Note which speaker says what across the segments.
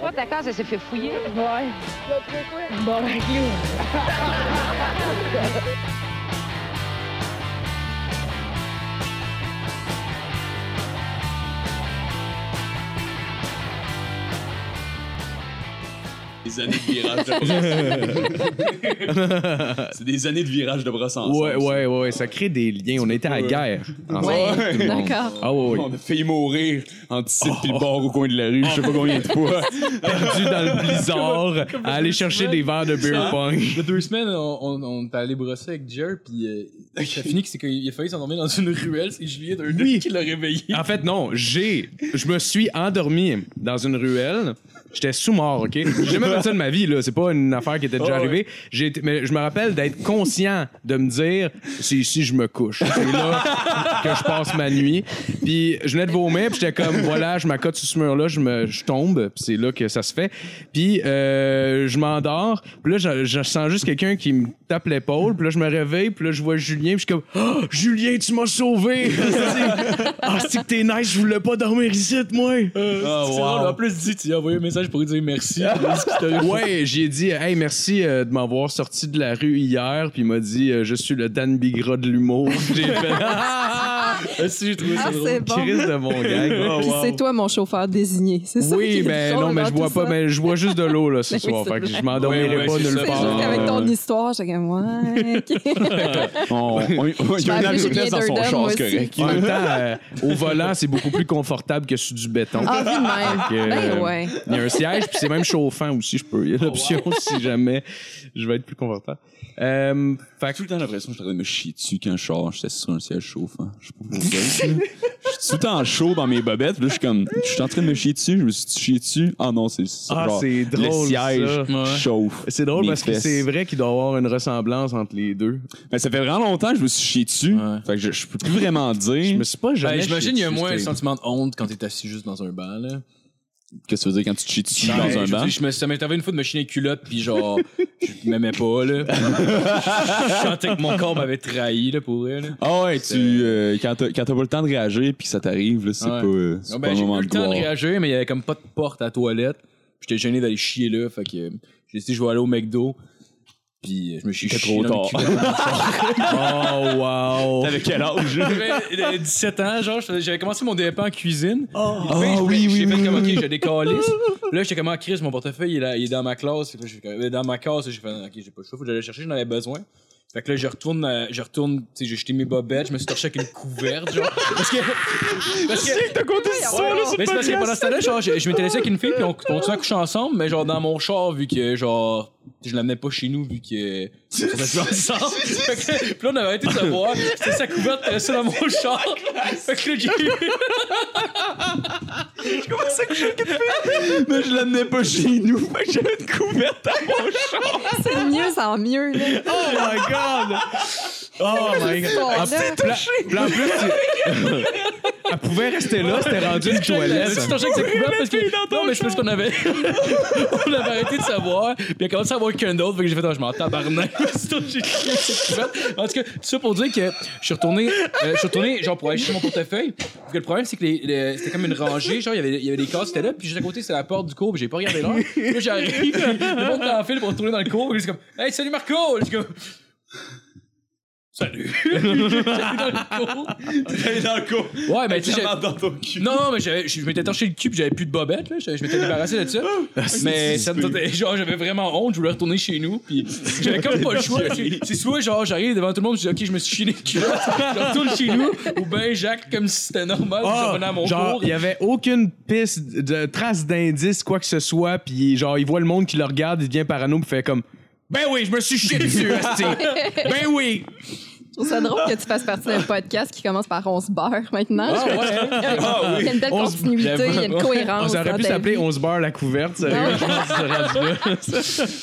Speaker 1: Toi, ta case, elle s'est fait fouiller.
Speaker 2: Ouais. Bon, ben, clou.
Speaker 3: Des années de virage de brosse. C'est des années de virage de brosse ensemble.
Speaker 4: Ouais, ouais, ouais, ça crée des liens. On était à la guerre. ensemble,
Speaker 1: Ouais,
Speaker 4: tout le monde.
Speaker 1: d'accord.
Speaker 4: Ah ouais, ouais.
Speaker 3: On a failli mourir entre site pis le bord au coin de la rue, je sais pas combien de fois.
Speaker 4: Perdu dans le blizzard,
Speaker 5: comme
Speaker 4: à aller
Speaker 5: le
Speaker 4: chercher
Speaker 5: chemin.
Speaker 4: des verres de beer
Speaker 5: Ça.
Speaker 4: pong.
Speaker 5: Il y a deux semaines, on, on, on est allé brosser avec Jer, puis euh, ça finit que c'est qu'il a failli s'endormir dans une ruelle. C'est Julien d'un
Speaker 4: Oui.
Speaker 5: qui l'a réveillé.
Speaker 4: En fait, non, j'ai. Je me suis endormi dans une ruelle. J'étais sous-mort, OK? J'ai jamais fait ça de ma vie, là. C'est pas une affaire qui était déjà
Speaker 5: Oh, ouais.
Speaker 4: arrivée. J'ai été- mais je me rappelle d'être conscient de me dire, c'est ici que je me couche. C'est là que je passe ma nuit. Puis je venais de vomir, puis j'étais comme, voilà, je m'accote sur ce mur-là, je, me, je tombe, puis c'est là que ça se fait. Puis euh, je m'endors, puis là, je, je sens juste quelqu'un qui me tape l'épaule, puis là, je me réveille, puis là, je vois Julien, puis je suis comme, Ah, Julien, tu m'as sauvé! Ah, c'est que t'es nice, je voulais pas dormir ici, moi!
Speaker 5: Euh,
Speaker 3: Oh,
Speaker 5: c'est
Speaker 3: wow.
Speaker 5: drôle. En plus, dit, tu lui as envoyé un message pour lui dire merci. Il a dit qu'il t'a-
Speaker 4: Ouais, j'ai dit, hey, merci euh, de m'avoir sorti de la rue hier, puis il m'a dit, euh, je suis le Dan Bigra de l'humour. J'ai fait, ah,
Speaker 5: Ah, si, j'ai trouvé ça
Speaker 6: Ah,
Speaker 5: drôle.
Speaker 6: c'est bon.
Speaker 4: Chris de mon gag.
Speaker 6: Puis c'est toi mon chauffeur désigné, c'est ça? qui
Speaker 4: Oui,
Speaker 6: est
Speaker 4: mais
Speaker 6: drôle
Speaker 4: non, mais
Speaker 6: dans
Speaker 4: je bois
Speaker 6: tout
Speaker 4: pas,
Speaker 6: ça?
Speaker 4: mais je bois juste de l'eau là ce
Speaker 6: Mais oui,
Speaker 4: soir,
Speaker 6: c'est
Speaker 4: fait que
Speaker 6: vrai.
Speaker 4: je m'endormirai
Speaker 3: Ouais, ouais,
Speaker 4: pas
Speaker 3: c'est
Speaker 4: nulle
Speaker 3: ça.
Speaker 6: C'est
Speaker 4: part.
Speaker 6: juste qu'avec
Speaker 4: euh,
Speaker 6: ton histoire, j'ai comme, ouais, ok.
Speaker 3: On- on- on- Il y a
Speaker 6: Je
Speaker 3: un
Speaker 6: m'appelle
Speaker 3: algorithme
Speaker 6: Julien
Speaker 3: dans
Speaker 6: Durden,
Speaker 3: son
Speaker 6: moi
Speaker 3: char,
Speaker 6: aussi.
Speaker 3: c'est correct.
Speaker 4: En même temps, euh, au volant, c'est beaucoup plus confortable que sur du béton.
Speaker 6: Ah, vu
Speaker 4: Fait
Speaker 6: de
Speaker 4: que,
Speaker 6: même. Ben
Speaker 4: euh,
Speaker 6: ouais. Oh,
Speaker 4: Il y a un siège, puis c'est même chauffant aussi, je peux. Il y a l'option si jamais je vais être plus confortable. Euh, fait que
Speaker 3: Tout le temps, j'ai l'impression que j'étais en train de me chier dessus quand je sors. J'étais sur un siège chauffant. Je sais pas pourquoi. je suis tout le temps chaud dans mes bobettes. puis Là, je suis comme, je suis en train de me chier dessus. Je me suis chié dessus. Ah non, c'est ça.
Speaker 4: Ah,
Speaker 3: Genre,
Speaker 4: c'est drôle,
Speaker 3: Le siège
Speaker 4: ça.
Speaker 5: Ouais.
Speaker 3: chauffe.
Speaker 4: C'est drôle
Speaker 3: mes
Speaker 4: parce que
Speaker 3: fesses.
Speaker 4: c'est vrai qu'il doit y avoir une ressemblance entre les deux.
Speaker 3: Mais ça fait vraiment longtemps que je me suis chié dessus.
Speaker 5: Ouais.
Speaker 3: Fait que je, je peux plus vraiment
Speaker 4: Je
Speaker 3: dire.
Speaker 4: me suis pas jamais.
Speaker 5: Ben, J'imagine qu'il y a
Speaker 4: chié
Speaker 5: moins un
Speaker 4: dessus,
Speaker 5: sentiment de honte quand t'es assis juste dans un banc. Là.
Speaker 3: Qu'est-ce que tu veux dire quand tu te chies dessus
Speaker 5: Ben,
Speaker 3: dans un
Speaker 5: je veux
Speaker 3: banc?
Speaker 5: dire, je me, ça m'est arrivé une fois de me chiner les culottes, puis genre, je m'aimais pas. Là. je sentais que mon corps m'avait trahi là, pour elle. là.
Speaker 3: Ah ouais, tu, euh, quand t'as quand t'as pas le temps de réagir puis que ça t'arrive, là, c'est
Speaker 5: Ouais.
Speaker 3: pas, euh, c'est
Speaker 5: Non,
Speaker 3: pas
Speaker 5: ben,
Speaker 3: un
Speaker 5: j'ai eu
Speaker 3: moment de
Speaker 5: le temps
Speaker 3: gloire.
Speaker 5: de réagir, mais il y avait comme pas de porte à la toilette. Puis J'étais gêné d'aller chier là, fait que euh, j'ai dit je vais aller au McDo. Puis euh, je me suis
Speaker 3: C'était
Speaker 5: chié
Speaker 3: trop
Speaker 5: dans le
Speaker 3: tard.
Speaker 5: cul.
Speaker 4: Oh, wow.
Speaker 3: T'avais quel âge?
Speaker 5: J'avais euh, 17 ans, genre je- j'avais commencé mon DEP en cuisine.
Speaker 3: Ah oui,
Speaker 5: J'ai
Speaker 3: oui,
Speaker 5: fait
Speaker 3: oui,
Speaker 5: comme
Speaker 3: oui,
Speaker 5: OK, je décalisse. Là, j'étais comme en crise, mon portefeuille il est, là- il est dans ma classe, Fait que là, j'ai fait, dans ma classe, j'ai fait OK, j'ai pas le choix, faut que j'aille le chercher, j'en avais besoin. Fait que là, je retourne, euh, je retourne, tu sais, j'ai jeté mes bobettes, je me suis torché avec une couverte, genre. Parce que. Parce que
Speaker 4: T'as compté cette histoire-là
Speaker 5: mais c'est parce que pendant ce temps-là, genre, je, je m'étais laissé avec une fille, puis on, on continuait à coucher ensemble, mais genre dans mon char, vu que genre, je l'amenais pas chez nous, vu que. On couchait ensemble. Fait que- puis là, on avait arrêté de se voir, c'était sa couverte, elle restait dans mon char. Fait que là, j'ai
Speaker 3: Mais je l'amenais pas chez nous. Fait que j'avais une couverte.
Speaker 6: C'est de mieux en mieux, là.
Speaker 4: Oh my god! Oh my god!
Speaker 6: Bon,
Speaker 4: En
Speaker 6: là,
Speaker 4: plus, là, en plus, tu- elle pouvait rester là, c'était rendu une toilette.
Speaker 5: torché avec sa couverte parce que. Non, mais je pense qu'on avait. on avait arrêté de savoir, puis elle commencé à voir quelqu'un d'autre, fait que j'ai fait, Ah, je m'en tabarnak. Je me suis torché avec sa couverte. En tout cas, tout ça pour dire que je suis retourné, euh, je suis retourné, genre pour aller chercher mon portefeuille. Parce que le problème, c'est que les, les- c'était comme une rangée, genre il y avait, il y avait des cases, c'était là, puis juste à côté, c'était la porte du cours, puis j'ai pas regardé l'heure. Puis là, j'arrive, puis le monde est en file pour retourner dans le cours, puis c'est comme, hey, salut Marco! Je suis comme, Salut!
Speaker 3: T'es dans le coup.
Speaker 5: Ouais, mais tu sais, j'ai-
Speaker 3: dans ton cul.
Speaker 5: Non, non, mais j'avais- je je m'étais torché le cul puis j'avais plus de bobette, là. Je, je m'étais débarrassé de ça.
Speaker 4: Ah,
Speaker 5: mais ça me tentait- genre, j'avais vraiment honte, je voulais retourner chez nous puis j'avais comme pas le choix. C'est- C'est soit genre, j'arrive devant tout le monde, je dis, ok, je me suis chiné le cul, je retourne chez nous, ou ben, Jacques, comme si c'était normal, je revenais à mon
Speaker 4: Ah, genre,
Speaker 5: cours.
Speaker 4: il y avait aucune piste de trace d'indice, quoi que ce soit, puis genre, il voit le monde qui le regarde, il devient parano, puis fait comme Ben oui, je me suis chié dessus, esti. Ben oui!
Speaker 6: Je trouve ça drôle que tu fasses partie d'un podcast qui commence par On se beurre maintenant.
Speaker 5: Ah ouais, hein?
Speaker 6: Il y a une belle
Speaker 4: On se-
Speaker 6: continuité, il y a une
Speaker 4: On
Speaker 6: cohérence.
Speaker 4: aurait
Speaker 6: dans
Speaker 4: pu
Speaker 6: ta
Speaker 4: s'appeler
Speaker 6: vie.
Speaker 4: On se barre la couverte, sérieux,
Speaker 6: Non.
Speaker 4: je pense que ça aurait dû là.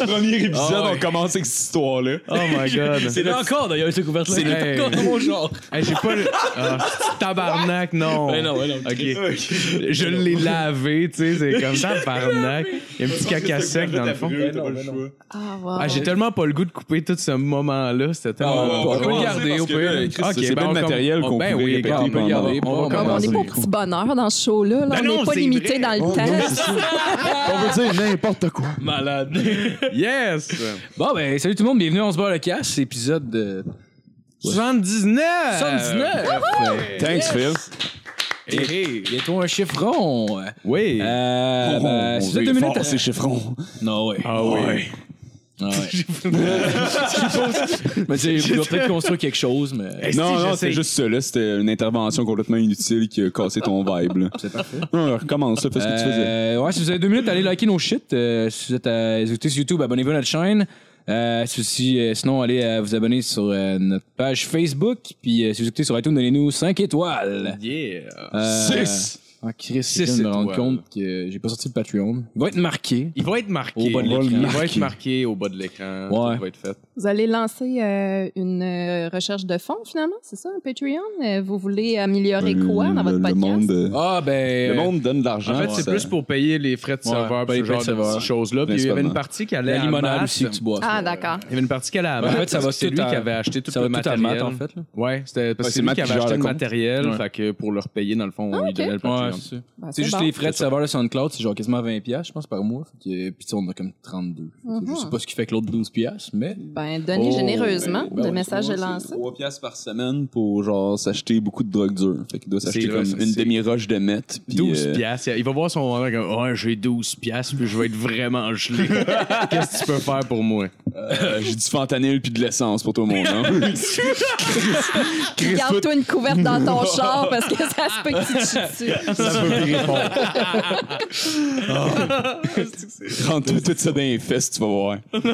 Speaker 3: Premier épisode,
Speaker 4: Ah ouais.
Speaker 3: on commence avec cette histoire-là.
Speaker 4: Oh my god.
Speaker 5: C'est là encore d'ailleurs, cette couverture.
Speaker 4: C'est
Speaker 5: C'est
Speaker 4: le-
Speaker 5: encore dans mon genre.
Speaker 4: Hey, j'ai pas le. Ah, tabarnak, non.
Speaker 5: Ben non, ben non.
Speaker 4: Ok. Je l'ai lavé, tu sais, c'est comme ça, tabarnak. Il y a un petit caca sec dans le fond.
Speaker 3: Ben
Speaker 5: t'as
Speaker 3: non,
Speaker 5: pas le
Speaker 3: ben non.
Speaker 6: Ah, wow.
Speaker 4: Ah, j'ai tellement pas le goût de couper tout ce moment-là, c'était tellement.
Speaker 3: Ah, ouais,
Speaker 4: pas
Speaker 3: ouais,
Speaker 4: drôle.
Speaker 3: ouais.
Speaker 5: Regardez, garder au
Speaker 3: parce que, euh,
Speaker 5: pire.
Speaker 3: Chris,
Speaker 4: Ok,
Speaker 3: c'est
Speaker 4: ben
Speaker 3: pas
Speaker 4: on
Speaker 3: le matériel
Speaker 4: com-
Speaker 3: qu'on
Speaker 4: ben
Speaker 3: pouvait
Speaker 4: oui, on
Speaker 3: répéter
Speaker 4: peut
Speaker 3: pendant-
Speaker 4: garder,
Speaker 3: on
Speaker 4: on
Speaker 3: va
Speaker 4: va
Speaker 6: Comme on
Speaker 3: commencer.
Speaker 6: n'est pas au petit bonheur dans ce show-là, là,
Speaker 4: Ah, Ben
Speaker 6: on
Speaker 4: non,
Speaker 6: n'est pas
Speaker 4: c'est
Speaker 6: limité
Speaker 4: vrai.
Speaker 6: dans le
Speaker 7: Oh, non,
Speaker 6: temps.
Speaker 7: c'est ça. On veut dire n'importe quoi.
Speaker 5: Malade.
Speaker 4: Yes!
Speaker 5: Bon, ben, salut tout le monde, bienvenue à On se barre le casse, épisode de
Speaker 4: 79!
Speaker 5: 79.
Speaker 3: Thanks, Phil. Euh,
Speaker 5: Bientôt un chiffre rond. Euh,
Speaker 4: Oui!
Speaker 3: Oh,
Speaker 5: ben, si vous êtes deux minutes à-
Speaker 3: ces chiffrons.
Speaker 5: Non, ouais.
Speaker 4: ah oui!
Speaker 5: Ah ouais. mais tu sais, on va peut-être construire quelque chose, mais.
Speaker 4: Si,
Speaker 3: Non, non,
Speaker 4: j'essaie.
Speaker 3: c'est juste ça, là. C'était une intervention complètement inutile qui a cassé ton vibe, là. C'est parfait. Non, recommence ça, fais ce que tu faisais.
Speaker 5: Euh, ouais, si vous avez deux minutes, allez liker nos shit. Euh, si vous êtes à écouter sur YouTube, abonnez-vous à notre chaîne. Euh, si- si- euh, sinon, allez euh, vous abonner sur euh, notre page Facebook. Puis euh, si vous écoutez sur iTunes, donnez-nous 5 étoiles.
Speaker 4: Yeah!
Speaker 5: Euh,
Speaker 3: Six!
Speaker 5: Ah, Chris,
Speaker 4: Six
Speaker 5: je viens de me rendre
Speaker 4: étoiles.
Speaker 5: compte que j'ai pas sorti le Patreon. Il va être marqué.
Speaker 4: Il va être marqué.
Speaker 5: Au bas de
Speaker 4: On va
Speaker 5: l'écran.
Speaker 4: le- Il va être marqué au bas de l'écran.
Speaker 5: Ouais.
Speaker 4: Tout va être fait.
Speaker 6: Vous allez lancer euh, une euh, recherche de fonds, finalement, c'est ça, un Patreon? Euh, vous voulez améliorer quoi dans votre
Speaker 3: Euh, le,
Speaker 6: podcast?
Speaker 3: le monde, euh,
Speaker 5: Ah, ben.
Speaker 3: le monde donne de l'argent.
Speaker 4: En fait, c'est
Speaker 3: ça-
Speaker 4: plus pour payer les frais de
Speaker 5: Ouais,
Speaker 4: serveur,
Speaker 5: payer
Speaker 4: pis ce genre
Speaker 5: les frais de
Speaker 4: de
Speaker 5: serveur.
Speaker 4: petites choses-là. Puis il y avait une
Speaker 3: Principalement.
Speaker 4: partie qui allait
Speaker 5: La
Speaker 4: à
Speaker 5: limonade
Speaker 4: Matt.
Speaker 5: aussi que tu bois.
Speaker 6: Ah, d'accord.
Speaker 5: Euh,
Speaker 4: Il y avait une partie qui allait à
Speaker 5: En
Speaker 4: Matt,
Speaker 5: fait, ça
Speaker 4: parce
Speaker 5: va
Speaker 4: que c'est
Speaker 5: tout
Speaker 4: lui
Speaker 5: à-
Speaker 4: qui avait acheté tout
Speaker 5: Ça
Speaker 4: le
Speaker 5: va tout à
Speaker 4: matériel.
Speaker 5: mat, en fait. Là.
Speaker 4: Ouais, c'était parce
Speaker 3: Ouais,
Speaker 4: que
Speaker 3: c'est
Speaker 4: c'est lui qui
Speaker 3: Matt qui
Speaker 4: avait
Speaker 3: gère
Speaker 4: acheté
Speaker 3: le
Speaker 4: le
Speaker 3: compte.
Speaker 4: matériel,
Speaker 5: Ouais.
Speaker 4: fait que pour leur payer dans le fond,
Speaker 5: Ah,
Speaker 4: on lui
Speaker 6: ok.
Speaker 4: donnait le
Speaker 5: Ouais,
Speaker 4: Patreon.
Speaker 5: c'est ça.
Speaker 6: Ben,
Speaker 5: C'est juste
Speaker 6: bon.
Speaker 5: les frais de serveur de SoundCloud, c'est genre quasiment 20$, piastres, je pense, par mois. Fait que, puis tu sais, on a comme 32. Fait que Je sais pas ce qui fait que l'autre 12$, piastres, mais.
Speaker 6: Ben, donnez
Speaker 3: Oh,
Speaker 6: généreusement.
Speaker 3: ben, ben
Speaker 6: le
Speaker 3: ouais,
Speaker 6: message
Speaker 3: c'est
Speaker 6: est lancé.
Speaker 3: 3 piastres par semaine pour genre s'acheter beaucoup de drogue dure. Fait qu'il doit s'acheter
Speaker 4: C'est
Speaker 3: comme
Speaker 4: vrai, ça,
Speaker 3: une
Speaker 4: c'est-
Speaker 3: demi-roche de meth. puis,
Speaker 4: 12
Speaker 3: euh,
Speaker 4: piastres. Il va voir son vendeur comme Ouais, j'ai 12 piastres, puis je vais être vraiment gelé. Qu'est-ce que tu peux faire pour moi?
Speaker 3: euh, J'ai du fentanyl puis de l'essence pour tout le monde. hein.
Speaker 6: Garde-toi une couverte dans ton char parce que ça se peut que tu te chies dessus.
Speaker 4: Ça peut virer fort.
Speaker 3: Rentre-toi tout ça dans les fesses, tu vas voir.
Speaker 5: Ah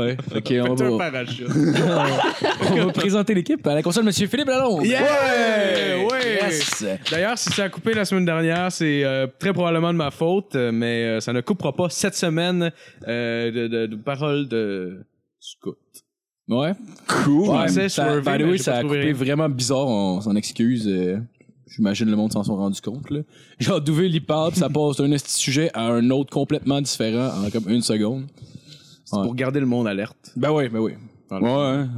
Speaker 5: ouais. Ok, on
Speaker 4: Faites un
Speaker 5: va,
Speaker 4: parachute.
Speaker 5: on va présenter l'équipe à la console, monsieur Philippe Lalonde.
Speaker 4: Yeah! Ouais!
Speaker 5: Yes!
Speaker 4: D'ailleurs, si ça a coupé la semaine dernière, c'est euh, très probablement de ma faute, euh, mais euh, ça ne coupera pas cette semaine euh, de, de, de paroles de scout.
Speaker 5: Ouais.
Speaker 3: Cool.
Speaker 5: Ouais,
Speaker 4: pensais
Speaker 5: ça,
Speaker 4: swerver,
Speaker 5: by the
Speaker 4: mais
Speaker 5: way,
Speaker 4: j'ai
Speaker 5: ça
Speaker 4: pas
Speaker 5: a
Speaker 4: trouvé
Speaker 5: coupé
Speaker 4: rien.
Speaker 5: vraiment bizarre, on s'en excuse. euh, J'imagine le monde s'en sont rendu compte. Là. Genre, Douvel, il parle, puis ça passe d'un esti sujet à un autre complètement différent en comme une seconde.
Speaker 4: C'est
Speaker 5: Ouais.
Speaker 4: pour garder le monde alerte.
Speaker 5: Ben oui, ben oui.
Speaker 3: Ouais,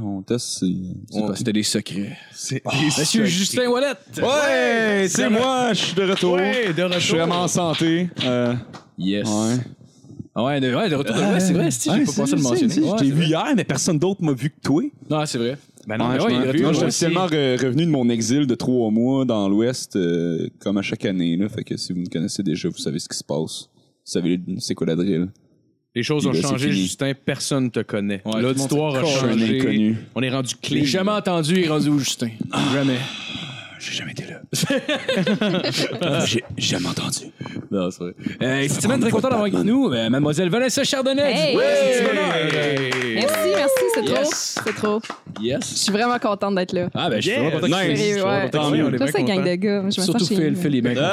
Speaker 3: on teste. c'est-
Speaker 5: C'est parce que c'était des secrets. Ah,
Speaker 4: C'est
Speaker 5: Monsieur Justin Wallet!
Speaker 3: Ouais, c'est moi, je suis de retour.
Speaker 4: Ouais, de retour.
Speaker 3: Je suis vraiment en santé. Euh,
Speaker 5: Yes.
Speaker 3: ouais.
Speaker 5: Ah Ouais, de, ouais, de retour de ouais, c'est vrai, si, j'ai
Speaker 3: Ouais,
Speaker 5: pas
Speaker 3: c'est-
Speaker 5: pensé à le
Speaker 3: c'est-
Speaker 5: mentionner.
Speaker 3: c'est-
Speaker 5: Ouais,
Speaker 3: Je t'ai
Speaker 5: c'est
Speaker 3: vu
Speaker 5: vrai. Ah,
Speaker 3: hier, mais personne d'autre m'a vu que toi.
Speaker 5: Non, c'est vrai.
Speaker 4: Ben non,
Speaker 3: Ouais,
Speaker 4: mais
Speaker 3: je
Speaker 4: ouais,
Speaker 3: m'en
Speaker 4: il est revenu,
Speaker 3: rappelle. Moi, je suis
Speaker 4: moi
Speaker 3: officiellement re- revenu de mon exil de trois mois dans l'Ouest, euh, comme à chaque année. Là. Fait que si vous me connaissez déjà, vous savez ce qui se passe. Vous savez c'est quoi la drill.
Speaker 4: Les choses ont
Speaker 3: Puis là, Ben, c'est
Speaker 4: changé,
Speaker 3: fini.
Speaker 4: Justin. Personne te connaît. Là,
Speaker 5: Ouais, Ah, tout le
Speaker 4: L'auditoire a
Speaker 5: monde s'est
Speaker 3: Je suis un
Speaker 4: changé.
Speaker 3: inconnu.
Speaker 4: On est rendu clé.
Speaker 5: J'ai jamais entendu, il est rendu où, Justin? Jamais.
Speaker 3: J'ai jamais été là. Ah, J'ai jamais entendu.
Speaker 5: Non, c'est vrai. Euh, cette semaine, très content d'avoir avec nous euh, Mademoiselle Vanessa Chardonnay.
Speaker 6: Hey!
Speaker 5: Ouais!
Speaker 6: Merci, merci, c'est
Speaker 5: Yes.
Speaker 6: trop. C'est trop.
Speaker 5: Yes!
Speaker 6: Je suis vraiment contente d'être là.
Speaker 5: Ah, ben, je suis
Speaker 4: Yes.
Speaker 5: vraiment content que
Speaker 3: Nice.
Speaker 5: tu sois-
Speaker 6: Sérieux, ouais.
Speaker 4: content. Oui, on est
Speaker 6: Comme
Speaker 4: bien
Speaker 6: ça, gang
Speaker 4: content.
Speaker 6: de gars. Je me
Speaker 5: Surtout
Speaker 6: sens chez
Speaker 5: Phil,
Speaker 6: nous.
Speaker 5: Phil est bien content.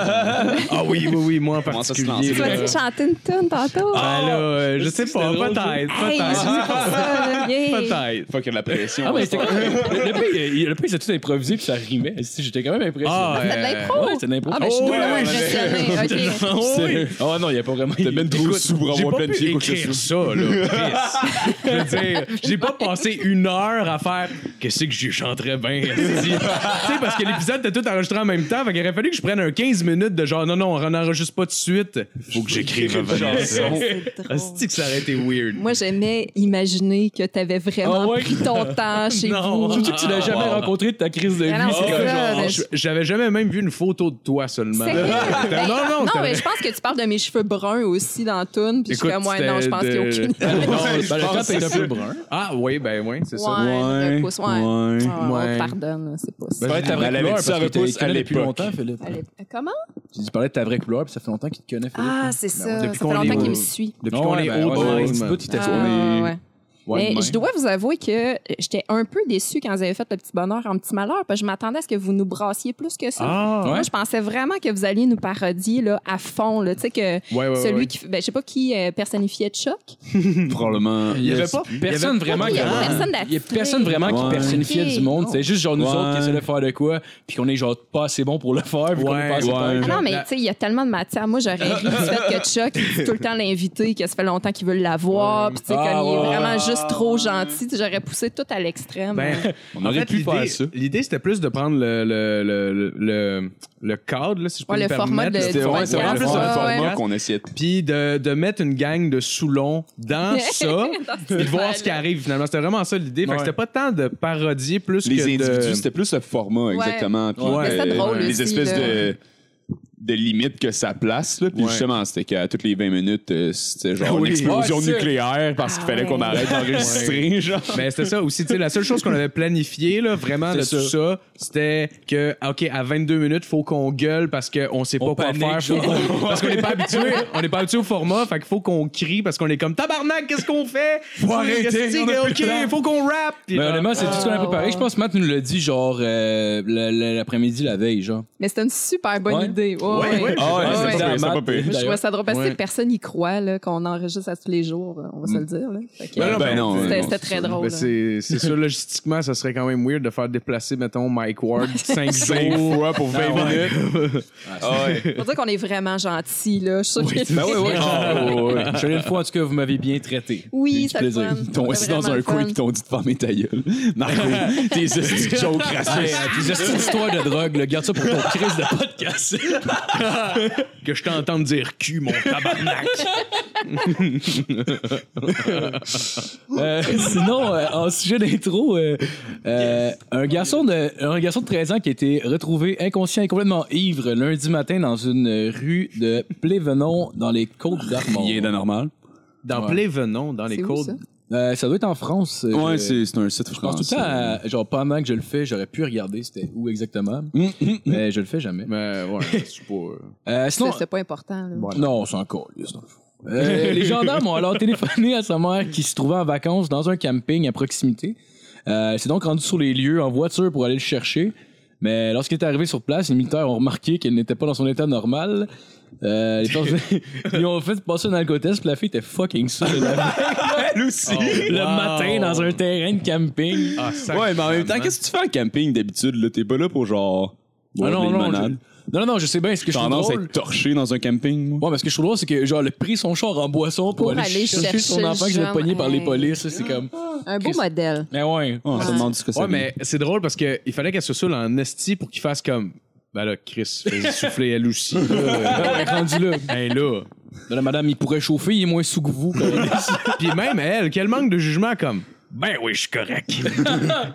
Speaker 4: Ah oui, oui, oui, moi en
Speaker 3: Comment ça se
Speaker 4: particulier.
Speaker 6: Tu
Speaker 3: lance?
Speaker 4: là.
Speaker 6: vas
Speaker 4: Ben
Speaker 6: tu chanter une tonne tantôt?
Speaker 5: Ah,
Speaker 4: là, euh, je sais pas,
Speaker 5: drôle,
Speaker 4: peut-être,
Speaker 6: Hey, je
Speaker 4: peut-être,
Speaker 6: joue pour ça, là. Yeah.
Speaker 4: peut-être.
Speaker 3: Faut qu'il y a de la pression.
Speaker 5: Ah, mais c'était Le pays, il- le pays, il a tout improvisé puis ça rimait. Si, J'étais quand même impressionné.
Speaker 4: Ah,
Speaker 6: C'est de l'impro?
Speaker 5: ouais, c'est de l'impro.
Speaker 6: Ah, ben, je suis
Speaker 4: Oh,
Speaker 6: doublement
Speaker 4: ouais,
Speaker 6: impressionnée. OK.
Speaker 4: Oh oui.
Speaker 5: Oh non, il n'y a pas vraiment.
Speaker 3: T'as ben trop sous pour
Speaker 4: J'ai
Speaker 3: avoir
Speaker 4: pas
Speaker 3: plein de
Speaker 4: pu
Speaker 3: pieds quoi que
Speaker 4: écrire
Speaker 3: ce soit.
Speaker 4: ça, là. Chris. Je veux dire, j'ai pas passé une heure à faire qu'est-ce que je chanterais bien. esti. tu sais, parce que l'épisode était tout enregistré en même temps, fait qu'il aurait fallu que je prenne un 15 minutes de genre non, non, on n'enregistre pas tout de suite. Faut que j'écrive un chanson.
Speaker 6: C'est drôle.
Speaker 4: Esti que ça aurait été weird.
Speaker 6: Moi, j'aimais imaginer que tu avais vraiment
Speaker 5: Ah ouais?
Speaker 6: pris ton temps chez
Speaker 4: Non.
Speaker 6: vous.
Speaker 5: Surtout que tu l'as jamais rencontré de ta crise de vie.
Speaker 6: Ah non,
Speaker 5: c'est
Speaker 6: c'est
Speaker 5: comme-
Speaker 6: ça,
Speaker 4: Genre,
Speaker 6: mais-
Speaker 4: je- J'avais jamais même vu une photo de toi seulement.
Speaker 6: Sérieux?
Speaker 4: T'as-
Speaker 6: Ben,
Speaker 4: non, non,
Speaker 6: non,
Speaker 4: t'as-
Speaker 6: mais je pense que tu parles de mes cheveux bruns aussi dans Toon, puis je
Speaker 4: Écoute,
Speaker 6: fais moi non, je pense qu'il n'y a
Speaker 4: c'était
Speaker 6: aucune.
Speaker 4: de-
Speaker 5: Non,
Speaker 4: Ouais,
Speaker 5: ben,
Speaker 4: je
Speaker 5: le
Speaker 4: pense
Speaker 5: top est un
Speaker 4: que-
Speaker 5: peu brun.
Speaker 4: Ah oui, ben oui, c'est ça.
Speaker 6: Ouais,
Speaker 3: Ouais,
Speaker 6: le pouce, ouais.
Speaker 3: ouais,
Speaker 6: Ouais,
Speaker 4: ouais. Ben,
Speaker 6: On pardonne, là, c'est pas ça.
Speaker 5: Tu parlais de ta vraie
Speaker 3: Elle avait
Speaker 5: couleur
Speaker 3: dit
Speaker 5: parce
Speaker 3: ça
Speaker 5: que
Speaker 3: repousse
Speaker 5: t'es
Speaker 3: à
Speaker 5: depuis
Speaker 3: l'époque.
Speaker 5: longtemps, Philippe.
Speaker 6: Allez, euh, Comment?
Speaker 4: ben
Speaker 5: Tu dis, tu parlais de ta vraie couleur puis ça fait longtemps qu'il te connaît, Philippe.
Speaker 6: Ah, c'est ça.
Speaker 4: depuis
Speaker 6: ça fait
Speaker 4: qu'on est
Speaker 6: longtemps qu'il
Speaker 4: au-
Speaker 6: me suit.
Speaker 4: Depuis
Speaker 5: Non,
Speaker 4: qu'on
Speaker 5: ouais,
Speaker 4: est
Speaker 5: ben,
Speaker 4: old
Speaker 5: ouais,
Speaker 4: même.
Speaker 5: c'est pas tout à fait-
Speaker 6: Ah, ouais.
Speaker 5: Ouais,
Speaker 6: Mais
Speaker 5: même.
Speaker 6: je dois vous avouer que j'étais un peu déçue quand vous avez fait le petit bonheur en petit malheur, parce que je m'attendais à ce que vous nous brassiez plus que ça.
Speaker 4: Ah,
Speaker 5: Ouais.
Speaker 6: Moi, je pensais vraiment que vous alliez nous parodier là, à fond. là. Tu sais que
Speaker 4: Ouais, ouais,
Speaker 6: celui
Speaker 4: ouais.
Speaker 6: qui. Ben, je sais pas qui euh, personnifiait Chuck.
Speaker 3: Probablement.
Speaker 5: Il y avait
Speaker 4: Je sais
Speaker 5: pas
Speaker 4: plus.
Speaker 5: personne
Speaker 4: Il y avait
Speaker 5: vraiment
Speaker 4: pas
Speaker 5: qui
Speaker 6: Il y a
Speaker 4: grand.
Speaker 6: personne
Speaker 5: Il y a
Speaker 6: d'attiré.
Speaker 5: personne vraiment qui
Speaker 3: Ouais.
Speaker 5: personnifiait
Speaker 6: Ok.
Speaker 5: du monde. C'est juste genre nous
Speaker 3: Ouais.
Speaker 5: autres qui essaient de faire de quoi, puis qu'on est genre pas assez bon pour le faire, puis qu'on est
Speaker 4: Ouais,
Speaker 5: pas assez
Speaker 4: ouais.
Speaker 5: bon.
Speaker 6: Ah non, mais
Speaker 4: La-
Speaker 6: tu sais, il y a tellement de matière. Moi, j'aurais ri du fait que Chuck, il dit tout le temps l'invité, que ça fait longtemps qu'il veut l'avoir, puis tu sais,
Speaker 5: Ah,
Speaker 6: comme il est
Speaker 5: ouais,
Speaker 6: vraiment
Speaker 5: ouais.
Speaker 6: juste juste trop gentil. J'aurais poussé tout à l'extrême.
Speaker 4: Ben,
Speaker 3: On
Speaker 4: en
Speaker 3: aurait
Speaker 4: fait,
Speaker 3: pu
Speaker 4: l'idée-
Speaker 3: faire ça.
Speaker 4: L'idée, c'était plus de prendre le, le, le, le- le, le cadre, là, si je peux
Speaker 6: Ouais,
Speaker 4: me
Speaker 6: le format
Speaker 4: permettre.
Speaker 6: de-
Speaker 4: C'était-
Speaker 3: C'était
Speaker 6: du
Speaker 3: ouais, c'est vraiment
Speaker 6: podcast.
Speaker 3: plus un
Speaker 6: Ouais,
Speaker 3: format
Speaker 6: ouais.
Speaker 3: qu'on essayait de
Speaker 4: Puis de, de mettre une gang de Soulons dans ça, puis de voir ce qui arrive finalement. C'était vraiment ça l'idée. Fait que
Speaker 5: Ouais.
Speaker 4: c'était pas tant de parodier plus
Speaker 3: Les
Speaker 4: que
Speaker 3: individus,
Speaker 4: de...
Speaker 3: c'était plus le format, exactement. Puis, euh,
Speaker 4: Ouais. Mais c'était drôle
Speaker 3: les
Speaker 6: aussi,
Speaker 3: espèces
Speaker 6: là.
Speaker 3: de de limites que ça place. Là. Puis
Speaker 4: Ouais.
Speaker 3: justement, c'était qu'à toutes les 20 minutes, euh, c'était genre
Speaker 4: Oui.
Speaker 3: une explosion
Speaker 5: Ouais, c'est-
Speaker 3: nucléaire parce qu'il
Speaker 6: Ah
Speaker 3: fallait qu'on
Speaker 6: ouais.
Speaker 3: arrête d'enregistrer. genre.
Speaker 4: Mais Ben, c'était ça aussi, tu sais, la seule chose qu'on avait planifiée, là, vraiment, de
Speaker 5: C'est
Speaker 4: tout ça, c'était que, OK, à 22 minutes, faut qu'on gueule parce qu'on sait pas
Speaker 5: On
Speaker 4: quoi
Speaker 5: panique,
Speaker 4: faire. faut
Speaker 5: genre.
Speaker 4: qu'on- parce qu'on n'est pas habitué, on n'est pas habitué au format, fait qu'il faut qu'on crie parce qu'on est comme tabarnak, qu'est-ce qu'on fait? Faut
Speaker 5: arrêter, on a plus
Speaker 4: OK,
Speaker 5: le temps.
Speaker 4: faut qu'on rap. Ah. Puis
Speaker 5: Mais
Speaker 4: là,
Speaker 5: honnêtement, c'est tout ce qu'on
Speaker 6: Ah,
Speaker 5: a préparé. Je pense que Matt nous l'a dit, genre, euh, le- le- l'après-midi, la veille, genre.
Speaker 6: Mais c'était une super bonne
Speaker 5: Ouais.
Speaker 6: idée. Ouais, ouais.
Speaker 3: Ah ouais,
Speaker 6: Ouais,
Speaker 3: c'est
Speaker 6: ouais.
Speaker 3: pas pire, c'est pas pire.
Speaker 6: Je trouvais ça drôle parce que
Speaker 4: Ouais.
Speaker 6: personne n'y croit là, qu'on enregistre à tous les jours, on va se le dire. là. Fait que,
Speaker 4: Ben
Speaker 6: euh,
Speaker 4: non, ben
Speaker 3: non,
Speaker 6: c'était-
Speaker 3: ben non,
Speaker 6: C'était
Speaker 3: c'est
Speaker 6: très
Speaker 3: sûr.
Speaker 6: drôle.
Speaker 4: Ben, c'est c'est sûr, logistiquement, ça serait quand même weird de faire déplacer, mettons, Mike Ward 5
Speaker 3: Cinq
Speaker 4: jours.
Speaker 3: fois pour 20
Speaker 4: Ah ouais.
Speaker 3: minutes. Ah ouais.
Speaker 6: Faut dire qu'on est vraiment gentil. Là. Je suis sûre que-
Speaker 3: Ben ouais, ouais.
Speaker 5: Je suis allé une fois, en tout cas, vous m'avez bien traité.
Speaker 6: Oui,
Speaker 3: Du
Speaker 6: ça le
Speaker 3: plaisir.
Speaker 6: fun.
Speaker 3: Ils t'ont
Speaker 6: C'était
Speaker 3: assis dans
Speaker 6: vraiment
Speaker 3: un
Speaker 6: le
Speaker 3: coin et
Speaker 6: fun.
Speaker 3: ils t'ont dit de fermer ta gueule. Marco, tes hosties de jokes
Speaker 5: Hey,
Speaker 3: racistes.
Speaker 5: euh, puis cette histoire de drogue, là, garde ça pour ton crise de podcast.
Speaker 4: Que je t'entende dire cul, mon tabarnak.
Speaker 5: Euh, sinon, euh, en sujet d'intro, euh, euh, un, garçon de, un garçon de 13 ans qui a été retrouvé inconscient et complètement ivre lundi matin dans une rue de Plévenon dans les Côtes-d'Armor.
Speaker 3: Rien d'anormal.
Speaker 4: Dans
Speaker 5: Ouais.
Speaker 4: Plévenon, dans les
Speaker 6: C'est où,
Speaker 4: côtes.
Speaker 6: ça?
Speaker 5: Euh, ça doit être en France. euh,
Speaker 3: Ouais,
Speaker 5: je-
Speaker 3: c'est c'est un site
Speaker 5: Je pense tout le
Speaker 3: français.
Speaker 5: temps, à- genre pendant que je le fais, j'aurais pu regarder c'était où exactement,
Speaker 3: Hum, hum.
Speaker 5: mais je le fais jamais.
Speaker 4: Mais ouais, c'est pas... euh,
Speaker 5: Euh,
Speaker 6: C'est
Speaker 5: sinon,
Speaker 6: c'est pas important. là.
Speaker 5: Non, c'est encore les gendarmes ont alors téléphoné à sa mère qui se trouvait en vacances dans un camping à proximité. Euh, elle s'est donc rendue sur les lieux en voiture pour aller le chercher. Mais lorsqu'il est arrivé sur place, les militaires ont remarqué qu'elle n'était pas dans son état normal. Euh, les forces- ils ont fait passer un alcotest, puis la fille était fucking seule
Speaker 3: Elle aussi.
Speaker 5: le
Speaker 4: Wow.
Speaker 5: matin dans un terrain de camping.
Speaker 4: Ah,
Speaker 3: Ouais, mais en même temps, qu'est-ce que tu fais en camping d'habitude? là? T'es pas là pour genre.
Speaker 5: Ah
Speaker 3: boire des
Speaker 5: non,
Speaker 3: limonades.
Speaker 5: non, je, non, non, je sais bien ce que je trouve
Speaker 3: tendance à
Speaker 5: drôle.
Speaker 3: être torché dans un camping, moi.
Speaker 5: Ouais, mais ce que je trouve drôle, c'est que genre le prix son char en boisson pour,
Speaker 6: Pour
Speaker 5: aller,
Speaker 6: aller
Speaker 5: chercher,
Speaker 6: chercher
Speaker 5: son
Speaker 6: le
Speaker 5: enfant qui s'est
Speaker 6: genre,
Speaker 5: pogné par les
Speaker 6: hey.
Speaker 5: polices, c'est comme.
Speaker 6: Un beau
Speaker 5: Qu'est-ce-
Speaker 6: modèle.
Speaker 5: Mais Ah, ouais.
Speaker 3: Oh, on se
Speaker 6: Ouais.
Speaker 3: demande ce que ça
Speaker 4: Ouais,
Speaker 3: veut dire.
Speaker 4: mais c'est drôle parce qu'il fallait qu'elle se saoule en esti pour qu'il fasse comme. Ben là, Chris, fais souffler elle aussi. là.
Speaker 5: Ouais, rendu là.
Speaker 4: Hey, là.
Speaker 5: Ben là, madame, il pourrait chauffer, il est moins sous que vous. quand même.
Speaker 4: Puis même elle, quel manque de jugement comme. Ben oui, je suis correct.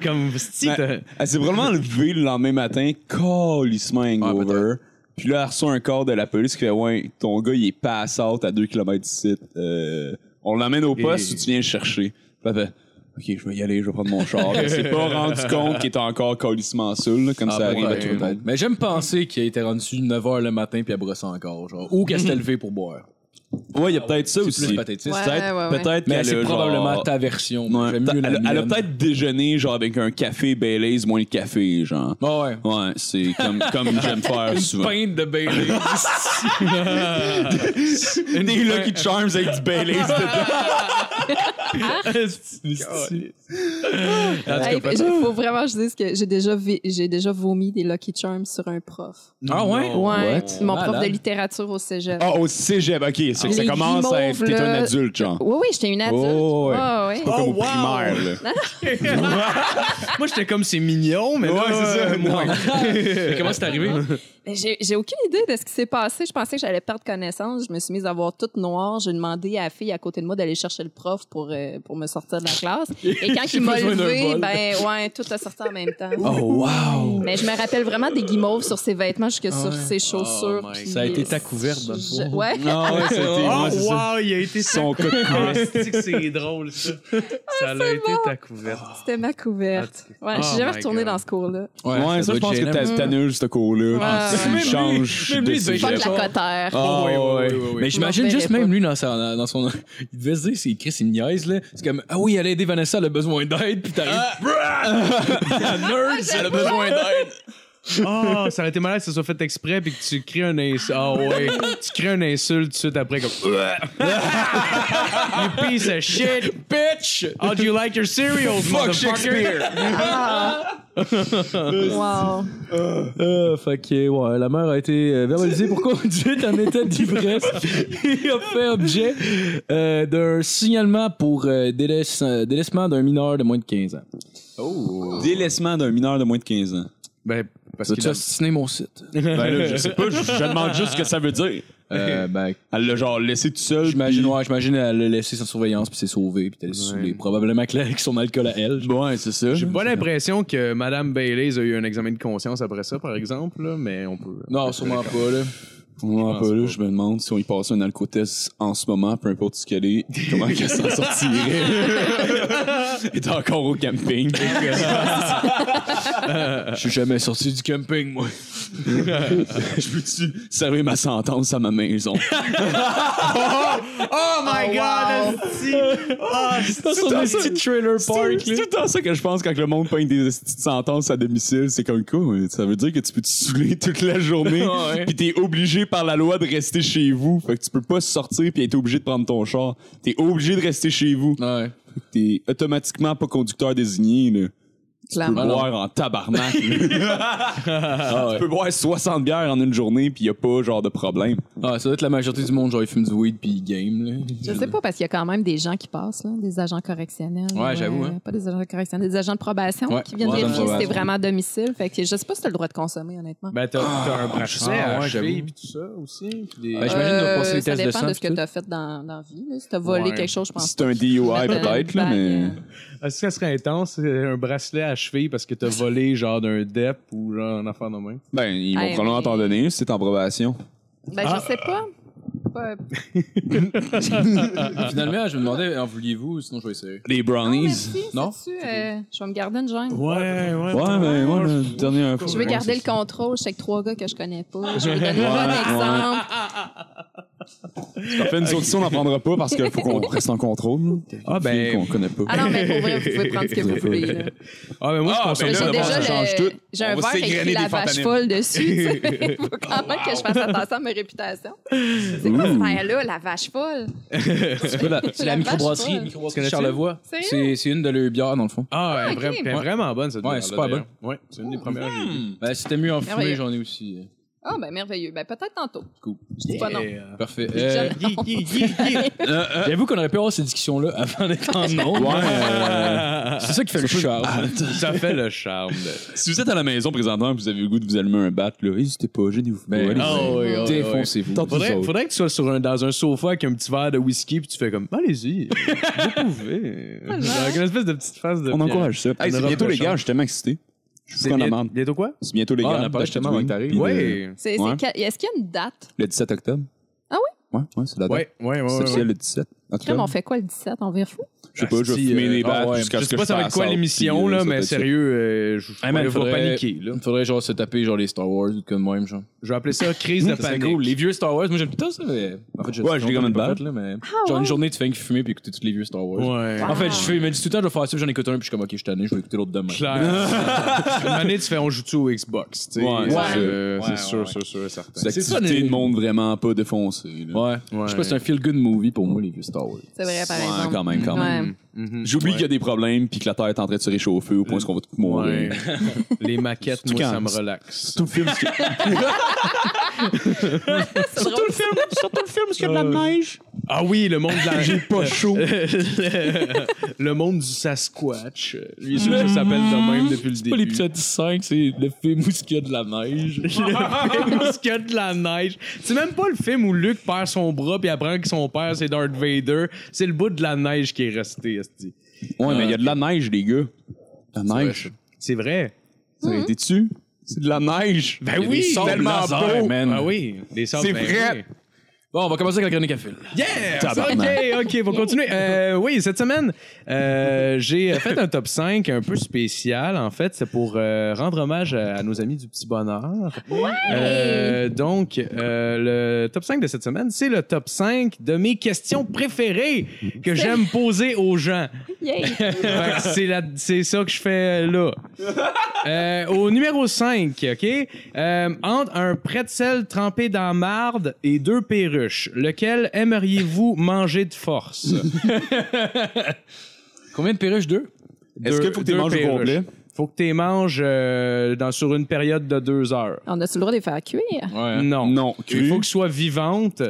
Speaker 4: comme si
Speaker 3: Ben,
Speaker 4: t'as-
Speaker 3: Elle s'est vraiment levée le lendemain matin, calissement hangover. Puis là, elle reçoit un corps de la police qui fait Ouais, ton gars, il est pas à out à 2 km d'ici. Euh, on l'emmène au poste
Speaker 4: Et-
Speaker 3: où tu viens le chercher. Puis elle fait Ok, je vais y aller, je vais prendre mon char. Elle s'est pas rendu compte qu'il était encore calissement seul, là, comme
Speaker 4: Ah,
Speaker 3: ça
Speaker 4: bon,
Speaker 3: arrive à
Speaker 4: ben,
Speaker 3: tout le monde.
Speaker 5: Mais j'aime penser qu'il était rendu 9h le matin puis elle brossait encore. Genre. Ou qu'elle s'était levée pour boire.
Speaker 3: Ouais, il y a peut-être ça
Speaker 5: C'est plus
Speaker 3: Mhm. aussi.
Speaker 5: pathétique.
Speaker 6: Ouais,
Speaker 3: Peut-être
Speaker 6: ouais, ouais.
Speaker 3: peut-être
Speaker 5: Mais
Speaker 3: qu'elle
Speaker 5: c'est
Speaker 3: a,
Speaker 5: probablement
Speaker 3: genre-
Speaker 5: ta version.
Speaker 3: Ouais,
Speaker 5: J'aime mieux
Speaker 3: elle,
Speaker 5: la
Speaker 3: elle a
Speaker 5: mienne.
Speaker 3: peut-être déjeuné genre avec un café Baileys moins le café genre.
Speaker 5: Ah ouais.
Speaker 3: Ouais, c'est comme comme j'aime faire souvent.
Speaker 5: Peinte de Bailey.
Speaker 3: Des Lucky Charms avec du Baileys dedans.
Speaker 6: Hey, Il faut vraiment que je dise que j'ai déjà, vi- j'ai déjà vomi des Lucky Charms sur un prof.
Speaker 5: ah ouais?
Speaker 6: Ouais, mon prof
Speaker 5: Malade. Oh.
Speaker 6: de littérature au cégep.
Speaker 3: Ah, au cégep, ok, c'est que ça
Speaker 6: Les
Speaker 3: commence à être
Speaker 6: guimauves,
Speaker 3: t'es un
Speaker 6: là.
Speaker 3: adulte genre.
Speaker 6: Oui, oui, j'étais une adulte.
Speaker 3: Oh, ouais.
Speaker 6: Ouais, ouais.
Speaker 3: Pas comme au
Speaker 4: wow.
Speaker 3: primaire là.
Speaker 4: Moi, j'étais comme c'est mignon, mais.
Speaker 3: Ouais, c'est ça,
Speaker 4: moi.
Speaker 5: Mais Comment c'est arrivé?
Speaker 6: Mais J'ai j'ai aucune idée de ce qui s'est passé. Je pensais que j'allais perdre connaissance. Je me suis mise à voir toute noire. J'ai demandé à la fille à côté de moi d'aller chercher le prof pour, euh, pour me sortir de la classe. Et quand il m'a
Speaker 5: besoin d'un
Speaker 6: levé,
Speaker 5: bol.
Speaker 6: ben ouais, tout a sorti en même temps.
Speaker 5: Oh wow!
Speaker 6: Mais je me rappelle vraiment des guimauves sur ses vêtements jusque sur ses chaussures.
Speaker 4: Oh my
Speaker 6: puis-
Speaker 5: Ça a été ta couverte, dans le
Speaker 6: Je-
Speaker 5: fond.
Speaker 6: Ouais.
Speaker 3: Non, ouais, c'était
Speaker 4: Oh,
Speaker 3: ouais, c'est ça.
Speaker 4: wow, il a été ça.
Speaker 3: Son code
Speaker 4: Ah, c'est-tu que c'est drôle, ça.
Speaker 6: Ah,
Speaker 4: Ça l'a été ta couverte.
Speaker 6: C'était ma couverte.
Speaker 3: Ah,
Speaker 6: Ouais, je
Speaker 4: Oh
Speaker 6: suis jamais
Speaker 4: my
Speaker 6: retournée
Speaker 4: God.
Speaker 6: dans ce cours-là.
Speaker 3: Ouais, ça, je pense que t'as- t'annules ce cours-là.
Speaker 6: Ah,
Speaker 3: puis
Speaker 5: ouais.
Speaker 3: Tu changes
Speaker 5: Même lui,
Speaker 3: de
Speaker 5: il devait
Speaker 6: Fuck
Speaker 3: cégep.
Speaker 5: genre-
Speaker 6: la cotère.
Speaker 3: Ah, ouais, ouais, ouais.
Speaker 5: Mais j'imagine
Speaker 6: m'en
Speaker 5: juste
Speaker 6: verrais
Speaker 5: même
Speaker 6: pas.
Speaker 5: lui dans, sa- dans son. Il devait se dire, c'est Chris, il me niaise, là. C'est comme, ah oui, elle a aidé Vanessa, elle a besoin d'aide, puis t'arrives. La
Speaker 3: Oh,
Speaker 5: nerd, elle a besoin d'aide.
Speaker 4: Ah, ça aurait été malade que ça soit fait exprès puis que tu crées un insulte. Ah ouais. Tu crées un insulte tout de suite après comme. you piece of shit.
Speaker 5: Bitch!
Speaker 4: How do you like your cereals, motherfucker?
Speaker 6: Wow.
Speaker 5: Euh, fait que, ouais, la mère a été euh, verbalisée pour conduite en état d'ivresse et a fait objet euh, d'un signalement pour euh, délaisse- euh, délaissement d'un mineur de moins de 15 ans.
Speaker 3: Délaissement d'un mineur de moins de 15 ans.
Speaker 4: Ben, parce
Speaker 5: As-tu
Speaker 4: que.
Speaker 5: assassiné mon site?
Speaker 3: Ben là, je sais pas, je, je demande juste ce que ça veut dire.
Speaker 5: Euh, ben,
Speaker 3: Elle l'a genre laissé tout seul.
Speaker 5: j'imagine,
Speaker 3: puis-
Speaker 5: ouais, j'imagine elle l'a laissé sans surveillance puis s'est sauvée puis elle s'est saoulée. Probablement que là, avec son alcool à elle.
Speaker 3: Ouais, c'est ça.
Speaker 4: J'ai pas l'impression que Madame Bailey a eu un examen de conscience après ça, par exemple, là, mais on peut.
Speaker 5: Non, sûrement pas, là.
Speaker 3: Moi,
Speaker 4: Je
Speaker 3: un
Speaker 4: pense
Speaker 3: peu, là,
Speaker 4: pas.
Speaker 3: je me demande si on y passait un alcotest en ce moment, peu importe ce qu'elle est, comment qu'elle s'en sortirait. Elle est encore au camping.
Speaker 5: Je suis jamais sorti du camping, moi.
Speaker 3: je peux-tu servir ma sentence à ma maison?
Speaker 8: Oh my god! esti. Ah,
Speaker 5: Dans son petit trailer
Speaker 3: C'est
Speaker 5: park,
Speaker 3: c'est
Speaker 5: là.
Speaker 3: tout le temps ça que je pense quand le monde peigne des petites sentences à domicile. C'est comme quoi, mais ça veut dire que tu peux te saouler toute la journée,
Speaker 5: Ouais.
Speaker 3: puis t'es obligé par la loi de rester chez vous. Fait que tu peux pas sortir puis être obligé de prendre ton char. T'es obligé de rester chez vous.
Speaker 5: Ouais.
Speaker 3: Fait que T'es automatiquement pas conducteur désigné. Là. Tu peux
Speaker 6: Clairement.
Speaker 3: boire en tabarnak. Ah là. Tu peux boire 60 bières en une journée puis y a pas genre de problème.
Speaker 5: Ah, ça doit être la majorité du monde, genre, ils fument du weed puis ils game, là.
Speaker 6: Je sais pas, parce qu'il y a quand même des gens qui passent, là, des agents correctionnels.
Speaker 5: Ouais, j'avoue, hein.
Speaker 6: Pas des agents correctionnels, des agents de probation
Speaker 5: Ouais,
Speaker 6: qui viennent
Speaker 5: ouais,
Speaker 6: vérifier
Speaker 5: agents de
Speaker 6: si t'es
Speaker 5: probation.
Speaker 6: vraiment à domicile. Fait que je sais pas si t'as le droit de consommer, honnêtement.
Speaker 4: Ben, t'as t'as un bracelet
Speaker 5: Ah,
Speaker 4: à
Speaker 5: ouais,
Speaker 4: la cheville
Speaker 5: j'avoue.
Speaker 4: puis tout ça aussi. puis des-
Speaker 5: Ben, j'imagine qu'on doit passer les
Speaker 6: Euh, ça
Speaker 5: tests de
Speaker 6: dépend de,
Speaker 5: sang,
Speaker 6: ce que
Speaker 5: puis
Speaker 6: t'as fait dans, dans la vie. Là. Si t'as volé
Speaker 4: Ouais.
Speaker 6: quelque chose, je pense.
Speaker 3: C'est un DUI
Speaker 6: pas. euh,
Speaker 3: peut-être, là, mais.
Speaker 4: Est-ce que Ah, ça serait intense, euh, un bracelet à la cheville parce que t'as volé genre d'un DEP ou genre un affaire de main?
Speaker 3: Ben, ils vont
Speaker 6: Hey,
Speaker 3: probablement
Speaker 6: mais-
Speaker 3: t'en donner si c'est en probation.
Speaker 6: Ben,
Speaker 3: Ah.
Speaker 6: je sais pas. Pas-
Speaker 5: Finalement, je me demandais, en vouliez-vous? Sinon, je vais essayer.
Speaker 3: Les
Speaker 6: Non,
Speaker 3: brownies.
Speaker 6: merci.
Speaker 5: Non?
Speaker 6: sais-tu, euh, je vais me garder une gêne.
Speaker 4: Ouais, ouais.
Speaker 3: Ouais, mais moi, le dernier info.
Speaker 6: Je vais garder le contrôle. Je sais que trois gars que je connais pas. Je vais donner le bon exemple.
Speaker 3: Parfait, nous autres, ici, on n'en prendra pas parce qu'il faut qu'on reste en contrôle.
Speaker 4: Ah, ben-
Speaker 3: Qu'on connaît pas.
Speaker 6: Ah non, mais pour vrai, vous pouvez prendre ce que vous voulez. là.
Speaker 4: Ah, mais moi,
Speaker 3: Ah,
Speaker 4: je conseille
Speaker 3: ben là,
Speaker 6: J'ai
Speaker 4: ça
Speaker 3: d'abord,
Speaker 6: déjà
Speaker 3: ça change
Speaker 6: le-
Speaker 3: tout.
Speaker 6: J'ai
Speaker 3: On
Speaker 6: un
Speaker 3: va
Speaker 6: verre
Speaker 3: s'égrener
Speaker 6: écrit
Speaker 3: des
Speaker 6: la vache
Speaker 3: fentanymes.
Speaker 6: folle dessus. tu sais. Faut quand même que je fasse attention à ma réputation. C'est
Speaker 3: Mmh.
Speaker 6: quoi ce verre-là, la vache folle?
Speaker 5: C'est pas la, c'est la
Speaker 6: La vache
Speaker 5: microbrasserie,
Speaker 6: folle.
Speaker 5: microbrasserie de Charlevoix.
Speaker 6: Sérieux?
Speaker 5: C'est c'est une de leurs bières, dans le fond.
Speaker 4: Ah, elle est
Speaker 6: ok.
Speaker 4: vra- elle est vraiment bonne cette
Speaker 5: Ouais,
Speaker 4: bière-là,
Speaker 5: c'est pas
Speaker 4: d'ailleurs. Ouais, c'est une des premières. que j'ai vues.
Speaker 5: Ben, c'était mieux en
Speaker 6: Ah
Speaker 5: fumée,
Speaker 6: ouais.
Speaker 5: j'en ai aussi.
Speaker 6: Ah, ben merveilleux. Ben peut-être tantôt.
Speaker 5: Cool.
Speaker 6: Je dis pas non.
Speaker 4: Et, euh,
Speaker 5: Parfait.
Speaker 6: Je-
Speaker 5: Euh, J'avoue qu'on aurait pu avoir ces discussions-là avant d'être en nombre.
Speaker 3: Ouais, euh,
Speaker 5: C'est ça qui fait le charme.
Speaker 4: ça fait le charme. de-
Speaker 3: si vous êtes à la maison présentement et que vous avez le goût de vous allumer un bat, là, n'hésitez pas, gênez-vous.
Speaker 5: Ben,
Speaker 3: Ben,
Speaker 5: ah,
Speaker 3: allez-y.
Speaker 5: ouais, ouais,
Speaker 3: Défoncez-vous.
Speaker 5: ouais.
Speaker 3: Tentez vous
Speaker 4: Faudrait,
Speaker 3: autres.
Speaker 4: faudrait que tu sois sur un, dans un sofa avec un petit verre de whisky puis tu fais comme allez-y, euh, vous pouvez. Genre, Avec une espèce de petite face de.
Speaker 3: On encourage ça. Hey,
Speaker 4: On
Speaker 3: c'est
Speaker 4: aura
Speaker 3: bientôt,
Speaker 4: pas
Speaker 3: les
Speaker 4: cher.
Speaker 3: gars, je suis tellement excité. Je suis
Speaker 4: C'est
Speaker 3: qu'on
Speaker 4: bien-
Speaker 3: amende.
Speaker 4: Bientôt quoi?
Speaker 3: C'est bientôt, les
Speaker 5: Ah,
Speaker 3: gars.
Speaker 5: on en parlait justement
Speaker 3: Tatooine,
Speaker 5: avant que t'arrives.
Speaker 3: puis le-
Speaker 4: Ouais.
Speaker 6: C'est- c'est
Speaker 3: Ouais.
Speaker 6: quel- Est-ce qu'il y a une date?
Speaker 3: Le 17 octobre.
Speaker 6: Ah
Speaker 3: oui? Ouais, ouais, c'est la date.
Speaker 4: Ouais, ouais, ouais. ouais,
Speaker 3: officiel,
Speaker 4: ouais.
Speaker 3: le 17
Speaker 6: Crème, on
Speaker 3: octobre.
Speaker 6: fait quoi le 17? On vient fou?
Speaker 3: Je sais pas, je vais
Speaker 5: Asti,
Speaker 3: fumer
Speaker 5: euh,
Speaker 3: les
Speaker 5: ah
Speaker 3: battes
Speaker 5: ouais.
Speaker 3: jusqu'à
Speaker 4: Je
Speaker 3: ce que
Speaker 4: sais
Speaker 3: je
Speaker 4: pas ça va être
Speaker 3: fasse
Speaker 4: quoi
Speaker 3: out,
Speaker 4: l'émission,
Speaker 3: puis, euh,
Speaker 4: là,
Speaker 3: ça va
Speaker 4: mais
Speaker 3: être ça.
Speaker 4: sérieux, euh, je
Speaker 5: Hey, man,
Speaker 4: je vais
Speaker 5: faudrait-
Speaker 4: pas paniquer, là.
Speaker 5: Il faudrait genre se taper genre les Star Wars ou de même, genre.
Speaker 4: Je vais appeler ça crise de
Speaker 5: Ça, c'est
Speaker 4: panique.
Speaker 5: cool. Ben. Les vieux Star Wars, moi j'aime tout ça, mais. En fait, je
Speaker 3: Ouais, Ah, je l'ai comme une
Speaker 5: pas
Speaker 3: balle.
Speaker 5: fait, là, mais. Genre une
Speaker 6: ouais?
Speaker 5: journée, tu fais que fumer puis écouter tous les vieux Star Wars.
Speaker 4: Ouais.
Speaker 5: En
Speaker 6: Ah.
Speaker 5: fait, je fais, il me dit tout le temps, je vais faire ça, puis j'en écoute un, puis je suis comme, ok, je suis tanné, je vais écouter l'autre demain.
Speaker 4: Clair. Une année, tu fais on joue tout au Xbox. tu sais.
Speaker 3: Ouais,
Speaker 4: c'est
Speaker 3: ouais.
Speaker 4: euh,
Speaker 5: Ouais,
Speaker 4: c'est
Speaker 5: ouais,
Speaker 4: sûr,
Speaker 5: ouais.
Speaker 4: sûr, sûr, certain.
Speaker 3: C'est
Speaker 5: C'est ça,
Speaker 3: activité
Speaker 5: les-
Speaker 3: de monde vraiment pas défoncé. là.
Speaker 5: Ouais.
Speaker 4: Ouais.
Speaker 5: Je sais pas, c'est un feel-good movie pour moi, les vieux Star Wars.
Speaker 6: C'est vrai, par
Speaker 3: Ouais,
Speaker 6: exemple.
Speaker 3: Ah, quand même, quand
Speaker 6: Ouais.
Speaker 3: même. J'oublie qu'il y a des problèmes puis que la Terre est en train de se réchauffer au point où on va tout
Speaker 4: Ouais.
Speaker 3: mourir.
Speaker 4: Les maquettes, moi,
Speaker 3: quand-
Speaker 4: ça me relaxe.
Speaker 3: Tout le film,
Speaker 6: C'est drôle.
Speaker 4: Ah oui, le monde de la. J'ai pas chaud. le monde du Sasquatch. euh, Lui, ça, ça s'appelle de même depuis le début.
Speaker 5: Pas l'épisode 5, c'est le film où il y a de la neige.
Speaker 4: Parce qu'il y a de la neige. C'est même pas le film où Luke perd son bras puis apprend que son père c'est Darth Vader. C'est le bout de la neige qui est resté. esti.
Speaker 3: Ouais, mais il y a de la neige, les gars. La neige.
Speaker 4: C'est vrai.
Speaker 3: Ça a été dessus? C'est de la neige.
Speaker 4: Ben
Speaker 5: oui, tellement beau.
Speaker 4: Ah oui, les sortes,
Speaker 3: C'est
Speaker 4: ben
Speaker 3: vrai.
Speaker 4: oui.
Speaker 5: Bon, on va commencer avec la chronique à fil.
Speaker 4: Yeah!
Speaker 3: Tabarnak.
Speaker 4: OK, OK, on va continuer. Euh, oui, cette semaine, euh, j'ai fait un top 5 un peu spécial. En fait, c'est pour euh, rendre hommage à, à nos amis du Petit Bonheur. Euh, donc, euh, le top 5 de cette semaine, c'est le top 5 de mes questions préférées que j'aime poser aux gens.
Speaker 6: Yay!
Speaker 4: Fait que c'est, la- c'est ça que je fais là. Euh, au numéro 5, OK? Euh, entre un pretzel trempé dans marde et deux perruches, lequel aimeriez-vous manger de force?
Speaker 5: Combien de perruches? Deux?
Speaker 3: Est-ce
Speaker 4: Deux-
Speaker 3: qu'il faut que tu
Speaker 4: deux
Speaker 3: manges au
Speaker 4: perruches.
Speaker 3: complet?
Speaker 4: Faut que tu les manges euh, dans, sur une période de deux heures. Euh,
Speaker 6: On a-tu le droit de les faire cuire?
Speaker 3: Ouais.
Speaker 4: Non.
Speaker 3: Non.
Speaker 4: Il
Speaker 3: cru.
Speaker 4: faut qu'elles soient vivantes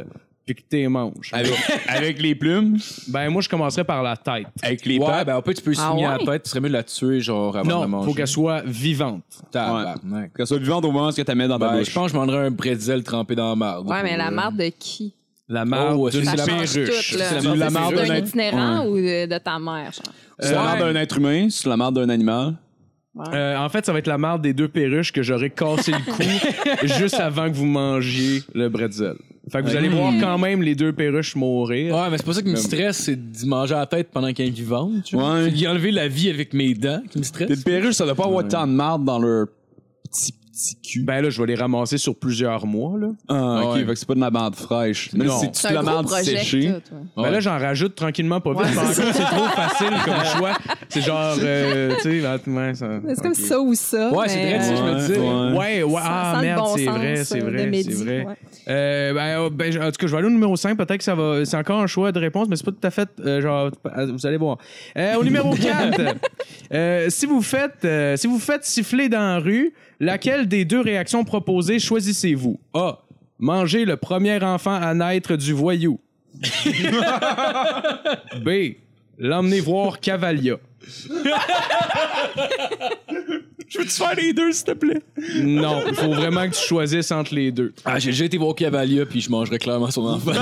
Speaker 4: puis que tu les manges.
Speaker 3: Avec, avec les plumes,
Speaker 4: Ben, moi, je commencerais par la tête.
Speaker 3: avec les
Speaker 5: Ouais,
Speaker 3: pattes.
Speaker 5: ben, en fait, tu peux lui
Speaker 6: Ah
Speaker 5: signer à
Speaker 6: ouais?
Speaker 5: la tête, tu serais mieux de la tuer, genre, avant de la
Speaker 4: non,
Speaker 5: manger.
Speaker 4: faut qu'elle soit vivante.
Speaker 5: Tabarnak.
Speaker 3: Qu'elles soient vivantes au moment où ce que tu mets dans ta
Speaker 5: Ben,
Speaker 3: bouche.
Speaker 5: je pense que je mangerais un bretzel trempé dans la marde.
Speaker 6: Ouais, mais la
Speaker 5: marde.
Speaker 6: marde de qui?
Speaker 4: La marde
Speaker 5: Oh,
Speaker 4: d'une
Speaker 5: c'est
Speaker 6: Ça
Speaker 5: la
Speaker 6: change
Speaker 4: perruche.
Speaker 6: tout, là.
Speaker 5: C'est la marde-
Speaker 3: la
Speaker 6: C'est
Speaker 3: marde
Speaker 6: d'un
Speaker 3: d'un-
Speaker 6: itinérant ou de, de ta mère, genre?
Speaker 3: C'est la marde d'un être humain, c'est la marde d'un animal.
Speaker 6: Ouais.
Speaker 4: Euh, en fait, ça va être la marde des deux perruches que j'aurais cassé le cou juste avant que vous mangiez le bretzel. Fait que vous allez voir quand même les deux perruches mourir.
Speaker 5: Ouais, mais c'est pas ça qui me stresse, c'est d'y manger à la tête pendant qu'elle est vivante. tu vois.
Speaker 3: Ouais.
Speaker 5: C'est d'y enlever la vie avec mes dents qui me
Speaker 3: Les
Speaker 5: stresse.
Speaker 3: perruches, ça doit pas avoir tant de marde dans leur petit, petit cul.
Speaker 4: Ben là, je vais les ramasser sur plusieurs mois. Là.
Speaker 3: Ah, ok,
Speaker 5: Ouais.
Speaker 3: fait que c'est pas de la marde fraîche. Même
Speaker 4: Non.
Speaker 3: si c'est
Speaker 6: C'est
Speaker 3: de
Speaker 6: un
Speaker 3: la
Speaker 6: gros
Speaker 3: marde
Speaker 6: projet,
Speaker 3: séchée.
Speaker 6: tout, ouais.
Speaker 4: Ben
Speaker 5: Ouais.
Speaker 4: là, j'en rajoute tranquillement pas vite.
Speaker 6: Ouais,
Speaker 4: mais en gros, c'est trop facile comme choix. C'est genre, euh, tu sais, ben, ouais, ça.
Speaker 6: C'est comme
Speaker 4: ok.
Speaker 6: ça ou ça.
Speaker 5: Ouais, c'est
Speaker 6: mais,
Speaker 5: vrai,
Speaker 6: euh,
Speaker 5: tu sais, je me disais.
Speaker 3: Ouais.
Speaker 4: Ouais, ouais,
Speaker 6: Ça
Speaker 4: ah
Speaker 6: sent le
Speaker 4: merde,
Speaker 6: bon
Speaker 4: c'est
Speaker 6: sens,
Speaker 4: vrai, c'est
Speaker 6: euh, de
Speaker 4: vrai,
Speaker 6: Mehdi,
Speaker 4: c'est vrai.
Speaker 6: ouais.
Speaker 4: Euh, ben, oh, ben, en tout cas, je vais aller au numéro 5, peut-être que ça va. C'est encore un choix de réponse, mais c'est pas tout à fait. euh, genre, euh, vous allez voir. Euh, au numéro 4, euh, si, vous faites, euh, si vous faites siffler dans la rue, laquelle des deux réactions proposées choisissez-vous A. Manger le premier enfant à naître du voyou. B. L'emmener voir Cavalia.
Speaker 3: Je veux-tu faire les deux, s'il te plaît?
Speaker 4: Non, il faut vraiment que tu choisisses entre les deux.
Speaker 5: Ah, j'ai déjà été voir Cavalia, puis je mangerais clairement son enfant.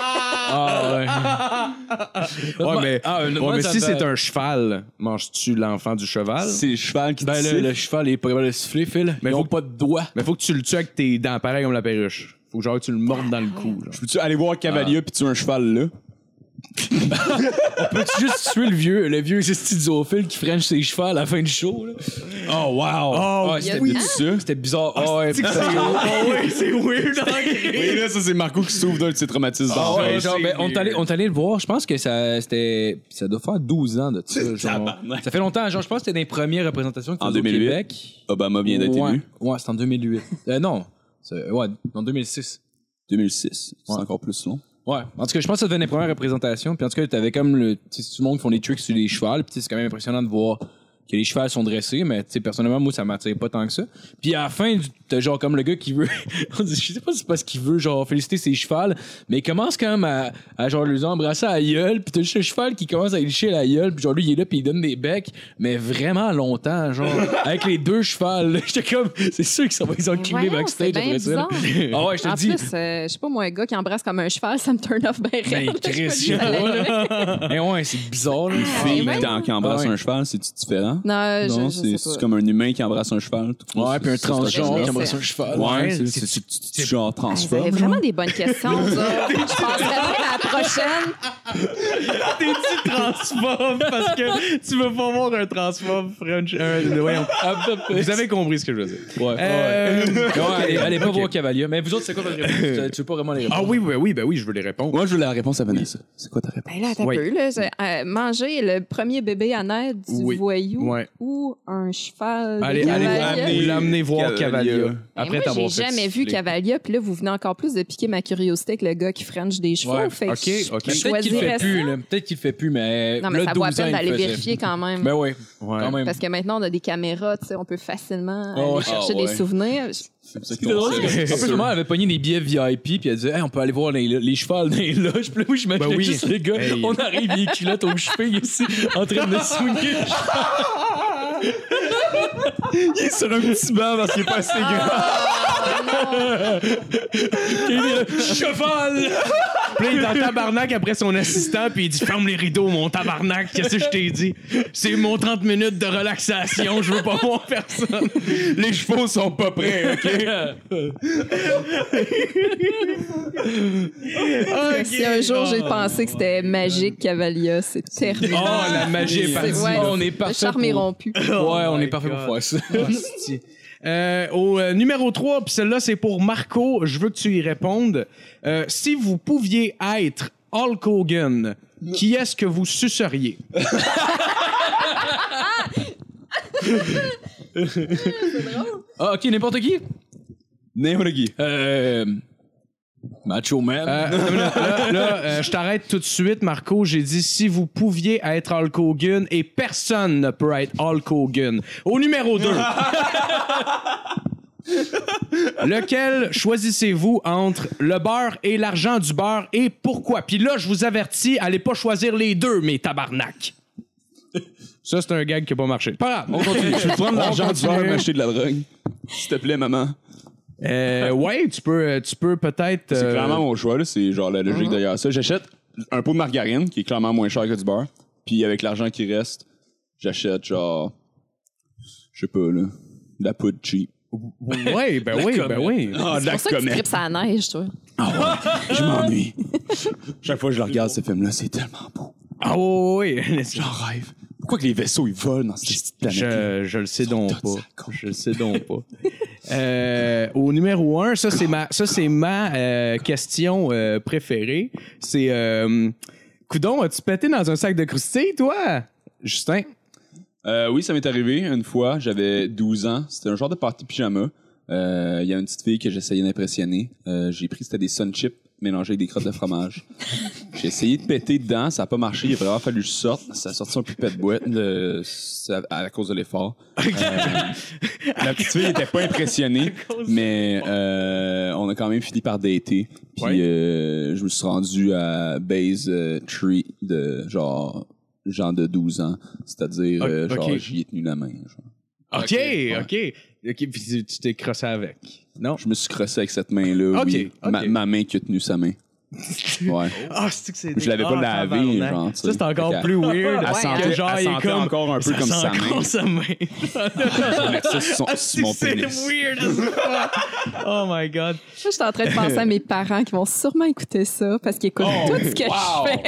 Speaker 5: ah, ouais.
Speaker 4: Ouais, mais,
Speaker 5: Ah, une-
Speaker 4: ouais,
Speaker 5: moi,
Speaker 4: mais
Speaker 5: ça
Speaker 4: si
Speaker 5: me-
Speaker 4: c'est un cheval, manges-tu l'enfant du cheval?
Speaker 3: C'est le cheval qui te
Speaker 5: Ben là,
Speaker 3: siffle.
Speaker 5: le cheval est pas capable de siffler, Phil.
Speaker 4: Mais
Speaker 5: Ils
Speaker 4: faut-
Speaker 5: ont pas de doigts.
Speaker 4: Mais faut que tu le tues avec tes dents, pareil comme la perruche. Faut que genre que tu le mordes dans le cou. genre.
Speaker 3: Je peux-tu aller voir Cavalia puis tuer un cheval là?
Speaker 5: Peux-tu juste tuer le vieux, le vieux schizophile qui french ses chevaux à la fin du show, là?
Speaker 3: Oh, wow!
Speaker 5: Oh,
Speaker 6: il y a-
Speaker 5: c'était
Speaker 6: oui.
Speaker 3: ça?
Speaker 5: c'était bizarre. Ah, ouais,
Speaker 3: Oui, là, ça, c'est Marco qui s'ouvre d'un de ses traumatismes.
Speaker 5: Ah ouais,
Speaker 3: d'enfance.
Speaker 5: genre, ben, on est allé- on est allé le voir, je pense que ça, c'était, ça doit faire 12 ans de ça. Genre.
Speaker 3: Tabarnak.
Speaker 5: Ça fait longtemps, genre, je pense que c'était dans les premières représentations qu'il
Speaker 3: En
Speaker 5: faisait au
Speaker 3: 2008.
Speaker 5: Québec.
Speaker 3: Obama vient d'être
Speaker 5: ouais,
Speaker 3: élu.
Speaker 5: Ouais, c'était en 2008. euh, non, c'est- ouais, en 2006.
Speaker 3: 2006. C'est
Speaker 5: Ouais.
Speaker 3: encore plus long.
Speaker 5: Ouais, en tout cas, je pense que ça devenait les premières représentations. Puis en tout cas, t'avais comme le, tu sais, tout le monde qui font des tricks sur les chevals. Puis tu sais, c'est quand même impressionnant de voir que les chevals sont dressés, mais tu sais, personnellement, moi, ça m'attire pas tant que ça. Puis à la fin, du- t'as genre comme le gars qui veut, on dit, je sais pas si c'est parce qu'il veut genre féliciter ses chevals, mais il commence quand même à, à genre les embrasser à la gueule. Puis t'as juste le cheval qui commence à licher la gueule. Puis genre lui, il est là, puis il donne des becs, mais vraiment longtemps, genre, avec les deux chevals. là. J'étais comme, c'est sûr que ça va les enculer
Speaker 6: Voyons,
Speaker 5: backstage
Speaker 6: c'est bien
Speaker 5: après ça. là.
Speaker 6: bizarre.
Speaker 5: Ah ouais, je
Speaker 6: En
Speaker 5: te dis.
Speaker 6: plus, euh, je sais pas, moi, un gars qui embrasse comme un cheval, ça me turn off bien
Speaker 4: Ben,
Speaker 5: Mais
Speaker 6: raide. Je peux
Speaker 5: Chris,
Speaker 6: dire, ça l'est.
Speaker 5: Mais Eh ouais, c'est bizarre. Là.
Speaker 3: Fille
Speaker 6: ouais.
Speaker 3: dans- qui embrasse
Speaker 5: Ah ouais.
Speaker 3: un cheval, c'est-tu différent?
Speaker 6: Non, je-
Speaker 3: Non,
Speaker 6: je,
Speaker 3: c'est
Speaker 6: sais
Speaker 3: c'est
Speaker 6: pas.
Speaker 3: comme un humain qui embrasse un cheval. tout court.
Speaker 5: Ouais, puis un
Speaker 3: C'est- c'est- c'est-
Speaker 5: transgenre
Speaker 6: c'est-
Speaker 5: qui embrasse un cheval.
Speaker 3: Ouais,
Speaker 4: Ouais,
Speaker 3: c'est- c'est c'est- c'est- c'est genre
Speaker 6: Ah, Vous
Speaker 3: transforme.
Speaker 6: avez vraiment des bonnes questions, ça. Je passerai donc à la prochaine.
Speaker 4: T'es-tu transforme parce que tu veux pas voir un transforme French. un- voyons. Euh, Vous avez compris ce que je veux dire.
Speaker 5: Ah, bah, Ouais.
Speaker 4: Euh,
Speaker 5: Non, allez, allez pas
Speaker 4: Ok.
Speaker 5: voir Cavalier. Mais vous autres, c'est quoi votre réponse? Tu- Tu veux pas vraiment les
Speaker 4: Ah
Speaker 5: réponses?
Speaker 4: oui, oui, oui, ben oui, je veux les répondre.
Speaker 3: Moi, je veux la réponse à Vanessa. C'est quoi ta réponse?
Speaker 6: Ben là, t'as
Speaker 4: Oui.
Speaker 6: peu, là. j'ai- euh, manger le premier bébé à naître du
Speaker 4: Oui.
Speaker 6: voyou
Speaker 4: Ouais.
Speaker 6: ou un cheval. de
Speaker 4: Allez, allez,
Speaker 6: cavalier.
Speaker 4: vous l'amenez voir
Speaker 3: Cavalia.
Speaker 4: Cavalia.
Speaker 6: Ben
Speaker 4: Après
Speaker 6: moi, j'ai
Speaker 4: t'avoir fait
Speaker 6: jamais vu
Speaker 4: siffler.
Speaker 6: Cavalia, puis là, vous venez encore plus de piquer ma curiosité avec le gars qui french des chevaux.
Speaker 5: Ouais,
Speaker 6: Fait que
Speaker 4: ok,
Speaker 6: je-
Speaker 4: ok.
Speaker 6: je
Speaker 5: Peut-être qu'il le
Speaker 6: choisirais
Speaker 5: fait
Speaker 6: ça.
Speaker 5: plus, là. Peut-être qu'il le fait plus, mais.
Speaker 6: Non, mais
Speaker 5: là,
Speaker 6: ça vaut la
Speaker 5: 12 ans,
Speaker 6: peine
Speaker 5: il
Speaker 6: d'aller
Speaker 5: faisait.
Speaker 6: vérifier quand même.
Speaker 5: Ben ouais,
Speaker 4: Ouais.
Speaker 5: quand même.
Speaker 6: Parce que maintenant, on a des caméras, tu sais, on peut facilement aller
Speaker 5: ouais.
Speaker 6: chercher
Speaker 3: Ah ouais.
Speaker 6: des souvenirs. Je-
Speaker 3: C'est
Speaker 5: C'est drôle, parce que- En
Speaker 4: C'est
Speaker 5: plus,
Speaker 4: sûr.
Speaker 5: maman avait pogné des billets VIP, puis elle disait, Hey, on peut aller voir les, les chevals dans les loges. Puis là, moi, j'imaginais
Speaker 4: Ben oui.
Speaker 5: juste les gars,
Speaker 4: Hey.
Speaker 5: on arrive, les culottes aux cheveux, ici, en train de swinguer.
Speaker 3: Il est sur un petit banc parce qu'il est pas assez
Speaker 6: Ah.
Speaker 3: grand.
Speaker 5: Cheval!
Speaker 4: Puis là, il est en tabarnak après son assistant, puis il dit Ferme les rideaux, mon tabarnak, qu'est-ce que je t'ai dit C'est mon 30 minutes de relaxation, je veux pas voir personne. Les chevaux sont pas prêts, ok
Speaker 6: Si un jour j'ai pensé que c'était magique, Cavalia, c'est terrible.
Speaker 4: Oh, la magie est partie.
Speaker 6: C'est- ouais,
Speaker 5: on est
Speaker 6: Le
Speaker 5: parfait.
Speaker 6: charme est
Speaker 5: pour-
Speaker 6: rompu.
Speaker 5: Ouais,
Speaker 4: Oh
Speaker 5: on
Speaker 4: my
Speaker 5: est parfait
Speaker 4: God.
Speaker 5: pour faire ça.
Speaker 4: Hostie. Euh, au euh, numéro 3, puis celle-là, c'est pour Marco. Je veux que tu y répondes. Euh, si vous pouviez être Hulk Hogan, qui est-ce que vous suceriez?
Speaker 5: Ah, ok, n'importe qui?
Speaker 3: N'importe qui.
Speaker 5: Euh.
Speaker 9: Macho Man.
Speaker 4: Euh, là, là, euh, je t'arrête tout de suite, Marco. J'ai dit si vous pouviez être Hulk Hogan et personne ne peut être Hulk Hogan. Au numéro 2. Lequel choisissez-vous entre le beurre et l'argent du beurre et pourquoi? Puis là, je vous avertis, allez pas choisir les deux, mes tabarnak. Ça, c'est un gag qui a pas marché. Pas grave.
Speaker 3: On continue. Je vais prendre l'argent du
Speaker 4: continue.
Speaker 3: verre et m'acheter de la drogue. S'il te plaît, maman.
Speaker 4: Euh, ouais, tu peux, tu peux peut-être.
Speaker 3: C'est
Speaker 4: euh,
Speaker 3: clairement mon choix, là. C'est genre la logique derrière ça. J'achète un pot de margarine, qui est clairement moins cher que du beurre. Puis avec l'argent qui reste, j'achète genre. Je sais pas, là. De la poudre cheap.
Speaker 4: Ouais, ben oui, ben oui.
Speaker 3: Ah,
Speaker 6: C'est
Speaker 3: de la
Speaker 6: pour ça que tu
Speaker 3: comète.
Speaker 6: tripes à la neige, toi.
Speaker 3: Je m'ennuie. Chaque fois que je le regarde, ce film-là, c'est tellement beau.
Speaker 4: Ah oui, oui.
Speaker 3: J'en rêve. Pourquoi que les vaisseaux, ils volent dans cette petite planète?
Speaker 4: Je, je le sais donc
Speaker 3: tous
Speaker 4: pas. Je le sais donc pas. Euh, au numéro un, ça c'est ma, ça c'est ma euh, question euh, préférée. C'est euh, Coudon, as-tu pété dans un sac de croustilles, toi, Justin?
Speaker 3: Euh, oui, ça m'est arrivé une fois. J'avais 12 ans. C'était un genre de party pyjama. Euh, Il y a une petite fille que j'essayais d'impressionner. Euh, J'ai pris, c'était des sun chips mélangés avec des crottes de fromage. J'ai essayé de péter dedans. Ça n'a pas marché. Il a vraiment fallu que je sorte. Ça a sorti un pipette de boîte le- ça- à cause de l'effort. Euh, la petite fille n'était pas impressionnée, mais euh, on a quand même fini par dater. Puis
Speaker 4: Ouais.
Speaker 3: euh, je me suis rendu à Base euh, Tree de genre gens de 12 ans. C'est-à-dire,
Speaker 4: Ok,
Speaker 3: euh, genre,
Speaker 4: ok.
Speaker 3: j'y ai tenu la main. genre.
Speaker 4: Ok, ok.
Speaker 3: ouais.
Speaker 4: Ok, puis tu tu t'es crossé avec. Non?
Speaker 3: Je me suis crossé avec cette main-là.
Speaker 4: Ok,
Speaker 3: oui.
Speaker 4: ok.
Speaker 3: Ma, ma main qui a tenu sa main. Ouais.
Speaker 10: Ah, c'est que c'est.
Speaker 3: Je l'avais pas
Speaker 10: Ah,
Speaker 3: lavé,
Speaker 10: tabarnak.
Speaker 3: genre. tu
Speaker 4: Ça,
Speaker 3: sais.
Speaker 4: c'est encore
Speaker 3: Fait qu'elle-
Speaker 4: plus weird.
Speaker 3: Elle
Speaker 6: Ouais,
Speaker 3: sentait,
Speaker 4: que genre, il
Speaker 3: elle
Speaker 4: est
Speaker 3: sentait
Speaker 4: comme- Ah,
Speaker 3: encore un peu comme sa main. Ah,
Speaker 10: sa main.
Speaker 3: Je mettais ça sur son- sur mon
Speaker 10: C'est
Speaker 3: pénis.
Speaker 10: weird as fuck. Oh my god.
Speaker 6: Là, je suis en train de penser à mes parents qui vont sûrement écouter ça parce qu'ils écoutent tout ce que
Speaker 3: wow.
Speaker 6: je fais.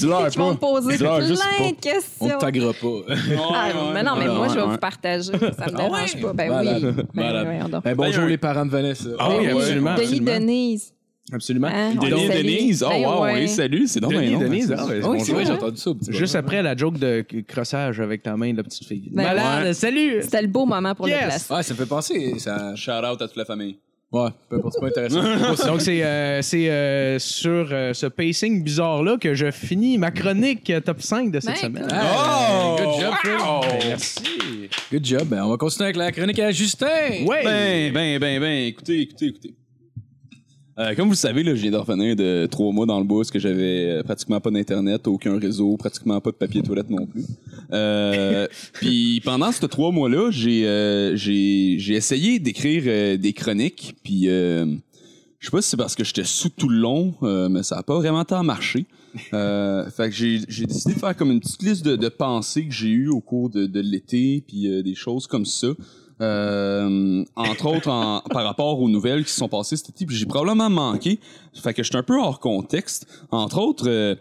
Speaker 3: Dis-leur
Speaker 6: Ils vont me
Speaker 3: pas.
Speaker 6: poser
Speaker 3: Dis-leur
Speaker 6: plein
Speaker 3: juste pas.
Speaker 6: de questions.
Speaker 9: On ne taguera pas.
Speaker 6: Ah, mais non, mais
Speaker 3: ouais,
Speaker 6: moi, je vais
Speaker 3: ouais.
Speaker 6: vous partager. Ça me dérange pas. Ben
Speaker 9: Malade.
Speaker 6: oui. Ben,
Speaker 9: Malade.
Speaker 6: voyons donc.
Speaker 9: Ben, bonjour les parents de Vanessa.
Speaker 4: Ah oui,
Speaker 6: Ben
Speaker 4: absolument,
Speaker 6: Denis
Speaker 4: absolument.
Speaker 6: Denise.
Speaker 4: Absolument.
Speaker 6: hein, on
Speaker 3: Denis
Speaker 6: le
Speaker 3: et
Speaker 6: salue.
Speaker 3: Denise. Oh,
Speaker 6: Ben
Speaker 3: wow,
Speaker 6: ouais.
Speaker 3: oui, salut. C'est donc
Speaker 4: Denis,
Speaker 5: hein.
Speaker 3: bien long.
Speaker 4: Denis,
Speaker 3: Merci.
Speaker 4: ah, ouais,
Speaker 9: Oui, c'est
Speaker 4: bonjour.
Speaker 9: vrai, j'ai entendu ça. petit
Speaker 4: Juste après la joke de crossage avec ta main de la petite fille.
Speaker 6: Ben,
Speaker 4: Malade, salut!
Speaker 6: C'était le beau moment pour
Speaker 4: Yes.
Speaker 6: le placer.
Speaker 9: peu. Ouais, ça me fait penser. Ça...
Speaker 3: Shout out à toute la famille.
Speaker 9: Ouais, peu importe, c'est pas intéressant.
Speaker 4: Donc, c'est euh, c'est, euh, sur euh, ce pacing bizarre-là que je finis ma chronique euh, top 5 de cette
Speaker 6: Mec.
Speaker 4: semaine. Oh! Ben,
Speaker 9: Ah, Good job, Phil.
Speaker 5: Oh!
Speaker 4: Merci.
Speaker 9: Good job. Ben, on va continuer avec la chronique à Justin.
Speaker 4: Ouais.
Speaker 3: Ben, ben, ben, ben, écoutez, écoutez, écoutez. Euh, comme vous le savez, là, je viens de revenir de trois mois dans le bois parce que j'avais euh, pratiquement pas d'internet, aucun réseau, pratiquement pas de papier toilette non plus. Euh, puis pendant ces trois mois-là, j'ai euh, j'ai j'ai essayé d'écrire euh, des chroniques. Puis euh, je sais pas si c'est parce que j'étais sous tout le long, euh, mais ça a pas vraiment tant marché. Euh, fait que j'ai j'ai décidé de faire comme une petite liste de, de pensées que j'ai eues au cours de, de l'été, puis euh, des choses comme ça. Euh, entre autres, en- par rapport aux nouvelles qui se sont passées cet été, puis j'ai probablement manqué. Fait que j'étais un peu hors contexte. Entre autres, euh,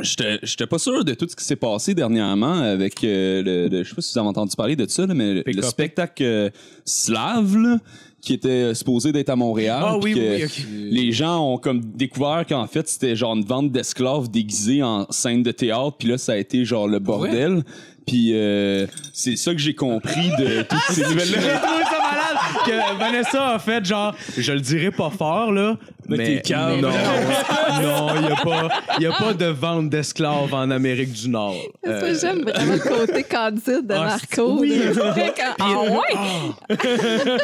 Speaker 3: j'étais j'étais pas sûr de tout ce qui s'est passé dernièrement avec euh, le, le- Je sais pas si vous avez entendu parler de ça, là, mais le- le
Speaker 4: Pick-up.
Speaker 3: spectacle euh, slave là, qui était supposé d'être à Montréal.
Speaker 4: Ah
Speaker 3: puis
Speaker 4: oui,
Speaker 3: que
Speaker 4: oui, ok.
Speaker 3: Les gens ont comme découvert qu'en fait, c'était genre une vente d'esclaves déguisés en scène de théâtre, puis là, ça a été genre
Speaker 4: Ah
Speaker 3: le bordel. Puis euh, c'est ça que j'ai compris de toutes
Speaker 4: Ah,
Speaker 3: ces nouvelles-là.
Speaker 4: J'ai trouvé ça malade que Vanessa a fait genre, je le dirais pas fort là, mais,
Speaker 9: t'es calme.
Speaker 4: non, non, il y a pas, y a pas de vente d'esclaves en Amérique du Nord.
Speaker 6: C'est ça, J'aime vraiment le côté candide de
Speaker 4: Euh, ah,
Speaker 6: Marco.
Speaker 4: oui.
Speaker 6: Il est vrai qu'en- Ah ouais!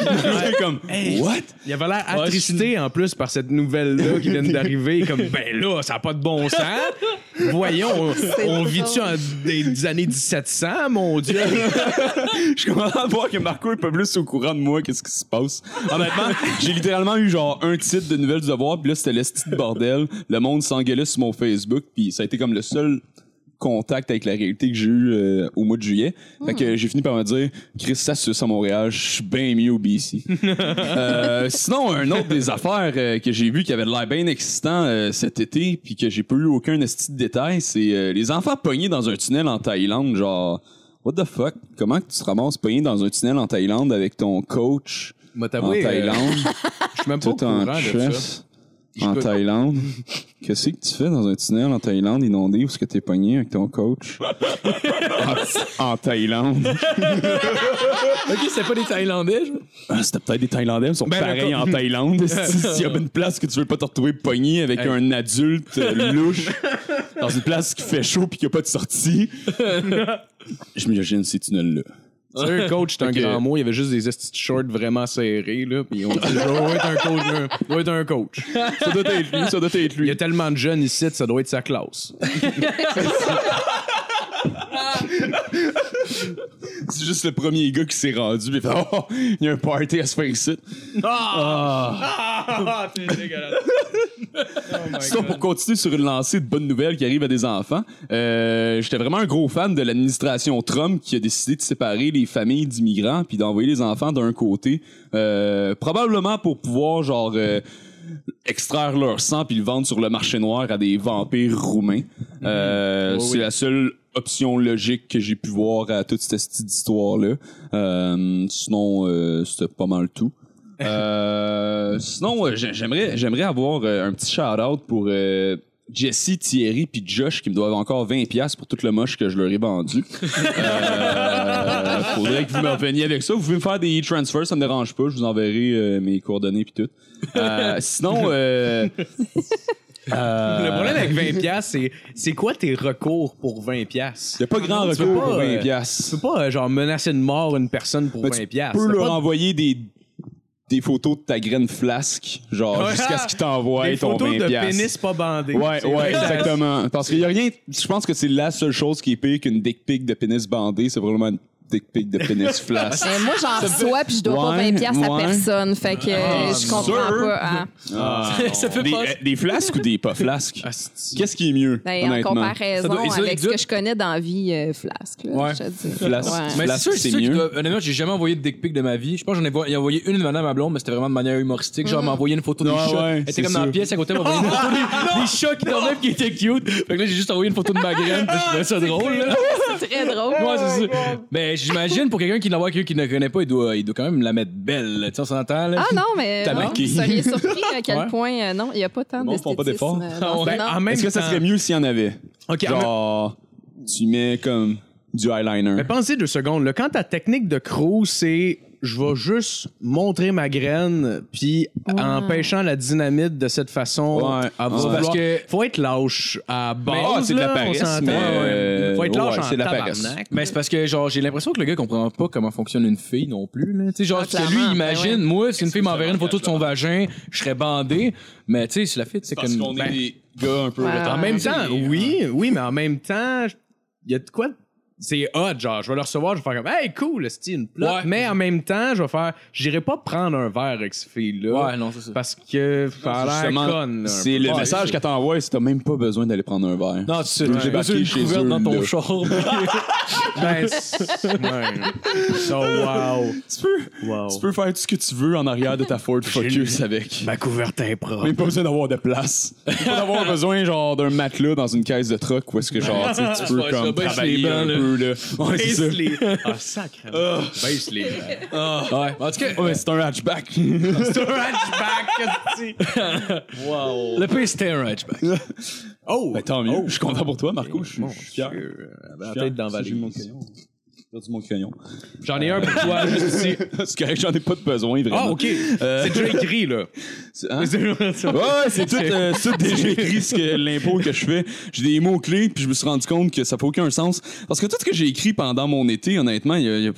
Speaker 3: J'étais comme what
Speaker 4: Il avait l'air attristé en plus par cette nouvelle-là qui vient d'arriver. Comme, ben là, ça n'a pas de bon sens. Voyons,
Speaker 6: C'est
Speaker 4: on, on
Speaker 6: drôle.
Speaker 4: vit-tu en des, des années 1700, mon Dieu?
Speaker 3: je commence à voir que Marco est pas plus au courant de moi qu'est-ce qui se passe honnêtement j'ai littéralement eu genre un titre de nouvelles du devoir puis là c'était le style bordel le monde s'engueulait sur mon Facebook puis ça a été comme le seul contact avec la réalité que j'ai eu euh, au mois de juillet fait que j'ai fini par me dire Chris ça suce à Montréal je suis bien mieux au BC Euh, sinon, un autre des affaires euh, que j'ai vu qui avait de l'air bien excitant euh, cet été, puis que j'ai pas eu aucun esti de détail, c'est euh, les enfants pognés dans un tunnel en Thaïlande. Genre, what the fuck? Comment que tu te ramasses pogné dans un tunnel en Thaïlande avec ton coach
Speaker 9: M'a
Speaker 3: en
Speaker 9: t'avoué, euh,
Speaker 3: Thaïlande,
Speaker 4: Je suis même Ah pas au
Speaker 3: tout
Speaker 4: courant
Speaker 3: en
Speaker 4: de ça.
Speaker 3: chess
Speaker 9: Je
Speaker 3: en
Speaker 9: peux-
Speaker 3: Thaïlande? Qu'est-ce que tu fais dans un tunnel en Thaïlande inondé où est-ce que t'es pogné avec ton coach? en, en Thaïlande.
Speaker 9: Ok, c'est pas des Thaïlandais, genre.
Speaker 3: Ah, C'était peut-être des Thaïlandais, mais ils sont
Speaker 4: Ben,
Speaker 3: pareils
Speaker 4: d'accord.
Speaker 3: en Thaïlande. S'il y a une place que tu veux pas te retrouver pogné avec
Speaker 4: Hey.
Speaker 3: un adulte euh, louche dans une place qui fait chaud puis qu'il n'y a pas de sortie, je m'imagine ces tunnels-là.
Speaker 4: Tu sais, un coach, c'est un
Speaker 3: Ok.
Speaker 4: grand mot. Il y avait juste des esti de shorts vraiment serrés, là. Puis on dit, je dois être un coach. là. Je dois être un coach.
Speaker 3: Ça doit être lui, ça doit être
Speaker 4: Il
Speaker 3: lui.
Speaker 4: y a tellement de jeunes ici, ça doit être sa classe.
Speaker 3: C'est juste le premier gars qui s'est rendu puis il fait « Oh, il y a un party à se faire ici.
Speaker 10: Ah, c'est dégueulasse.
Speaker 3: Ça, pour continuer sur une lancée de bonnes nouvelles qui arrivent à des enfants, euh, j'étais vraiment un gros fan de l'administration Trump qui a décidé de séparer les familles d'immigrants puis d'envoyer les enfants d'un côté, euh, probablement pour pouvoir genre euh, extraire leur sang puis le vendre sur le marché noir à des vampires roumains. Euh, c'est la seule option logique que j'ai pu voir à toute cette petite histoire-là. Euh, sinon, euh, c'était pas mal tout. Euh, sinon, euh, j'ai- j'aimerais, j'aimerais avoir euh, un petit shout-out pour euh, Jesse, Thierry puis Josh qui me doivent encore 20$ pour tout le moche que je leur ai vendu. Euh, faudrait que vous me reveniez avec ça. Vous pouvez me faire des transfers, ça me dérange pas. Je vous enverrai euh, mes coordonnées puis tout. Euh, sinon, euh,
Speaker 4: Le problème avec 20$, c'est c'est quoi tes recours pour 20$?
Speaker 3: y a pas grand
Speaker 4: Tu peux
Speaker 3: recours
Speaker 4: pas,
Speaker 3: pour
Speaker 4: euh,
Speaker 3: 20$.
Speaker 4: Tu peux pas, euh, genre, menacer de mort une personne pour
Speaker 3: Mais
Speaker 4: 20$.
Speaker 3: Tu peux
Speaker 4: T'as
Speaker 3: leur
Speaker 4: pas de-
Speaker 3: envoyer des, des photos de ta graine flasque, genre
Speaker 4: Ouais.
Speaker 3: jusqu'à ce qu'ils t'envoient
Speaker 4: Des
Speaker 3: ton
Speaker 4: photos
Speaker 3: 20$.
Speaker 4: de pénis pas bandé.
Speaker 3: Ouais,
Speaker 4: C'est
Speaker 3: ouais,
Speaker 4: vrai, ça-
Speaker 3: exactement. Parce qu'il y a rien. Je pense que c'est la seule chose qui est pire qu'une dick pic de pénis bandé, c'est probablement une dick pic de
Speaker 4: Ah,
Speaker 3: pénis flasque.
Speaker 6: Mais Ben, moi, j'en reçois, puis je dois pas
Speaker 3: Ouais,
Speaker 6: 20 piastres à
Speaker 3: ouais.
Speaker 6: personne. Fait que euh, je comprends
Speaker 3: sûr.
Speaker 6: pas. hein.
Speaker 9: ça fait
Speaker 3: des,
Speaker 9: pas.
Speaker 3: euh, des flasques ou des pas flasques?
Speaker 4: Asti.
Speaker 3: Qu'est-ce qui est mieux?
Speaker 6: Ben, en
Speaker 3: honnêtement?
Speaker 6: comparaison
Speaker 9: Ça doit- ça doit
Speaker 6: avec
Speaker 9: être
Speaker 6: ce
Speaker 9: dur.
Speaker 6: que je connais dans la vie, euh, flasque. là,
Speaker 3: Ouais.
Speaker 6: je te dis.
Speaker 3: Flasque.
Speaker 6: Ouais.
Speaker 9: Mais c'est
Speaker 3: Flasque,
Speaker 9: sûr, c'est
Speaker 3: c'est
Speaker 9: sûr qu'il
Speaker 3: mieux.
Speaker 9: doit- honnêtement, j'ai jamais envoyé de dick pic de ma vie. Je pense que j'en ai vo- ai envoyé une de madame à blonde, mais c'était vraiment de manière humoristique. Genre, elle
Speaker 4: Mm.
Speaker 9: m'a envoyé une photo
Speaker 4: Ah
Speaker 9: des
Speaker 3: Ouais,
Speaker 9: chats.
Speaker 3: ouais,
Speaker 9: elle était
Speaker 3: c'est
Speaker 9: comme dans la
Speaker 3: sûr.
Speaker 9: pièce à côté, elle m'a envoyé une photo des, des chats qui dormaient pis qui étaient cute. Fait que là, j'ai juste envoyé une photo de ma graine pis je trouvais
Speaker 4: Ah,
Speaker 9: ça drôle, là.
Speaker 6: C'est très drôle.
Speaker 9: Ouais, c'est ça. Mais j'imagine pour quelqu'un qui l'a quelqu'un qui ne connaît pas, il doit, il doit quand même la mettre belle. Tu sais, on s'entend, là.
Speaker 6: Ah non, mais
Speaker 3: T'as
Speaker 6: non,
Speaker 3: marqué.
Speaker 6: vous seriez surpris à quel
Speaker 9: Ouais.
Speaker 6: point, euh, non, il n'y a pas tant
Speaker 3: Le monde font pas
Speaker 6: d'esthétisme,
Speaker 3: d'efforts.
Speaker 6: euh, dans
Speaker 4: Ben,
Speaker 6: ce-
Speaker 4: en
Speaker 6: non.
Speaker 4: même
Speaker 3: Est-ce que ça
Speaker 4: temps-
Speaker 3: serait mieux s'il y en avait?
Speaker 4: Ok, en
Speaker 3: Genre, tu mets comme du eyeliner.
Speaker 4: Mais pensez deux secondes. Là, quand ta technique de crew, c'est je vais juste montrer ma graine, puis en empêchant la dynamite de cette façon,
Speaker 3: Ouais. ah,
Speaker 4: elle va
Speaker 3: C'est
Speaker 4: vouloir-
Speaker 9: parce que-
Speaker 4: faut être lâche à base.
Speaker 3: Mais- Ah, c'est de la
Speaker 4: là, on
Speaker 3: paresse,
Speaker 4: s'entend.
Speaker 3: mais, euh,
Speaker 4: faut être lâche
Speaker 3: ouais,
Speaker 4: en
Speaker 3: c'est de la
Speaker 4: tabarnak.
Speaker 3: paresse.
Speaker 9: Mais Ben, c'est parce que genre j'ai l'impression que le gars comprend pas comment fonctionne une fille non plus là. Tu sais genre
Speaker 6: Ah,
Speaker 9: parce que lui
Speaker 6: clairement,
Speaker 9: imagine
Speaker 6: ben ouais.
Speaker 9: moi si une fille m'enverrait une photo de son vagin, je serais bandé, mais tu sais si la fille c'est
Speaker 3: Parce
Speaker 9: comme
Speaker 3: qu'on est
Speaker 9: ben,
Speaker 3: des gars un peu
Speaker 6: Ouais.
Speaker 4: En
Speaker 3: retardés.
Speaker 4: même temps, oui, oui, mais en même temps, il y a de quoi. de- C'est hot, genre, je vais le recevoir, je vais faire comme, hey, cool, c'est une plot.
Speaker 9: Ouais.
Speaker 4: Mais en même temps, je vais faire, j'irai pas prendre un verre avec cette fille-là.
Speaker 9: Ouais, non, c'est ça.
Speaker 4: Parce que, ça a l'air
Speaker 3: Justement,
Speaker 4: conne. là, un
Speaker 3: C'est
Speaker 4: peu.
Speaker 3: le
Speaker 4: Ouais,
Speaker 3: message qu'elle t'envoie, c'est t'as même pas besoin d'aller prendre un verre.
Speaker 9: Non, tu sais,
Speaker 3: Ouais.
Speaker 9: j'ai
Speaker 3: Débarquer
Speaker 9: une
Speaker 3: chez
Speaker 9: couverte
Speaker 3: eux,
Speaker 9: dans ton
Speaker 3: là.
Speaker 9: char.
Speaker 4: Ben, c'est- ouais.
Speaker 9: Oh,
Speaker 4: So, wow.
Speaker 3: Tu peux,
Speaker 4: Wow.
Speaker 3: tu peux faire tout ce que tu veux en arrière de ta Ford Focus avec.
Speaker 4: Ma couverte impro.
Speaker 3: Même pas besoin d'avoir de place. Ah. pas d'avoir besoin genre d'un matelas dans une caisse de truck où est-ce que genre tu sais, tu peux
Speaker 9: Ouais, ça
Speaker 3: comme
Speaker 9: baisse les
Speaker 3: travailler
Speaker 9: bancs,
Speaker 3: un
Speaker 9: là.
Speaker 3: peu là. Ouais, c'est ça.
Speaker 4: les. Ah, sacré. Baisse les.
Speaker 9: ouais. En tout cas,
Speaker 3: Ouais, c'est un hatchback.
Speaker 9: le pire c'était un hatchback.
Speaker 4: Oh!
Speaker 3: Ben, tant mieux. je suis content pour toi, Marco. Je suis- je suis fier.
Speaker 4: La
Speaker 3: Je suis
Speaker 4: tête dans
Speaker 3: fier.
Speaker 4: la
Speaker 3: J'ai mon crayon. J'ai perdu mon crayon.
Speaker 4: J'en ai un pour toi, juste ici.
Speaker 3: C'est correct, j'en ai pas de besoin vraiment.
Speaker 4: Ah, ok. C'est déjà écrit, là.
Speaker 3: C'est- hein? Ouais, ouais, c'est tout, euh, tout déjà écrit ce que l'impôt que je fais. J'ai des mots clés puis je me suis rendu compte que ça fait aucun sens parce que tout ce que j'ai écrit pendant mon été, honnêtement, il y a, il y a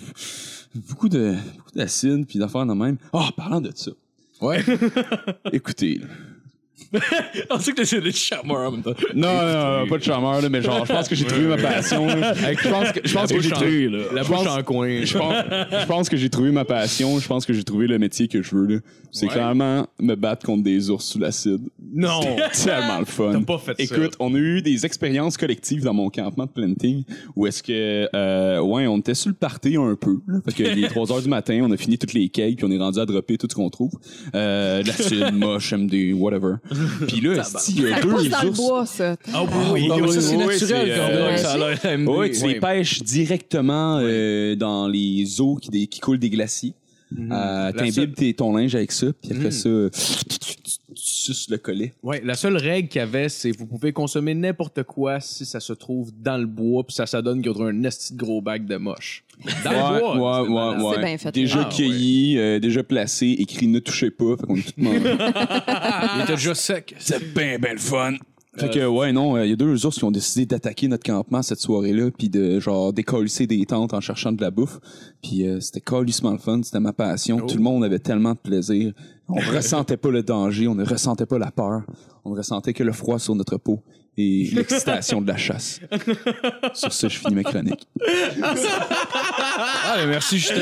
Speaker 3: beaucoup de beaucoup d'acide puis d'affaires de même. Ah, parlant de ça.
Speaker 9: Ouais.
Speaker 3: Écoutez. là.
Speaker 9: On sait que t'essayes d'être charmeur en même temps.
Speaker 3: Non, non, non, pas de charmeur là, mais genre je pense que j'ai trouvé ma passion. là. Je pense que je pense que j'ai trouvé là.
Speaker 4: La
Speaker 3: Je
Speaker 4: bouche
Speaker 3: pense-
Speaker 4: en coin.
Speaker 3: je pense, je pense que j'ai trouvé ma passion, je pense que j'ai trouvé le métier que je veux. là. C'est clairement me battre contre des ours sous l'acide.
Speaker 4: Non!
Speaker 3: C'est tellement le fun.
Speaker 4: T'as pas fait ça.
Speaker 3: Écoute, on a eu des expériences collectives dans mon campement de planting où est-ce que, euh, ouais, on était sur le party un peu. Là, fait que les 3 heures du matin, on a fini toutes les cakes puis on est rendu à dropper tout ce qu'on trouve. Euh, de l'acide, moche, MD, whatever. Puis là, esti, il y a
Speaker 6: Ça
Speaker 3: deux
Speaker 6: pousse dans le
Speaker 3: ours.
Speaker 6: bois, ça.
Speaker 4: Ah, oui,
Speaker 3: oui,
Speaker 9: ça c'est
Speaker 3: oui,
Speaker 9: naturel
Speaker 3: c'est,
Speaker 9: quand
Speaker 3: euh,
Speaker 9: même. Ça a l'air MD.
Speaker 3: Ouais, tu les
Speaker 4: Ouais.
Speaker 3: pêches directement euh, dans les eaux qui, des- qui
Speaker 4: Mhm.
Speaker 3: coulent des glaciers. Euh,
Speaker 4: La seule- Mhm.
Speaker 3: T'imbibes tes- ton linge avec ça, puis après ça, euh, tu- tu- tu- suces le collet.
Speaker 4: Ouais, la seule règle qu'il y avait, c'est vous pouvez consommer n'importe quoi si ça se trouve dans le bois, puis ça, ça donne qu'il y aura un esti de gros bac de moche. Dans le bois!
Speaker 3: Ah, ouais, ouais,
Speaker 6: C'est bien fait.
Speaker 3: Déjà
Speaker 4: Ah,
Speaker 3: cueilli, euh, déjà placé, écrit ne touchez pas. Fait qu'on est tout
Speaker 9: Il était déjà sec. C'est bien, bien le fun.
Speaker 3: Fait que, ouais, non, euh, il y a deux ours qui ont décidé d'attaquer notre campement cette soirée-là, puis de, genre, décollisser des tentes en cherchant de la bouffe. Puis euh, c'était colissement le fun, c'était ma passion. Tout le monde avait tellement de plaisir. On ressentait pas le danger, on ne ressentait pas la peur. On ne ressentait que le froid sur notre peau et l'excitation de la chasse. sur ce, je finis ma chronique.
Speaker 9: Ah, ben merci, Justin.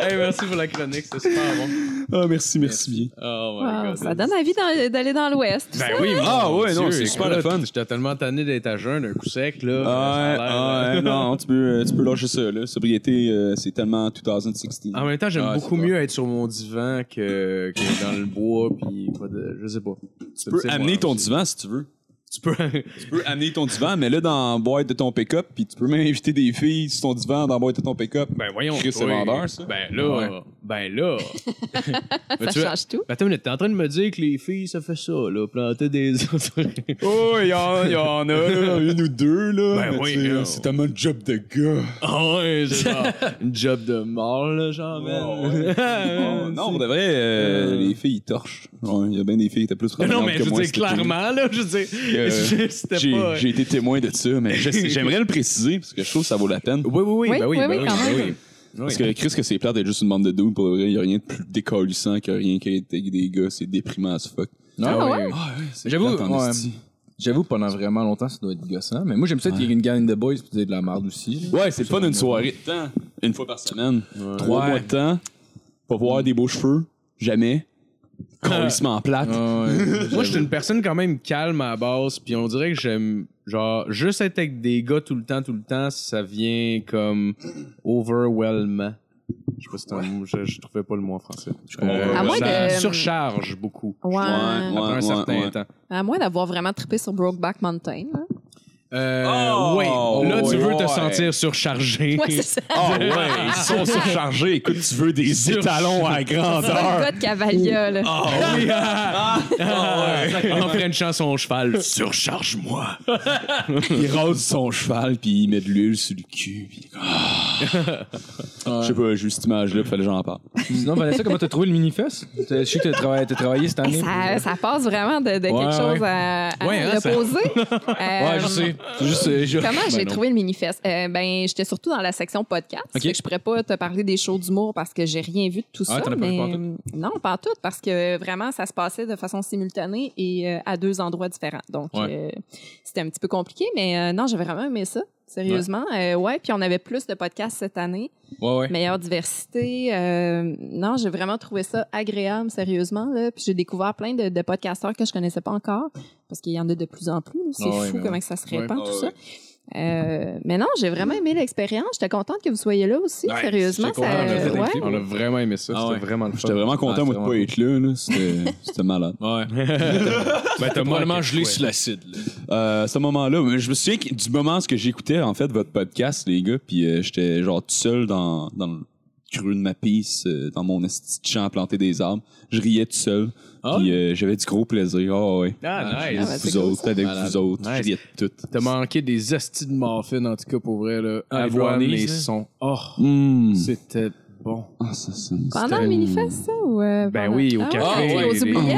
Speaker 10: Hey, merci pour la chronique, c'est super bon.
Speaker 3: Ah, merci, merci bien.
Speaker 10: Oh my
Speaker 6: Wow,
Speaker 10: god.
Speaker 6: Ah, ça donne envie d'en- d'aller dans l'Ouest. tout ça.
Speaker 4: Ben oui,
Speaker 3: Ah,
Speaker 4: mon
Speaker 3: ouais, non,
Speaker 4: Dieu,
Speaker 3: c'est super le
Speaker 4: écoute,
Speaker 3: fun.
Speaker 4: J'étais tellement tanné d'être à jeun d'un coup sec, là. Ça a
Speaker 3: Ah,
Speaker 4: l'air,
Speaker 3: ouais,
Speaker 4: là.
Speaker 3: ouais, non, tu peux, euh, tu peux lâcher ça, là. Sobriété, euh, c'est tellement 2016.
Speaker 4: En même temps, j'aime
Speaker 3: Ah,
Speaker 4: beaucoup
Speaker 3: c'est
Speaker 4: mieux être sur mon divan que, que dans le bois, puis pas de- je sais pas.
Speaker 3: Tu peux amener ton divan si tu veux.
Speaker 4: Tu peux.
Speaker 3: Tu peux amener ton divan, mais là dans la boîte de ton pick-up, puis tu peux même inviter des filles sur ton divan dans la boîte de ton pick-up.
Speaker 4: Ben voyons.
Speaker 3: Chris, c'est
Speaker 4: toi.
Speaker 3: vendeur, ça.
Speaker 4: Ben là,
Speaker 3: Ouais.
Speaker 4: ben là. Mais
Speaker 6: Ça
Speaker 4: tu vois-
Speaker 6: change tout.
Speaker 4: Ben, attends une minute, t'es en train de me dire que les filles, ça fait ça, là, planter des
Speaker 3: Oh, il y, en a, une ou deux, là.
Speaker 4: Ben Mais oui, tu sais, là. c'est
Speaker 3: tellement un job de gars.
Speaker 4: Ah ouais, c'est genre une job de mort, là, genre, man.
Speaker 3: Oh, non, pour de vrai, euh, les filles, ils torchent. Ouais, Il y a bien des filles qui étaient plus
Speaker 10: Non,
Speaker 3: revenantes
Speaker 10: mais
Speaker 3: que
Speaker 10: je veux
Speaker 3: moi,
Speaker 10: dire,
Speaker 3: c'était
Speaker 10: clairement, là, je veux
Speaker 3: tout.
Speaker 10: dire,
Speaker 3: Euh,
Speaker 10: c'était
Speaker 3: J'ai
Speaker 10: pas.
Speaker 3: j'ai été témoin de ça, mais je- j'aimerais le préciser, parce que je trouve que ça vaut la peine.
Speaker 4: Oui, oui, oui,
Speaker 6: Oui,
Speaker 4: ben oui,
Speaker 6: oui,
Speaker 4: ben
Speaker 6: oui,
Speaker 4: oui,
Speaker 6: quand
Speaker 4: ben
Speaker 6: même.
Speaker 4: oui.
Speaker 3: Parce que Chris, que c'est plate d'être juste une bande de dudes, pour vrai, il n'y a rien de plus décalissant que rien qu'être avec des gars, c'est déprimant as fuck.
Speaker 6: Ah ouais?
Speaker 3: C'est
Speaker 5: J'avoue,
Speaker 3: plate en
Speaker 5: ouais.
Speaker 3: esti.
Speaker 5: J'avoue, pendant vraiment longtemps, ça doit être gossant. Mais moi, j'aime ça qu'il y ait une gang de boys pis de la merde aussi.
Speaker 3: Ouais, c'est le fun d'une soirée de temps. Une fois par semaine. Trois mois de temps. Pas voir des beaux cheveux. Jamais. Colissement plate.
Speaker 4: Moi, je suis une personne quand même calme à la base, puis on dirait que j'aime, genre, juste être avec des gars tout le temps, tout le temps, ça vient comme overwhelmant. Je sais pas si c'est un mot, je, je trouvais pas le mot en français. Euh,
Speaker 6: À moins
Speaker 4: ça
Speaker 6: que-
Speaker 4: surcharge beaucoup.
Speaker 6: Ouais.
Speaker 3: Ouais, ouais.
Speaker 4: Après un certain
Speaker 3: ouais.
Speaker 4: temps.
Speaker 6: À moins d'avoir vraiment trippé sur Brokeback Mountain. là.
Speaker 4: Euh,
Speaker 3: Oh,
Speaker 4: oui, là, tu veux
Speaker 3: ouais.
Speaker 4: te sentir surchargé.
Speaker 6: Ouais, c'est ça.
Speaker 3: Ah ouais, ils sont surchargés. Écoute, tu veux des étalons à
Speaker 6: Le
Speaker 3: grandeur.
Speaker 6: gars de Cavalia, là.
Speaker 4: Ah,
Speaker 3: Ah,
Speaker 4: en frenchant son cheval. Surcharge-moi.
Speaker 3: Il rase son cheval, puis il met de l'huile sur le cul. puis- Ah. Je sais pas, j'ai eu cette image-là, puis fallait que j'en parle.
Speaker 5: Sinon, Vanessa, comment t'as trouvé le mini-fest? Je sais que t'as travaillé, t'as travaillé cette
Speaker 6: Hey,
Speaker 5: année.
Speaker 6: Ça, ça passe vraiment de, de quelque
Speaker 5: Ouais,
Speaker 6: chose
Speaker 5: ouais.
Speaker 6: à, à
Speaker 4: Ouais, hein, ça-
Speaker 6: l'opposé.
Speaker 5: Ouais,
Speaker 6: Euh,
Speaker 5: je sais.
Speaker 9: euh,
Speaker 5: Juste, je...
Speaker 6: Comment
Speaker 5: Ben
Speaker 6: j'ai
Speaker 5: non.
Speaker 6: trouvé le manifeste? Euh, ben, j'étais surtout dans la section podcast.
Speaker 5: Ok.
Speaker 6: Fait que je pourrais pas te parler des shows d'humour parce que j'ai rien vu de tout
Speaker 5: Ah,
Speaker 6: ça.
Speaker 5: t'en as pas vu
Speaker 6: mais- euh,
Speaker 5: pantoute?
Speaker 6: Non, pas en tout, parce que vraiment, ça se passait de façon simultanée et euh, à deux endroits différents. Donc, euh, c'était un petit peu compliqué, mais euh, non, j'ai vraiment aimé ça. Sérieusement, Euh, ouais, puis on avait plus de podcasts cette année,
Speaker 5: Ouais, ouais.
Speaker 6: meilleure diversité. Euh, non, j'ai vraiment trouvé ça agréable, sérieusement. Là. Puis j'ai découvert plein de, de podcasteurs que je connaissais pas encore, parce qu'il y en a de plus en plus. là. C'est
Speaker 5: Ah ouais,
Speaker 6: fou
Speaker 5: ben
Speaker 6: comment que ça se
Speaker 5: Ouais.
Speaker 6: répand,
Speaker 3: Ah
Speaker 6: tout ça.
Speaker 3: ouais.
Speaker 6: Euh, mais non, j'ai vraiment aimé l'expérience. J'étais contente que vous soyez là aussi.
Speaker 4: Ouais,
Speaker 6: Sérieusement,
Speaker 4: j'étais content,
Speaker 6: ça.
Speaker 4: on a fait
Speaker 6: ouais.
Speaker 4: On a vraiment aimé ça.
Speaker 5: Ah
Speaker 4: C'était
Speaker 5: ouais.
Speaker 4: vraiment le
Speaker 3: J'étais
Speaker 4: fun.
Speaker 3: vraiment content,
Speaker 5: Ah,
Speaker 3: moi, de
Speaker 5: c'est
Speaker 3: pas
Speaker 5: vraiment
Speaker 3: être là. là. C'était c'était malade.
Speaker 5: Ouais.
Speaker 4: Ben, t'as
Speaker 9: Probablement
Speaker 4: manqué,
Speaker 9: gelé
Speaker 4: ouais.
Speaker 9: sur l'acide. là.
Speaker 3: Euh, ce moment-là, mais je me souviens que du moment où ce que j'écoutais en fait votre podcast, les gars, puis euh, j'étais genre tout seul dans, dans le creux de ma pisse, euh, dans mon esti de champ à planter des arbres. Je riais tout seul, puis euh, j'avais du gros plaisir. Ah ouais.
Speaker 4: Ah,
Speaker 3: Avec
Speaker 4: nice.
Speaker 6: Ah, ben, c'est
Speaker 3: vous
Speaker 6: cool,
Speaker 3: autres, avec
Speaker 5: Malade.
Speaker 3: vous autres,
Speaker 4: Nice.
Speaker 3: je riais de tout.
Speaker 4: T'as manqué des astis de morphine, en tout cas, pour vrai, là.
Speaker 5: Ah, les
Speaker 4: Avoine,
Speaker 5: brownies,
Speaker 4: les
Speaker 5: là.
Speaker 4: sons. Oh,
Speaker 3: Mm.
Speaker 4: c'était bon.
Speaker 3: Ah, ça, ça.
Speaker 6: Pendant le manifeste, ça? Ou, euh,
Speaker 4: Ben
Speaker 6: pendant-
Speaker 4: oui, au
Speaker 6: Ah,
Speaker 4: café.
Speaker 6: ouais, aux
Speaker 4: les-
Speaker 6: oubliettes.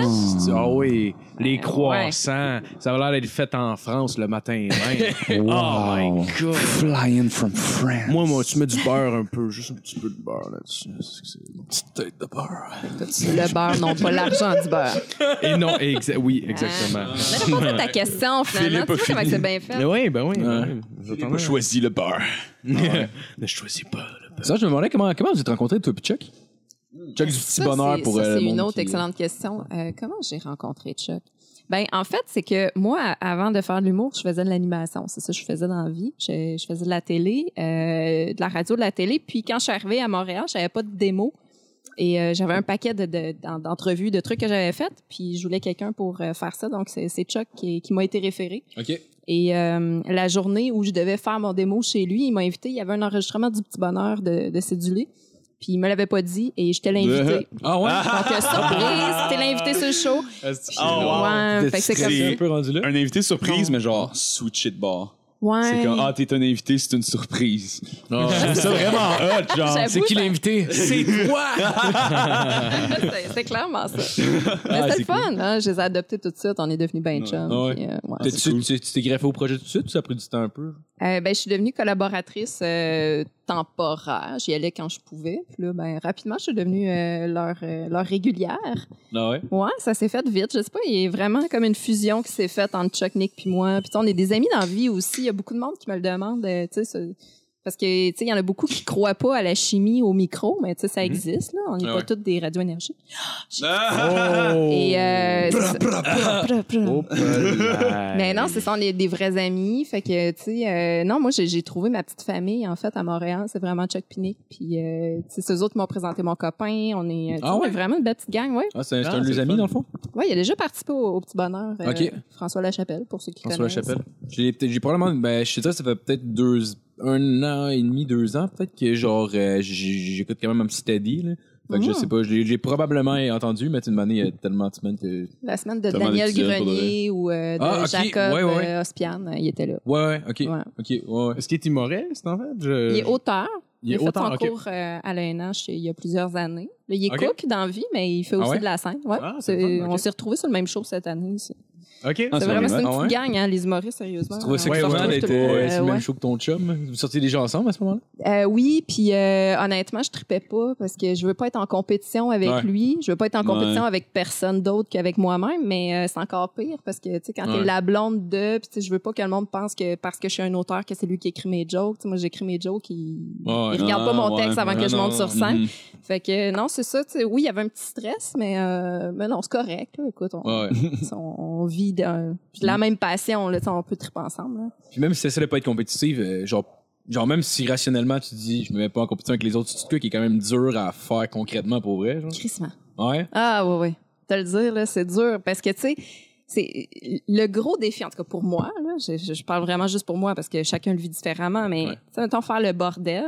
Speaker 4: Ah oui, les
Speaker 6: Ben,
Speaker 4: croissants. Ça va l'air d'être fait en France le matin même. Oh my God.
Speaker 1: Flying from France.
Speaker 4: Moi, moi, tu mets du beurre un peu, juste un petit peu de beurre là-dessus. C'est- c'est bon.
Speaker 3: Petite tête de peur.
Speaker 6: Le beurre, non pas l'argent du beurre.
Speaker 4: Et non, exa- oui,
Speaker 6: Ah.
Speaker 4: exactement.
Speaker 6: Mais réponds à ta question, finalement. Tu vois comment c'est bien fait?
Speaker 4: Mais oui, ben oui.
Speaker 3: J'ai pas choisi le beurre.
Speaker 4: Ne choisis pas. là.
Speaker 5: Ça, je me demandais comment, comment vous êtes rencontrés, toi pis Chuck? Chuck du petit
Speaker 6: Ça,
Speaker 5: bonheur
Speaker 6: c'est-
Speaker 5: pour
Speaker 6: ça,
Speaker 5: euh, le
Speaker 6: C'est
Speaker 5: monde
Speaker 6: une autre
Speaker 5: qui-
Speaker 6: excellente question. Euh, comment j'ai rencontré Chuck? Ben, en fait, c'est que moi, a- avant de faire de l'humour, je faisais de l'animation. C'est ça que je faisais dans la vie. Je, je faisais de la télé, euh, de la radio, de la télé. Puis quand je suis arrivée à Montréal, j'avais pas de démo. Et euh, j'avais un paquet de- de- d'en- d'entrevues, de, trucs que j'avais faites. Puis je voulais quelqu'un pour euh, faire ça. Donc c'est c'est Chuck qui, qui m'a été référé.
Speaker 5: Ok.
Speaker 6: Et euh, la journée où je devais faire mon démo chez lui, il m'a invité. Il y avait un enregistrement du Petit Bonheur de, de Cédulé. Puis il me l'avait pas dit et j'étais
Speaker 5: Uh-huh.
Speaker 6: l'invité.
Speaker 9: Ah ouais?
Speaker 6: Donc, euh, surprise, t'es l'invité sur le show.
Speaker 3: Oh, wow.
Speaker 6: Ouais, fait que c'est comme
Speaker 3: C'est-
Speaker 9: un peu rendu là.
Speaker 3: Un invité surprise, mais genre switché de bord.
Speaker 6: Ouais.
Speaker 3: C'est comme, ah, t'es un invité, c'est une surprise.
Speaker 9: C'est ça, vraiment hot, genre.
Speaker 6: J'avoue,
Speaker 9: C'est qui
Speaker 6: ça-
Speaker 9: l'invité? C'est toi!
Speaker 6: C'est- c'est clairement ça. Mais c'était le fun, hein? Je les ai adoptés tout de suite. On est devenus ben chum.
Speaker 9: Ah ouais.
Speaker 6: puis, euh, ouais.
Speaker 9: T'es-tu-
Speaker 5: Tu tu t'es greffé au projet tout de suite ou ça a pris du temps un peu?
Speaker 6: Euh, ben, je suis devenue collaboratrice euh, temporaire. J'y allais quand je pouvais. Puis là, ben, rapidement, je suis devenue euh, leur, euh, leur régulière.
Speaker 5: Ah ouais?
Speaker 6: Ouais, ça s'est fait vite. Je sais pas, il y a vraiment comme une fusion qui s'est faite entre Chuck, Nick puis moi. Puis tu sais, on est des amis dans la vie aussi. Il y a beaucoup de monde qui me le demande. euh, tu sais, ce- parce que tu sais, il y en a beaucoup qui croient pas à la chimie au micro, mais tu sais, ça existe. Là. On n'est
Speaker 5: Ah
Speaker 6: pas
Speaker 5: ouais.
Speaker 6: toutes des radioénergies.
Speaker 4: Oh!
Speaker 6: Et euh, c'est ça.
Speaker 4: Oh, polaire.
Speaker 6: Mais non, c'est ça, on est des vrais amis. Fait que, tu sais, euh, non, moi, j'ai j'ai trouvé ma petite famille, en fait, à Montréal. C'est vraiment Chuck Pinick. Puis, euh, tu sais, c'est eux autres qui m'ont présenté mon copain. On est, euh, tu sais,
Speaker 5: Ah
Speaker 6: on est
Speaker 5: ouais?
Speaker 6: vraiment une belle petite gang, ouais.
Speaker 5: Ah, c'est c'est
Speaker 9: Ah,
Speaker 5: un de
Speaker 9: c'est
Speaker 5: mes
Speaker 9: le
Speaker 5: amis
Speaker 9: fun.
Speaker 5: dans le fond?
Speaker 6: Ouais, il a déjà participé au, au Petit Bonheur. euh,
Speaker 5: Ok.
Speaker 6: François Lachapelle, pour ceux qui
Speaker 5: François
Speaker 6: connaissent.
Speaker 5: Lachapelle. J'ai peut-être- j'ai probablement, ben, je sais pas, ça fait peut-être deux, un an et demi, deux ans, peut-être que genre, euh, j- j'écoute quand même un petit Teddy, là. Fait que je
Speaker 6: Ah.
Speaker 5: sais pas, je l'ai- j'ai probablement entendu, mais tu me il y a tellement de semaines que.
Speaker 6: La semaine de
Speaker 3: Tellement
Speaker 6: Daniel
Speaker 3: d'épisodes, pour de
Speaker 6: Grenier ou euh, de
Speaker 5: Ah, ok.
Speaker 6: Jacob
Speaker 5: Ouais, ouais, ouais.
Speaker 6: euh, Ospian, euh, il était là.
Speaker 5: Ouais, ouais, ok.
Speaker 6: Ouais.
Speaker 5: Ok, ouais, ouais.
Speaker 4: Est-ce qu'il est immorel, cet enfant?
Speaker 6: Il est
Speaker 4: Je...
Speaker 6: auteur. Il,
Speaker 4: est
Speaker 6: a fait
Speaker 4: auteur,
Speaker 6: son
Speaker 4: ok.
Speaker 6: cours euh, à l'ENH il y a plusieurs années. Là, il est
Speaker 4: Ok.
Speaker 6: cook dans la vie, mais il fait aussi
Speaker 5: ouais?
Speaker 6: de la scène. Ouais.
Speaker 4: Ah, c'est le
Speaker 6: C'est-
Speaker 4: fun, ok.
Speaker 6: On s'est retrouvés sur le même show cette année. c'est-
Speaker 4: OK.
Speaker 3: Ah,
Speaker 6: C'est
Speaker 3: c'est
Speaker 6: vraiment c'est une
Speaker 5: vrai?
Speaker 6: petite gang, hein, les humoristes, sérieusement.
Speaker 5: Tu trouvais ça
Speaker 6: On se
Speaker 5: excitant
Speaker 6: retrouve
Speaker 5: d'être
Speaker 6: tout le temps,
Speaker 5: euh, sur
Speaker 6: euh,
Speaker 5: le même
Speaker 6: ouais.
Speaker 5: show que ton chum? Vous sortiez déjà ensemble à ce moment-là?
Speaker 6: Euh, oui, puis euh, honnêtement, je tripais pas parce que je veux pas être en compétition avec
Speaker 5: Ouais.
Speaker 6: lui. Je veux pas être en
Speaker 3: Ouais.
Speaker 6: compétition avec personne d'autre qu'avec moi-même, mais euh, c'est encore pire parce que tu sais quand
Speaker 5: Ouais.
Speaker 6: t'es la blonde de, puis tu sais, je veux pas que le monde pense que parce que je suis un auteur que c'est lui qui écrit mes jokes. Tu sais, moi, j'écris mes jokes, il,
Speaker 5: Ouais,
Speaker 6: il regarde
Speaker 3: ah,
Speaker 6: pas mon
Speaker 3: ouais.
Speaker 6: texte avant
Speaker 5: Ah,
Speaker 6: que je
Speaker 5: non,
Speaker 6: monte sur scène.
Speaker 3: Mhm.
Speaker 6: Fait que non, c'est ça. tu sais, Oui, il y avait un petit stress, mais, euh, mais non, c'est correct. là. Écoute, on,
Speaker 5: Ouais. Mm.
Speaker 6: on- on vit d'un- puis la même passion, là, tu sais, on peut triper ensemble. là.
Speaker 5: Puis même si t'essaies de pas être compétitive, euh, genre, genre même si rationnellement tu dis je me mets pas en compétition avec les autres, c'est un truc qui est quand même dur à faire concrètement pour vrai, genre.
Speaker 6: Crissement.
Speaker 5: Ouais.
Speaker 6: Ah oui, oui. Te le dire, là, c'est dur parce que, tu sais, c'est le gros défi, en tout cas pour moi, là, je, je- je parle vraiment juste pour moi parce que chacun le vit différemment, mais
Speaker 5: Ouais.
Speaker 6: tu sais, mettons, faire le bordel.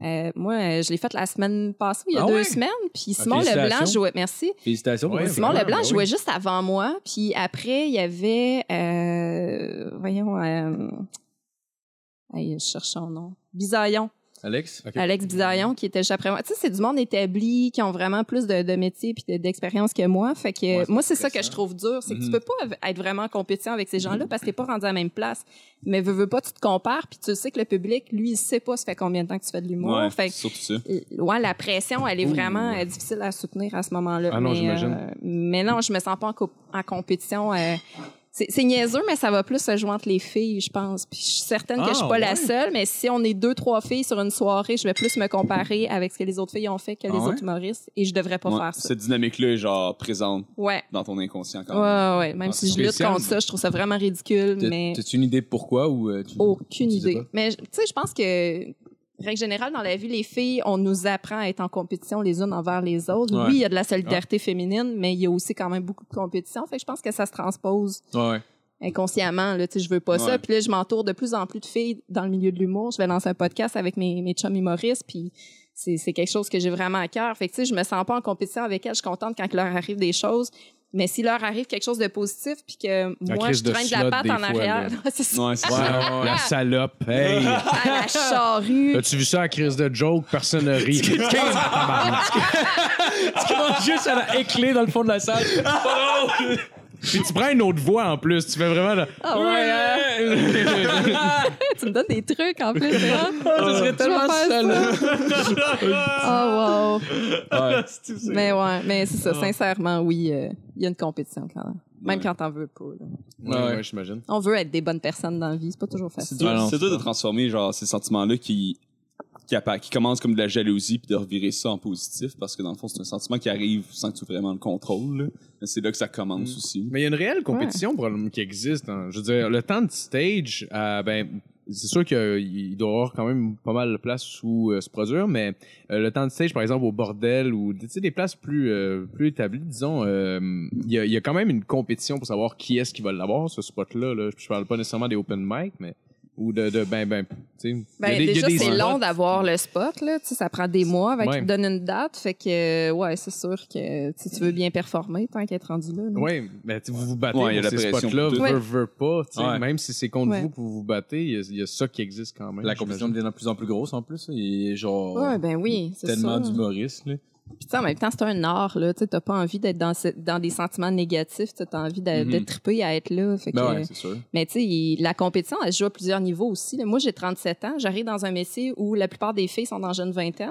Speaker 6: euh, moi, euh, je l'ai fait la semaine passée, il y a
Speaker 5: Ah
Speaker 6: deux
Speaker 5: ouais?
Speaker 6: semaines, puis Simon
Speaker 5: félicitations.
Speaker 6: Leblanc jouait, merci,
Speaker 5: Félicitations. pour
Speaker 4: Ouais,
Speaker 5: vrai.
Speaker 6: Simon
Speaker 4: vraiment,
Speaker 6: Leblanc
Speaker 4: ben oui.
Speaker 6: jouait juste avant moi, puis après, il y avait, euh, voyons, euh, hey, je cherche son nom, Bisaillon.
Speaker 5: Alex.
Speaker 6: Alex Bisaillon qui était juste après moi. Tu sais, c'est du monde établi qui ont vraiment plus de, de métier puis de- d'expérience que moi. Fait que
Speaker 5: Ouais, c'est
Speaker 6: moi, c'est ça que
Speaker 5: intéressant. Mhm.
Speaker 6: je trouve dur. C'est que tu peux pas av- être vraiment en compétition avec ces gens-là parce que t'es pas rendu à la même place. Mais veux, veux pas, tu te compares puis tu sais que le public, lui, il sait pas ça fait combien de temps que tu fais de l'humour.
Speaker 3: Ouais,
Speaker 6: Fait que,
Speaker 3: surtout ça.
Speaker 6: euh, ouais, la pression, elle est vraiment euh, difficile à soutenir à ce moment-là.
Speaker 4: Ah non,
Speaker 6: Mais,
Speaker 4: j'imagine.
Speaker 6: euh, mais non, je me sens pas en, co- en compétition. euh, c'est c'est niaiseux, mais ça va plus se jouer entre les filles, je pense. Puis je suis certaine que je suis
Speaker 4: Ah,
Speaker 6: pas la
Speaker 4: ouais.
Speaker 6: seule, mais si on est deux, trois filles sur une soirée, je vais plus me comparer avec ce que les autres filles ont fait que les
Speaker 5: Ah ouais?
Speaker 6: autres humoristes. Et je devrais pas
Speaker 3: Ouais,
Speaker 6: faire ça.
Speaker 3: Cette dynamique-là est genre présente
Speaker 6: Ouais.
Speaker 3: dans ton inconscient
Speaker 6: Ouais,
Speaker 3: quand même.
Speaker 6: ouais, ouais. Même
Speaker 3: Ah,
Speaker 6: si
Speaker 3: c'est
Speaker 6: je lutte
Speaker 4: spécial.
Speaker 6: contre ça, je trouve ça vraiment ridicule.
Speaker 5: T'as-
Speaker 6: Mais...
Speaker 5: T'as-tu une idée pourquoi ou euh, tu-
Speaker 6: Aucune
Speaker 5: tu sais
Speaker 6: idée.
Speaker 5: pas?
Speaker 6: Mais tu sais, je pense que, règle générale, dans la vie, les filles, on nous apprend à être en compétition les unes envers les autres.
Speaker 5: Ouais.
Speaker 6: Oui, il y a de la solidarité féminine, mais il y a aussi quand même beaucoup de compétition. Fait que je pense que ça se transpose
Speaker 5: Ouais.
Speaker 6: inconsciemment. Là, tu sais, je veux pas
Speaker 3: Ouais.
Speaker 6: ça. Puis là, je m'entoure de plus en plus de filles dans le milieu de l'humour. Je vais lancer un podcast avec mes, mes chums humoristes, puis c'est c'est quelque chose que j'ai vraiment à cœur. Fait que tu sais, je me sens pas en compétition avec elles. Je suis contente quand il leur arrive des choses. Mais s'il leur arrive quelque chose de positif, puis que moi,
Speaker 4: crise
Speaker 6: je
Speaker 4: de
Speaker 6: traîne de la
Speaker 4: slot,
Speaker 6: patte
Speaker 4: des
Speaker 6: en
Speaker 4: fois,
Speaker 6: arrière,
Speaker 4: là.
Speaker 6: c'est ça.
Speaker 3: Ouais, c'est
Speaker 4: Ouais,
Speaker 3: ça.
Speaker 4: ouais, ouais. La salope. Hey!
Speaker 6: à la charrue.
Speaker 4: As-tu vu ça à crise de joke? Personne ne rit.
Speaker 9: Tu commences juste à la écler dans le fond de la salle.
Speaker 4: Puis tu prends une autre voix en plus. Tu fais vraiment. là-
Speaker 6: Ah ouais, hein? tu me donnes des trucs en plus. hein?
Speaker 9: Ça Ah, serait tellement
Speaker 6: Je vais faire
Speaker 9: salaud.
Speaker 6: Oh wow. mais ouais, mais c'est
Speaker 4: Ah.
Speaker 6: ça. Sincèrement, oui, euh, il y a une compétition quand même. Même
Speaker 3: Ouais.
Speaker 6: quand t'en veux pas. là.
Speaker 5: Ouais, ouais.
Speaker 4: j'imagine.
Speaker 6: On veut être des bonnes personnes dans la vie. C'est pas toujours
Speaker 3: C'est
Speaker 6: facile.
Speaker 3: dur,
Speaker 5: Ah non,
Speaker 3: c'est dur de transformer genre ces sentiments-là qui qui, appa- qui commencent comme de la jalousie puis de revirer ça en positif parce que dans le fond c'est un sentiment qui arrive sans que tu aies vraiment le contrôle. là. Mais c'est là que ça commence aussi.
Speaker 4: Mais il y a une réelle compétition probablement qui existe. hein. Je veux dire, le temps de stage, euh, ben, c'est sûr qu'il doit y avoir quand même pas mal de places où euh, se produire, mais euh, le temps de stage, par exemple, au bordel ou tu sais, des places plus, euh, plus établies, disons, euh, il y, a, il y a quand même une compétition pour savoir qui est-ce qui va l'avoir, ce spot-là. Là. Je parle pas nécessairement des open mic, mais Ou de, de ben, ben, tu sais.
Speaker 6: Ben,
Speaker 4: il y a des- il y a
Speaker 6: déjà,
Speaker 4: des
Speaker 6: c'est
Speaker 4: spots.
Speaker 6: long d'avoir le spot, là. Tu sais, ça prend des mois avec
Speaker 4: Ouais.
Speaker 6: qu'ils te donnent une date. Fait que, euh, ouais, c'est sûr que si tu veux bien performer tant qu'à être rendu là. là.
Speaker 4: Oui, ben, tu sais, vous vous battez
Speaker 3: Ouais, il y a
Speaker 4: pour
Speaker 3: la
Speaker 4: ces
Speaker 3: pression
Speaker 4: spots-là.
Speaker 3: pour
Speaker 4: Vous
Speaker 6: tout. Ouais.
Speaker 4: ne pas. tu sais,
Speaker 3: Ouais.
Speaker 4: Même si c'est contre
Speaker 6: Ouais.
Speaker 4: vous que vous vous battez, il y a- il y, a ça qui existe quand même.
Speaker 5: La compétition devient de plus en plus grosse en plus. Et genre,
Speaker 6: Ouais, ben oui, c'est
Speaker 5: tellement
Speaker 6: sûr.
Speaker 5: d'humoristes. là.
Speaker 6: Puis, tu sais, en même temps, c'est un art, là. Tu sais, t'as pas envie d'être dans, ce- dans des sentiments négatifs. Tu as envie de,
Speaker 3: Mm-hmm.
Speaker 6: de triper à être là. Fait que,
Speaker 5: Ben ouais, c'est sûr.
Speaker 6: Mais tu sais, il- la compétition, elle se joue à plusieurs niveaux aussi. là. Moi, j'ai 37 ans. J'arrive dans un métier où la plupart des filles sont dans jeune vingtaine.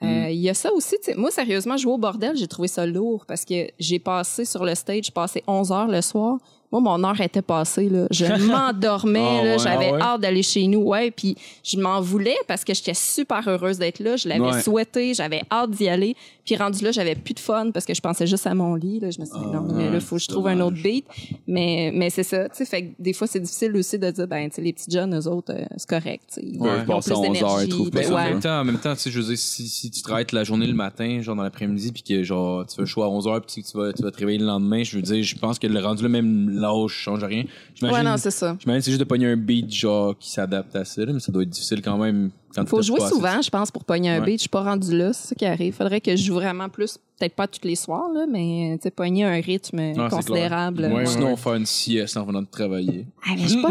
Speaker 6: Euh, Il
Speaker 3: Mm-hmm.
Speaker 6: y a ça aussi. tu sais. Moi, sérieusement, jouer au bordel, j'ai trouvé ça lourd parce que j'ai passé sur le stage, j'ai passé 11 heures le soir. Moi, mon heure était passée. Là. Je m'endormais.
Speaker 3: Ah
Speaker 6: là.
Speaker 3: ouais,
Speaker 6: J'avais
Speaker 3: ah ouais.
Speaker 6: hâte d'aller chez nous. Ouais, puis je m'en voulais parce que j'étais super heureuse d'être là. Je l'avais
Speaker 3: Ouais.
Speaker 6: souhaité. J'avais hâte d'y aller. Puis rendu là, j'avais plus de fun parce que je pensais juste à mon lit. Là. Je me suis dit,
Speaker 3: Ah
Speaker 6: non, mais là,
Speaker 3: ouais,
Speaker 6: faut que je
Speaker 3: c'est
Speaker 6: trouve un autre beat. Mais, mais c'est ça, tu sais, fait que des fois, c'est difficile aussi de dire, ben, tu sais, les petits jeunes, eux autres, euh, c'est correct, tu sais. Ils
Speaker 3: Ouais, ils
Speaker 6: ont
Speaker 3: passent
Speaker 6: plus
Speaker 3: 11 heures, ils
Speaker 6: d'énergie,
Speaker 3: trouvent pas
Speaker 6: ben,
Speaker 3: ça,
Speaker 5: En
Speaker 6: ouais.
Speaker 5: même temps, en même temps, tu sais, je veux dire, si, si tu travailles toute la journée le matin, genre dans l'après-midi, puis que genre tu fais le choix à 11h, puis tu, tu vas, tu vas te réveiller le lendemain, je veux dire, je pense que le rendu le même l'âge change rien. J'imagine,
Speaker 6: Ouais, non, c'est ça.
Speaker 5: j'imagine que c'est juste de pogner un beat genre qui s'adapte à ça, là, mais ça doit être difficile quand même. Quand
Speaker 6: Faut
Speaker 5: t'as
Speaker 6: jouer
Speaker 5: pas assez-
Speaker 6: souvent, je pense, pour pogner un
Speaker 5: Ouais.
Speaker 6: beat. Je suis pas rendu là, c'est ça qui arrive. Faudrait que je joue vraiment plus, peut-être pas tous les soirs, là, mais, tu sais, pogner un rythme
Speaker 5: Ah, clair.
Speaker 6: considérable.
Speaker 4: Ouais,
Speaker 5: Sinon, on fait une sieste en venant de travailler.
Speaker 6: Ah, mais je suis pas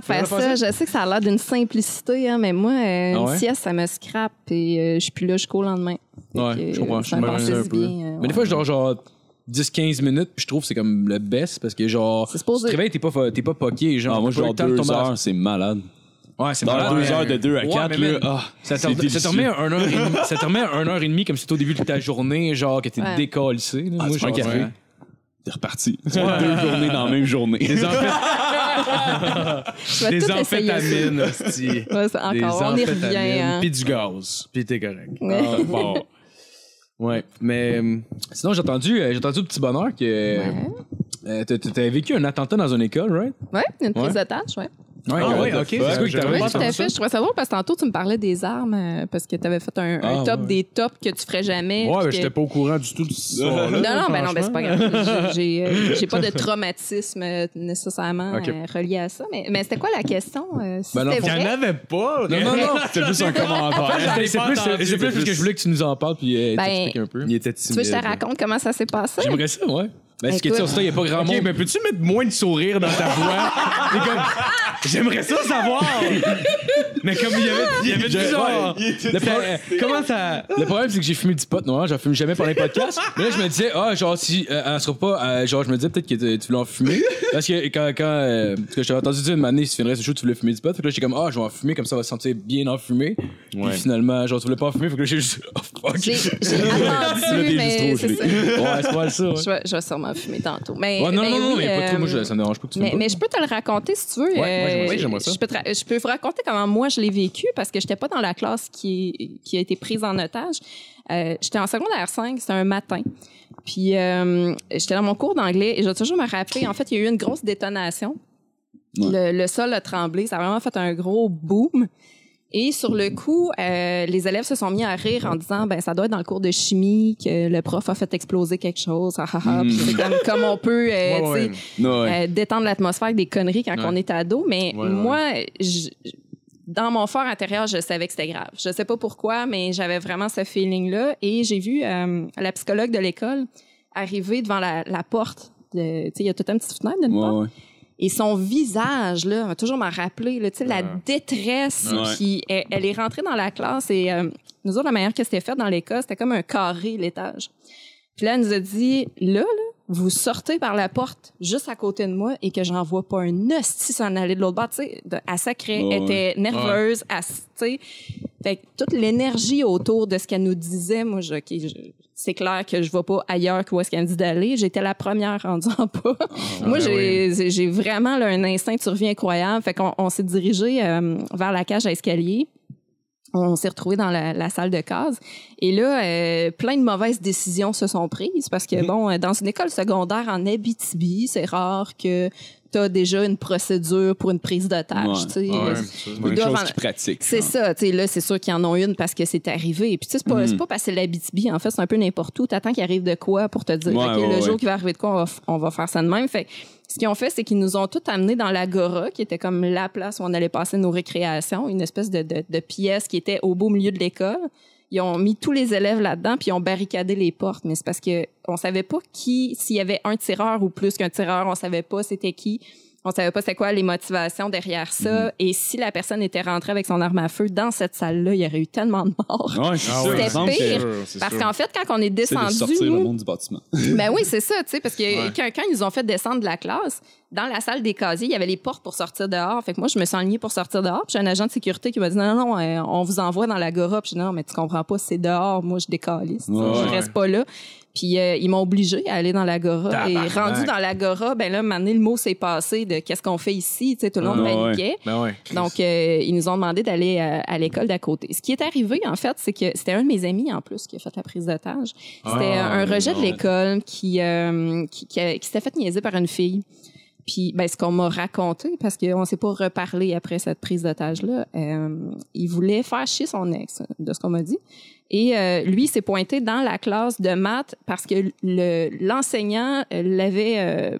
Speaker 6: de faire
Speaker 4: Tu vas
Speaker 6: ça. Je sais que ça a l'air d'une simplicité, hein, mais moi, euh,
Speaker 5: Ah
Speaker 6: une
Speaker 5: ouais?
Speaker 6: sieste, ça me scrape et euh, je suis plus là jusqu'au lendemain. Fait
Speaker 5: Ouais,
Speaker 6: que,
Speaker 5: je comprends,
Speaker 6: euh,
Speaker 5: je
Speaker 6: ça
Speaker 5: me
Speaker 6: passe
Speaker 5: remets un
Speaker 6: bien,
Speaker 5: peu.
Speaker 6: euh,
Speaker 5: Mais des fois, je dors genre 10-15 minutes, puis je trouve que c'est comme le best parce que genre,
Speaker 6: C'est supposé.
Speaker 5: tu te réveilles, t'es pas, fa- t'es pas poqué. Genre,
Speaker 3: Ah, moi,
Speaker 5: t'as pas
Speaker 3: genre
Speaker 5: le temps de
Speaker 3: deux
Speaker 5: tomber à-
Speaker 3: heures, c'est malade.
Speaker 5: Ouais, c'est
Speaker 3: Dans
Speaker 5: malade,
Speaker 3: deux
Speaker 5: mais-
Speaker 3: heures de deux à
Speaker 5: Ouais,
Speaker 3: quatre,
Speaker 5: mais
Speaker 3: là,
Speaker 5: man,
Speaker 3: ah,
Speaker 5: Ça te
Speaker 3: c'est
Speaker 5: remet- ça te
Speaker 3: délicieux.
Speaker 5: remet à un heure et demie- ça te remet à un heure et demie comme si c'était au début de ta journée, genre que t'es
Speaker 6: Ouais.
Speaker 5: décalissé. là.
Speaker 3: Ah,
Speaker 5: Moi,
Speaker 3: tu prends un
Speaker 5: genre,
Speaker 3: café.
Speaker 5: ouais.
Speaker 3: T'es reparti. Tu vois, deux journées dans la même journée.
Speaker 6: Je vais
Speaker 4: Des
Speaker 6: tout essayer ça.
Speaker 4: amphétamines, hostie.
Speaker 6: Ouais, c'est
Speaker 4: Des
Speaker 6: encore, on y revient.
Speaker 4: amphétamines,
Speaker 6: hein.
Speaker 4: Puis du gaz. Puis t'es correct.
Speaker 6: Ouais.
Speaker 4: Ah, bon. Ouais, mais hum,
Speaker 5: Sinon, j'ai entendu, euh, j'ai entendu au petit bonheur que
Speaker 6: Ouais.
Speaker 5: euh, t'as- t'avais vécu un attentat dans une école, right?
Speaker 6: Ouais, une prise
Speaker 5: Ouais.
Speaker 6: d'attache, ouais.
Speaker 5: Ah,
Speaker 4: ouais,
Speaker 5: what
Speaker 4: ok,
Speaker 5: the fuck?
Speaker 4: c'est
Speaker 5: C'est quoi que
Speaker 4: j'avais
Speaker 5: t'avais
Speaker 6: Oui,
Speaker 4: pas
Speaker 5: pas
Speaker 4: entendu
Speaker 6: tout à
Speaker 5: entendu?
Speaker 6: fait. Je trouvais ça drôle parce que tantôt, tu me parlais des armes euh, parce que tu avais fait un, un
Speaker 3: Ah,
Speaker 6: top
Speaker 3: ouais.
Speaker 6: des tops que tu ferais jamais.
Speaker 4: Ouais,
Speaker 6: puis
Speaker 4: mais
Speaker 6: que-
Speaker 4: j'étais pas au courant du tout de ce soir-là,
Speaker 6: Non, non, ben non, ben
Speaker 4: franchement.
Speaker 6: c'est pas grave. J'ai- J'ai euh, j'ai pas de traumatisme euh, nécessairement
Speaker 4: Ok.
Speaker 6: euh, relié à ça. Mais, mais c'était quoi la question? euh, si
Speaker 5: Ben non,
Speaker 6: c'était
Speaker 4: Il y en
Speaker 6: vrai?
Speaker 4: avait pas.
Speaker 5: Non, non, non.
Speaker 3: C'est plus un commentaire.
Speaker 5: C'est
Speaker 4: pas
Speaker 5: plus,
Speaker 4: entendu,
Speaker 5: c'est plus
Speaker 4: c'est
Speaker 5: parce que je voulais que tu nous en parles puis euh,
Speaker 6: Ben,
Speaker 5: t'expliques un peu.
Speaker 4: Il était
Speaker 6: Tu
Speaker 4: timide.
Speaker 6: veux que je te raconte comment ça s'est passé?
Speaker 5: J'aimerais ça, ouais. Ben, ce que tu
Speaker 6: Écoute.
Speaker 5: sais, en ce temps, il n'y a pas grand
Speaker 4: Ok,
Speaker 5: monde.
Speaker 4: mais peux-tu mettre moins de sourire dans ta voix? Et comme, J'aimerais ça savoir! mais comme il y avait, il y avait du genre...
Speaker 5: Le problème-
Speaker 4: Comment ça...
Speaker 5: Le problème, c'est que j'ai fumé du pot, non? J'en fume jamais pendant les podcasts. Mais là, je me disais, ah, genre, si euh, elle sera pas. euh, genre, je me disais peut-être que tu tu voulais en fumer. Parce que quand. quand euh, parce que je t'avais entendu dire une année, si tu finirais ce show, tu voulais fumer du pot. Fait que là, j'étais comme, ah, je vais en fumer, comme ça, on va se sentir bien en fumer. Puis finalement, genre, tu voulais pas en fumer. Fait que là, j'ai juste. Oh, fuck.
Speaker 6: J'ai j'ai
Speaker 5: Là,
Speaker 6: attendu,
Speaker 5: t'es
Speaker 6: mais
Speaker 5: juste trop
Speaker 6: c'est ça.
Speaker 5: gelé. Ouais, c'est pas ça, ouais.
Speaker 6: Je vais, je vais sûrement fumer tantôt. Mais,
Speaker 5: Ouais, non,
Speaker 6: mais
Speaker 5: non, non,
Speaker 6: oui,
Speaker 5: mais pas trop. Moi, je-
Speaker 6: euh,
Speaker 5: ça me dérange pas que tu fumes.
Speaker 6: Mais,
Speaker 5: pas.
Speaker 6: mais je peux te le raconter si tu veux.
Speaker 5: ouais, j'aimerais- oui,
Speaker 6: Euh,
Speaker 5: j'aimerais ça.
Speaker 6: Je peux, te ra- je peux vous raconter comment moi je l'ai vécu parce que j'étais pas dans la classe qui, qui a été prise en otage. Euh, j'étais en secondaire 5, c'était un matin. Puis euh, j'étais dans mon cours d'anglais et je vais toujours me rappeler. En fait, il y a eu une grosse détonation. Le, le sol a tremblé. Ça a vraiment fait un gros boom. Et sur le coup, euh, les élèves se sont mis à rire en disant, ben ça doit être dans le cours de chimie que le prof a fait exploser quelque chose. Ah, ah, ah. Puis
Speaker 5: Hmm.
Speaker 6: c'est comme, comme on peut, euh,
Speaker 4: Ouais,
Speaker 6: tu sais,
Speaker 4: ouais.
Speaker 6: euh, détendre l'atmosphère avec des conneries quand
Speaker 5: Ouais.
Speaker 6: on est ado. Mais
Speaker 5: Ouais, ouais.
Speaker 6: moi, je- dans mon fort intérieur, je savais que c'était grave. Je sais pas pourquoi, mais j'avais vraiment ce feeling-là. Et j'ai vu euh, la psychologue de l'école arriver devant la, la porte. de- tu sais, Il y a tout un petit fenêtre d'une porte.
Speaker 3: Ouais, ouais.
Speaker 6: Et son visage, là, on va toujours m'en rappeler, là, tu sais, la détresse.
Speaker 3: Ouais.
Speaker 6: Puis elle, elle est rentrée dans la classe et euh, nous autres, la manière que c'était fait dans l'école, c'était comme un carré, l'étage. Puis là, elle nous a dit, là, là, vous sortez par la porte juste à côté de moi et que j'en vois pas un hostie s'en aller de l'autre bord. Tu sais, de- elle sacrait,
Speaker 3: Ouais, Oh, ouais.
Speaker 6: était nerveuse, elle s- tu sais. Fait que toute l'énergie autour de ce qu'elle nous disait, moi, je, OK, je- c'est clair que je vois pas ailleurs qu'où est-ce qu'elle me dit d'aller. J'étais la première rendue en pas.
Speaker 3: Ah,
Speaker 6: moi,
Speaker 3: ben
Speaker 6: j'ai j'ai vraiment là, un instinct de survie incroyable. Fait qu'on on s'est dirigé euh, vers la cage à escalier. On s'est retrouvés dans la, la salle de case. Et là, euh, plein de mauvaises
Speaker 3: Mm-hmm.
Speaker 6: décisions se sont prises parce que, bon, euh, dans une école secondaire en Abitibi, c'est rare que t'as déjà une procédure pour une prise d'otage.
Speaker 3: Ouais. Ah
Speaker 6: tu sais.
Speaker 4: Ah
Speaker 3: Ouais. Ah.
Speaker 6: Ils
Speaker 3: Une
Speaker 6: doivent
Speaker 3: chose
Speaker 6: en-
Speaker 3: qu'ils pratiquent.
Speaker 6: C'est
Speaker 3: genre.
Speaker 6: ça, tu sais, là, c'est sûr qu'ils en ont une parce que c'est arrivé. Puis tu sais, c'est pas,
Speaker 3: Mm.
Speaker 6: c'est pas parce que c'est l'Abitibi, en fait, c'est un peu n'importe où. T'attends qu'il arrive de quoi pour te dire,
Speaker 3: Ouais,
Speaker 6: OK,
Speaker 3: ouais,
Speaker 6: le
Speaker 3: ouais.
Speaker 6: jour qui va arriver de quoi, on va, f- on va faire ça de même. Fait que ce qu'ils ont fait, c'est qu'ils nous ont tous amenés dans l'Agora, qui était comme la place où on allait passer nos récréations, une espèce de, de, de pièce qui était au beau milieu de l'école. Ils ont mis tous les élèves là-dedans, puis ils ont barricadé les portes. Mais c'est parce que on savait pas qui, s'il y avait un tireur ou plus qu'un tireur, on savait pas c'était qui. On savait pas c'est quoi les motivations derrière
Speaker 3: Mm-hmm.
Speaker 6: ça. Et si la personne était rentrée avec son arme à feu dans cette salle-là, il y aurait eu tellement de morts.
Speaker 3: Ouais, c'est
Speaker 6: Ah ouais.
Speaker 3: sûr. il me semble que-
Speaker 6: C'était pire.
Speaker 4: sûr, c'est
Speaker 6: Parce
Speaker 4: sûr.
Speaker 6: qu'en fait, quand on est
Speaker 3: C'est de
Speaker 6: descendu,
Speaker 3: sortir le
Speaker 6: nous,
Speaker 3: monde du bâtiment.
Speaker 6: ben oui, c'est ça, tu sais, parce que quand, quand ils nous ont fait descendre de la classe, dans la salle des casiers, il y avait les portes pour sortir dehors. Fait que moi, je me suis alignée pour sortir dehors. Puis j'ai un agent de sécurité qui m'a dit non, non, non, euh, on vous envoie dans l'agora. Puis j'ai dit non, mais tu comprends pas, c'est dehors. Moi, je décalisse. tu sais,
Speaker 3: Ouais.
Speaker 6: Je reste pas là. Puis euh, ils m'ont obligée à aller dans l'agora. Et rendu dans l'agora, ben là, à un moment donné, le mot s'est passé de qu'est-ce qu'on fait ici. Tu sais, tout le monde
Speaker 3: Ah, Ouais, ouais.
Speaker 6: paniquait.
Speaker 5: Ben ouais.
Speaker 6: Donc, euh, ils nous ont demandé d'aller euh, à l'école d'à côté. Ce qui est arrivé, en fait, c'est que c'était un de mes amis, en plus, qui a fait la prise d'otage. C'était
Speaker 5: Ah,
Speaker 6: euh, un rejet de
Speaker 5: non.
Speaker 6: l'école qui, euh, qui, qui, a- qui s'était fait niaiser par une fille. Puis, ben, ce qu'on m'a raconté, parce qu'on s'est pas reparlé après cette prise d'otage-là, euh, il voulait faire chier son ex, de ce qu'on m'a dit. Et euh, lui, il s'est pointé dans la classe de maths parce que le- l'enseignant euh, l'avait euh,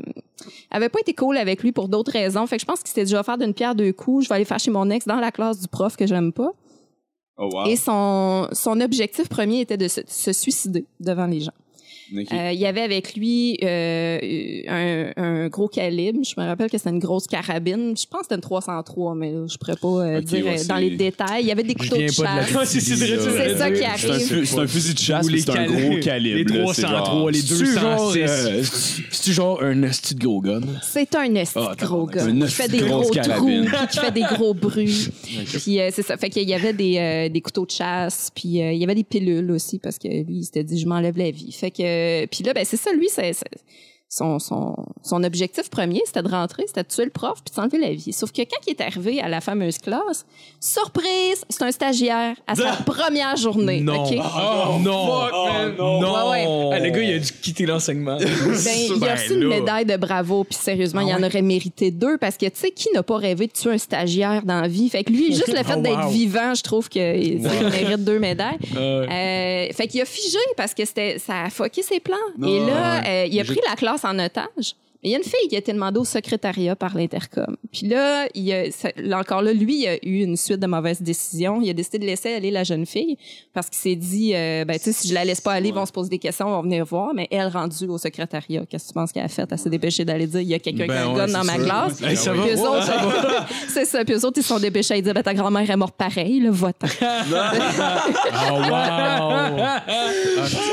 Speaker 6: avait pas été cool avec lui pour d'autres raisons. Fait que je pense qu'il s'était déjà offert d'une pierre deux coups. Je vais aller faire chez mon ex dans la classe du prof que j'aime pas.
Speaker 3: Oh, wow.
Speaker 6: Et son, son objectif premier était de se, se suicider devant les gens.
Speaker 3: Ok.
Speaker 6: Euh, il y avait avec lui euh, un, un gros calibre. Je me rappelle que c'était une grosse carabine. Je pense que c'était une 303, mais je pourrais pas euh,
Speaker 3: Ok,
Speaker 6: dire
Speaker 3: ouais,
Speaker 6: euh, dans les
Speaker 3: c'est-
Speaker 6: détails. Il y avait des couteaux de
Speaker 4: viens pas de la-
Speaker 6: chasse.
Speaker 10: c'est
Speaker 6: C'est ça qui
Speaker 3: C'est un
Speaker 6: arrive.
Speaker 3: fu- c'est un fusil de chasse,
Speaker 4: Ou
Speaker 3: mais
Speaker 4: les
Speaker 3: c'est un
Speaker 4: calais.
Speaker 3: gros calibre.
Speaker 4: Les
Speaker 3: là, c'est
Speaker 4: 303,
Speaker 3: genre-
Speaker 4: les
Speaker 5: C'est-tu genre,
Speaker 4: 206.
Speaker 5: euh, c'est-tu genre un esti de gros gun?
Speaker 6: C'est un esti de gros gars
Speaker 3: Ah, un
Speaker 6: qui
Speaker 3: esti
Speaker 6: fait
Speaker 3: de
Speaker 6: des
Speaker 3: grosse
Speaker 6: gros
Speaker 3: carabine.
Speaker 6: trous, qui fait des gros bruits. Puis euh, c'est ça. Fait qu'il y avait des, euh, des couteaux de chasse, puis euh, il y avait des pilules aussi parce que lui il s'était dit je m'enlève la vie. Fait que puis là ben c'est ça lui c'est c'est- son, son, son objectif premier, c'était de rentrer, c'était de tuer le prof puis de s'enlever la vie. Sauf que quand il est arrivé à la fameuse classe, surprise, c'est un stagiaire à sa première journée.
Speaker 4: Non.
Speaker 6: OK?
Speaker 3: Ah,
Speaker 4: Oh non! Non!
Speaker 6: Ouais,
Speaker 9: Ah, le gars, il a dû quitter l'enseignement.
Speaker 6: Ben, il a reçu une médaille de bravo, puis sérieusement,
Speaker 4: Ah
Speaker 6: il en aurait mérité deux parce que, tu sais, qui n'a pas rêvé de tuer un stagiaire dans la vie? Fait que lui, juste le fait
Speaker 4: Oh,
Speaker 6: d'être
Speaker 4: wow.
Speaker 6: vivant, je trouve qu'il mérite deux médailles. Euh, fait qu'il a figé parce que c'était, ça a foqué ses plans. Et là, euh, il a pris la classe en otage. Mais il y a une fille qui a été demandée au secrétariat par l'Intercom. Puis là, il a- ça- là, encore là, lui, il a eu une suite de mauvaises décisions. Il a décidé de laisser aller la jeune fille parce qu'il s'est dit, euh, ben, tu sais, si je la laisse pas aller, ils vont se poser des questions, ils vont venir voir. Mais elle, rendue au secrétariat, qu'est-ce que tu penses qu'elle a fait? Elle s'est dépêchée d'aller dire, il y a quelqu'un qui a un gun dans ma classe.
Speaker 4: Hey,
Speaker 5: Ah
Speaker 4: ça va?
Speaker 6: Puis eux autres, c'est ça. Puis eux autres, ils se sont dépêchés à dire, ben, ta grand-mère est morte pareil, le vote.
Speaker 4: Oh wow! Ah,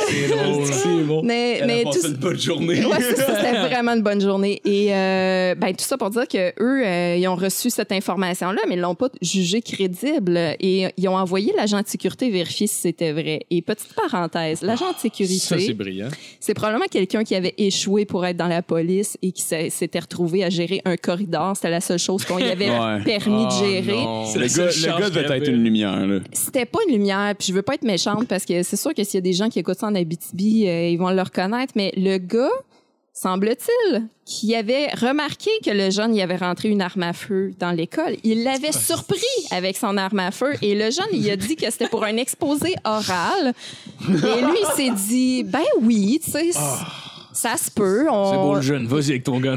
Speaker 4: c'est drôle.
Speaker 9: C'est bon.
Speaker 6: Mais, mais tout,
Speaker 3: bonne journée.
Speaker 6: Ouais, c'est ça, c'était vraiment une bonne journée. Et euh, ben, tout ça pour dire que eux, euh, ils ont reçu cette information-là, mais ils l'ont pas jugée crédible. Et euh, ils ont envoyé l'agent de sécurité vérifier si c'était vrai. Et petite parenthèse, l'agent de
Speaker 4: Ah, Ça, c'est
Speaker 6: sécurité,
Speaker 4: brillant.
Speaker 6: c'est probablement quelqu'un qui avait échoué pour être dans la police et qui s'est- s'était retrouvé à gérer un corridor. C'était la seule chose qu'on lui avait
Speaker 3: Ouais.
Speaker 6: permis
Speaker 4: Ah,
Speaker 6: de gérer
Speaker 3: Le gars, le gars devait être une lumière, là.
Speaker 6: c'était pas une lumière, puis je veux pas être méchante parce que c'est sûr que s'il y a des gens qui écoutent ça en Abitibi, euh, ils vont le reconnaître, mais le gars, semble-t-il, qui avait remarqué que le jeune y avait rentré une arme à feu dans l'école, il l'avait surpris avec son arme à feu et le jeune, il a dit que c'était pour un exposé oral. Et lui, il s'est dit, ben oui, tu sais, c- ça se peut.
Speaker 5: C'est bon
Speaker 6: On,
Speaker 5: le jeune, vas-y avec ton gun.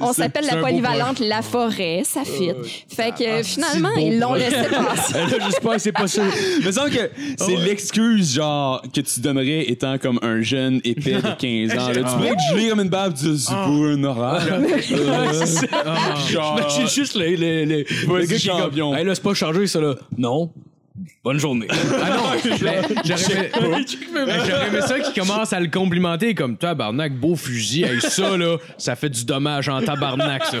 Speaker 6: on s'appelle la polyvalente La Forêt, ça fit. Fait que finalement, ils l'ont laissé passer.
Speaker 5: Là, j'espère que c'est pas ça.
Speaker 3: Mais semble que c'est l'excuse, genre, que tu donnerais étant comme un jeune épais de 15 ans. là. Tu pourrais être gelé comme une bave du un oral.
Speaker 4: Ah,
Speaker 5: J'imagine Ben, juste le, le, le, le gars qui est comme,
Speaker 3: champion.
Speaker 5: Hey, là, c'est pas chargé, ça, là. Non. Bonne journée.
Speaker 4: Ah non, mais j'aurais aimé- mais j'aurais aimé ça qui commence à le complimenter comme tabarnak, beau fusil. Hey, ça, là, ça fait du dommage en tabarnak, ça.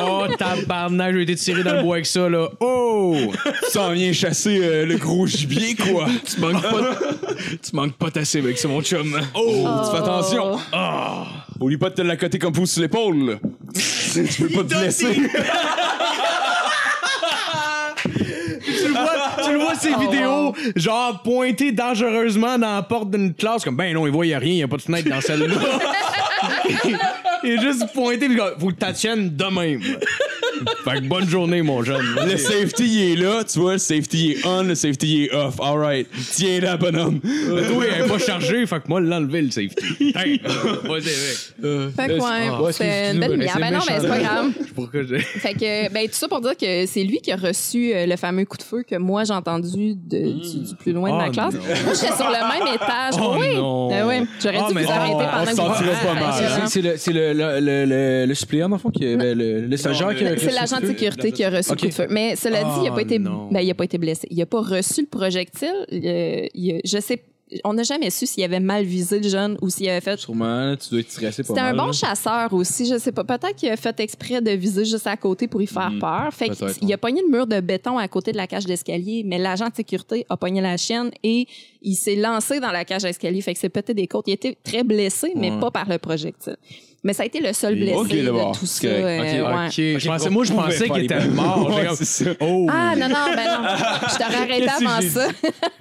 Speaker 4: Oh, tabarnak, j'ai été tiré dans le bois avec ça, là. Oh!
Speaker 3: Ça vient chasser euh, le gros gibier, quoi.
Speaker 5: tu manques pas, tu manques pas ta cible avec ça, mon chum.
Speaker 3: Oh, tu fais attention.
Speaker 6: Oh.
Speaker 3: Oublie pas de te la coter comme pouce sur l'épaule. là. tu peux pas te blesser.
Speaker 4: tu le vois, tu le vois ces vidéos, genre pointées dangereusement dans la porte d'une classe, comme ben non, il voit, y a rien, il a pas de fenêtre dans celle-là. Il est juste pointé, puis comme, vous le tâtienne de même. Fait que bonne journée, mon jeune.
Speaker 3: Le safety il est là, tu vois, le safety il est on, le safety il est off. Alright, tiens là, bonhomme.
Speaker 4: Oui, elle est pas chargée, fait que moi, l'enlever, le safety. Hey, Vas-y avec.
Speaker 6: Fait que ouais,
Speaker 5: Ah.
Speaker 6: c'est une hein, belle bière. Ben non, mais c'est pas grave.
Speaker 4: Pourquoi j'ai.
Speaker 6: Fait que, ben, tout ça pour dire que c'est lui qui a reçu euh, le fameux coup de feu que moi j'ai entendu de, du, du plus loin de ma
Speaker 4: Oh
Speaker 6: classe. Moi, j'étais sur le même étage. oui.
Speaker 4: non.
Speaker 6: Ben oui. J'aurais
Speaker 5: Ah,
Speaker 4: Oh,
Speaker 6: dû
Speaker 4: mais
Speaker 6: vous
Speaker 4: on-
Speaker 6: arrêter
Speaker 4: on
Speaker 6: pendant
Speaker 3: se
Speaker 6: que vous
Speaker 3: sentirait pas mal.
Speaker 6: Ah,
Speaker 4: hein.
Speaker 5: C'est le, c'est le, le, le, le, le suppléant, dans le fond, qui est, ben, le, le stagiaire qui a.
Speaker 6: C'est l'agent de sécurité qui a reçu
Speaker 5: Ok.
Speaker 6: le coup de feu. Mais cela dit, il n'a
Speaker 4: Ah,
Speaker 6: pas, été-
Speaker 4: non.
Speaker 6: ben, il a pas été blessé. Il n'a pas reçu le projectile. Euh, il a- je sais, on n'a jamais su s'il avait mal visé le jeune ou s'il avait fait.
Speaker 5: Sûrement, là, tu dois être stressé pas
Speaker 6: C'était un
Speaker 5: mal,
Speaker 6: bon
Speaker 5: là.
Speaker 6: chasseur aussi, je sais pas. Peut-être qu'il a fait exprès de viser juste à côté pour y faire peur. Fait qu'il
Speaker 5: peut-être,
Speaker 6: il a pogné le mur de béton à côté de la cage d'escalier, mais l'agent de sécurité a pogné la chienne et il s'est lancé dans la cage d'escalier. Fait que c'est peut-être des côtes. Il était très blessé, mais pas par le projectile. Mais ça a été le seul blessé
Speaker 3: Ok,
Speaker 6: de
Speaker 3: d'abord,
Speaker 6: tout
Speaker 3: c'est
Speaker 6: ça.
Speaker 3: correct.
Speaker 6: euh, ouais.
Speaker 4: Je pensais, moi, je pensais qu'il était mort. J'ai
Speaker 3: Ouais,
Speaker 4: comme-
Speaker 3: c'est ça.
Speaker 4: Oh!
Speaker 6: Ah non, non, ben non. Je t'aurais arrêté avant ça.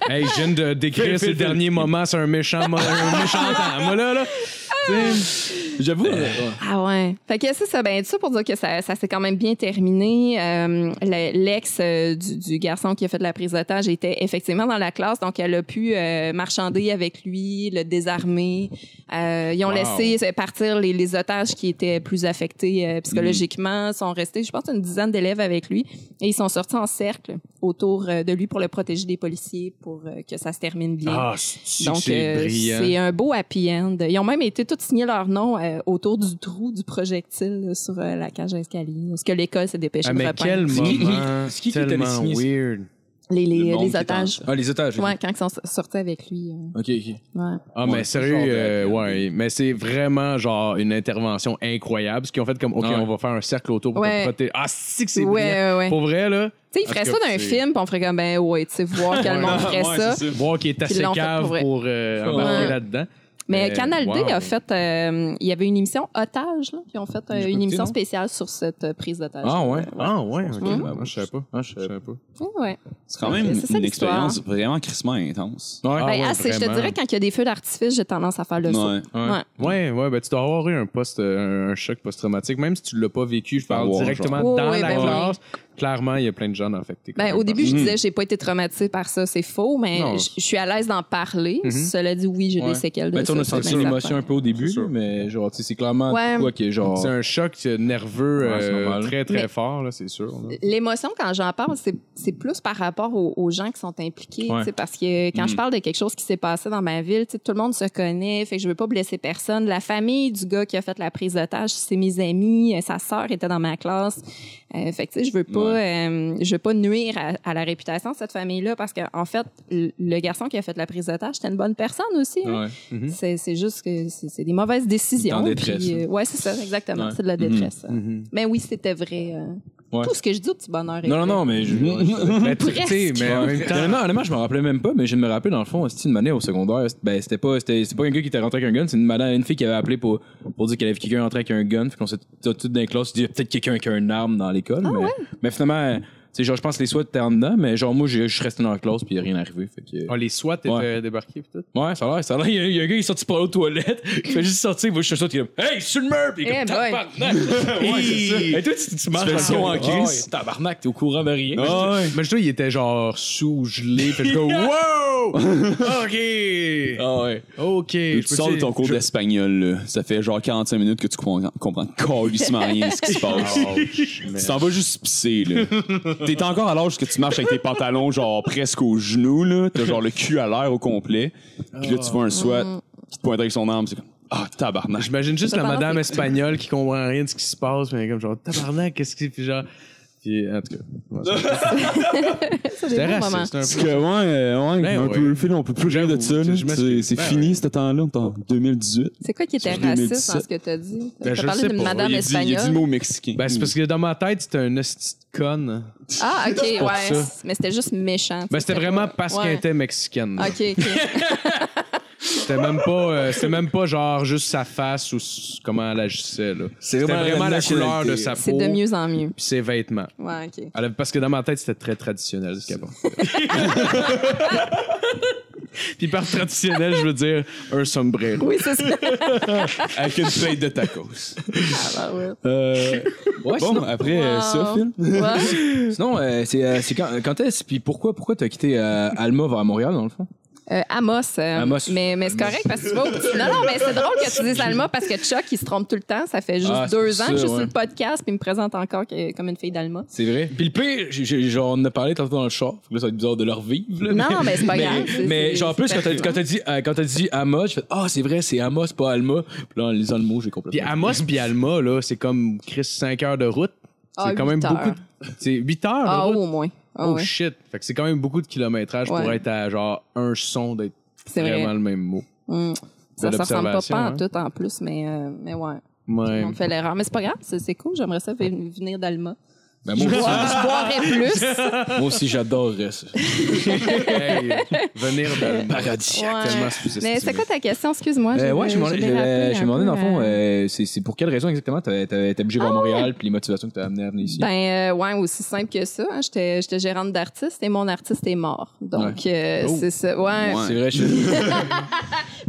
Speaker 4: Hey, je viens de décrire ces derniers moments, c'est un méchant, mo- un méchant temps. Moi, là, là.
Speaker 5: J'avoue.
Speaker 6: Ah ouais. Fait que c'est ça, ben tout ça pour dire que ça, ça s'est quand même bien terminé. Euh, le- L'ex euh, du, du garçon qui a fait de la prise d'otage était effectivement dans la classe, donc elle a pu euh, marchander avec lui, le désarmer. Euh, ils ont laissé partir les, les otages qui étaient plus affectés euh, psychologiquement. Ils sont restés, je pense, une dizaine d'élèves avec lui et ils sont sortis en cercle autour euh, de lui pour le protéger des policiers, pour euh, que ça se termine bien.
Speaker 4: Ah, c'est
Speaker 6: Donc, euh, c'est un beau happy end. Ils ont même été tous signer leur nom euh, autour du trou du projectile là, sur euh, la cage d'escalier. Parce que l'école s'est dépêchée
Speaker 4: Ah,
Speaker 6: de
Speaker 4: mais quel
Speaker 6: repeindre.
Speaker 4: moment.
Speaker 5: qui- c'est qui qui
Speaker 4: tellement
Speaker 5: t'avait signé ça?
Speaker 4: weird.
Speaker 6: Les, les-
Speaker 3: Le monde
Speaker 6: les
Speaker 3: qui est en-
Speaker 6: otages.
Speaker 5: Ah, les otages.
Speaker 6: Ouais, quand ils sont sortis avec lui. euh,
Speaker 5: Ok, ok.
Speaker 6: ouais.
Speaker 4: Ah,
Speaker 5: Ouais,
Speaker 4: mais sérieux,
Speaker 5: genre de-
Speaker 4: euh, ouais. Mais c'est vraiment, genre, une intervention incroyable. Ce qu'ils ont fait comme, OK,
Speaker 5: Ouais.
Speaker 4: on va faire un cercle autour pour
Speaker 6: Ouais.
Speaker 4: te protéger. Ah, si que c'est
Speaker 6: Ouais,
Speaker 4: brillant.
Speaker 6: ouais, ouais.
Speaker 4: Pour vrai, là,
Speaker 6: Tu sais, ils
Speaker 4: Parce
Speaker 6: feraient ça
Speaker 4: que
Speaker 6: d'un
Speaker 4: c'est-
Speaker 6: film, puis on ferait comme, ben ouais, tu sais, voir quel monde ferait ça.
Speaker 4: voir qu'il est assez
Speaker 6: l'ont fait
Speaker 4: cave
Speaker 6: pour vrai.
Speaker 4: pour euh, embarquer
Speaker 6: Ouais.
Speaker 4: là-dedans.
Speaker 6: Mais
Speaker 4: Euh,
Speaker 6: Canal D
Speaker 4: wow.
Speaker 6: a fait, euh, il y avait une émission otage, là, qui ont fait euh,
Speaker 5: J'ai pas
Speaker 6: une
Speaker 5: écouté,
Speaker 6: émission
Speaker 5: non.
Speaker 6: spéciale sur cette euh, prise d'otage.
Speaker 5: Ah, ouais.
Speaker 4: Ah, ouais, OK.
Speaker 6: Mhm.
Speaker 4: Moi, je savais pas.
Speaker 5: Ah, je
Speaker 4: Je
Speaker 5: savais
Speaker 4: savais pas.
Speaker 6: Ouais, ouais.
Speaker 3: C'est quand même
Speaker 6: C'est ça,
Speaker 3: une
Speaker 6: l'histoire.
Speaker 3: expérience vraiment crissement intense.
Speaker 4: Ah,
Speaker 5: pas.
Speaker 6: Ben,
Speaker 4: ouais,
Speaker 6: assez, je te
Speaker 4: vraiment.
Speaker 6: dirais, quand il y a des feux d'artifice, j'ai tendance à faire le saut.
Speaker 3: Ouais.
Speaker 5: Ouais.
Speaker 6: Ouais.
Speaker 4: Ouais, ouais, ben tu dois avoir eu un post, euh, un, un choc post-traumatique, même si tu l'as pas vécu. Je parle
Speaker 3: avoir,
Speaker 4: directement
Speaker 6: genre.
Speaker 4: dans
Speaker 6: Oui, oui,
Speaker 4: la
Speaker 6: ben oui.
Speaker 4: classe. Clairement, il y a plein de gens affectés.
Speaker 6: Ben, au début,
Speaker 5: Mm.
Speaker 6: je disais, j'ai pas été traumatisée par ça, c'est faux, mais
Speaker 4: Non.
Speaker 6: je je suis à l'aise d'en parler. Cela dit, oui, j'ai
Speaker 5: Mm-hmm. Ouais.
Speaker 6: des séquelles de
Speaker 5: Ben, tu sais, on a
Speaker 6: ça,
Speaker 5: senti
Speaker 6: c'est bien
Speaker 5: l'émotion un peu au début, mais genre, tu sais, c'est clairement
Speaker 6: Ouais.
Speaker 5: quoi qui est genre.
Speaker 4: c'est un choc euh, nerveux
Speaker 5: Ouais, c'est
Speaker 4: euh,
Speaker 5: normal.
Speaker 4: très très
Speaker 6: Mais-
Speaker 4: fort là, c'est sûr. là.
Speaker 6: certain. L'émotion, quand j'en parle, c'est c'est plus par rapport aux, aux gens qui sont impliqués.
Speaker 5: Ouais. Mm.
Speaker 6: tu sais, Parce que quand je parle de quelque chose qui s'est passé dans ma ville, tu sais, tout le monde se connaît, fait que je veux pas blesser personne. La famille du gars qui a fait la prise d'otage, c'est mes amis, euh, sa sœur était dans ma classe. Euh, fait que, tu sais, je veux pas, euh, je veux pas nuire à, à la réputation de cette famille-là parce qu'en fait, le, le garçon qui a fait la prise d'otage, c'était une bonne personne aussi. hein.
Speaker 5: Ouais.
Speaker 6: C'est, c'est juste que c'est, c'est des mauvaises décisions.
Speaker 5: en détresse,
Speaker 6: puis,
Speaker 4: hein.
Speaker 6: euh, ouais, c'est ça, exactement.
Speaker 5: Ouais.
Speaker 6: C'est de
Speaker 4: Mm-hmm.
Speaker 6: la détresse.
Speaker 5: Euh,
Speaker 4: Mm.
Speaker 6: ça.
Speaker 5: mm-hmm.
Speaker 6: Mais oui, c'était vrai. euh,
Speaker 5: Ouais.
Speaker 6: Tout ce que je dis au petit bonheur est
Speaker 5: Non, non, non,
Speaker 6: vrai.
Speaker 5: mais je.
Speaker 4: Mais tu tu sais, mais en même temps,
Speaker 5: Honnêtement, honnêtement, je me rappelais même pas, mais je me rappelle dans le fond, c'était une manière au secondaire. c'est- Ben, c'était pas, c'était, c'est pas un gars qui était rentré avec un gun, c'est une madame, une fille qui avait appelé pour, pour dire qu'elle avait quelqu'un rentré avec un gun. Fait qu'on s'est tous toutes dans les classes, dit peut-être quelqu'un qui a une arme dans l'école.
Speaker 6: Ah
Speaker 5: mais, mais finalement, tu sais, genre, je pense que les SWAT étaient en dedans, mais genre, moi, je je suis resté dans la classe puis il rien arrivé. Fait que.
Speaker 4: ah, les SWAT étaient
Speaker 5: Ouais.
Speaker 4: débarqués peut
Speaker 5: Ouais, ça a l'air, ça a l'air. Il y a- Il y, a un gars qui est sorti par l'autre toilette, il fait juste sortir, il va juste sortir, il est comme, Hey, sur le mur! Puis il est
Speaker 6: Eh
Speaker 5: comme,
Speaker 6: boy.
Speaker 5: Tabarnak! ouais, c'est ça. Et toi, tu, tu marches
Speaker 3: fais le
Speaker 5: dans
Speaker 3: son
Speaker 5: camion.
Speaker 3: en crise.
Speaker 5: Ah ouais, Tabarnak, t'es au courant de rien.
Speaker 4: Mais je trouve il était genre sous gelé, puis je go wow!
Speaker 5: Ah ouais.
Speaker 4: OK. OK, je
Speaker 3: Tu sors de ton cours d'espagnol, là. Ça fait genre 45 minutes que tu comprends, comprends calissement rien de ce qui se passe. tu t'en vas juste pisser, là. T'es encore à l'âge que tu marches avec tes pantalons, genre presque aux genoux, là. T'as genre le cul à l'air au complet. Puis
Speaker 4: Ah.
Speaker 3: là, tu vois un SWAT qui te pointe avec son arme, c'est comme Ah, tabarnak.
Speaker 4: J'imagine juste
Speaker 6: Ça
Speaker 4: la
Speaker 6: parle,
Speaker 4: madame
Speaker 6: c'est-
Speaker 4: espagnole qui comprend rien de ce qui se passe, mais comme genre tabarnak, qu'est-ce qui puis genre puis en tout cas,
Speaker 6: Ça, des
Speaker 4: c'était
Speaker 6: bons moments.
Speaker 4: raciste un peu.
Speaker 3: que, ouais, ouais,
Speaker 4: Ben ouais.
Speaker 3: fil, on peut plus
Speaker 4: J'avoue, je m'excuse. Ben ouais.
Speaker 3: ce temps-là, on est en 2018.
Speaker 6: C'est quoi qui était
Speaker 3: Sur 2017.
Speaker 6: raciste dans ce que t'as dit?
Speaker 4: Ben,
Speaker 6: t'as
Speaker 4: je
Speaker 6: parlé
Speaker 4: sais
Speaker 6: d'une
Speaker 4: pas.
Speaker 6: madame
Speaker 3: il, a dit, il a dit le
Speaker 6: espagnole.
Speaker 3: mot mexicain.
Speaker 4: Ben c'est parce que dans ma tête, c'était un esti de conne.
Speaker 6: Ah, OK,
Speaker 4: pour
Speaker 6: ouais.
Speaker 4: ça.
Speaker 6: Mais c'était juste méchant.
Speaker 4: Ben c'était vraiment parce
Speaker 6: Ouais.
Speaker 4: qu'elle était mexicaine.
Speaker 6: OK, OK.
Speaker 4: C'était même pas euh, c'était même pas genre juste sa face ou s- comment elle agissait là.
Speaker 5: C'est
Speaker 4: C'était vraiment la couleur de sa
Speaker 6: c'est
Speaker 4: peau
Speaker 6: de
Speaker 4: puis
Speaker 6: mieux en mieux.
Speaker 4: ses vêtements.
Speaker 6: Ouais, OK.
Speaker 4: Elle avait- parce que dans ma tête, c'était très traditionnel ce qu'elle portait. Puis par traditionnel, je veux dire un sombrero
Speaker 6: Oui, c'est ça.
Speaker 4: avec une feuille de tacos.
Speaker 6: Ah, ouais.
Speaker 3: Euh,
Speaker 5: Ouais,
Speaker 3: bon, après euh, ça, Phil.
Speaker 6: Ouais.
Speaker 5: Sinon, euh, c'est euh, c'est quand, quand est-ce, puis pourquoi, pourquoi t'as quitté euh, Alma vers Montréal, dans le fond?
Speaker 6: Euh, Amos. euh,
Speaker 5: Amos.
Speaker 6: Mais, mais c'est correct parce que tu vas au petit- Non, non, mais c'est drôle que tu dises Alma parce que Chuck, il se trompe tout le temps. Ça fait juste
Speaker 5: Ah, c'est
Speaker 6: deux
Speaker 5: pour
Speaker 6: ans que
Speaker 5: ça,
Speaker 6: je suis sur
Speaker 5: ouais.
Speaker 6: le podcast puis il me présente encore que- comme une fille d'Alma.
Speaker 5: C'est vrai. Puis le pire, j'ai- j'ai- genre, on en a parlé tantôt dans le char, fait que là, ça va être bizarre de leur vivre. là,
Speaker 6: Non, mais c'est pas grave, c'est-
Speaker 5: Mais
Speaker 6: c'est-
Speaker 5: genre, en plus,
Speaker 6: c'est
Speaker 5: quand t'as
Speaker 6: pertinent.
Speaker 5: quand t'as dit, euh, quand t'as dit Amos, j'ai fait Ah, c'est vrai, c'est Amos, pas Alma. Puis là, en lisant le mot, j'ai
Speaker 4: Puis
Speaker 5: complètement.
Speaker 4: Amos puis Alma, là, c'est comme Chris 5 heures de route. C'est
Speaker 6: Ah,
Speaker 4: quand même
Speaker 6: huit heures.
Speaker 4: beaucoup. de- C'est 8 heures. de
Speaker 6: Ah,
Speaker 4: route.
Speaker 6: au moins. Ah,
Speaker 4: Oh
Speaker 6: ouais.
Speaker 4: shit. Fait que c'est quand même beaucoup de kilométrage pour
Speaker 6: Ouais.
Speaker 4: être à genre un son d'être
Speaker 6: C'est vrai.
Speaker 4: vraiment le même mot.
Speaker 6: Mm. Ça,
Speaker 4: Belle
Speaker 6: ça ressemble pas,
Speaker 4: observation,
Speaker 6: pas
Speaker 4: hein.
Speaker 6: en tout en plus, mais, euh, mais ouais.
Speaker 4: Ouais.
Speaker 6: On me fait l'erreur. Mais c'est pas grave, c'est c'est cool. J'aimerais ça ven- venir d'Alma.
Speaker 5: Ben,
Speaker 6: Je
Speaker 5: moi, aussi,
Speaker 6: bois- je boirais plus.
Speaker 5: moi aussi, j'adorerais ça.
Speaker 4: Hey, venir de
Speaker 5: Paradis.
Speaker 6: Ouais.
Speaker 4: Tellement sous-estimé.
Speaker 6: Mais c'est quoi ta question? Excuse-moi.
Speaker 5: Euh, ouais,
Speaker 6: j'ai-
Speaker 5: je me demandais-
Speaker 6: j'ai dérapé
Speaker 5: je- je
Speaker 6: un
Speaker 5: me demandais,
Speaker 6: peu,
Speaker 5: dans le fond,
Speaker 6: euh,
Speaker 5: euh, c'est c'est pour quelle raison exactement t'avais t'avais- t'as
Speaker 6: Ah,
Speaker 5: bougé vers Montréal, puis les motivations que t'as amené à venir ici?
Speaker 6: Ben, euh, ouais, aussi simple que ça. hein. J'étais j'étais gérante d'artiste et mon artiste est mort. Donc, euh,
Speaker 4: Oh.
Speaker 6: c'est ça. Ouais.
Speaker 5: C'est vrai, je-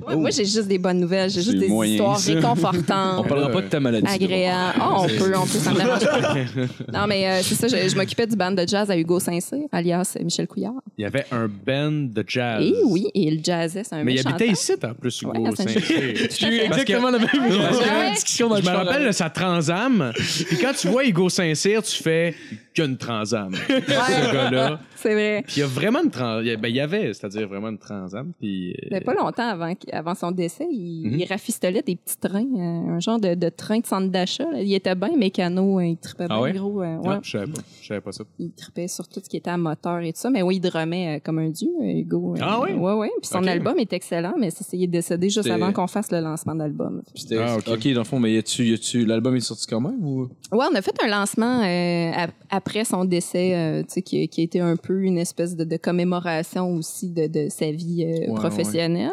Speaker 6: Ouais, Moi, j'ai juste des bonnes nouvelles. J'ai juste
Speaker 3: C'est
Speaker 6: des
Speaker 3: moyen,
Speaker 6: histoires
Speaker 3: ça.
Speaker 5: on
Speaker 6: réconfortantes.
Speaker 5: parlera pas de ta maladie.
Speaker 6: agréables. Ah, on peut, on peut, ça me dérange pas. Non, mais euh, c'est ça, je, je m'occupais du band de jazz à Hugo Saint-Cyr, alias Michel Couillard.
Speaker 4: Il y avait un band de jazz.
Speaker 6: Et Eh oui, et il jazzait, c'est un
Speaker 4: Ah. Mais il
Speaker 6: mec
Speaker 4: habitait
Speaker 6: chanteur.
Speaker 4: ici, en plus, Hugo
Speaker 6: Ouais, à Saint-Cyr.
Speaker 4: Saint-Cyr.
Speaker 6: Tout à fait.
Speaker 5: Exactement la même
Speaker 4: Parce que-
Speaker 6: Ouais.
Speaker 5: discussion dans
Speaker 4: Je me rappelle de sa Transam. Puis quand tu vois Hugo Saint-Cyr, tu fais qu'une Transam. Ce gars-là.
Speaker 6: C'est vrai.
Speaker 4: Puis il y a vraiment une Transam. Ben, il y avait, c'est-à-dire vraiment une Transam. Puis. euh,
Speaker 6: Mais pas longtemps avant, avant son décès, il, il rafistolait des petits trains, euh, un genre de, de train de centre d'achat. là. Il était bien mécano, hein, il tripait bien
Speaker 5: ouais?
Speaker 6: gros. euh, ouais.
Speaker 4: ah, Je savais pas. Je savais pas ça.
Speaker 6: Il tripait sur tout ce qui était à moteur et tout ça. Mais oui, il drumait euh, comme un dieu, euh, Hugo. euh,
Speaker 4: Ah ouais?
Speaker 6: Ouais, ouais. Puis son
Speaker 4: Ok.
Speaker 6: album est excellent, mais c'est, il est décédé juste
Speaker 5: C'était-
Speaker 6: avant qu'on fasse le lancement de l'album.
Speaker 5: C'était-
Speaker 4: Ah, ok.
Speaker 5: ok, dans le fond, mais y a-tu, y a-tu, l'album est sorti quand même ou?
Speaker 6: Ouais, on a fait un lancement euh, ap- après son décès, euh, tu sais, qui, qui a été un peu une espèce de, de commémoration aussi de, de sa vie euh,
Speaker 5: Ouais,
Speaker 6: professionnelle.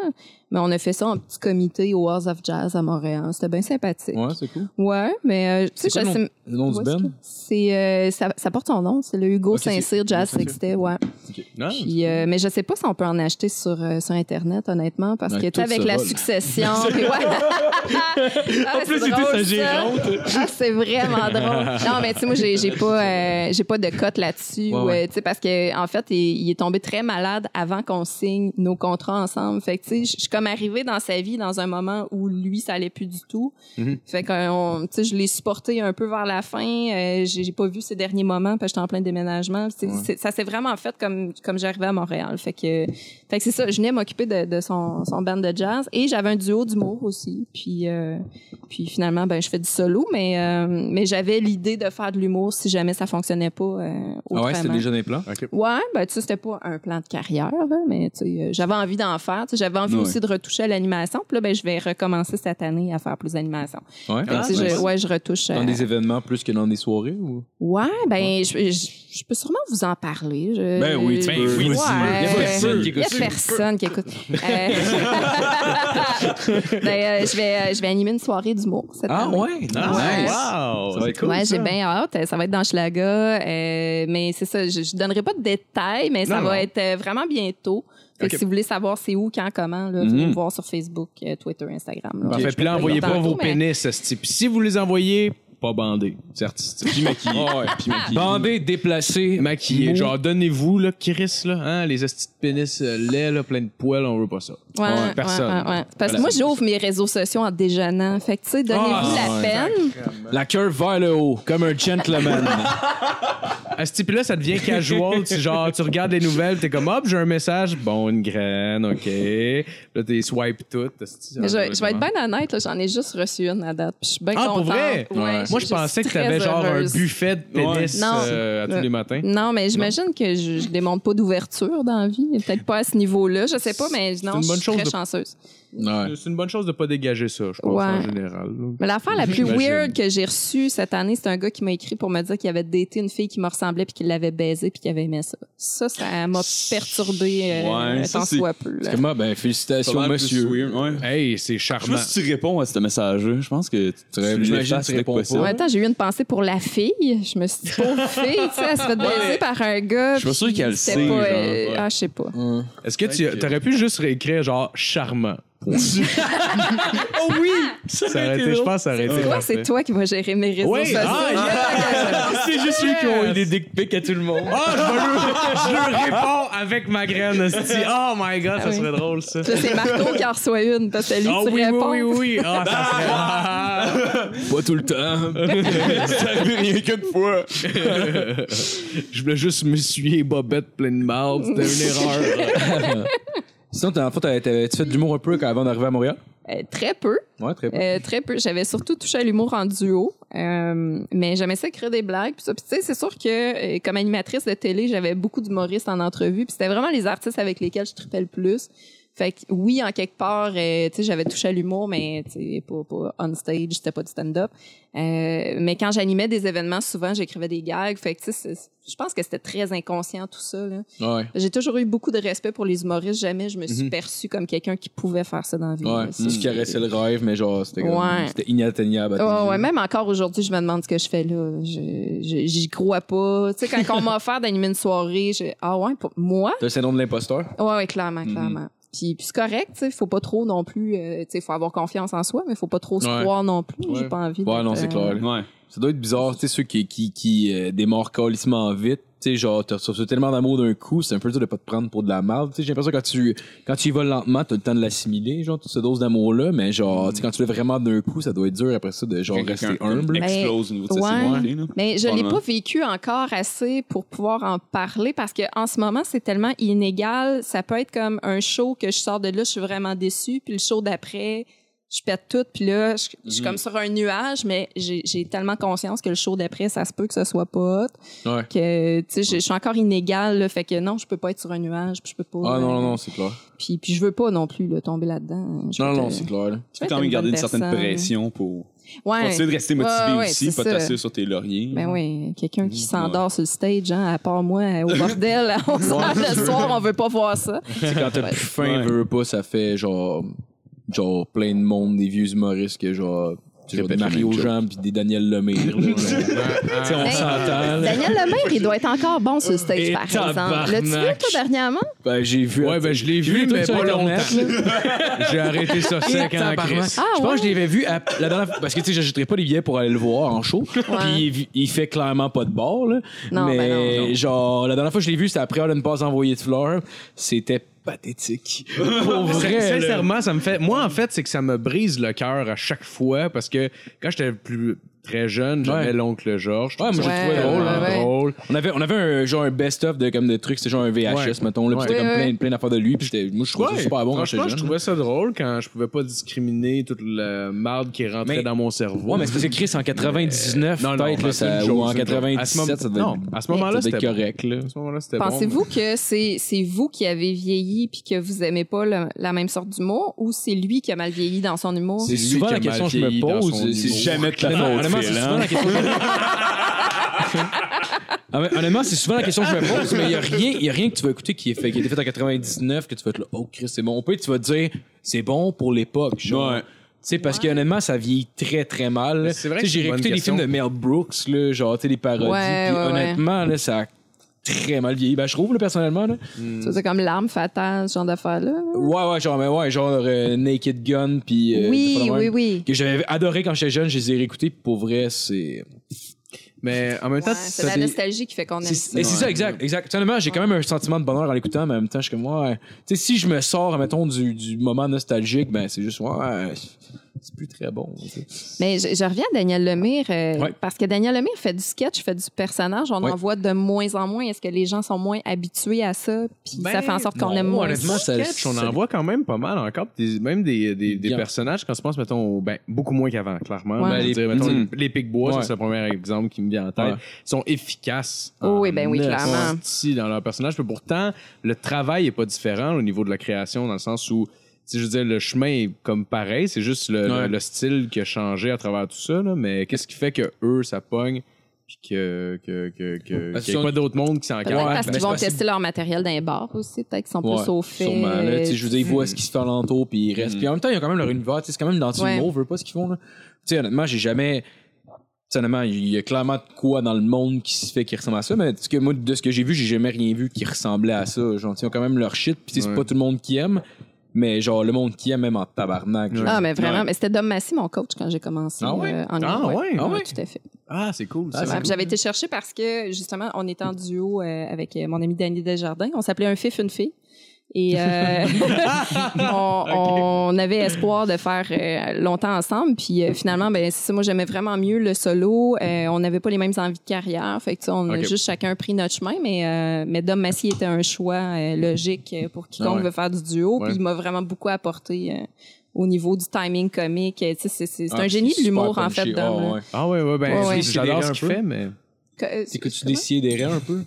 Speaker 6: Mais on a fait ça en petit comité au Wars of Jazz à Montréal. C'était bien sympathique.
Speaker 5: Ouais, c'est cool.
Speaker 6: Ouais, mais euh, tu sais,
Speaker 5: C'est
Speaker 6: je
Speaker 5: quoi
Speaker 6: sais-
Speaker 5: Le nom
Speaker 6: où
Speaker 5: du
Speaker 6: est-ce
Speaker 5: band?
Speaker 6: que- C'est euh, ça, ça porte son nom, c'est le Hugo
Speaker 5: Ok, c'est-
Speaker 6: Saint-Cyr Jazz
Speaker 5: Hugo Saint-Cyr.
Speaker 6: Sextet, ouais.
Speaker 4: Non.
Speaker 6: Puis, euh, mais je sais pas si on peut en acheter sur, euh, sur Internet, honnêtement, parce
Speaker 5: Ouais,
Speaker 6: que
Speaker 5: tout
Speaker 6: t'sais, avec
Speaker 5: se
Speaker 6: la
Speaker 5: vole.
Speaker 6: succession. puis ouais. Ah, mais c'est drôle, ça. Ah, c'est vraiment drôle. Non, mais tu sais, moi, j'ai j'ai pas, euh, j'ai pas de cote
Speaker 5: Ouais,
Speaker 6: là-dessus. ou,
Speaker 5: ouais.
Speaker 6: euh, tu sais, parce que en fait, il, il est tombé très malade avant qu'on signe nos contrats ensemble. Fait que, tu sais, je suis comme arrivée dans sa vie dans un moment où lui, ça allait plus du tout.
Speaker 5: Mm-hmm.
Speaker 6: Fait que, euh, on- tu sais, je l'ai supporté un peu vers la fin. Euh, j'ai j'ai pas vu ses derniers moments parce que j'étais en plein déménagement. C'est- c'est- ça s'est vraiment fait comme, comme j'arrivais à Montréal. Fait que, fait que c'est ça. Je venais m'occuper de, de son, son band de jazz et j'avais un duo d'humour aussi. Puis, euh, puis finalement, ben, je fais du solo, mais, euh, mais j'avais l'idée de faire de l'humour si jamais ça fonctionnait pas
Speaker 5: Ah
Speaker 6: euh, autrement.
Speaker 5: des plans.
Speaker 6: Ouais, ben tu sais, c'était pas un plan de carrière, là, mais tu sais, euh, j'avais envie d'en faire. Tu sais, J'avais envie
Speaker 3: Ouais.
Speaker 6: aussi de retoucher à l'animation. Puis là, ben, je vais recommencer cette année à faire plus d'animation.
Speaker 5: Ouais.
Speaker 3: Ah,
Speaker 6: Fait que, tu sais,
Speaker 5: nice.
Speaker 6: je, ouais, je retouche. euh,
Speaker 5: Dans des événements plus que dans des soirées ou?
Speaker 6: Ouais, ben, je, je- je peux sûrement vous en parler. Je,
Speaker 5: Ben oui, tu
Speaker 6: je-
Speaker 5: peux.
Speaker 6: Ouais.
Speaker 5: Oui,
Speaker 6: Euh, Il
Speaker 5: a personne qui
Speaker 6: y a
Speaker 5: écoute ça.
Speaker 6: personne qui écoute. Euh, ben, euh, je, vais, je vais animer une soirée d'humour cette année.
Speaker 5: ouais?
Speaker 6: Ouais.
Speaker 4: Ah, wow!
Speaker 5: Ça va être cool.
Speaker 6: Ouais, j'ai bien hâte. Euh, Ça va être dans Schlaga. euh, mais c'est ça, je, je donnerai pas de détails, mais ça
Speaker 4: Non,
Speaker 6: va
Speaker 4: non.
Speaker 6: être euh, vraiment bientôt. Fait que
Speaker 4: Ok. Mhm.
Speaker 6: si vous voulez savoir c'est où, quand, comment, là, venez me voir sur Facebook, euh, Twitter, Instagram. là.
Speaker 4: Parfait.
Speaker 6: Je
Speaker 4: Puis là,
Speaker 6: peux
Speaker 4: envoyez
Speaker 6: le
Speaker 4: pas
Speaker 6: dire
Speaker 4: vos
Speaker 6: tantôt, mais-
Speaker 4: pénis, ce type. Si vous les envoyez, pas bandés. C'est artistique.
Speaker 5: Puis maquillé.
Speaker 3: Ah,
Speaker 5: Puis maquillé.
Speaker 9: Bandé, déplacé.
Speaker 4: Maquillé.
Speaker 9: Mou.
Speaker 4: Genre, donnez-vous, là, Chris, là, hein, les astis de pénis euh, laids, là, plein de poils, on veut pas ça.
Speaker 6: Ouais, ouais,
Speaker 4: personne.
Speaker 6: ouais, ouais. Parce que moi, j'ouvre mes réseaux sociaux en déjeunant. Fait que, tu sais, donnez-vous
Speaker 4: Ah,
Speaker 6: la peine.
Speaker 5: La curve vers le haut, comme un gentleman.
Speaker 4: À ce type-là, ça devient casual. tu, genre, tu regardes les nouvelles, t'es comme, hop, j'ai un message. Bon, une graine, OK. Là, t'es swipe tout. asti,
Speaker 6: Mais
Speaker 4: ah,
Speaker 6: Je, je vais être bien honnête, là, j'en ai juste reçu une à date. Puis je suis bien
Speaker 4: Ah,
Speaker 6: contente.
Speaker 4: pour vrai?
Speaker 6: Ouais,
Speaker 4: Moi, je
Speaker 6: suis
Speaker 4: pensais que
Speaker 6: très
Speaker 4: t'avais genre un
Speaker 6: heureuse.
Speaker 4: buffet de pénis
Speaker 6: Ouais. Non.
Speaker 4: euh, à tous
Speaker 6: Euh,
Speaker 4: les matins.
Speaker 6: Non, mais j'imagine que je, je démontre pas d'ouverture dans la vie. Peut-être pas à ce niveau-là. Je sais pas, mais non,
Speaker 4: une
Speaker 6: je
Speaker 4: bonne
Speaker 6: suis
Speaker 4: chose
Speaker 6: très
Speaker 4: de-
Speaker 6: chanceuse.
Speaker 5: Ouais.
Speaker 4: C'est une bonne chose de pas dégager ça, je pense,
Speaker 6: Ouais.
Speaker 4: en général. là.
Speaker 6: Mais l'affaire la plus
Speaker 4: J'imagine.
Speaker 6: weird que j'ai reçue cette année, c'est un gars qui m'a écrit pour me dire qu'il avait daté une fille qui me ressemblait puis qu'il l'avait baisée puis qu'il avait aimé ça. Ça, ça m'a perturbé euh,
Speaker 3: Ouais,
Speaker 6: un
Speaker 3: ça,
Speaker 6: tant
Speaker 3: c'est-
Speaker 6: soit peu. là.
Speaker 5: Parce que moi, ben,
Speaker 3: C'est
Speaker 5: félicitations,
Speaker 3: vraiment
Speaker 5: monsieur.
Speaker 3: plus weird, ouais.
Speaker 4: Hey, c'est
Speaker 3: Je sais
Speaker 4: charmant.
Speaker 3: pas si tu réponds à ce message-là. Je pense que tu tu
Speaker 5: J'imagine que tu
Speaker 3: l'effaces dès que
Speaker 5: réponds
Speaker 3: possible.
Speaker 6: En même temps, j'ai eu une pensée pour la fille. Je me suis dit, pauvre fille, tu sais, elle se fait baiser par un gars.
Speaker 3: Je suis pas sûr
Speaker 6: puis
Speaker 3: qu'elle le
Speaker 6: c'était
Speaker 3: sait,
Speaker 6: pas,
Speaker 3: genre,
Speaker 6: euh,
Speaker 3: ouais.
Speaker 6: Ah, je sais pas.
Speaker 4: Est-ce que tu aurais pu juste réécrire genre charmant?
Speaker 6: Oh oui!
Speaker 4: Ça aurait été, je pense, que ça aurait été.
Speaker 6: Toi,
Speaker 4: parfait.
Speaker 6: c'est toi qui vas gérer mes réseaux
Speaker 4: Oui,
Speaker 6: sociaux.
Speaker 4: ah,
Speaker 9: C'est juste lui qui ont eu des dick pics à tout le monde.
Speaker 4: Ah, je veux- je le réponds avec ma graine. hostie. Oh my god, ça
Speaker 6: Ah oui.
Speaker 4: serait drôle ça.
Speaker 6: Puis là, c'est Marco qui en reçoit une parce que lui,
Speaker 4: Ah
Speaker 6: tu
Speaker 4: oui, oui,
Speaker 6: réponds.
Speaker 4: oui, oui. Ah, ça serait.
Speaker 5: Pas tout le temps.
Speaker 3: Ça arrive rien qu'une fois.
Speaker 4: Je voulais juste m'essuyer Bobette plein de mal. C'était une erreur.
Speaker 5: Sinon, t'as- en fait, t'avais- t'avais-tu fait de l'humour un peu quand- avant d'arriver à Montréal?
Speaker 6: Euh, très peu.
Speaker 5: Ouais, très bien.
Speaker 6: Euh, très peu. J'avais surtout touché à l'humour en duo, euh, mais j'aimais ça écrire des blagues. Puis ça. Puis tu sais, c'est sûr que euh, comme animatrice de télé, j'avais beaucoup d'humoristes en entrevue. Puis c'était vraiment les artistes avec lesquels je tripais le plus. Fait que oui, en quelque part, euh, tu sais, j'avais touché à l'humour, mais tu sais, pas, pas on stage, c'était pas du stand-up. Euh, mais quand j'animais des événements, souvent, j'écrivais des gags. Fait que tu sais, c'est- je pense que c'était très inconscient tout ça. Là.
Speaker 5: Ouais.
Speaker 6: J'ai toujours eu beaucoup de respect pour les humoristes. Jamais je me suis perçue comme quelqu'un qui pouvait faire ça dans la vie.
Speaker 5: Ouais. Mm.
Speaker 6: là.
Speaker 5: Tu
Speaker 6: C'est-
Speaker 5: caressais le rêve, mais genre, c'était comme-
Speaker 6: Ouais.
Speaker 5: c'était inatteignable. à tes
Speaker 6: Ouais,
Speaker 5: yeux.
Speaker 6: ouais, même encore aujourd'hui, je me demande ce que je fais là. Je- je- J'y crois pas. Tu sais, quand on m'a offert d'animer une soirée, je... ah ouais, pour moi?
Speaker 5: T'as le syndrome de l'imposteur?
Speaker 6: Ouais, ouais,
Speaker 5: Mhm.
Speaker 6: clairement, clairement. Puis, puis c'est correct, tu sais, faut pas trop non plus, euh, tu sais, faut avoir confiance en soi, mais faut pas trop se
Speaker 5: Ouais.
Speaker 6: croire non plus. J'ai
Speaker 5: Ouais.
Speaker 6: pas envie
Speaker 5: Ouais,
Speaker 6: d'être,
Speaker 5: non, c'est
Speaker 6: euh,
Speaker 5: clair.
Speaker 3: Ouais.
Speaker 5: Ça doit être bizarre, tu sais, ceux qui, qui, qui euh, démarrent calissement vite. Tu sais, genre, tu reçois tellement d'amour d'un coup, c'est un peu dur de pas te prendre pour de la merde. Tu sais, j'ai l'impression que quand tu, quand tu y vas lentement, t'as le temps de l'assimiler, genre, toute cette dose d'amour-là, mais genre, tu sais, quand tu l'as vraiment d'un coup, ça doit être dur après ça de, genre, rester humble.
Speaker 3: Explose au niveau de
Speaker 6: Ouais.
Speaker 3: sa sexualité, là.
Speaker 6: Mais je l'ai
Speaker 3: Probablement.
Speaker 6: pas vécu encore assez pour pouvoir en parler parce que en ce moment, c'est tellement inégal. Ça peut être comme un show que je sors de là, je suis vraiment déçue, puis le show d'après, je pète tout, puis là, je, je suis
Speaker 3: Mhm.
Speaker 6: comme sur un nuage, mais j'ai j'ai tellement conscience que le show d'après, ça se peut que ce soit pas hot.
Speaker 5: Ouais.
Speaker 6: Que, tu sais, je, je suis encore inégale, là, fait que non, je peux pas être sur un nuage, puis je peux pas...
Speaker 5: Ah non, non,
Speaker 6: euh,
Speaker 5: non, c'est clair.
Speaker 6: Puis, puis je veux pas non plus là, tomber là-dedans. Je
Speaker 5: Non,
Speaker 6: veux
Speaker 5: non,
Speaker 6: que-
Speaker 5: c'est clair. là.
Speaker 3: Tu peux
Speaker 6: Ouais,
Speaker 3: quand
Speaker 6: t'es
Speaker 3: même
Speaker 6: une
Speaker 3: garder une
Speaker 6: bonne
Speaker 3: certaine
Speaker 6: personne.
Speaker 3: pression pour
Speaker 6: Ouais.
Speaker 3: continuer de rester motivé
Speaker 6: Ouais, ouais,
Speaker 3: aussi,
Speaker 6: c'est
Speaker 3: pas
Speaker 6: ça.
Speaker 3: t'asseoir sur tes lauriers.
Speaker 6: Ben oui, quelqu'un qui
Speaker 5: Mm-hmm.
Speaker 3: Mm,
Speaker 6: s'endort sur le stage, hein, à part moi, euh, au bordel, à 11 heures le soir, on veut pas voir ça.
Speaker 5: Tu sais, quand t'as plus faim,
Speaker 3: Ouais.
Speaker 5: veux, veux pas, ça fait genre, genre plein de monde, des vieux humoristes que genre, tu genre des
Speaker 3: Répète la
Speaker 5: Mario
Speaker 3: même joke.
Speaker 5: Jean pis des Daniel Lemire. là. Tu sais, on
Speaker 6: Hey,
Speaker 5: s'entend. là.
Speaker 6: Daniel Lemaire, il doit être encore bon sur le stage,
Speaker 9: Et
Speaker 6: par exemple. L'as-tu vu,
Speaker 9: tabarnak.
Speaker 6: toi, dernièrement?
Speaker 5: Ben, j'ai vu.
Speaker 4: Ouais, ben je l'ai vu, mais pas longtemps. J'ai arrêté ça sec en crise.
Speaker 5: Ah, je pense
Speaker 6: ouais?
Speaker 5: que je l'avais vu à- la dernière fois- parce que tu sais j'achèterais pas les billets pour aller le voir en show puis il, il fait clairement pas de bord là
Speaker 6: Non,
Speaker 5: mais
Speaker 6: ben non, non.
Speaker 5: genre la dernière fois que je l'ai vu c'était après une passe envoyée de fleurs c'était pathétique pour vrai
Speaker 4: Sin-
Speaker 5: là.
Speaker 4: Sincèrement, ça me fait. Moi, en fait, c'est que ça me brise le cœur à chaque fois parce que quand j'étais plus très jeune, j'avais
Speaker 5: Ouais.
Speaker 4: l'oncle Georges.
Speaker 5: Ouais, moi, j'ai
Speaker 6: Ouais,
Speaker 5: trouvé drôle,
Speaker 6: ouais,
Speaker 5: hein,
Speaker 6: ouais.
Speaker 5: drôle. On avait, on avait un, genre un best-of de, comme, de trucs, c'était genre un VHS,
Speaker 4: Ouais.
Speaker 5: mettons, là, pis c'était
Speaker 6: Ouais.
Speaker 5: comme
Speaker 6: Ouais,
Speaker 5: plein, plein d'affaires de lui, pis j'étais- moi, je trouvais
Speaker 4: Ouais,
Speaker 5: ça super bon quand j'étais
Speaker 4: franchement, je
Speaker 5: jeune.
Speaker 4: trouvais ça drôle quand je pouvais pas discriminer toute la marde qui rentrait
Speaker 5: Mais-
Speaker 4: dans mon cerveau.
Speaker 5: Ouais, mais c'est parce que Chris, en 99,
Speaker 4: Non, non,
Speaker 5: peut-être,
Speaker 4: ben,
Speaker 5: là,
Speaker 4: c'est une
Speaker 5: ça,
Speaker 4: joke,
Speaker 5: ou en
Speaker 4: c'est une joke. À ce
Speaker 5: 97,
Speaker 4: moment-
Speaker 5: ça devait
Speaker 4: Non, à ce moment-là,
Speaker 5: ça devait
Speaker 4: c'était
Speaker 5: être correct, là.
Speaker 4: À ce moment-là, c'était bon,
Speaker 6: Pensez-vous que c'est c'est vous qui avez vieilli puis que vous aimez pas le- la même sorte d'humour ou c'est lui qui a mal vieilli dans son humour?
Speaker 5: C'est
Speaker 4: lui
Speaker 5: souvent
Speaker 4: qui a
Speaker 5: la question
Speaker 4: mal
Speaker 5: que je me
Speaker 4: vieilli dans son
Speaker 5: pose. C'est
Speaker 4: humour.
Speaker 5: jamais de ta faute. Honnêtement, c'est souvent la question. Ah ouais, Honnêtement, c'est souvent la question que je me pose, mais il n'y a, rien- y a rien que tu vas écouter qui, est fait, qui a été fait en 99 que tu vas être là, oh Chris, c'est bon. Au pire, tu vas te dire, c'est bon pour l'époque. genre.
Speaker 3: Ouais.
Speaker 5: Tu sais, parce que honnêtement, ça vieillit très très mal.
Speaker 4: Mais c'est vrai
Speaker 5: Tu sais,
Speaker 4: que c'est
Speaker 5: J'ai
Speaker 4: une bonne
Speaker 5: réécouté les
Speaker 4: question.
Speaker 5: films de Mel Brooks, là, genre, tu sais, les parodies.
Speaker 6: Ouais,
Speaker 5: puis
Speaker 6: ouais, ouais.
Speaker 5: honnêtement, là, ça a très mal vieilli. Ben, je trouve, là, personnellement. Là.
Speaker 6: Ça, C'est comme l'arme fatale, ce genre d'affaire-là.
Speaker 5: Ouais, ouais, genre, mais ouais, genre euh, Naked Gun, puis. euh, des fois
Speaker 6: oui,
Speaker 5: de même.
Speaker 6: oui, oui.
Speaker 5: que j'avais adoré quand j'étais jeune, je les ai réécoutés, puis pour vrai, c'est.
Speaker 4: Mais en même temps,
Speaker 6: Ouais,
Speaker 4: tu-
Speaker 6: c'est la nostalgie qui fait qu'on aime
Speaker 5: C'est
Speaker 6: ça.
Speaker 5: c'est ça, exact, exact. Seulement, j'ai quand même un sentiment de bonheur en l'écoutant, mais en même temps, je suis comme, ouais. Tu sais, si je me sors, mettons, du, du moment nostalgique, ben, c'est juste, ouais, c'est plus très bon. tu sais.
Speaker 6: Mais je, je reviens à Daniel Lemire, euh,
Speaker 5: Ouais.
Speaker 6: parce que Daniel Lemire fait du sketch, fait du personnage. On en
Speaker 5: Ouais.
Speaker 6: voit de moins en moins. Est-ce que les gens sont moins habitués à ça? Puis
Speaker 5: Ben,
Speaker 6: ça fait en sorte qu'on
Speaker 4: Ben, non,
Speaker 6: aime moins.
Speaker 4: Honnêtement,
Speaker 6: ça.
Speaker 4: ça, sketch, on en voit quand même pas mal encore. Des- même des, des, des
Speaker 5: Bien.
Speaker 4: personnages, quand on se pense, mettons, ben, beaucoup moins qu'avant, clairement.
Speaker 6: Ouais.
Speaker 4: Ben, je
Speaker 5: les- Mm.
Speaker 4: dirais, mettons,
Speaker 3: Mhm.
Speaker 4: les, les Pic-Bois,
Speaker 5: Ouais.
Speaker 4: c'est le premier exemple qui me vient en tête.
Speaker 5: Ouais.
Speaker 4: Ils sont efficaces.
Speaker 6: Oh oui,
Speaker 4: en
Speaker 6: ben oui,
Speaker 4: esti
Speaker 6: clairement.
Speaker 4: dans leur personnage. Mais pourtant, le travail est pas différent au niveau de la création, dans le sens où sais, je veux dire, le chemin est comme pareil, c'est juste le,
Speaker 5: Ouais.
Speaker 4: le- le style qui a changé à travers tout ça, là, mais qu'est-ce qui fait que eux, ça pogne, puis que, que, que, que-
Speaker 5: Parce
Speaker 4: qu'il n'y
Speaker 5: que-
Speaker 4: a pas d'autres mondes qui s'en
Speaker 6: Peut-être
Speaker 4: calent.
Speaker 6: parce
Speaker 5: mais
Speaker 6: qu'ils
Speaker 5: c'est
Speaker 6: vont
Speaker 5: pas si-
Speaker 6: tester leur matériel dans les bars aussi. Peut-être qu'ils sont plus au fait.
Speaker 5: Sûrement, là, tu sais, je veux dire, ils voient ce qui se fait alentour, puis ils restent. Puis en même temps, ils ont quand même leur univers, tu sais, c'est quand même dans
Speaker 6: Ouais.
Speaker 5: le mot, veut pas ce qu'ils font, là. Tu sais, honnêtement, j'ai jamais. tu sais, Honnêtement, il y a clairement de quoi dans le monde qui se fait qui ressemble à ça, mais ce que moi, de ce que j'ai vu, j'ai jamais rien vu qui ressemblait à ça. Genre, tu sais, ils ont quand même leur shit, puis tu sais, c'est
Speaker 4: Ouais.
Speaker 5: pas tout le monde qui aime, mais genre, le monde qui aime, même en tabarnak. genre.
Speaker 6: Ah, mais vraiment. Mais c'était Dom Massy, mon coach, quand j'ai commencé
Speaker 5: Ah ouais?
Speaker 6: euh, en
Speaker 4: Ah
Speaker 6: ligne,
Speaker 4: ouais? Ah ouais?
Speaker 6: Tout à fait.
Speaker 4: Ah, c'est cool.
Speaker 6: Ouais, puis J'avais été chercher parce que, justement, on était en duo euh, avec euh, mon ami Danny Desjardins. On s'appelait un fif, une fille. Et euh, on, on avait espoir de faire euh, longtemps ensemble. Puis euh, finalement, ben, c'est ça, moi, j'aimais vraiment mieux le solo. Euh, on n'avait pas les mêmes envies de carrière. Fait que, tu sais, on a
Speaker 4: Ok.
Speaker 6: juste chacun pris notre chemin. Mais, euh, mais Dom Massy était un choix euh, logique pour quiconque
Speaker 4: Ah ouais.
Speaker 6: veut faire du duo.
Speaker 4: Ouais.
Speaker 6: Puis il m'a vraiment beaucoup apporté euh, au niveau du timing comique. Tu sais, C'est c'est- c'est
Speaker 5: Ah,
Speaker 6: un génie
Speaker 5: c'est
Speaker 6: de l'humour,
Speaker 5: super
Speaker 6: en fait,
Speaker 5: punchy.
Speaker 6: Dom.
Speaker 5: Ah,
Speaker 6: là.
Speaker 5: ouais.
Speaker 4: Ah ouais, ouais, ben,
Speaker 6: Ouais, ouais.
Speaker 4: c'est- j'adore ce qu'il fait, mais...
Speaker 6: Que- euh,
Speaker 5: C'est que tu décides des rêves un peu.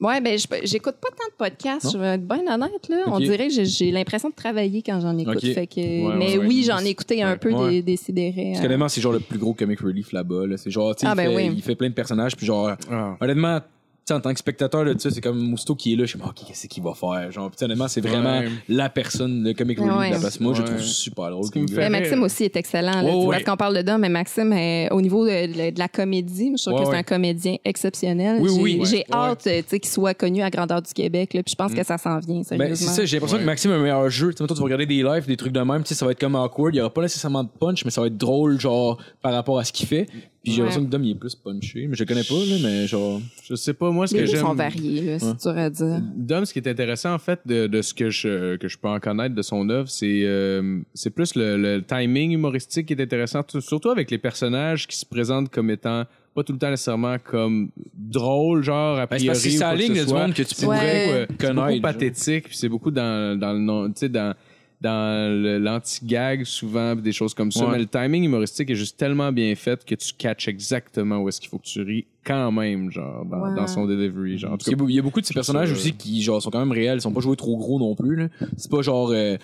Speaker 6: Ouais, ben je- j'écoute pas tant de podcasts, je vais être bien honnête là. On
Speaker 5: Ok.
Speaker 6: dirait que j'ai- j'ai l'impression de travailler quand j'en écoute.
Speaker 5: Ok.
Speaker 6: Fait que,
Speaker 5: Ouais,
Speaker 6: mais
Speaker 5: ouais, ouais.
Speaker 6: oui, j'en ai écouté un peu
Speaker 5: Ouais.
Speaker 6: des, des sidérés. hein.
Speaker 5: Parce qu'honnêtement, c'est genre le plus gros comic relief là-bas. là. C'est genre, tu sais,
Speaker 6: Ah,
Speaker 5: il,
Speaker 6: ben
Speaker 5: fait-
Speaker 6: oui.
Speaker 5: il fait plein de personnages, puis genre,
Speaker 4: Ah.
Speaker 5: honnêtement, tu sais, en tant que spectateur, là, tu sais, c'est comme Mousto qui est là, je suis comme, ok, qu'est-ce qu'il va faire? Genre, puis, tu sais, honnêtement, c'est vraiment la personne, le comic relief
Speaker 6: Ouais.
Speaker 5: de la place. Moi, je le
Speaker 4: Ouais.
Speaker 5: trouve super drôle.
Speaker 4: Ce qui me
Speaker 5: comme
Speaker 4: fait
Speaker 5: gars.
Speaker 6: mais Maxime aussi est excellent. là.
Speaker 5: Ouais,
Speaker 6: Tu vois,
Speaker 5: ouais.
Speaker 6: Parce qu'on parle de Dom, mais Maxime, euh, au niveau de, de- de la comédie, moi, je trouve
Speaker 5: Ouais,
Speaker 6: que c'est
Speaker 5: ouais.
Speaker 6: un comédien exceptionnel.
Speaker 5: Oui,
Speaker 6: j'ai
Speaker 5: oui. Ouais.
Speaker 6: j'ai
Speaker 5: Ouais. Mm.
Speaker 6: hâte euh, tu sais, qu'il soit connu à grandeur du Québec. Là, puis je pense que ça s'en vient, sérieusement.
Speaker 5: Ben, c'est ça, j'ai l'impression que Maxime a un meilleur jeu. Tu sais, mettons, tu vas regarder des lives, des trucs de même, tu sais, ça va être comme awkward. Il n'y aura pas nécessairement de punch, mais ça va être drôle, genre, par rapport à ce qu'il fait. Puis j'ai
Speaker 6: Ouais.
Speaker 5: l'impression que Dom, il est plus punché, mais je le connais pas, là, mais genre.
Speaker 4: Je sais pas, moi, ce
Speaker 6: Les
Speaker 4: que
Speaker 6: goûts
Speaker 4: j'aime...
Speaker 6: sont variés, là, c'est dur à dire.
Speaker 4: Dom, ce qui est intéressant, en fait, de, de ce que je, que je peux en connaître de son œuvre, c'est euh, c'est plus le, le timing humoristique qui est intéressant, tout- surtout avec les personnages qui se présentent comme étant pas tout le temps nécessairement comme drôles, genre
Speaker 5: Ben,
Speaker 4: à priori. ou quoi Ben, que ce soit.
Speaker 5: que tu
Speaker 4: C'est
Speaker 6: pourrais
Speaker 4: beaucoup, euh,
Speaker 6: Ouais.
Speaker 4: c'est beaucoup
Speaker 5: connaître, genre.
Speaker 4: pathétique, puis c'est beaucoup dans, dans le non- tu sais, dans, dans le- l'anti-gag souvent, puis des choses comme ça.
Speaker 5: Ouais.
Speaker 4: Mais le timing humoristique est juste tellement bien fait que tu catches exactement où est-ce qu'il faut que tu ris quand même, genre dans,
Speaker 6: Ouais.
Speaker 4: dans son delivery, genre. En tout
Speaker 5: Parce qu'il y a
Speaker 4: cas,
Speaker 5: beau- il y a beaucoup de ces personnages
Speaker 4: ça, euh,
Speaker 5: aussi qui genre, sont quand même réels, ils sont pas joués trop gros non plus. là. C'est pas genre, euh,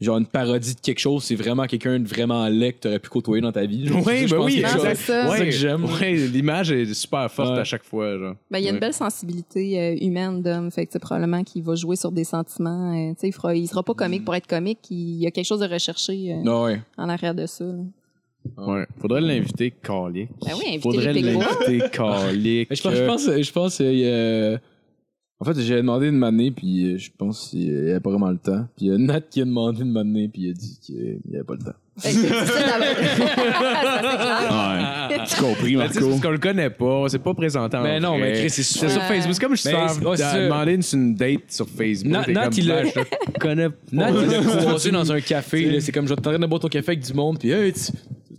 Speaker 5: genre une parodie de quelque chose, c'est vraiment quelqu'un de vraiment laid que t'aurais pu côtoyer dans ta vie. genre.
Speaker 4: Oui,
Speaker 5: Je
Speaker 4: ben
Speaker 5: pense
Speaker 4: oui,
Speaker 5: que
Speaker 6: Non,
Speaker 5: genre-
Speaker 6: c'est
Speaker 4: exact.
Speaker 6: ça.
Speaker 5: Ouais. bah hein, ça que j'aime.
Speaker 4: ouais, l'image est super forte
Speaker 5: Ouais.
Speaker 4: à chaque fois. Genre.
Speaker 6: Ben, il y a une
Speaker 4: Ouais.
Speaker 6: belle sensibilité euh, humaine d'homme. Fait que, tu sais, probablement qu'il va jouer sur des sentiments. euh, tu sais, il, fera, il sera pas comique pour être comique. Il y a quelque chose de recherché euh,
Speaker 5: Non, ouais.
Speaker 6: en arrière de ça. là.
Speaker 4: Ouais. Faudrait l'inviter, Carlier.
Speaker 6: Ben oui, inviter
Speaker 4: Faudrait
Speaker 6: les pingouins.
Speaker 4: l'inviter, Carlier.
Speaker 5: Mais je pense, je pense, je pense, euh, il y a- en fait, j'ai demandé de m'amener, puis euh, je pense qu'il n'y avait pas vraiment le temps. Puis il y a Nat qui a demandé de m'amener, puis il a dit qu'il n'y avait pas le temps.
Speaker 6: Fait que c'est ça, la- Ça,
Speaker 3: Ouais. Tu compris,
Speaker 4: Ben, tu sais, c'est
Speaker 3: Marco?
Speaker 4: parce qu'on le connaît pas, on s'est pas présenté en
Speaker 5: Mais Ben non,
Speaker 4: vrai.
Speaker 5: mais Chris, c'est sûr.
Speaker 4: C'est sur Facebook. C'est comme je suis
Speaker 5: Mais c'est- ouais, c'est ça.
Speaker 4: demandé une, une date sur Facebook.
Speaker 5: Na-
Speaker 4: t'es
Speaker 5: Nat,
Speaker 4: comme,
Speaker 5: il l'a-
Speaker 4: ben, je te connais pas.
Speaker 5: Nat, il l'a croisé dans un café. là. C'est comme, je suis en train de boire ton café avec du monde, puis hey, tu,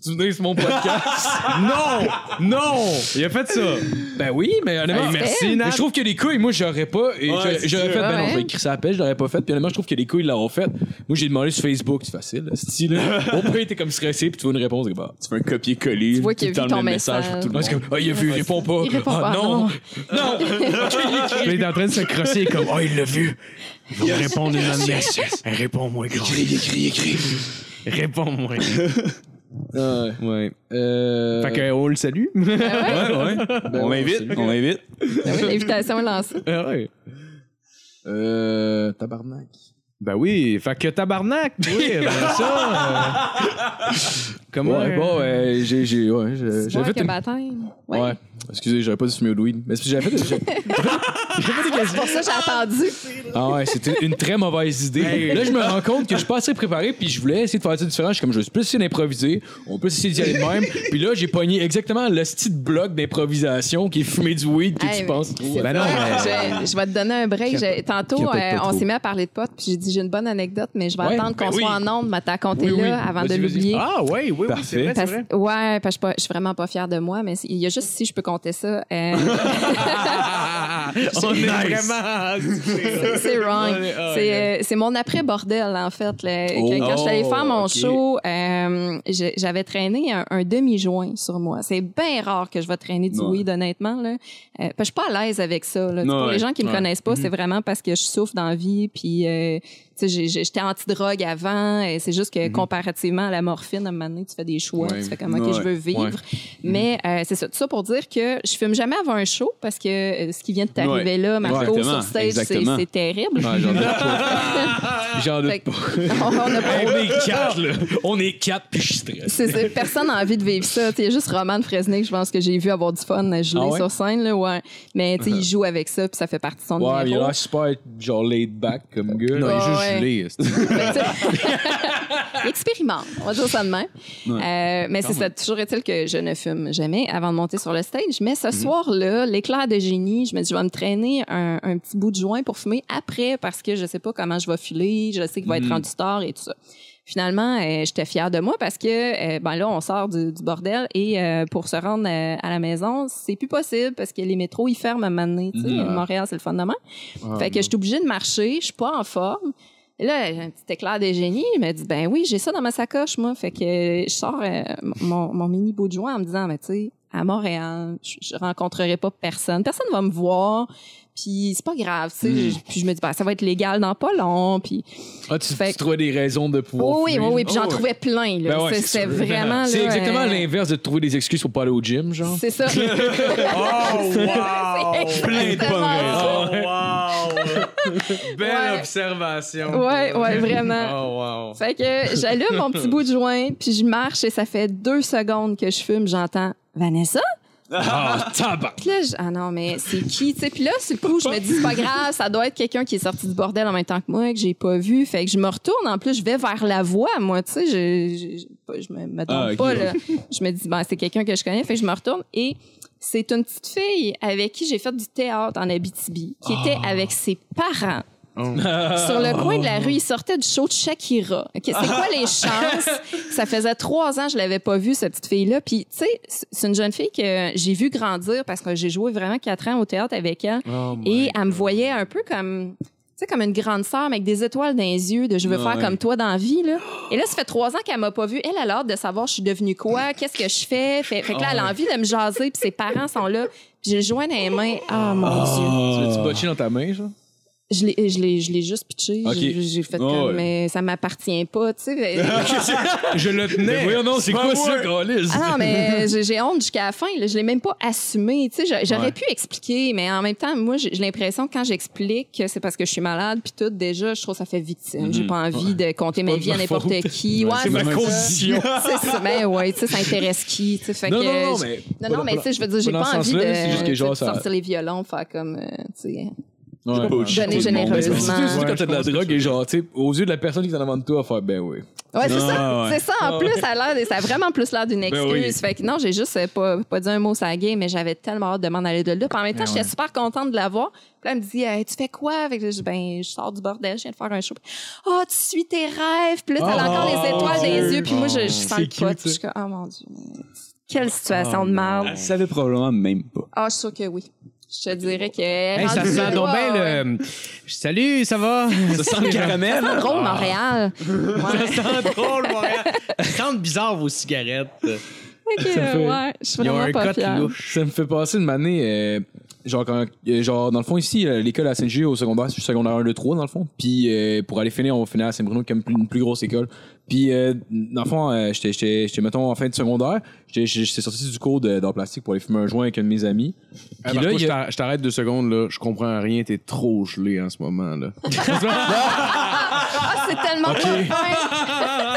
Speaker 5: tu venais sur mon podcast.
Speaker 4: Non! Non! Il a fait ça.
Speaker 5: ben oui, mais honnêtement,
Speaker 4: Hey, merci,
Speaker 5: Mais
Speaker 4: Nat.
Speaker 5: Je trouve que les couilles, moi, j'aurais pas. et j'aurais- j'aurais fait, ben non,
Speaker 6: Ouais.
Speaker 5: je vais écrire ça à la pêche, je l'aurais pas fait. Puis honnêtement, je trouve que les couilles l'auront fait. Moi, j'ai demandé sur Facebook, c'est facile. Style, on peut être comme stressé, puis tu vois une réponse, et bah.
Speaker 3: Tu fais un copier-coller.
Speaker 6: Tu vois
Speaker 3: tout
Speaker 6: qu'il a vu
Speaker 3: le temps le
Speaker 6: ton
Speaker 3: même message pour
Speaker 6: message.
Speaker 3: tout le
Speaker 5: Ah,
Speaker 3: monde.
Speaker 5: c'est comme, ah, il a vu, il répond pas.
Speaker 6: Il répond
Speaker 5: Ah,
Speaker 6: pas,
Speaker 5: non.
Speaker 6: non.
Speaker 4: Il est en train de se crosser comme, oh, il l'a vu. Il va me répondre une autre question. Réponds-moi, gros.
Speaker 3: Écris, écris, écris.
Speaker 4: Réponds-moi.
Speaker 5: Euh,
Speaker 4: Ouais.
Speaker 5: euh,
Speaker 4: Fait qu'on le salue.
Speaker 3: Ouais, ouais. On l'invite, on l'invite.
Speaker 6: Ben oui, L'invitation est lancée.
Speaker 4: Ah ouais.
Speaker 5: Euh, tabarnak.
Speaker 4: Ben oui, fait que tabarnak. Oui, ben ça. euh,
Speaker 5: Ouais,
Speaker 4: Comment?
Speaker 5: bon, ouais, j'ai, j'ai, ouais, j'ai-
Speaker 6: C'est
Speaker 5: j'avais
Speaker 6: bon,
Speaker 5: fait
Speaker 6: que
Speaker 5: une
Speaker 6: bataille.
Speaker 5: Ouais.
Speaker 6: Ouais.
Speaker 5: Excusez, j'aurais pas dû fumer au weed. Mais c'est parce que j'avais fait. j'ai-
Speaker 6: C'est pour ça que j'ai attendu.
Speaker 5: Ah ouais, c'était une très mauvaise idée. Là, je me rends compte que je suis pas assez préparé, puis je voulais essayer de faire ça différent. Je suis comme, je suis plus essayer d'improviser. On peut essayer d'y aller de même. Puis là, j'ai pogné exactement le style bloc d'improvisation qui est fumé du weed, que
Speaker 6: Hey,
Speaker 5: tu
Speaker 6: mais
Speaker 5: penses.
Speaker 6: c'est
Speaker 4: Ben non,
Speaker 6: vrai.
Speaker 4: mais-
Speaker 6: je, je vais te donner un break. J'ai- tantôt,
Speaker 5: capote pas
Speaker 6: euh, on
Speaker 5: trop.
Speaker 6: s'est mis à parler de potes, puis j'ai dit j'ai une bonne anecdote, mais je vais
Speaker 5: Ouais,
Speaker 6: attendre qu'on
Speaker 5: ben oui.
Speaker 6: soit en nombre, mais t'as compté
Speaker 5: Oui, oui.
Speaker 6: là avant de
Speaker 5: Vas-y, vas-y.
Speaker 6: l'oublier.
Speaker 4: Ah ouais, oui, oui, oui, c'est
Speaker 3: Parfait.
Speaker 4: vrai, c'est
Speaker 6: Parce-
Speaker 4: vrai.
Speaker 6: ouais, parce que je suis pas- je suis vraiment pas fière de moi, mais il y a juste si je peux compter ça. euh,
Speaker 4: On est vraiment.
Speaker 6: c'est wrong.
Speaker 4: Ouais, ah,
Speaker 6: C'est,
Speaker 4: ouais.
Speaker 6: euh, c'est mon après-bordel, en fait. là.
Speaker 5: Oh,
Speaker 6: Quand- Quand je suis allée faire mon show, euh, j'ai- j'avais traîné un, un demi-joint sur moi. C'est bien rare que je vais traîner du
Speaker 3: Ouais.
Speaker 6: weed, honnêtement. Là. Euh, parce que je suis pas à l'aise avec ça. là. Tu sais,
Speaker 3: Ouais,
Speaker 6: Pour les gens qui me
Speaker 5: ouais. Mhm.
Speaker 6: connaissent pas, c'est vraiment parce que je souffre d'envie. Puis, euh, tu sais, j'ai- j'ai- j'étais anti-drogue avant. et C'est juste que comparativement à la morphine, à un moment donné, tu fais des choix.
Speaker 5: Mhm. Ouais.
Speaker 6: Tu fais comme, OK, je veux vivre. Mais euh, c'est ça. Tout ça pour dire que je fume jamais avant un show parce que euh, ce qui vient de t'arriver là, Marco,
Speaker 3: Exactement.
Speaker 6: sur stage, c'est
Speaker 3: Exactement.
Speaker 6: c'est terrible.
Speaker 5: j'en doute pas. J'en doute
Speaker 6: Fait que- on a pas-
Speaker 9: est quatre, là. On est quatre, puis je stresse.
Speaker 6: c'est ça. Personne n'a envie de vivre ça. Il y a juste Roman Fresnay que je pense que j'ai vu avoir du fun à geler
Speaker 5: Ah ouais? Uh-huh.
Speaker 6: sur scène. Là, ouais. Mais tu sais, il joue avec ça, puis ça fait partie de son
Speaker 5: Ouais, il a
Speaker 6: numéro.
Speaker 5: l'air super, genre, laid back comme gars.
Speaker 4: Non, il est juste
Speaker 6: Ouais.
Speaker 4: gelé. c'est-
Speaker 6: Fait que, tu sais, il expérimente. On va dire ça de même. Euh, mais c'est ça. Toujours est-il que je ne fume jamais avant de monter sur le stage. Mais ce soir-là, l'éclair de génie, je me dis, je vais me traîner un, un petit bout de joint pour fumer après parce que je sais pas comment je vais filer. Je sais qu'il va être rendu tard et tout ça. Finalement, euh, j'étais fière de moi parce que euh, ben là, on sort du, du bordel et euh, pour se rendre euh, à la maison, c'est plus possible parce que les métros ils ferment à un moment donné. tu sais. Montréal, c'est le fun de même. fait que je suis obligée de marcher, je suis pas en forme. Et là, j'ai un petit éclair de génie. Il m'a dit, ben oui, j'ai ça dans ma sacoche, moi. Fait que euh, je sors euh, mon, mon mini bout de joint en me disant, mais tu sais, à Montréal, je, je rencontrerai pas personne. Personne va me voir. Puis c'est pas grave, tu sais.
Speaker 5: Hmm.
Speaker 6: Je- Puis je me dis, ben, ça va être légal dans pas long. Puis
Speaker 5: Ah, tu,
Speaker 6: Fait
Speaker 5: tu trouvais des raisons de pouvoir.
Speaker 6: oui, oui,
Speaker 5: fumer,
Speaker 6: oui,
Speaker 5: là.
Speaker 6: Puis j'en trouvais plein, là.
Speaker 5: Ben ouais,
Speaker 6: C'est-
Speaker 5: c'est
Speaker 6: c'est
Speaker 5: sûr.
Speaker 6: vraiment,
Speaker 5: C'est
Speaker 6: là,
Speaker 5: exactement
Speaker 6: euh,
Speaker 5: l'inverse de trouver des excuses pour pas aller au gym, genre.
Speaker 6: C'est ça.
Speaker 4: Oh, wow!
Speaker 6: Plein de
Speaker 4: Oh,
Speaker 5: Ah
Speaker 4: wow! Belle
Speaker 6: Ouais.
Speaker 4: observation.
Speaker 6: Ouais, ouais, vraiment.
Speaker 4: Oh, wow.
Speaker 6: Fait que j'allume mon petit bout de joint, puis je marche et ça fait deux secondes que je fume, j'entends Vanessa?
Speaker 5: Ah, tabac!
Speaker 6: Puis là, je- ah non, mais c'est qui? tu sais? Puis là, sur le coup, je me dis, c'est pas grave, ça doit être quelqu'un qui est sorti du bordel en même temps que moi, que j'ai pas vu. Fait que je me retourne, en plus, je vais vers la voie, moi, tu sais, je, je, je, je me, me trompe
Speaker 3: Ah, ok.
Speaker 6: pas, là. Je me dis, ben, c'est quelqu'un que je connais. Fait que je me retourne et c'est une petite fille avec qui j'ai fait du théâtre en Abitibi, qui était
Speaker 3: Ah.
Speaker 6: avec ses parents. Sur le coin de la rue, il sortait du show de Shakira. OK, c'est quoi les chances? Ça faisait trois ans que je l'avais pas vue, cette petite fille-là. Puis, tu sais, c- c'est une jeune fille que j'ai vue grandir parce que j'ai joué vraiment quatre ans au théâtre avec elle. et elle me voyait un peu comme... Tu sais, comme une grande sœur, mais avec des étoiles dans les yeux, de je veux faire comme toi dans la vie. Là. Et là, ça fait trois ans qu'elle m'a pas vue. Elle a l'air de savoir je suis devenue quoi, qu'est-ce que je fais. Fait, fait que là, elle a envie de me jaser, puis ses parents sont là. Puis j'ai le joint dans les mains. Ah, mon Dieu.
Speaker 5: Tu
Speaker 3: Ah.
Speaker 5: l'as-tu botché dans ta main, genre?
Speaker 6: Je l'ai, je l'ai, je l'ai juste pitché.
Speaker 5: Ok.
Speaker 6: J'ai, j'ai fait
Speaker 3: Oh,
Speaker 6: comme,
Speaker 3: ouais.
Speaker 6: mais ça m'appartient pas, tu sais.
Speaker 4: Je le tenais.
Speaker 5: voyons, non, c'est quoi ça, Gaulis?
Speaker 6: ah non, mais j'ai, j'ai honte jusqu'à la fin. Là. Je l'ai même pas assumé, tu sais. j'a- J'aurais pu expliquer, mais en même temps, moi, j'ai, j'ai l'impression que quand j'explique que c'est parce que je suis malade, puis tout, déjà, je trouve que ça fait victime.
Speaker 5: Mhm.
Speaker 6: J'ai pas envie de compter ma vie à n'importe qui. Ouais, c'est ça.
Speaker 5: condition.
Speaker 6: C'est ça. Ben ouais, tu sais, ça intéresse qui, tu sais. Fait
Speaker 5: Non,
Speaker 6: que
Speaker 5: non, non,
Speaker 6: je-
Speaker 5: mais.
Speaker 6: non, non, mais tu sais, je veux dire, j'ai
Speaker 5: Dans
Speaker 6: pas
Speaker 5: ce
Speaker 6: envie de,
Speaker 5: sens-là, c'est juste que
Speaker 6: tu sais,
Speaker 5: genre,
Speaker 6: de
Speaker 5: ça-
Speaker 6: sortir les violons, faire comme, euh, tu sais,
Speaker 5: Ouais.
Speaker 6: donner
Speaker 5: Mais ben, c'est
Speaker 6: généreusement.
Speaker 5: surtout surtout quand t'as de la drogue et genre, tu sais, aux yeux de la personne qui est en avant de toi, à faire ben oui.
Speaker 6: Ouais, c'est ça. C'est ça. En plus, ça a l'air, ça a vraiment plus l'air
Speaker 4: Ben
Speaker 6: d'une excuse. Fait que non, j'ai juste euh, pas, pas dit un mot ça gay, mais j'avais tellement hâte de m'en aller de là. Puis en même
Speaker 4: Ben
Speaker 6: temps, j'étais super contente de la voir. Puis là, elle me dit, Hey, tu fais quoi? Fait que là, je dis, ben, je sors du bordel, je viens de faire un show. Oh, tu suis tes rêves. Puis là, t'as
Speaker 4: Oh,
Speaker 6: encore les étoiles dans les yeux. Puis moi, je, je sens le pot. Puis je suis comme, oh mon Dieu. mais
Speaker 4: Oh,
Speaker 6: Quelle situation de merde.
Speaker 3: Elle savait probablement même pas.
Speaker 6: Ah, je suis sûre que oui. Je te dirais que.
Speaker 4: Hey, ça
Speaker 6: rendu
Speaker 4: sent
Speaker 6: là,
Speaker 4: donc
Speaker 6: ouais, ouais.
Speaker 4: bien le. Salut, ça va?
Speaker 3: Ça sent le caramel.
Speaker 6: C'est drôle,
Speaker 4: Ah.
Speaker 6: Montréal. Ouais.
Speaker 4: Ça sent drôle, Montréal. Ça sent bizarre vos cigarettes. euh,
Speaker 6: Ok, ouais, je suis
Speaker 4: Ils ont
Speaker 6: vraiment
Speaker 4: un
Speaker 6: pas
Speaker 4: cote
Speaker 6: fière.
Speaker 4: louche.
Speaker 5: Ça me fait passer une année, euh, genre, quand, euh, genre, dans le fond, ici, euh, l'école à Saint-Gilles au secondaire, c'est secondaire 1, 2, 3, dans le fond. Puis, euh, pour aller finir, on va finir à Saint-Bruno, qui est une plus- une plus grosse école. Puis, euh, dans le fond, euh, j'étais, j'étais, j'étais, mettons, en fin de secondaire, j'étais, j'étais sorti du cours de, dans plastique pour aller fumer un joint avec un de mes amis.
Speaker 4: Ah,
Speaker 5: Puis
Speaker 4: Marco,
Speaker 5: là, il y
Speaker 4: je
Speaker 5: a-
Speaker 4: t'arr- je t'arrête deux secondes, là. Je comprends rien. T'es trop gelé en ce moment, là.
Speaker 6: Ah, c'est tellement pas fin.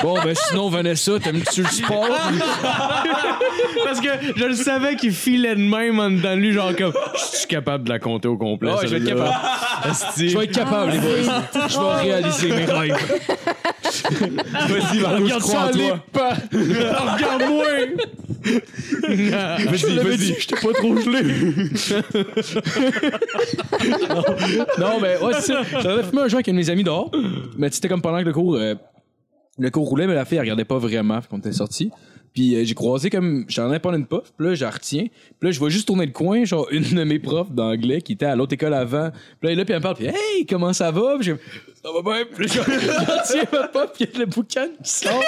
Speaker 5: Bon, ben, sinon, Vanessa, t'as mis sur le sport.
Speaker 4: Parce que je le savais qu'il filait de même en dedans de lui, genre comme. Je suis capable de la compter au complet.
Speaker 5: Ouais, Ah, je vais être
Speaker 4: celle-là. Asti.
Speaker 5: Je vais être
Speaker 6: Ah,
Speaker 5: capable, les boys. Je vais réaliser mes rêves.
Speaker 3: Vas-y, Marco, je crois en toi.
Speaker 5: pas.
Speaker 4: Regarde-moi!
Speaker 5: Vas-y, vas-y. J'étais pas trop gelé. non, mais ouais, c'est ça. J'avais fumé un joint avec un de mes amis dehors. Mais c'était comme pendant que le cours. euh, Le cours roulait, mais la fille, elle regardait pas vraiment, fait qu'on était sortis. Puis euh, j'ai croisé comme. J'en ai pas une puff, puis là, je la retiens. Puis là, je vois juste tourner le coin, genre une de mes profs d'anglais qui était à l'autre école avant. Puis là, elle est là, puis elle me parle, puis hey, comment ça va? Puis j'ai ça va bien. Puis là, je je retiens ma puff, puis il y a le boucan qui sort.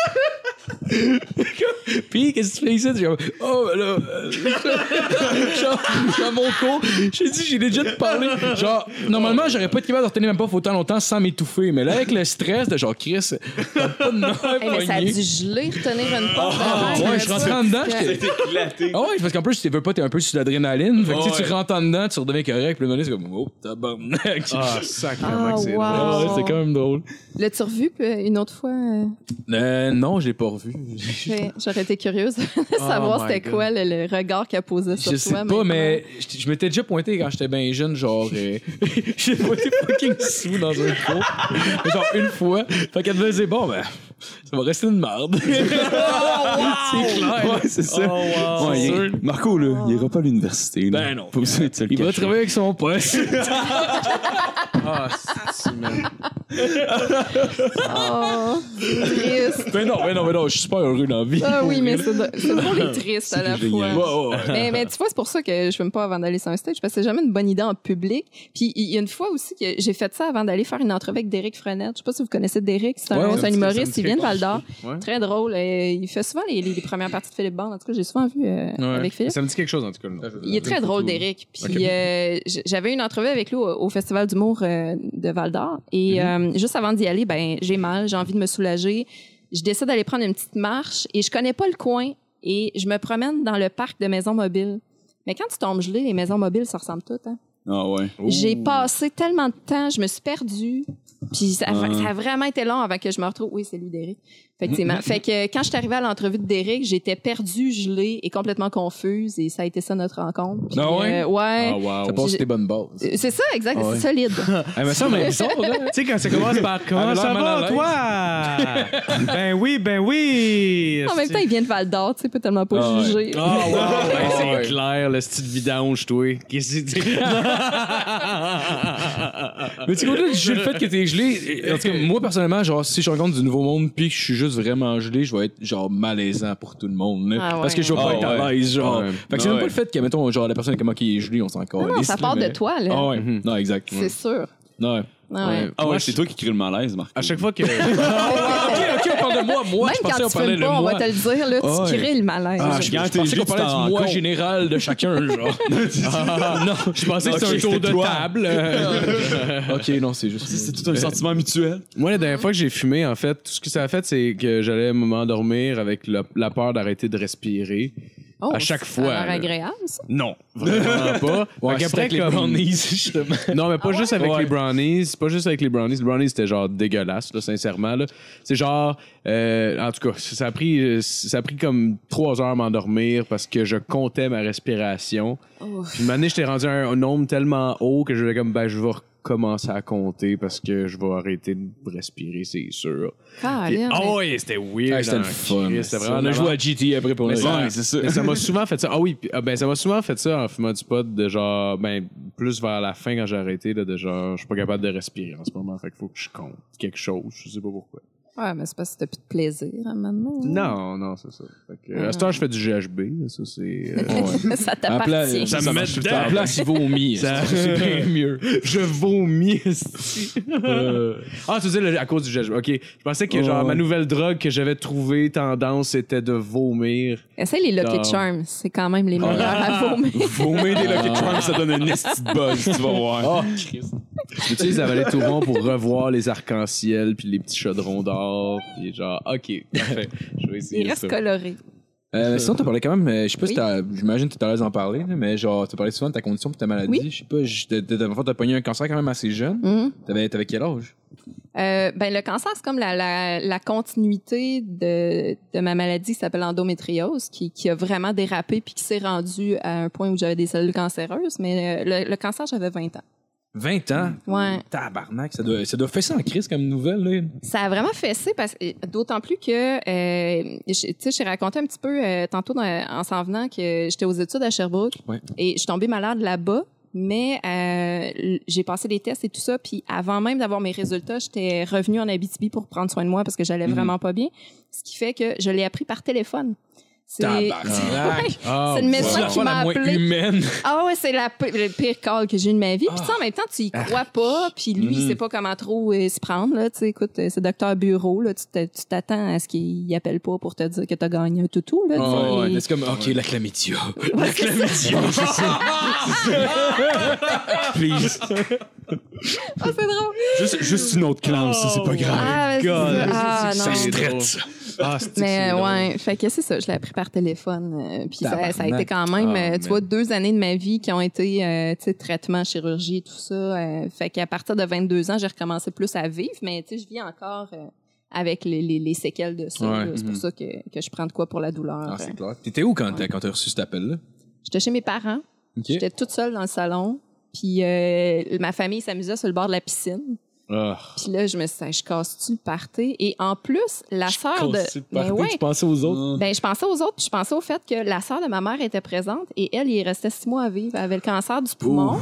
Speaker 5: puis qu'est-ce que tu fais ici? J'ai comme, oh, ben là. euh, genre, dans mon cours, j'ai dit, j'ai déjà parlé. Genre, normalement, j'aurais pas été capable de retenir ma puff autant longtemps sans m'étouffer. Mais là, avec le stress de genre, Chris, t'as pas de nerfs
Speaker 6: Eh, mais ça a
Speaker 5: pognés.
Speaker 6: dû geler, retenir une porte.
Speaker 5: Ah, ouais, je rentrais en dedans, j'étais-
Speaker 3: éclaté.
Speaker 5: Ah ouais, parce qu'en plus, si tu veux pas, t'es un peu sur l'adrénaline. Fait que tu sais,
Speaker 9: Ouais.
Speaker 5: tu rentres en dedans, tu redeviens correct, puis le moment donné, c'est comme, oh, tabarnak.
Speaker 4: Ah, sacrément que c'est drôle.
Speaker 5: Ah ouais, c'est quand même drôle.
Speaker 6: L'as-tu revu puis, euh, une autre fois? euh,
Speaker 5: Euh, non, je l'ai pas revu.
Speaker 6: j'ai- J'aurais été curieuse de savoir
Speaker 4: my
Speaker 6: c'était
Speaker 4: God.
Speaker 6: quoi le, le regard qu'elle posait sur
Speaker 5: Je
Speaker 6: toi.
Speaker 5: sais pas, mais je je m'étais déjà pointé quand j'étais bien jeune, genre. Euh, j'ai pointé fucking sous dans un cours. genre une fois. Fait qu'elle me disait, bon, ben, ça va rester une merde. Oh, c'est clair.
Speaker 3: Ouais, c'est ça.
Speaker 9: wow.
Speaker 3: Ouais,
Speaker 5: Oh, C'est
Speaker 3: il-
Speaker 5: sûr.
Speaker 3: Marco, là, il ira pas à l'université. là.
Speaker 5: Ben non.
Speaker 3: Pas besoin de se le
Speaker 5: Il va
Speaker 3: cacher.
Speaker 5: travailler avec son poste.
Speaker 4: Ah, c'est man.
Speaker 6: Oh, triste.
Speaker 3: ben
Speaker 5: mais non, mais non, mais non, je suis super heureux dans la vie.
Speaker 6: Ah oui, mais c'est drôle- c'est drôle et triste à la fois.
Speaker 5: Ouais, ouais, ouais.
Speaker 6: mais, mais tu vois, c'est pour ça que je fume pas avant d'aller sur un stage, parce que c'est jamais une bonne idée en public. Puis il y a une fois aussi que j'ai fait ça avant d'aller faire une entrevue avec Derek Frenette. Je sais pas si vous connaissez Derek, c'est un,
Speaker 5: Ouais,
Speaker 6: c'est
Speaker 5: ça me- ça
Speaker 6: un
Speaker 5: me
Speaker 6: humoriste,
Speaker 5: dit
Speaker 6: il vient de
Speaker 5: quelque
Speaker 6: Val d'Or.
Speaker 4: Ouais.
Speaker 6: Très drôle. Euh, il fait souvent les, les- les premières parties de Philippe Bond. En tout cas, j'ai souvent vu euh, avec Philippe.
Speaker 4: Ça me dit quelque chose, en tout cas. le nom.
Speaker 6: Il est très drôle, Derek. Puis euh, j- j'avais une entrevue avec lui au, au Festival d'humour euh, de Val d'Or. Et euh, juste avant d'y aller, ben j'ai mal, j'ai envie de me soulager. Je décide d'aller prendre une petite marche et je connais pas le coin. Et je me promène dans le parc de maisons mobiles. Mais quand tu tombes gelé, les maisons mobiles, ça ressemble toutes. Hein?
Speaker 3: Ah ouais.
Speaker 6: J'ai passé tellement de temps, je me suis perdue. Puis ça,
Speaker 3: Ah.
Speaker 6: ça a vraiment été long avant que je me retrouve. Oui, c'est lui, Derek. Effectivement. fait que quand je suis arrivée à l'entrevue de Derek, j'étais perdue, gelée et complètement confuse. Et ça a été ça notre rencontre. Puis,
Speaker 5: Ah ouais?
Speaker 6: euh, ouais.
Speaker 5: Ça passe tes bonnes bases.
Speaker 6: Euh, C'est ça, exact.
Speaker 5: Ah ouais.
Speaker 6: C'est solide.
Speaker 5: Ah, mais ça, mais bizarre, hein?
Speaker 4: Tu sais, quand ça commence par
Speaker 5: Ah,
Speaker 4: Comment ça
Speaker 5: l'air mal
Speaker 4: va, toi Ben oui, ben oui
Speaker 6: en même temps, il vient de Val d'Or, tu sais, peut tellement pas
Speaker 5: Ah ouais.
Speaker 6: juger.
Speaker 4: Ah, wow, ben, c'est
Speaker 5: Ah ouais.
Speaker 4: clair, le style vidange, toi. Qu'est-ce que tu
Speaker 5: Mais tu sais, au-delà du jeu, le fait que t'es gelé, euh, en tout cas, moi, personnellement, genre, si je rencontre du nouveau monde puis que je suis juste vraiment gelé, je vais être, genre, malaisant pour tout le monde, là.
Speaker 6: Ah ouais.
Speaker 5: Parce que je vais pas
Speaker 3: Ah
Speaker 5: être à
Speaker 3: ouais.
Speaker 5: l'aise, genre.
Speaker 4: Ah ouais.
Speaker 5: Fait que c'est
Speaker 3: Ah
Speaker 5: même
Speaker 3: ouais.
Speaker 5: pas le fait que, mettons, genre, la personne est comment qui est gelée, on s'en encore.
Speaker 6: non, ça part de toi, là.
Speaker 5: Ah ouais. Non, exact.
Speaker 6: C'est sûr.
Speaker 5: Ouais. Ouais.
Speaker 6: Ah ouais.
Speaker 3: Ah ouais, c'est toi qui crée le malaise, Marco.
Speaker 4: À chaque fois que.
Speaker 5: Ok, ok, on parle de moi, moi.
Speaker 6: Même
Speaker 5: je pensais
Speaker 6: quand
Speaker 5: qu'on
Speaker 6: tu
Speaker 5: parlais
Speaker 6: fumes
Speaker 5: de
Speaker 6: pas, on
Speaker 5: moi.
Speaker 6: va te le dire, là, tu
Speaker 5: Ah ouais.
Speaker 6: crées le malaise.
Speaker 5: Ah, je,
Speaker 3: Quand
Speaker 5: je pensais
Speaker 3: t'es
Speaker 5: qu'on
Speaker 3: gelé, tu
Speaker 5: parlait
Speaker 3: t'en
Speaker 5: du moi
Speaker 3: rends compte.
Speaker 5: général de chacun, genre. non, je pensais
Speaker 3: que c'était un tour de
Speaker 5: table. ok, non, c'est juste.
Speaker 3: C'est tout un sentiment mutuel.
Speaker 4: Moi, la dernière fois que j'ai fumé, en fait, tout ce que ça a fait, c'est que j'allais m'endormir avec la, la peur d'arrêter de respirer.
Speaker 6: Oh,
Speaker 4: à chaque
Speaker 6: ça a
Speaker 4: fois,
Speaker 6: l'air
Speaker 4: là.
Speaker 6: agréable, ça.
Speaker 4: Non, vraiment pas. Fait qu'après, comme-
Speaker 5: justement.
Speaker 4: Non, mais pas juste avec
Speaker 5: Ouais.
Speaker 4: les brownies. Pas juste avec les brownies. Les brownies, c'était genre dégueulasse, là, sincèrement. là. C'est genre. euh, en tout cas, ça a pris, euh, ça a pris comme trois heures à m'endormir parce que je comptais ma respiration. Puis une année, j'étais rendu à un, un nombre tellement haut que je vais comme, ben, je vais recommencer à compter parce que je vais arrêter de respirer, c'est sûr.
Speaker 6: Ah,
Speaker 4: Puis-
Speaker 6: là,
Speaker 4: Ah
Speaker 6: mais-
Speaker 4: ouais, c'était weird.
Speaker 5: Ah, c'était
Speaker 4: hein,
Speaker 5: le fun.
Speaker 4: Christ, C'était vraiment
Speaker 5: on a joué à GTA après pour
Speaker 4: Mais
Speaker 5: le
Speaker 4: ça-
Speaker 5: Ouais.
Speaker 3: Ouais, c'est ça.
Speaker 4: mais ça m'a souvent fait ça. Ah oui, puis, ah ben ça m'a souvent fait ça en fumant du pot de genre ben plus vers la fin quand j'ai arrêté là, de genre je suis pas capable de respirer en ce moment, fait qu'il faut que je compte quelque chose, je sais pas pourquoi.
Speaker 6: Ouais, mais c'est parce que t'as plus de plaisir à maintenant.
Speaker 4: Non, non, c'est ça. Fait que, euh, À cette heure, je fais du GHB, ça c'est euh,
Speaker 6: ça
Speaker 5: À pla-
Speaker 6: t'appartient.
Speaker 5: ça me met
Speaker 9: marche
Speaker 5: dedans. À place, il vomit. C'est bien mieux.
Speaker 4: je vomis. esti.
Speaker 5: Euh.
Speaker 4: ah, tu dis à cause du GHB. OK, je pensais que genre ma nouvelle drogue que j'avais trouvée tendance c'était de vomir.
Speaker 6: Essaye les Lucky
Speaker 4: Non.
Speaker 6: Charms. C'est quand même les meilleurs à vomir.
Speaker 3: Vomir des Lucky Charms, ça donne une petite buzz, tu vas voir.
Speaker 5: Oh, Christ.
Speaker 4: J'utilise la vallée Touron pour revoir les arcs-en-ciel puis les petits chaudrons d'or, puis genre OK, parfait. Je vais essayer
Speaker 6: Il reste
Speaker 4: ça.
Speaker 6: coloré.
Speaker 5: Euh, sinon, t'as parlé quand même, euh, je sais pas si
Speaker 6: Oui.
Speaker 5: t'as, j'imagine que t'es à l'aise d'en parler, là, mais genre, t'as parlé souvent de ta condition puis ta maladie.
Speaker 6: Oui.
Speaker 5: Je sais pas, je- t'as- t'as t'as- t'as pogné un cancer quand même assez jeune.
Speaker 6: Mhm.
Speaker 5: T'avais, t'avais quel âge?
Speaker 6: Euh, ben, le cancer, c'est comme la, la, la continuité de, de ma maladie qui s'appelle endométriose, qui, qui a vraiment dérapé puis qui s'est rendue à un point où j'avais des cellules cancéreuses. Mais euh, le, le cancer, j'avais 20 ans.
Speaker 5: 20 ans.
Speaker 6: Ouais.
Speaker 5: Tabarnak, ça doit, ça doit faire ça en crise comme nouvelle, là.
Speaker 6: Ça a vraiment fessé, parce d'autant plus que, euh, je- tu sais, j'ai raconté un petit peu euh, tantôt dans- en s'en venant que j'étais aux études à Sherbrooke
Speaker 5: Ouais.
Speaker 6: et je suis tombée malade là-bas. Mais euh, l- j'ai passé des tests et tout ça. Puis avant même d'avoir mes résultats, j'étais revenue en Abitibi pour prendre soin de moi parce que j'allais vraiment pas bien. Ce qui fait que je l'ai appris par téléphone. C'est Ouais.
Speaker 4: Ah,
Speaker 6: C'est le médecin qui m'a appelé.
Speaker 5: humaine.
Speaker 6: Ah ouais, c'est la p- le pire call que j'ai eu de ma vie. Puis tu sais,
Speaker 5: Ah.
Speaker 6: en même temps, tu y crois pas, puis lui,
Speaker 5: Mm-hmm.
Speaker 6: il sait pas comment trop euh, s'y prendre. Là. Tu sais, écoute, euh, c'est docteur bureau, là, tu te- tu t'attends à ce qu'il appelle pas pour te dire que t'as gagné un toutou. Là, tu sais.
Speaker 5: Oh, ouais, mais c'est comme, OK, la chlamydia.
Speaker 6: Ouais, c'est ça.
Speaker 1: Please.
Speaker 6: Ah, c'est drôle.
Speaker 1: Juste, juste une autre classe, ça, c'est pas grave.
Speaker 6: Ah, c'est ça. Ah, non.
Speaker 4: Ah, c'est
Speaker 6: Mais euh, ouais, fait que c'est ça, je l'ai appris par téléphone. euh, puis ça, ça a été quand même, euh, tu vois, deux années de ma vie qui ont été, euh, tu sais, traitement, chirurgie, tout ça. euh, fait qu'à partir de 22 ans, j'ai recommencé plus à vivre, mais tu sais, je vis encore euh, avec les, les, les séquelles de ça.
Speaker 5: Ouais, mhm.
Speaker 6: là. C'est pour ça que, que je prends de quoi pour la douleur.
Speaker 5: Ah, c'est
Speaker 6: euh.
Speaker 5: clair. T'étais où quand t'as quand t'as reçu cet appel-là?
Speaker 6: J'étais chez mes parents,
Speaker 5: OK.
Speaker 6: j'étais toute seule dans le salon, puis euh, ma famille s'amusait sur le bord de la piscine.
Speaker 5: Ah.
Speaker 6: Puis là, je me suis dit, je casse-tu le party? Et en plus, la sœur de... Ben ouais.
Speaker 10: pensais aux autres.
Speaker 6: Ben, je pensais aux autres, puis je pensais au fait que la sœur de ma mère était présente et elle, il restait six mois à vivre. Elle avait le cancer du poumon.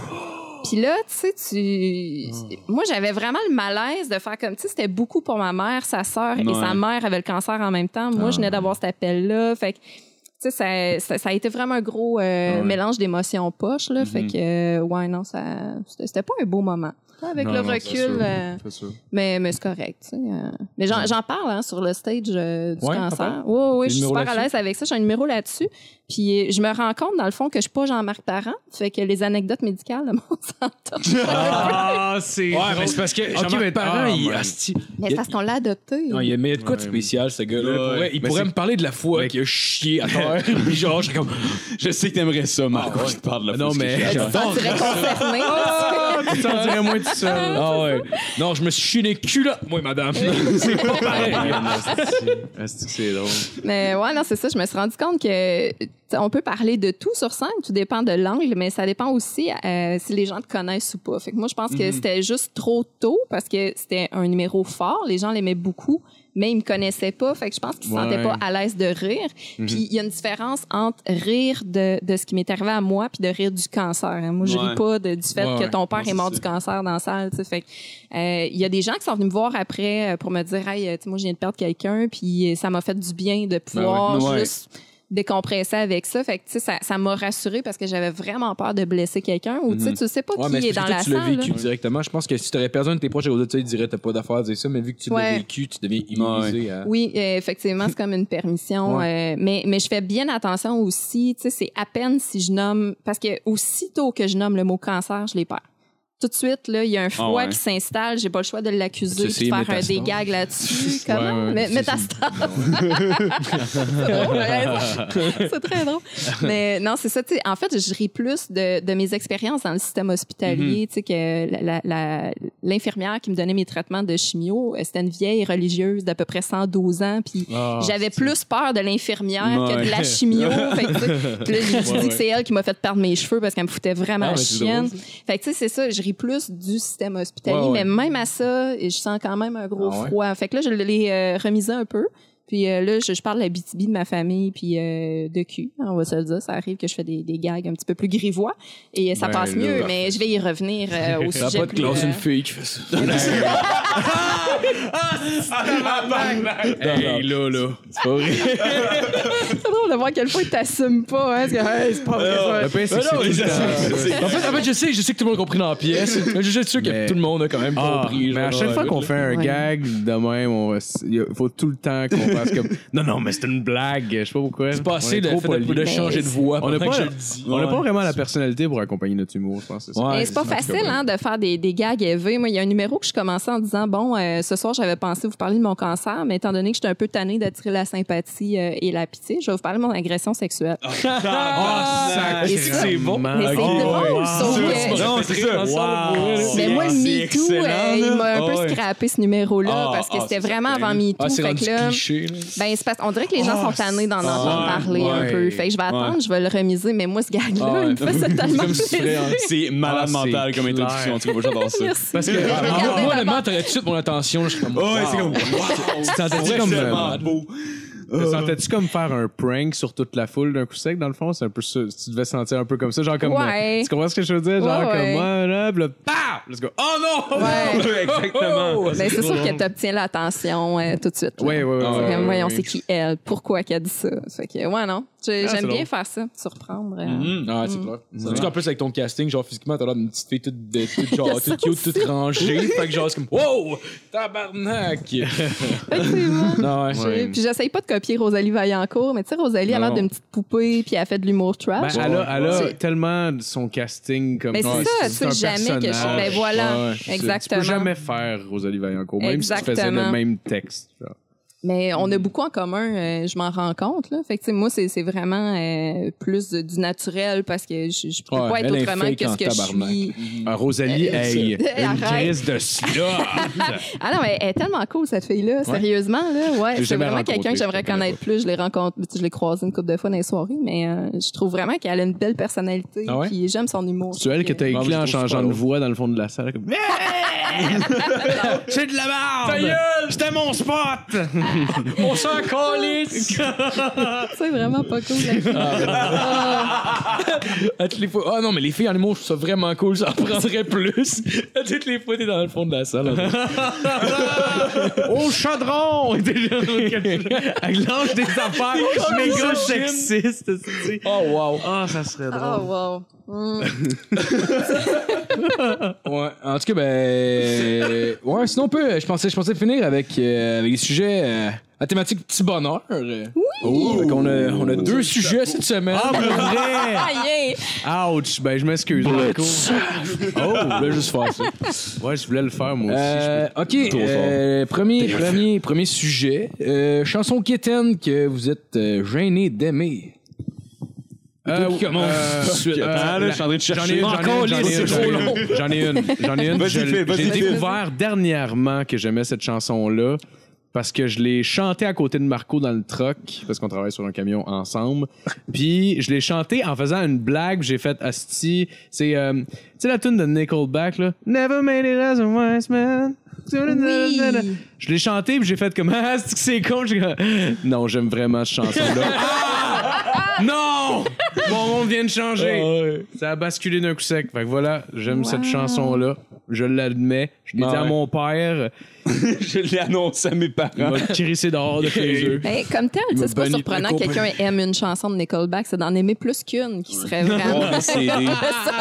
Speaker 6: Puis là, tu sais, tu. Moi, j'avais vraiment le malaise de faire comme. Tu sais, c'était beaucoup pour ma mère, sa sœur et sa mère avaient le cancer en même temps. Moi, je venais d'avoir cet appel-là. Fait que, tu sais, ça, ça, ça a été vraiment un gros euh, mélange d'émotions poches, là. Fait que, euh, ouais, non, ça. C'était c'était pas un beau moment. Avec le recul. euh, mais, mais c'est correct. tu sais, euh. Mais j'en j'en parle hein, sur le stage euh, du
Speaker 5: Ouais, t'en
Speaker 6: cancer.
Speaker 5: parles?
Speaker 6: Oui, oui, je suis
Speaker 5: numéro
Speaker 6: super à l'aise avec ça. J'ai un numéro là-dessus. Puis euh, je me rends compte, dans le fond, que je suis pas Jean-Marc Parent. Fait que les anecdotes médicales, le monde s'entend.
Speaker 10: Ah, c'est.
Speaker 5: Ouais, mais c'est parce que
Speaker 4: Ok, mais
Speaker 5: Jean-Marc Parent,
Speaker 4: ah,
Speaker 5: il...
Speaker 4: man.
Speaker 5: asti-
Speaker 6: Mais c'est parce qu'on l'a adopté.
Speaker 5: Non, il y a mais de quoi de spécial, ce gars-là. Pour vrai, Il
Speaker 4: Mais
Speaker 5: pourrait
Speaker 4: c'est-
Speaker 5: me parler de la fois qu'il a chié à terre. Puis genre, je serais comme...
Speaker 3: Je sais que t'aimerais ça, Marco. Je te parle de la
Speaker 4: Non,
Speaker 3: fausse
Speaker 4: mais.
Speaker 3: que j'ai.
Speaker 6: Ah, tu serais concerné. Ah,
Speaker 4: Tu t'en dirais moins tout seul.
Speaker 5: Ah ouais. Non, je me suis chié les culottes, moi, madame. c'est pas pareil.
Speaker 4: C'est drôle.
Speaker 6: mais ouais, non, c'est ça. Je me suis rendu compte que tu sais, on peut parler de tout sur scène. Tout dépend de l'angle, mais ça dépend aussi euh, si les gens te connaissent ou pas. Fait que moi, je pense
Speaker 3: Mhm.
Speaker 6: que c'était juste trop tôt parce que c'était un numéro fort. Les gens l'aimaient beaucoup, mais ils me connaissaient pas. Fait que je pense qu'ils se sentaient pas à l'aise de rire.
Speaker 3: Mhm.
Speaker 6: Puis il y a une différence entre rire de, de ce qui m'est arrivé à moi puis de rire du cancer. hein. Moi, je
Speaker 3: Ouais.
Speaker 6: ris pas de- du fait
Speaker 5: Ouais, ouais.
Speaker 6: que ton père
Speaker 3: Non,
Speaker 6: est mort
Speaker 3: c'est
Speaker 6: du cancer dans la salle. tu sais. Fait que, euh, il y a des gens qui sont venus me voir après euh, pour me dire Hey, euh, tu sais, moi, je viens de perdre quelqu'un, puis euh, ça m'a fait du bien
Speaker 5: Ben
Speaker 6: de pouvoir
Speaker 3: ouais.
Speaker 6: juste décompresser avec ça. Fait que, tu sais, ça, ça m'a rassurée parce que j'avais vraiment peur de blesser quelqu'un ou, tu sais, tu sais pas
Speaker 5: Mhm. Ouais, mais
Speaker 6: qui est
Speaker 5: c'est
Speaker 6: dans
Speaker 5: parce que
Speaker 6: la
Speaker 5: toi, tu l'as
Speaker 6: salle.
Speaker 5: vécu
Speaker 6: là.
Speaker 5: directement. Je pense que si t'aurais perdu un de tes proches à cause de ça, ils diraient t'as pas d'affaire à dire ça, mais vu que tu l'as
Speaker 6: Ouais.
Speaker 5: vécu, tu deviens immunisé à.
Speaker 6: Oui, euh, effectivement, c'est comme une permission. euh, mais, mais je fais bien attention aussi. Tu sais, c'est à peine si je nomme... Parce que aussitôt que je nomme le mot cancer, je les perds. Tout de suite, là, il
Speaker 5: Ah
Speaker 6: y a un froid
Speaker 3: ouais.
Speaker 6: qui s'installe. J'ai pas le choix de
Speaker 5: Ça,
Speaker 6: l'accuser,
Speaker 5: c'est
Speaker 6: de faire euh, des
Speaker 5: métastase.
Speaker 6: gags là-dessus. Comment?
Speaker 5: ouais,
Speaker 6: Mais-
Speaker 5: c'est-
Speaker 6: métastase. C'est drôle, hein, ça? c'est très drôle. Mais non, c'est ça. tu sais, En fait, je ris plus de, de mes expériences dans le système hospitalier. Tu sais, que la- la- la- l'infirmière qui me donnait mes traitements de chimio, euh, c'était une vieille religieuse d'à peu près 112 ans. Puis
Speaker 4: Ah.
Speaker 5: Ah,
Speaker 6: j'avais plus peur de l'infirmière que de la chimio. Fait que, tu sais, puis là, j'ai dit que c'est elle qui m'a fait perdre mes cheveux parce qu'elle me foutait vraiment
Speaker 5: Ah,
Speaker 6: la chienne. Fait que, tu sais, c'est ça. Je ris plus du système hospitalier.
Speaker 5: Ouais, ouais.
Speaker 6: Mais même à ça, je sens quand même un gros
Speaker 5: Ah ouais?
Speaker 6: froid. Fait que là, je l'ai euh, remisé un peu. Puis euh, là, je, je parle de la BTB de ma famille, puis euh, de cul, hein, on va se le dire. Ça arrive que je fais des, des gags un petit peu plus grivois et euh, ça
Speaker 5: Ben,
Speaker 6: passe
Speaker 5: là,
Speaker 6: mieux,
Speaker 5: parfait.
Speaker 6: mais je vais y revenir euh, au
Speaker 5: Ça
Speaker 6: sujet
Speaker 5: a pas de
Speaker 6: plus,
Speaker 5: classe,
Speaker 6: euh,
Speaker 5: une fille qui fait ça.
Speaker 4: Ah, Hey, là, là.
Speaker 5: C'est pas vrai.
Speaker 6: C'est drôle de voir à quel point t'assumes pas, hein, parce que hey, c'est pas vrai. ça.
Speaker 4: Le pire, c'est que c'est tout le temps ça.
Speaker 5: En fait, en fait, je sais, je sais que tout le monde a compris dans la pièce. mais Je suis sûr que
Speaker 4: Mais-
Speaker 5: tout le monde a quand même
Speaker 4: Ah,
Speaker 5: compris. euh,
Speaker 4: mais à chaque fois qu'on fait un
Speaker 6: Ouais.
Speaker 4: gag de même, on va s- il faut tout le temps qu'on fasse comme non non mais c'est une blague, je sais pas pourquoi.
Speaker 5: C'est passé
Speaker 4: On est
Speaker 5: le
Speaker 4: trop
Speaker 5: fait
Speaker 4: poli.
Speaker 5: de, de changer de voix.
Speaker 4: On n'a
Speaker 5: pendant
Speaker 4: pas,
Speaker 5: que je le dis.
Speaker 4: on n'a pas
Speaker 5: Ouais.
Speaker 4: vraiment la personnalité pour accompagner notre humour, je pense. c'est ça.
Speaker 5: Ouais,
Speaker 6: Mais c'est pas
Speaker 5: ça.
Speaker 6: facile hein, de faire des, des gags élevés. Moi, il y a un numéro que je commençais en disant Bon, euh, ce soir, j'avais pensé vous parler de mon cancer, mais étant donné que j'étais un peu tannée d'attirer la sympathie euh, et la pitié, je vais vous parler de mon agression sexuelle.
Speaker 4: Ah,
Speaker 6: Et ça,
Speaker 4: c'est bon. Ah,
Speaker 6: mais c'est drôle,
Speaker 5: Ah,
Speaker 6: sauf que-
Speaker 3: Non, c'est ça.
Speaker 6: Mais moi, le MeToo, euh, il m'a un peu scrappé ce numéro-là
Speaker 5: Ah,
Speaker 6: parce que
Speaker 5: ah,
Speaker 6: c'était
Speaker 5: c'est
Speaker 6: vraiment
Speaker 5: certain.
Speaker 6: avant MeToo.
Speaker 5: Ah, c'est
Speaker 6: fait
Speaker 5: rendu
Speaker 6: que là,
Speaker 5: cliché. Ah, là.
Speaker 6: ben, c'est parce qu'on dirait que les gens sont tannés d'en entendre parler un
Speaker 4: ouais.
Speaker 6: peu. Fait que je vais attendre, je vais le remiser, mais moi, ce gag-là,
Speaker 5: Ah, ouais.
Speaker 6: il me faisait tellement
Speaker 5: Comme si tu ferais
Speaker 6: plaisir.
Speaker 5: un-
Speaker 3: C'est malade
Speaker 4: Ah, c'est
Speaker 3: mental comme
Speaker 4: clair.
Speaker 3: introduction. Tu vois, j'adore ça.
Speaker 5: Ben,
Speaker 6: Merci.
Speaker 4: Parce que-
Speaker 6: Je vais
Speaker 4: Ah,
Speaker 6: regarder
Speaker 5: Moi,
Speaker 6: la
Speaker 5: honnêtement, t'aurais tout de suite mon attention. là, Je suis comme.
Speaker 3: Ouais, c'est comme. Wow!
Speaker 4: Tu t'en
Speaker 3: C'est
Speaker 4: comme
Speaker 3: tellement
Speaker 4: euh,
Speaker 3: beau.
Speaker 4: Te sentais-tu comme faire un prank sur toute la foule d'un coup sec, dans le fond? C'est un peu ça. Tu devais sentir un peu comme ça, genre comme.
Speaker 6: Ouais.
Speaker 4: euh, Tu comprends ce que je veux dire? Genre
Speaker 6: Ouais, ouais.
Speaker 4: comme, ouais, là, pis là, paf! Let's go. Oh non!
Speaker 6: Ouais.
Speaker 5: Oh,
Speaker 10: Exactement.
Speaker 6: Ben, c'est sûr que tu obtiens l'attention euh, tout de suite. là.
Speaker 4: Ouais, ouais, ouais,
Speaker 6: C'est
Speaker 4: ouais,
Speaker 6: comme,
Speaker 4: ouais,
Speaker 6: voyons,
Speaker 4: ouais.
Speaker 6: c'est qui elle? Pourquoi qu'elle dit ça? Fait que, ouais, non. J'ai-
Speaker 4: Ah, c'est
Speaker 6: J'aime bien
Speaker 4: drôle.
Speaker 6: faire ça, surprendre. euh.
Speaker 4: Mm.
Speaker 5: Ah, c'est clair. Surtout qu'en plus, avec ton casting, genre, physiquement, t'as l'air d'une petite fille toute, de- toute, genre, toute cute, toute rangée. fait que, genre, c'est comme, wow! Tabarnak!
Speaker 6: Effectivement.
Speaker 5: non, ouais.
Speaker 6: J'ai- Puis j'essaye pas de copier Rosalie Vaillancourt, mais tu sais, Rosalie a
Speaker 5: Non,
Speaker 6: l'air
Speaker 5: non.
Speaker 6: d'une petite poupée, puis elle fait de l'humour
Speaker 4: Ben,
Speaker 6: trash.
Speaker 4: elle a, elle a
Speaker 6: C'est-
Speaker 4: tellement son casting comme
Speaker 6: Mais c'est
Speaker 4: Ouais,
Speaker 6: ça,
Speaker 4: c'est
Speaker 6: tu sais,
Speaker 4: un
Speaker 6: jamais que je-
Speaker 4: personnage.
Speaker 6: ben voilà,
Speaker 4: c'est-
Speaker 6: exactement.
Speaker 4: Tu peux jamais faire Rosalie Vaillancourt, même si tu faisais
Speaker 6: Exactement.
Speaker 4: le même texte. genre.
Speaker 6: Mais on a
Speaker 5: mm.
Speaker 6: beaucoup en commun, euh, je m'en rends compte. Là. Fait que, tu sais, moi, c'est c'est vraiment euh, plus de- du naturel parce que je, je peux
Speaker 5: Ouais,
Speaker 6: pas être
Speaker 5: elle est
Speaker 6: autrement
Speaker 5: fake
Speaker 6: que
Speaker 5: en
Speaker 6: ce que je
Speaker 5: tabarnak.
Speaker 6: suis.
Speaker 4: Ah, Rosalie,
Speaker 6: Euh,
Speaker 4: hey,
Speaker 6: c'est-
Speaker 4: une
Speaker 6: Arrête.
Speaker 4: crise de cela.
Speaker 6: Ah non, mais elle est tellement cool, cette fille-là. Sérieusement, là. Ouais,
Speaker 4: J'ai
Speaker 6: c'est
Speaker 4: jamais
Speaker 6: vraiment quelqu'un que
Speaker 4: rencontré, je
Speaker 6: j'aimerais
Speaker 4: la connais
Speaker 6: connaître plus. Je l'ai rencontré, je l'ai croisée une couple de fois dans les soirées, mais euh, je trouve vraiment qu'elle a une belle personnalité.
Speaker 5: Ah ouais?
Speaker 6: Puis j'aime son humour.
Speaker 4: C'est elle que t'as
Speaker 5: Ouais,
Speaker 4: écrit
Speaker 5: moi, je
Speaker 4: en
Speaker 5: trouve
Speaker 4: changeant
Speaker 5: super
Speaker 4: de
Speaker 5: drôle.
Speaker 4: voix dans le fond de la salle. Comme, C'est de la merde! C'était mon spot!
Speaker 10: On s'en calisse!
Speaker 6: C'est vraiment pas cool. la fille.
Speaker 5: À toutes les fois. Ah non, mais les filles en humour, je trouve ça vraiment cool, j'en prendrais plus. À toutes les fois, t'es dans le fond de la salle. en fait.
Speaker 4: Au chaudron!
Speaker 10: Elle lance des affaires méga sexistes.
Speaker 5: oh, wow.
Speaker 10: Ah, ça serait
Speaker 6: Ah,
Speaker 10: drôle.
Speaker 6: wow. Mm.
Speaker 5: Ouais. En tout cas, ben. Ouais, sinon, on peut. Je pensais, je pensais finir avec, euh, avec des sujets euh, à thématique petit bonheur. Oui! on, a, on a deux sujets cette semaine.
Speaker 4: Ah, pour vrai!
Speaker 6: Ah, yeah!
Speaker 4: Ouch! Ben, je m'excuse.
Speaker 5: Oh, je voulais juste faire ça.
Speaker 4: Ouais, je voulais le faire, moi aussi.
Speaker 5: Euh, ok, euh, premier, premier, premier sujet. Euh, chanson quétaine que vous êtes euh, gêné d'aimer.
Speaker 4: Euh,
Speaker 5: qui commence
Speaker 4: euh,
Speaker 5: tout de suite.
Speaker 4: euh,
Speaker 1: Ah, là, je suis en train de
Speaker 4: J'en ai
Speaker 1: chercher.
Speaker 4: une, j'en ai une, j'en ai une,
Speaker 5: c'est trop
Speaker 4: j'en ai une. J'en ai une, j'en ai une.
Speaker 3: Vas-y,
Speaker 4: Je
Speaker 3: fais,
Speaker 4: l'ai-
Speaker 3: vas-y,
Speaker 4: J'ai
Speaker 3: fais.
Speaker 4: découvert dernièrement que j'aimais cette chanson-là parce que je l'ai chantée à côté de Marco dans le truck parce qu'on travaille sur un camion ensemble. Puis je l'ai chantée en faisant une blague. puis J'ai fait asti. C'est euh, tu sais la tune de Nickelback là. Never made it as a wise man.
Speaker 6: Oui.
Speaker 4: Je l'ai chantée puis j'ai fait comme ah c'est que c'est con. J'ai comme, Non j'aime vraiment cette chanson là. Non! Mon monde vient de
Speaker 3: Oh,
Speaker 4: changer. Ça a basculé d'un coup sec. Fait que voilà, j'aime
Speaker 6: Wow.
Speaker 4: cette chanson-là. Je l'admets. Je l'ai
Speaker 5: Ah
Speaker 4: dit à
Speaker 5: ouais.
Speaker 4: mon père.
Speaker 3: Je l'ai annoncé à mes
Speaker 4: Il
Speaker 3: parents.
Speaker 4: m'a crissé dehors de chez eux.
Speaker 6: Ben, comme tel, tu sais, c'est pas
Speaker 5: banni de
Speaker 6: surprenant que
Speaker 5: Nicole
Speaker 6: quelqu'un aime une chanson de Nickelback, c'est d'en aimer plus qu'une qui serait vraiment.
Speaker 3: Ouais, c'est des-
Speaker 6: Ça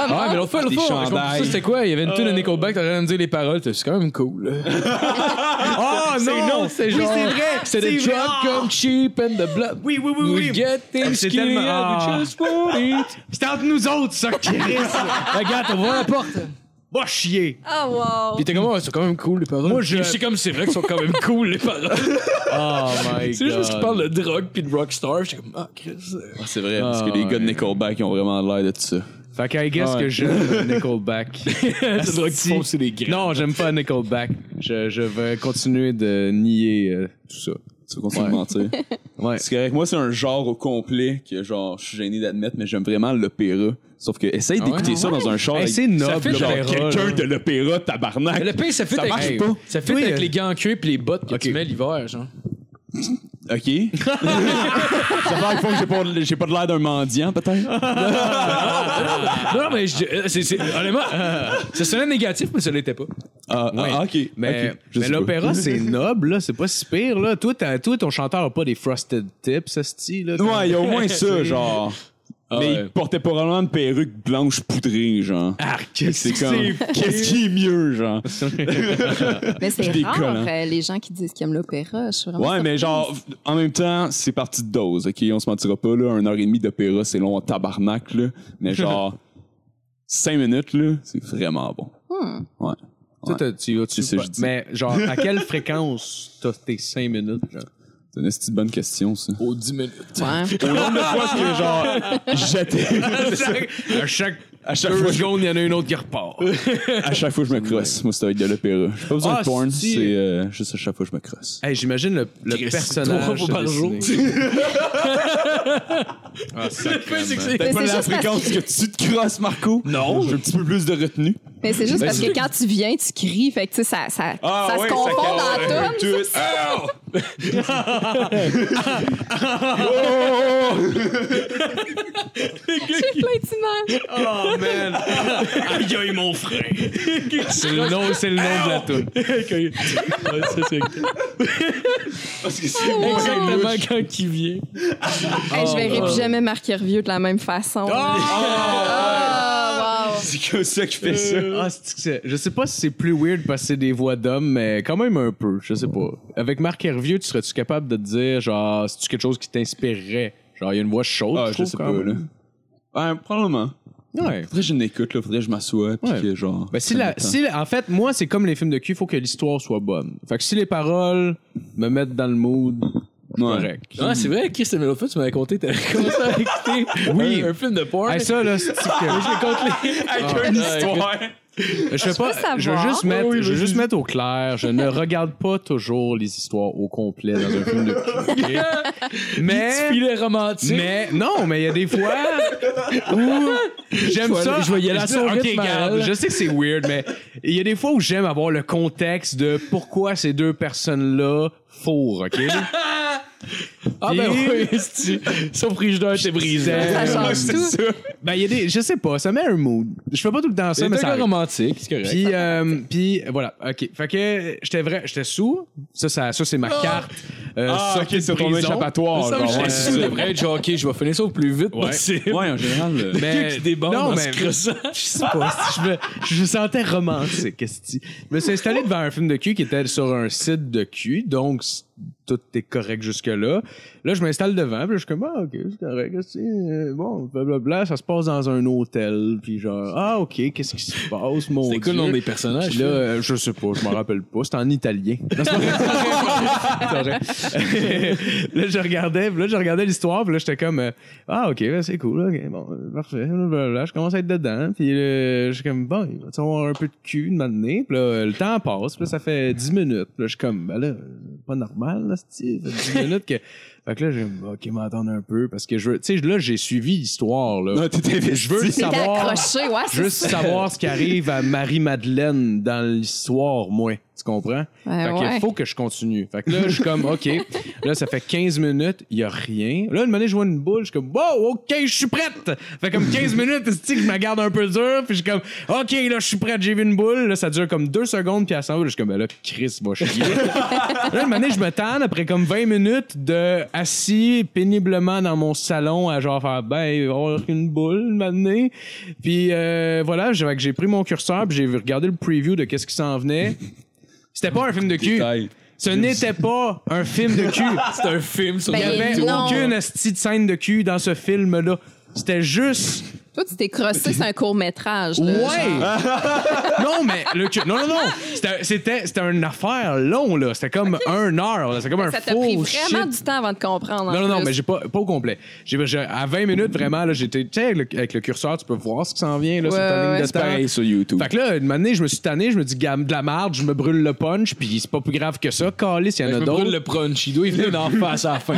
Speaker 5: Ah, mais l'autre fois, l'autre
Speaker 3: Des
Speaker 5: fois, je comprends pas
Speaker 3: chandails.
Speaker 5: ça, c'était quoi? Il y avait une tune de Nickelback, t'as rien à me dire les paroles, t'as- c'est quand même cool. Ah,
Speaker 4: Oh non!
Speaker 5: c'est genre.
Speaker 4: c'est vrai,
Speaker 5: C'est
Speaker 4: c'est
Speaker 5: des
Speaker 4: vrai.
Speaker 5: drugs comme cheap and the blood.
Speaker 4: Oui, oui, oui,
Speaker 5: We
Speaker 4: oui.
Speaker 5: get things
Speaker 4: C'est
Speaker 5: scared,
Speaker 4: tellement-
Speaker 5: we
Speaker 4: ah.
Speaker 5: just want it.
Speaker 4: C'était entre nous autres, ça, Chris.
Speaker 5: Regarde, t'as ouvert la porte.
Speaker 4: Va chier.
Speaker 6: Ah, wow!
Speaker 5: Puis t'es comme, oh, c'est quand même cool les paroles.
Speaker 4: Moi, je-
Speaker 5: Puis comme, c'est vrai qu'ils sont quand même cool les paroles.
Speaker 4: Oh my god.
Speaker 5: C'est juste qu'ils parlent de drogue puis de rockstar. J'étais comme, ah, Chris. euh,
Speaker 3: Ah, c'est vrai, parce
Speaker 4: Ah,
Speaker 3: que les gars
Speaker 4: ouais.
Speaker 3: de Nickelback, ils ont vraiment l'air de tout ça.
Speaker 4: Fait que I guess
Speaker 5: Ouais.
Speaker 4: que j'aime Nickelback.
Speaker 5: La drogue qu'ils font, c'est des grains.
Speaker 4: non, j'aime pas Nickelback. Je, je vais continuer de nier euh, tout ça.
Speaker 3: Tu vas continuer de
Speaker 4: Ouais.
Speaker 3: mentir.
Speaker 4: Ouais.
Speaker 3: C'est correct. Moi, c'est un genre au complet que, genre, je suis gêné d'admettre, mais j'aime vraiment l'opéra. Sauf que, essaye d'écouter ça dans un char.
Speaker 4: Hey,
Speaker 3: avec-
Speaker 4: c'est noble,
Speaker 3: Ça fait genre
Speaker 4: l'opéra,
Speaker 3: quelqu'un
Speaker 4: là.
Speaker 3: de l'opéra, tabarnak.
Speaker 5: Le pire, ça fait
Speaker 3: Ça
Speaker 5: avec,
Speaker 3: marche
Speaker 5: Hey,
Speaker 3: pas.
Speaker 5: Ça fait
Speaker 4: Oui,
Speaker 5: avec
Speaker 4: euh,
Speaker 5: les gants en cuir puis les bottes que
Speaker 4: ok.
Speaker 5: tu mets l'hiver, genre.
Speaker 3: OK. ça fait à quel point que j'ai pas, j'ai pas de l'air d'un mendiant, peut-être.
Speaker 5: Non, mais je, euh, c'est, c'est, honnêtement, ça sonnait négatif, mais ça l'était pas.
Speaker 3: Ah,
Speaker 4: Ouais.
Speaker 3: ah, OK.
Speaker 4: Mais,
Speaker 3: OK. Je
Speaker 4: mais
Speaker 3: sais pas.
Speaker 4: l'opéra, c'est noble, là. C'est pas si pire, là. Toi, t'as- toi, ton chanteur a pas des frosted tips, ce style, là.
Speaker 3: Ouais, il y a au moins ça, genre. mais
Speaker 5: ouais.
Speaker 3: il portait probablement une perruque blanche poudrée, genre.
Speaker 4: Ah,
Speaker 3: c'est comme. Qu'est-ce qui est mieux, genre?
Speaker 6: Mais c'est
Speaker 3: Je
Speaker 6: rare,
Speaker 3: décolle, hein.
Speaker 6: euh, les gens qui disent qu'ils aiment l'opéra. Je suis vraiment
Speaker 3: Ouais, mais
Speaker 6: surprise.
Speaker 3: genre, en même temps, c'est parti de dose, ok? On se mentira pas, là. Une heure et demie d'opéra, c'est long en tabarnak, là. Mais genre, cinq minutes, là, c'est vraiment bon. Ouais.
Speaker 4: Toi, t'as- tu vas
Speaker 3: C'est ça que je dis.
Speaker 4: Mais, genre, à quelle fréquence t'as tes 5 minutes, genre?
Speaker 3: C'est une petite bonne question, ça.
Speaker 5: Aux 10 minutes.
Speaker 6: Ouais.
Speaker 3: Au nombre de fois que, genre, j'étais.
Speaker 4: À chaque.
Speaker 3: À chaque
Speaker 4: deux
Speaker 3: fois, je-
Speaker 4: secondes, il y en a une autre qui repart.
Speaker 3: à chaque fois, je me crosse. Moi, c'est avec de l'opéra. J'ai pas besoin
Speaker 4: Ah,
Speaker 3: de porn,
Speaker 4: si.
Speaker 3: c'est euh, juste à chaque fois, je me crosse.
Speaker 4: Hey, j'imagine le, le
Speaker 5: Chris, trois
Speaker 4: personnage.
Speaker 5: fois par jour.
Speaker 4: ah, sacrément.
Speaker 6: Mais
Speaker 3: Pas
Speaker 6: c'est
Speaker 3: la
Speaker 6: juste parce
Speaker 3: fréquence que tu te crosses, Marco. Non. J'ai un petit peu plus de retenue.
Speaker 6: Mais c'est juste
Speaker 3: Ben,
Speaker 6: parce
Speaker 3: c'est-
Speaker 6: que quand tu viens, tu cries. Fait que, tu sais, ça, ça,
Speaker 4: Ah
Speaker 6: ça se confond dans la tonne.
Speaker 3: tout. Ah!
Speaker 4: Ah!
Speaker 6: J'ai plein d'images.
Speaker 11: Oh, man! Aïe, aïe, mon frère!
Speaker 4: C'est le nom, c'est le nom de la toune.
Speaker 3: Parce que c'est
Speaker 6: Oh, wow.
Speaker 5: Exactement quand qui vient.
Speaker 6: Hey, je verrai plus jamais Marc Hervieux de la même façon. Ah, wow.
Speaker 3: c'est comme ça que je fais ça.
Speaker 4: Ah, c'est-tu que c'est- je sais pas si c'est plus weird parce que c'est des voix d'hommes, mais quand même un peu, je sais pas. Avec Marc Hervieux, tu serais-tu capable de te dire, genre, c'est-tu quelque chose qui t'inspirerait? Genre, il y a une voix chaude,
Speaker 3: Ah,
Speaker 4: je,
Speaker 3: je
Speaker 4: trouve,
Speaker 3: sais pas,
Speaker 4: quand
Speaker 3: là.
Speaker 4: même.
Speaker 3: Ben, probablement.
Speaker 4: Ouais.
Speaker 3: Faudrait que je l'écoute, là. Faudrait que je m'assoie, puis
Speaker 4: Ouais.
Speaker 3: que genre.
Speaker 4: Ben, si la, si la- en fait, moi, c'est comme les films de cul, il faut que l'histoire soit bonne. Fait que si les paroles me mettent dans le mood,
Speaker 3: Ouais.
Speaker 4: correct.
Speaker 5: Ah, c'est vrai, Chris, mais l'autre fois, tu m'avais compté, t'avais commencé à écouter
Speaker 4: Oui.
Speaker 5: un, un film de porn. Ah,
Speaker 4: Hey, ça, là, c'est que...
Speaker 5: Avec une histoire.
Speaker 4: Je sais pas,
Speaker 6: peux
Speaker 4: je veux
Speaker 6: savoir?
Speaker 4: juste mettre, je veux juste mettre au clair, je ne regarde pas toujours les histoires au complet dans un film de cul. ok?
Speaker 5: Petit
Speaker 4: Mais...
Speaker 5: filet romantique.
Speaker 4: Mais non, mais il y a des fois où j'aime
Speaker 5: Je vais-
Speaker 4: ça.
Speaker 5: je vais y aller à
Speaker 4: dis,
Speaker 5: son
Speaker 4: OK,
Speaker 5: rythme,
Speaker 4: garde,
Speaker 5: elle.
Speaker 4: je sais que c'est weird, mais il y a des fois où j'aime avoir le contexte de pourquoi ces deux personnes-là fourrent, OK?
Speaker 5: Ah, ben
Speaker 4: Et-
Speaker 5: oui, c'est- son frigidaire était brisé.
Speaker 4: Ça change
Speaker 6: Ouais, c'est tout.
Speaker 4: Ben, il y a des... Je sais pas, ça met un mood. Je fais pas tout le temps ça,
Speaker 5: C'est
Speaker 4: mais
Speaker 5: un
Speaker 4: ça
Speaker 5: gars
Speaker 4: arrive.
Speaker 5: romantique, c'est correct.
Speaker 4: Puis, euh, puis voilà, ok. Fait que j'étais vrai, j'étais sous. Ça, ça, ça c'est ma carte. Euh,
Speaker 12: Ah,
Speaker 4: sortie
Speaker 12: ok, c'est
Speaker 4: de
Speaker 12: ton
Speaker 4: prison.
Speaker 12: échappatoire.
Speaker 5: Ça,
Speaker 4: Oh,
Speaker 12: genre,
Speaker 5: je
Speaker 12: ouais.
Speaker 5: suis vrai, genre, ok, je vais finir ça au plus vite
Speaker 4: Ouais.
Speaker 5: possible.
Speaker 3: Ouais, en général. euh,
Speaker 4: Ben,
Speaker 5: Le gars qui déborde
Speaker 4: non,
Speaker 5: en
Speaker 4: mais
Speaker 5: se crossant.
Speaker 4: je sais pas. si Je me, je me sentais romantique. esti. Je me suis installé devant un film de cul qui était sur un site de cul, donc c- tout est correct jusque-là. Là, je m'installe devant, puis là, je suis comme, ah, ok, c'est correct. esti, euh, Bon, blablabla, ça se passe dans un hôtel, puis genre, ah, ok, qu'est-ce qui se passe, mon
Speaker 5: C'est
Speaker 4: Dieu?
Speaker 5: quoi le nom des personnages,
Speaker 4: Puis là,
Speaker 5: là?
Speaker 4: euh, je sais pas, je m'en rappelle pas. C'était en italien. Non, c'est pas vrai. C'est pas vrai. là, je regardais, puis là, je regardais l'histoire, puis là, j'étais comme, euh, ah, ok, ben, c'est cool, ok, bon, euh, parfait, blablabla. Je commence à être dedans, puis euh, je suis comme, bon, il va avoir un peu de cul de m'amener, puis là, euh, le temps passe, puis là, ça fait 10 minutes. Puis là, je suis comme, ben là, c'est pas normal, là, c'est-tu? ça fait 10 minutes que. Fait que là, j'ai comme, ok, m'attendre un peu, parce que je veux, tu sais, là, j'ai suivi l'histoire, là.
Speaker 3: Non, t'étais
Speaker 4: Je veux le
Speaker 6: T'étais
Speaker 4: savoir.
Speaker 6: accroché, ouais, c'est
Speaker 4: Juste savoir ce qui arrive à Marie-Madeleine dans l'histoire, moi. Tu comprends?
Speaker 6: Ouais,
Speaker 4: fait qu'il
Speaker 6: ouais.
Speaker 4: faut que je continue. Fait que là, je suis comme, OK. Là, ça fait 15 minutes, il y a rien. Là, une minute, je vois une boule, je suis comme, wow, OK, je suis prête! Fait comme 15 minutes, tu que je me garde un peu dur, puis je suis comme, OK, là, je suis prête, j'ai vu une boule. Là, ça dure comme deux secondes, puis elle s'en va. Là, Je suis comme, ben là, Chris va chier. Là, une manée, je me tanne après comme 20 minutes de assis péniblement dans mon salon à genre faire ben, il va y avoir une boule une manée. Puis euh, voilà, j'ai fait que j'ai pris mon curseur puis j'ai regardé le preview de qu'est-ce qui s'en venait. C'était pas un film de cul.
Speaker 3: Détail.
Speaker 4: Ce n'était pas un film de cul.
Speaker 5: C'est un film sur
Speaker 6: Ben,
Speaker 4: Il n'y avait
Speaker 6: non.
Speaker 4: aucune asti de scène de cul dans ce film-là. C'était juste
Speaker 6: Toi, tu t'es crossé, c'est un court-métrage. là,
Speaker 4: Ouais!
Speaker 6: genre.
Speaker 4: non, mais le cul. Non, non, non! C'était- C'était c'était une affaire longue, là. C'était comme un heure, là. C'était comme un
Speaker 6: Ça t'a
Speaker 4: faux
Speaker 6: pris vraiment
Speaker 4: shit.
Speaker 6: du temps avant de comprendre. en
Speaker 4: Non, non, non,
Speaker 6: plus.
Speaker 4: mais j'ai pas, pas au complet. J'ai, j'ai- à 20 minutes, vraiment, là, j'étais. Tu sais, avec, le- avec le curseur, tu peux voir ce qui s'en vient, là, sur ta
Speaker 6: Ouais,
Speaker 4: ligne
Speaker 6: ouais.
Speaker 4: de
Speaker 3: C'est
Speaker 4: temps.
Speaker 3: pareil sur YouTube.
Speaker 4: Fait que là, une année, je me suis tanné, je me dis, gamme de la marde, je me brûle le punch, puis c'est pas plus grave que ça. Calice, il y en
Speaker 5: Je
Speaker 4: a
Speaker 5: me brûle
Speaker 4: d'autres.
Speaker 5: le Pronchido, il venait d'en face à la fin.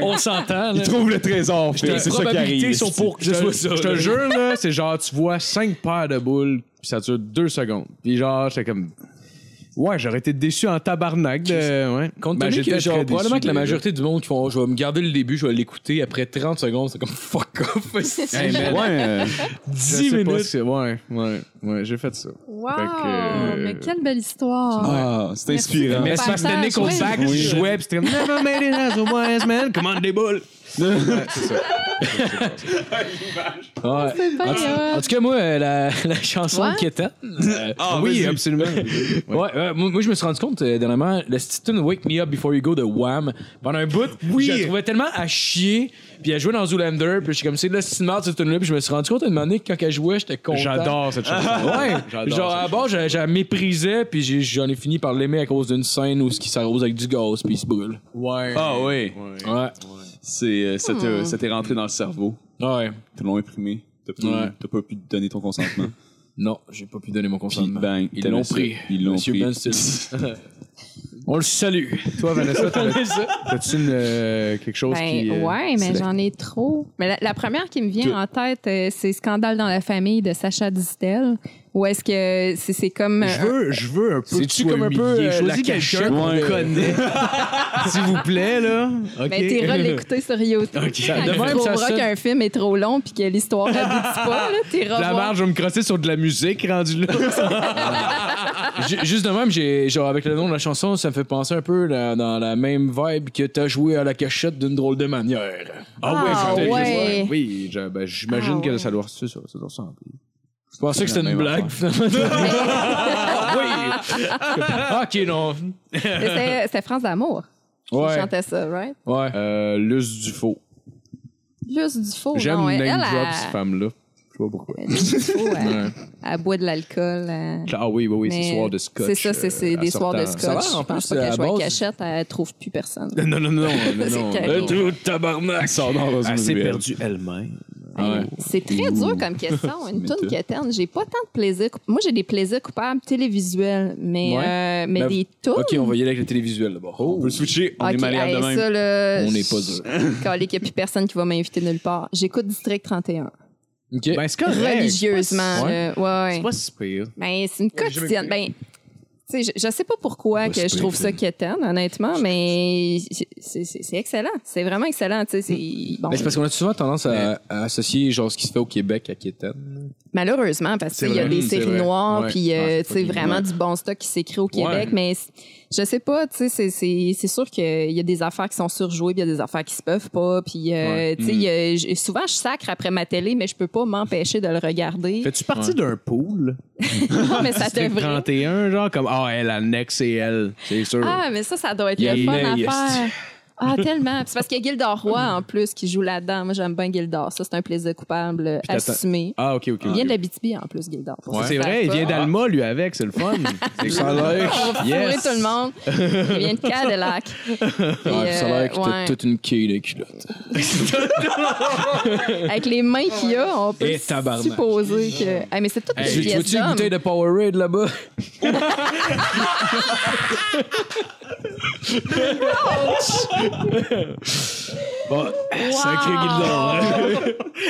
Speaker 5: on s'entend, Ben, là.
Speaker 12: Il trouve le trésor, Phil,
Speaker 5: Les
Speaker 12: c'est ça qui
Speaker 5: probabilités
Speaker 12: arrive.
Speaker 5: sont pour que ce soit ça.
Speaker 4: Je te
Speaker 5: là.
Speaker 4: jure, là, c'est genre, tu vois 5 paires de boules, puis ça dure 2 secondes. Puis genre, j'étais comme. Ouais, j'aurais été déçu en tabarnak. De... Ouais.
Speaker 5: Compte
Speaker 4: Ben,
Speaker 5: tenu
Speaker 4: j'étais
Speaker 5: que, genre,
Speaker 4: très
Speaker 5: probablement
Speaker 4: déçu,
Speaker 5: que la
Speaker 4: mais-
Speaker 5: majorité du monde qui font, je vais me garder le début, je vais l'écouter après 30 secondes, c'est comme fuck off.
Speaker 4: Hey, man,
Speaker 3: Ouais, euh,
Speaker 4: je
Speaker 5: 10
Speaker 4: sais pas
Speaker 5: minutes.
Speaker 4: si- Ouais, ouais, ouais, j'ai fait ça.
Speaker 6: Wow!
Speaker 4: Fait que, euh,
Speaker 6: Mais quelle belle histoire!
Speaker 3: ah, c'est inspirant.
Speaker 4: Mais c'est parce que
Speaker 6: Partage,
Speaker 4: Nickelback
Speaker 3: oui.
Speaker 4: jouait, pis c'était comme Never made it as a wise man, commande des boules. Ouais, c'est ça.
Speaker 5: Ouais.
Speaker 6: C'est pas
Speaker 5: En, tout-
Speaker 6: grave.
Speaker 5: en tout cas, moi, euh, la, la chanson
Speaker 6: Ouais.
Speaker 5: qui était.
Speaker 4: Ah, oui, absolument.
Speaker 5: Ouais, ouais, moi, moi, je me suis rendu compte euh, dernièrement, le petit tune Wake Me Up Before You Go de Wham, pendant un bout,
Speaker 4: Oui.
Speaker 5: je la trouvais tellement à chier, puis elle jouait dans Zoolander, puis je suis comme, c'est de la petite merde cette tune-là, puis je me suis rendu compte à une année que quand elle jouait, j'étais content.
Speaker 4: J'adore cette
Speaker 5: Ah.
Speaker 4: chanson.
Speaker 5: Ouais,
Speaker 4: J'adore
Speaker 5: genre
Speaker 4: ça.
Speaker 5: à la base, je je la méprisais, puis j'ai- j'en ai fini par l'aimer à cause d'une scène où ce qui s'arrose avec du gaz, puis il se brûle.
Speaker 4: Ouais.
Speaker 3: Ah oui,
Speaker 5: Ouais.
Speaker 3: c'est euh, ça
Speaker 6: Hmm.
Speaker 3: t'est- ça t'est rentré dans le cerveau.
Speaker 5: Ouais.
Speaker 3: Ils te l'ont imprimé. T'as plus-
Speaker 5: Ouais.
Speaker 3: t'as pas pu donner ton consentement.
Speaker 5: Non, j'ai pas pu donner mon
Speaker 3: Puis
Speaker 5: consentement.
Speaker 3: bang,
Speaker 5: ben, Ils
Speaker 3: t'avais
Speaker 5: l'ont
Speaker 3: ça.
Speaker 5: pris.
Speaker 3: Ils l'ont
Speaker 5: Monsieur
Speaker 3: pris.
Speaker 5: Ben Stiller. On le salue.
Speaker 4: Toi, Vanessa, t'avais- t'as-tu une, euh, quelque chose qui.
Speaker 6: Ben,
Speaker 4: euh,
Speaker 6: ouais, mais
Speaker 4: c'est-
Speaker 6: j'en ai trop. Mais la, la première qui me vient en tête, euh, c'est Scandale dans la famille de Sacha Distel. Ou est-ce que c'est c'est comme.
Speaker 4: Je
Speaker 6: un-
Speaker 4: veux, je veux un peu. que
Speaker 5: C'est-tu
Speaker 4: sois
Speaker 5: comme un peu,
Speaker 4: humilié.
Speaker 5: euh,
Speaker 4: Choisis
Speaker 5: la
Speaker 4: quelqu'un
Speaker 5: cachette?
Speaker 4: qu'on
Speaker 3: Ouais.
Speaker 4: connaît. S'il vous plaît, là. OK.
Speaker 6: Mais Ben, euh, t'es l'écouter sur YouTube. Quand
Speaker 5: De
Speaker 6: tu
Speaker 5: même, ça
Speaker 6: trouveras
Speaker 5: sonne-
Speaker 6: qu'un film est trop long puis que l'histoire n'aboutit pas, là, t'es
Speaker 4: la marge, je vais me crosser sur de la musique rendu là.
Speaker 5: Ju- Juste de même, j'ai, genre, avec le nom de la chanson, ça me fait penser un peu la- dans la même vibe que t'as joué à la cachette d'une drôle de manière.
Speaker 6: Ah,
Speaker 4: je-
Speaker 6: ouais.
Speaker 4: Oui, je- ben, j'imagine
Speaker 6: Ah,
Speaker 4: que
Speaker 6: ouais.
Speaker 4: ça doit, ça, ça doit ressembler.
Speaker 5: Je pensais que c'était une blague, finalement. Ah oui! ok, non.
Speaker 6: C'était c'était France d'amour. qui
Speaker 5: Ouais.
Speaker 6: chantait ça, right?
Speaker 5: Ouais.
Speaker 4: Euh, Luce Dufaux.
Speaker 6: Luce Dufault,
Speaker 4: J'aime
Speaker 6: Oh, non,
Speaker 4: name
Speaker 6: elle, elle,
Speaker 4: drop,
Speaker 6: elle-
Speaker 4: cette femme-là. Je sais pas pourquoi.
Speaker 6: Luce Dufault, elle, elle boit de l'alcool. elle-
Speaker 4: Ah oui, oui, oui, c'est
Speaker 6: Mais
Speaker 4: soir de scotch.
Speaker 6: C'est ça, c'est- c'est
Speaker 4: euh,
Speaker 6: des soirs de
Speaker 4: assortant.
Speaker 6: scotch.
Speaker 5: Ça va, en
Speaker 6: Je pense
Speaker 5: plus,
Speaker 6: pas
Speaker 5: à
Speaker 6: qu'elle
Speaker 4: euh,
Speaker 6: joue à
Speaker 5: base-
Speaker 6: cachette, elle trouve plus personne.
Speaker 4: Non, non, non, non, non.
Speaker 6: C'est
Speaker 4: non.
Speaker 6: correct.
Speaker 4: Ah,
Speaker 3: Elle sort dans Rosemaryville.
Speaker 4: Elle s'est perdue elle-même.
Speaker 3: Ouais.
Speaker 6: C'est très dur comme question. Une toune qui éterne, j'ai pas tant de plaisir. coup- Moi, j'ai des plaisirs coupables télévisuels, mais, euh, mais
Speaker 5: Ben,
Speaker 6: des tounes.
Speaker 5: Ok, on va y aller avec le télévisuel d'abord.
Speaker 3: On peut switcher, on
Speaker 6: Ok,
Speaker 3: est malade
Speaker 6: hey,
Speaker 3: de même.
Speaker 6: ça, là,
Speaker 5: On n'est pas dur.
Speaker 6: Calé qu'il n'y a plus personne qui va m'inviter nulle part. J'écoute District 31.
Speaker 5: Ok.
Speaker 4: Ben, c'est correct.
Speaker 6: Religieusement.
Speaker 5: Ouais.
Speaker 6: là. Ouais, ouais.
Speaker 4: C'est pas si pire.
Speaker 6: Ben, c'est une quotidienne. Ben, tu sais, je, je sais pas pourquoi que je trouve ça quétaine, honnêtement, mais c'est- c'est c'est excellent. C'est vraiment excellent. tu sais, c'est- bon.
Speaker 5: Mais Ben, c'est parce qu'on a souvent tendance à, à associer genre ce qui se fait au Québec à Quétaine.
Speaker 6: Malheureusement, parce
Speaker 4: C'est
Speaker 6: qu'il y a
Speaker 4: vrai.
Speaker 6: des
Speaker 4: Mm,
Speaker 6: séries
Speaker 4: c'est vrai.
Speaker 6: noires,
Speaker 4: Ouais.
Speaker 6: puis
Speaker 5: Ah,
Speaker 6: euh,
Speaker 5: c'est
Speaker 6: tu sais,
Speaker 5: fucking
Speaker 6: vraiment
Speaker 5: vrai.
Speaker 6: du bon stock qui s'écrit au Québec,
Speaker 5: Ouais.
Speaker 6: mais c- je sais pas, tu sais, c'est- c'est c'est sûr qu'il y a des affaires qui sont surjouées, puis il y a des affaires qui se peuvent pas, puis euh,
Speaker 4: Ouais. Mm.
Speaker 6: tu sais, il y a- j- souvent je sacre après ma télé, mais je peux pas m'empêcher de le regarder.
Speaker 4: Fais-tu partie d'un pool?
Speaker 6: Non, mais ça
Speaker 4: District
Speaker 6: devrait.
Speaker 4: 31, genre, comme, ah, elle, annexe et elle, c'est sûr.
Speaker 6: Ah, mais ça, ça doit être
Speaker 5: Il y a
Speaker 6: le fun à
Speaker 5: une
Speaker 6: faire. Ah, tellement. Puis C'est parce qu'il y a Gildor Roy
Speaker 4: Mm.
Speaker 6: en plus qui joue là-dedans. Moi, j'aime bien Gildor. Ça, c'est un plaisir coupable euh,
Speaker 4: t'attends-
Speaker 6: assumé.
Speaker 4: Ah, ok, ok.
Speaker 6: Il vient de la BTB en plus, Gildor. pour ceux
Speaker 4: C'est
Speaker 6: qui
Speaker 4: vrai, il
Speaker 6: savent
Speaker 4: vient
Speaker 6: pas.
Speaker 4: d'Alma, lui, avec, c'est le fun. C'est
Speaker 5: Ça a l'air.
Speaker 6: On va
Speaker 4: Yes.
Speaker 6: fourrer tout le monde. Il vient de Cadillac. Puis,
Speaker 5: Ouais, ça a
Speaker 6: euh,
Speaker 5: l'air que t'as
Speaker 6: ouais.
Speaker 5: toute une quille de culotte.
Speaker 6: Avec les mains qu'il a, on peut
Speaker 5: Eh, tabarnak.
Speaker 6: supposer que. Ah, mais c'est tout des
Speaker 5: tu vois-tu une
Speaker 6: Vietnam.
Speaker 5: bouteille de Powerade là-bas?
Speaker 6: Sacré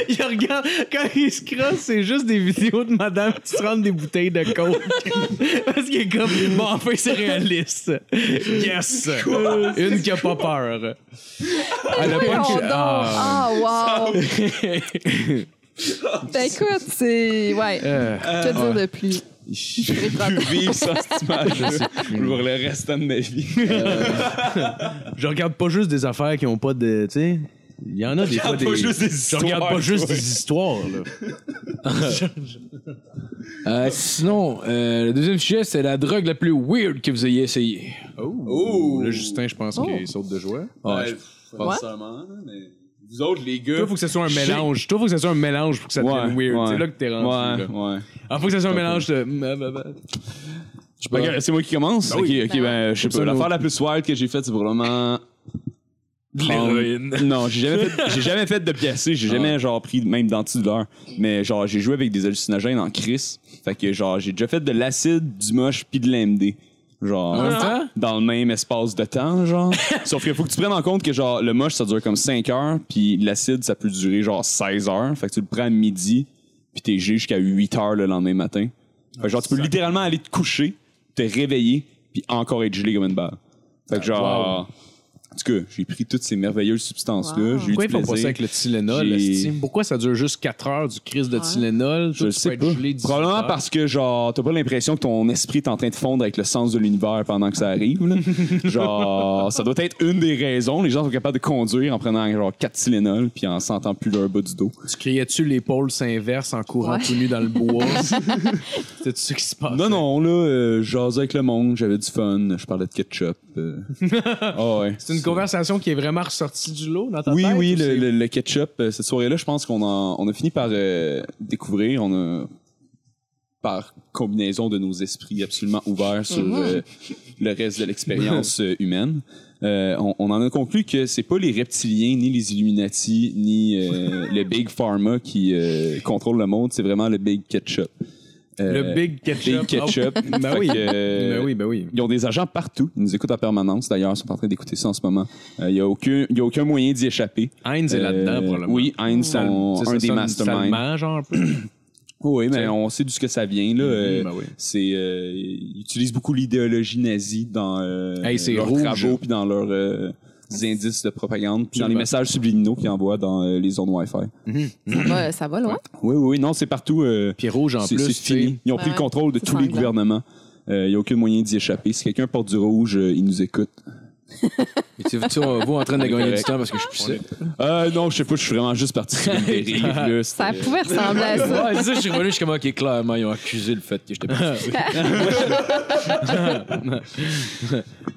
Speaker 4: Il regarde, quand il se crosse, c'est juste des vidéos de madame qui se rendent des bouteilles de coke. Parce qu'il est comme, bon, enfin, c'est réaliste. Yes! Une qui a pas peur. Elle a pas
Speaker 6: Voyons
Speaker 4: que-
Speaker 6: donc.
Speaker 4: Ah.
Speaker 6: Ah, wow! ben écoute, c'est. Ouais.
Speaker 4: Euh,
Speaker 6: Que dire de plus?
Speaker 3: Je veux vivre ça, cette image pour le restant de ma vie.
Speaker 4: je regarde pas juste des affaires qui ont pas de. Tu sais, il y en a des fois des.
Speaker 3: pas juste des
Speaker 4: je regarde pas
Speaker 3: histoires,
Speaker 4: juste
Speaker 3: toi.
Speaker 4: des histoires, là.
Speaker 5: Euh, sinon, euh, le deuxième sujet, c'est la drogue la plus weird que vous ayez essayée.
Speaker 4: Oh! Là, Justin, je pense qu'il saute de joie.
Speaker 3: Ouais, je
Speaker 6: Ouais.
Speaker 3: pense seulement, mais vous autres, les gars.
Speaker 4: Toi, faut que ce soit un mélange. Toi, faut que ce soit un mélange pour que ça devienne weird. C'est là que t'es rendu.
Speaker 3: Ouais,
Speaker 4: là.
Speaker 3: ouais.
Speaker 4: Ah, faut que ça soit un mélange de. Bah, bah, bah.
Speaker 3: Ok, c'est moi qui commence? Ok, ok, ben, je sais pas. L'affaire la plus wild que j'ai faite, c'est probablement.
Speaker 5: l'héroïne.
Speaker 3: Non, j'ai jamais fait, j'ai jamais fait de piacé, j'ai jamais genre pris de même d'antidouleur, mais genre j'ai joué avec des hallucinogènes en crise. Fait que genre j'ai déjà fait de l'acide, du moche puis de l'MD. Genre
Speaker 5: même temps?
Speaker 3: dans le même espace de temps, genre. Sauf qu'il faut que tu prennes en compte que genre le moche ça dure comme 5 heures, puis l'acide ça peut durer genre 16 heures. Fait que tu le prends à midi, puis t'es gé jusqu'à 8 heures le lendemain matin. Fait que genre tu peux littéralement aller te coucher, te réveiller, puis encore être gelé comme une balle. Fait que genre en tout cas, j'ai pris toutes ces merveilleuses substances-là.
Speaker 6: Wow.
Speaker 3: J'ai eu
Speaker 4: Pourquoi
Speaker 3: du
Speaker 4: ils font pas ça
Speaker 3: plaisir.
Speaker 4: avec le Tylenol?
Speaker 3: J'ai-
Speaker 4: esti? Pourquoi ça dure juste 4 heures du crise de Tylenol?
Speaker 3: Je
Speaker 4: Toi,
Speaker 3: le
Speaker 4: tu
Speaker 3: sais
Speaker 4: peux être
Speaker 3: pas.
Speaker 4: gelé 18
Speaker 3: Probablement
Speaker 4: heures.
Speaker 3: parce que, genre, t'as pas l'impression que ton esprit est en train de fondre avec le sens de l'univers pendant que ça arrive. là. genre, ça doit être une des raisons. Les gens sont capables de conduire en prenant, genre, 4 Tylenol puis en sentant plus leur bas du dos.
Speaker 4: Tu criais-tu l'épaule s'inverse en courant
Speaker 6: Ouais.
Speaker 4: tout nu dans le bois? C'était ce qui se passe?
Speaker 3: Non, non, là, euh, je jasais avec le monde, j'avais du fun, je parlais de ketchup. euh. Ah ouais.
Speaker 4: C'est une conversation qui est vraiment ressortie du lot dans ta
Speaker 3: Oui,
Speaker 4: tête?
Speaker 3: oui,
Speaker 4: ou
Speaker 3: le,
Speaker 4: c'est-
Speaker 3: le- le ketchup, euh, cette soirée-là, je pense qu'on en- on a fini par euh, découvrir, on a, par combinaison de nos esprits absolument ouverts sur euh, le reste de l'expérience euh, humaine, euh, on, on en a conclu que c'est pas les reptiliens, ni les Illuminati, ni euh, le Big Pharma qui euh, contrôle le monde, c'est vraiment le Big Ketchup. Euh,
Speaker 4: Le big ketchup.
Speaker 3: Big Ketchup.
Speaker 4: Ah, ben,
Speaker 3: Fait
Speaker 4: oui.
Speaker 3: que, euh,
Speaker 4: ben oui, ben oui.
Speaker 3: ils ont des agents partout. Ils nous écoutent en permanence. D'ailleurs, ils sont en train d'écouter ça en ce moment. Euh, Il n'y a, aucun- il y a aucun moyen d'y échapper.
Speaker 4: Heinz est
Speaker 3: Euh,
Speaker 4: là-dedans, probablement.
Speaker 3: Oui, Heinz
Speaker 4: Sal-
Speaker 3: sont
Speaker 4: c'est
Speaker 3: un
Speaker 4: ça,
Speaker 3: des
Speaker 4: ça-
Speaker 3: masterminds.
Speaker 4: salement, genre, un peu.
Speaker 3: Oui, mais on sait d'où ce que ça vient. Là. Euh,
Speaker 4: ben oui.
Speaker 3: C'est euh, ils utilisent beaucoup l'idéologie nazie dans euh,
Speaker 4: Hey, c'est
Speaker 3: leurs
Speaker 4: rouge.
Speaker 3: travaux puis dans leurs euh, indices de propagande puis dans les
Speaker 4: Absolument.
Speaker 3: messages subliminaux qu'ils envoient dans euh, les zones Wi-Fi.
Speaker 6: Ça va, ça va loin.
Speaker 3: Oui, oui, oui, non, c'est partout. euh,
Speaker 4: Puis rouge en
Speaker 3: c'est
Speaker 4: plus.
Speaker 3: c'est fini. Ils ont pris
Speaker 6: Ouais,
Speaker 3: le contrôle de
Speaker 6: c'est
Speaker 3: tous les
Speaker 6: sanglant.
Speaker 3: gouvernements. Euh, Il n'y a aucun moyen d'y échapper. Si quelqu'un porte du rouge, euh, il nous écoute.
Speaker 5: Et tu tu vois, vous en train de gagner du temps parce que je suis poussé.
Speaker 3: Euh, non, je sais pas, je suis vraiment juste parti sur une dérive. là. C'est-
Speaker 6: Ça pouvait ressembler à ça.
Speaker 5: Ouais, c'est ça, je suis revenu, je suis comme, ok, clairement, ils ont accusé le fait que j'étais pas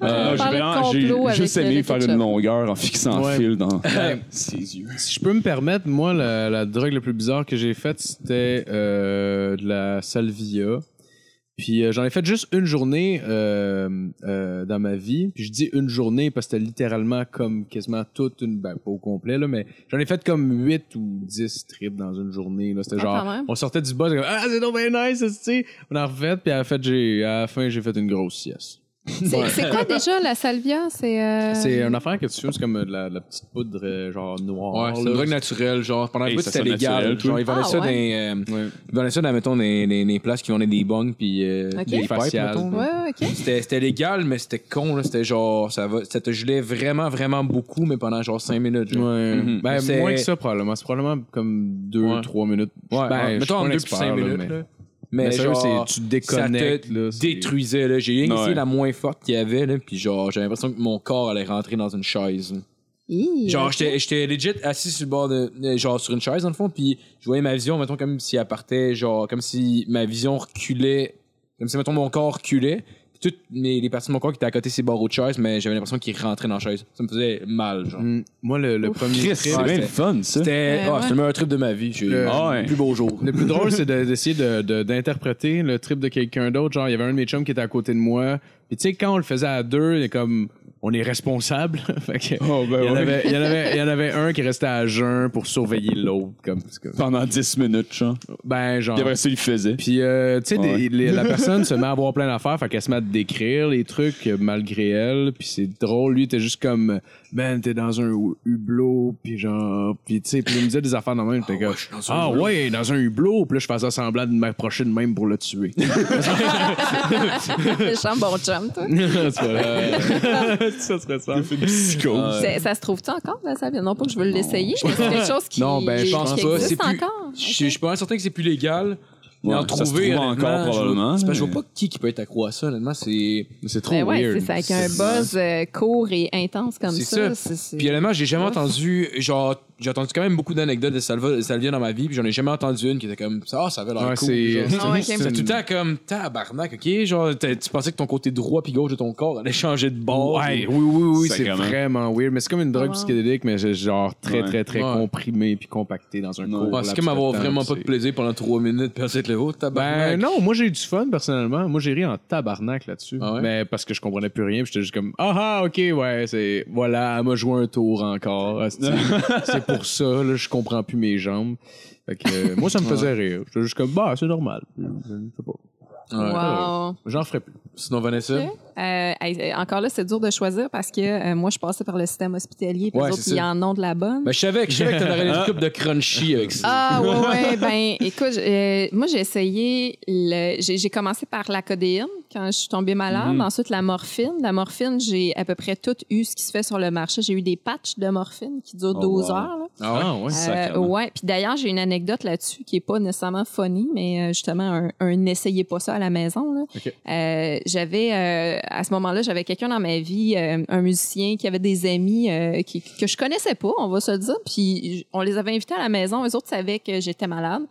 Speaker 3: Ah,
Speaker 6: On
Speaker 3: euh,
Speaker 6: parlait
Speaker 3: j'ai
Speaker 6: de
Speaker 3: vraiment- j'ai
Speaker 6: complot avec
Speaker 3: juste
Speaker 6: le-
Speaker 3: aimé
Speaker 6: le
Speaker 3: faire
Speaker 6: ketchup.
Speaker 3: une longueur en fixant
Speaker 4: Ouais.
Speaker 3: le fil dans
Speaker 4: Ouais.
Speaker 3: ses yeux.
Speaker 4: Si je peux me permettre, moi, la, la drogue la plus bizarre que j'ai faite, c'était euh, de la salvia. Puis euh, j'en ai fait juste une journée euh, euh, dans ma vie. Puis je dis une journée parce que c'était littéralement comme quasiment toute une... Ben, pas au complet, là, mais j'en ai fait comme 8 ou 10 trips dans une journée. là. C'était
Speaker 6: Ah, quand
Speaker 4: genre...
Speaker 6: même.
Speaker 4: On sortait du bas, c'est comme, Ah, c'est donc bien nice, tu sais! » On en refait, puis à la, fête, j'ai- à la fin, j'ai fait une grosse sieste.
Speaker 6: C'est c'est quoi déjà la salvia? C'est. euh,
Speaker 4: C'est une affaire que tu fumes, c'est comme de la, de la petite poudre euh, genre noire.
Speaker 5: Ouais, c'est une
Speaker 4: là.
Speaker 5: drogue naturelle, genre pendant un
Speaker 3: Hey,
Speaker 5: bout
Speaker 3: ça
Speaker 5: c'était
Speaker 3: sonne
Speaker 5: légal,
Speaker 3: naturel,
Speaker 5: genre ils vendaient
Speaker 6: Ah,
Speaker 5: ça dans
Speaker 6: ouais.
Speaker 5: les, euh,
Speaker 4: Ouais.
Speaker 5: ils vendaient ça dans mettons les, les, les places qui vendaient des bongs puis euh,
Speaker 6: Ok.
Speaker 5: des pipes
Speaker 4: Faciales.
Speaker 5: mettons.
Speaker 6: Ouais, ouais, ok.
Speaker 5: C'était c'était légal mais c'était con là, c'était genre ça va ça te gelait vraiment vraiment beaucoup mais pendant genre 5 minutes. Genre.
Speaker 4: Ouais.
Speaker 3: Mhm.
Speaker 4: Ben,
Speaker 5: C'est-
Speaker 4: moins que ça, probablement. C'est probablement comme
Speaker 5: Ouais.
Speaker 4: 2-3 minutes.
Speaker 5: Ouais,
Speaker 4: ben,
Speaker 5: ouais,
Speaker 4: je suis
Speaker 5: mettons
Speaker 4: pas
Speaker 5: en
Speaker 4: un
Speaker 5: 2
Speaker 4: expert,
Speaker 5: 5
Speaker 4: là,
Speaker 5: minutes
Speaker 4: mais-
Speaker 5: là.
Speaker 4: Mais,
Speaker 5: Mais,
Speaker 4: sérieux,
Speaker 5: genre,
Speaker 4: c'est, tu déconnectes.
Speaker 5: ça te
Speaker 4: là, c'est-
Speaker 5: détruisait là, j'ai rien
Speaker 3: Ouais.
Speaker 5: essayé la moins forte qu'il y avait là, puis genre j'avais l'impression que mon corps allait rentrer dans une chaise.
Speaker 6: Hi,
Speaker 5: Genre,
Speaker 6: ok.
Speaker 5: j'étais- j'étais legit assis sur le bord de. euh, Genre, sur une chaise, dans le fond, puis je voyais ma vision, mettons, comme si elle partait, genre, comme si ma vision reculait. Comme si, mettons, mon corps reculait. puis Toutes mes, les parties de mon corps qui étaient à côté, ces barreaux de chaise, mais j'avais l'impression qu'ils rentraient dans la chaise. Ça me faisait mal, genre.
Speaker 4: Mm. Moi, le, le premier
Speaker 3: Chris,
Speaker 4: trip-
Speaker 3: c'est bien
Speaker 5: c'était-
Speaker 3: le fun, ça.
Speaker 5: C'était
Speaker 6: Ouais,
Speaker 5: ah,
Speaker 6: ouais.
Speaker 5: c'était le meilleur trip de ma vie. J'ai eu
Speaker 4: Le-
Speaker 5: le
Speaker 3: Ah ouais.
Speaker 5: plus beau jour.
Speaker 4: Le plus drôle, c'est de- d'essayer de- de- d'interpréter le trip de quelqu'un d'autre. Genre, il y avait un de mes chums qui était à côté de moi. Puis, tu sais, quand on le faisait à deux, il est comme, on est responsable. Fait que, il, y en
Speaker 3: Ah Oh, ben ouais.
Speaker 4: avait, il, y en avait, il y en avait un qui restait à jeun pour surveiller l'autre. Comme, c'est comme-
Speaker 3: Pendant 10 minutes, genre.
Speaker 4: ben, genre.
Speaker 3: Puis après ça, il le faisait.
Speaker 4: Puis, euh, tu sais, des-
Speaker 3: Ouais.
Speaker 4: les- la personne se met à avoir plein d'affaires, fait qu'elle se met à décrire les trucs euh, malgré elle. Puis c'est drôle, lui, t'es juste comme, man, t'es dans un hu- hublot, puis genre, puis tu sais, puis il me disait des affaires de même, t'es comme, ah ouais, dans un hublot, puis là, je faisais semblant de m'approcher de même pour le tuer.
Speaker 6: Méchant bon chum, toi.
Speaker 4: ça serait ça.
Speaker 3: Il a fait une psychose.
Speaker 5: Euh,
Speaker 6: C'est- Ça se trouve-tu encore, la salvia? Non, pas que je veux l'essayer, mais c'est quelque chose qui.
Speaker 5: Non, ben, je
Speaker 6: qui
Speaker 5: pense pas. C'est
Speaker 6: existe
Speaker 5: plus.
Speaker 6: encore.
Speaker 5: Je je suis pas mal certain que c'est plus légal. Mais
Speaker 3: Ouais,
Speaker 5: en
Speaker 3: ça se
Speaker 5: trouver,
Speaker 3: trouve
Speaker 5: honnêtement,
Speaker 3: encore,
Speaker 5: je vois-
Speaker 3: probablement,
Speaker 5: c'est parce que je
Speaker 3: mais-
Speaker 5: vois pas qui, qui peut être accro à ça, honnêtement. C'est.
Speaker 4: C'est trop
Speaker 6: Ben ouais,
Speaker 4: weird.
Speaker 6: c'est ça, avec un buzz euh, court et intense comme
Speaker 5: C'est
Speaker 6: ça.
Speaker 5: ça.
Speaker 6: c'est- c'est-
Speaker 5: Puis honnêtement, j'ai jamais
Speaker 6: Ouais.
Speaker 5: entendu, genre, j'ai entendu quand même beaucoup d'anecdotes de Salva, de Salvia dans ma vie, puis j'en ai jamais entendu une qui était comme, ah, ça avait l'air
Speaker 4: Ouais,
Speaker 5: cool.
Speaker 4: c'est.
Speaker 5: genre.
Speaker 4: c'est-
Speaker 6: Ah ouais,
Speaker 4: c'est
Speaker 6: ok.
Speaker 4: une-
Speaker 5: C'est tout le temps comme tabarnak, ok? Genre, t'as- tu pensais que ton côté droit puis gauche de ton corps allait changer de bord.
Speaker 4: Ouais, oui, oui, oui, c'est
Speaker 3: Sacrément.
Speaker 4: vraiment weird. Mais c'est comme une drogue
Speaker 6: Wow.
Speaker 4: psychédélique, mais c'est genre très,
Speaker 3: Ouais.
Speaker 4: très, très
Speaker 5: Ouais.
Speaker 4: comprimé puis compacté dans un
Speaker 3: Ouais.
Speaker 4: court
Speaker 5: Ouais, c'est
Speaker 4: laps
Speaker 5: comme
Speaker 4: de
Speaker 5: avoir
Speaker 4: temps,
Speaker 5: vraiment
Speaker 4: puis
Speaker 5: pas de
Speaker 4: c'est-
Speaker 5: plaisir pendant trois minutes, puis ensuite le haut,
Speaker 4: Ben
Speaker 5: tabarnak.
Speaker 4: non, moi j'ai eu du fun personnellement. Moi j'ai ri en tabarnak là-dessus.
Speaker 5: Ah ouais?
Speaker 4: Mais parce que je comprenais plus rien, puis j'étais juste comme ah ah ok ouais c'est voilà elle m'a joué un tour encore. hostie. c'est pour ça là je comprends plus mes jambes. Fait que, euh, moi ça me faisait rire. J'étais juste comme bah c'est normal. Je sais pas. Euh,
Speaker 5: Ouais.
Speaker 6: Wow.
Speaker 4: J'en ferai plus.
Speaker 5: Sinon, Vanessa?
Speaker 6: Ok. Euh, hey, encore là, c'est dur de choisir parce que euh, moi, je passais par le système hospitalier, puis
Speaker 5: Ouais,
Speaker 6: les autres,
Speaker 5: c'est ça.
Speaker 6: ils en ont de la bonne.
Speaker 5: Ben, je savais que, je savais que t'en aurais une coupe de crunchy avec ça.
Speaker 6: Ah ouais, ouais, ben écoute, euh, moi j'ai essayé, le, j'ai, j'ai commencé par la codéine quand je suis tombée malade,
Speaker 5: Mm-hmm.
Speaker 6: ensuite la morphine. La morphine, j'ai à peu près tout eu ce qui se fait sur le marché. J'ai eu des patchs de morphine qui durent
Speaker 3: Oh,
Speaker 6: 12
Speaker 3: wow.
Speaker 6: heures. là.
Speaker 4: Ah ouais.
Speaker 6: Euh,
Speaker 3: Sacrément.
Speaker 6: ouais, puis d'ailleurs, j'ai une anecdote là-dessus qui est pas nécessairement funny, mais euh, justement, un, un n'essayez pas ça à la maison. là.
Speaker 4: Ok.
Speaker 6: Euh, j'avais, euh, à ce moment-là, j'avais quelqu'un dans ma vie, euh, un musicien qui avait des amis euh, qui- que je connaissais pas, on va se le dire, puis j- on les avait invités à la maison, eux autres savaient que j'étais malade.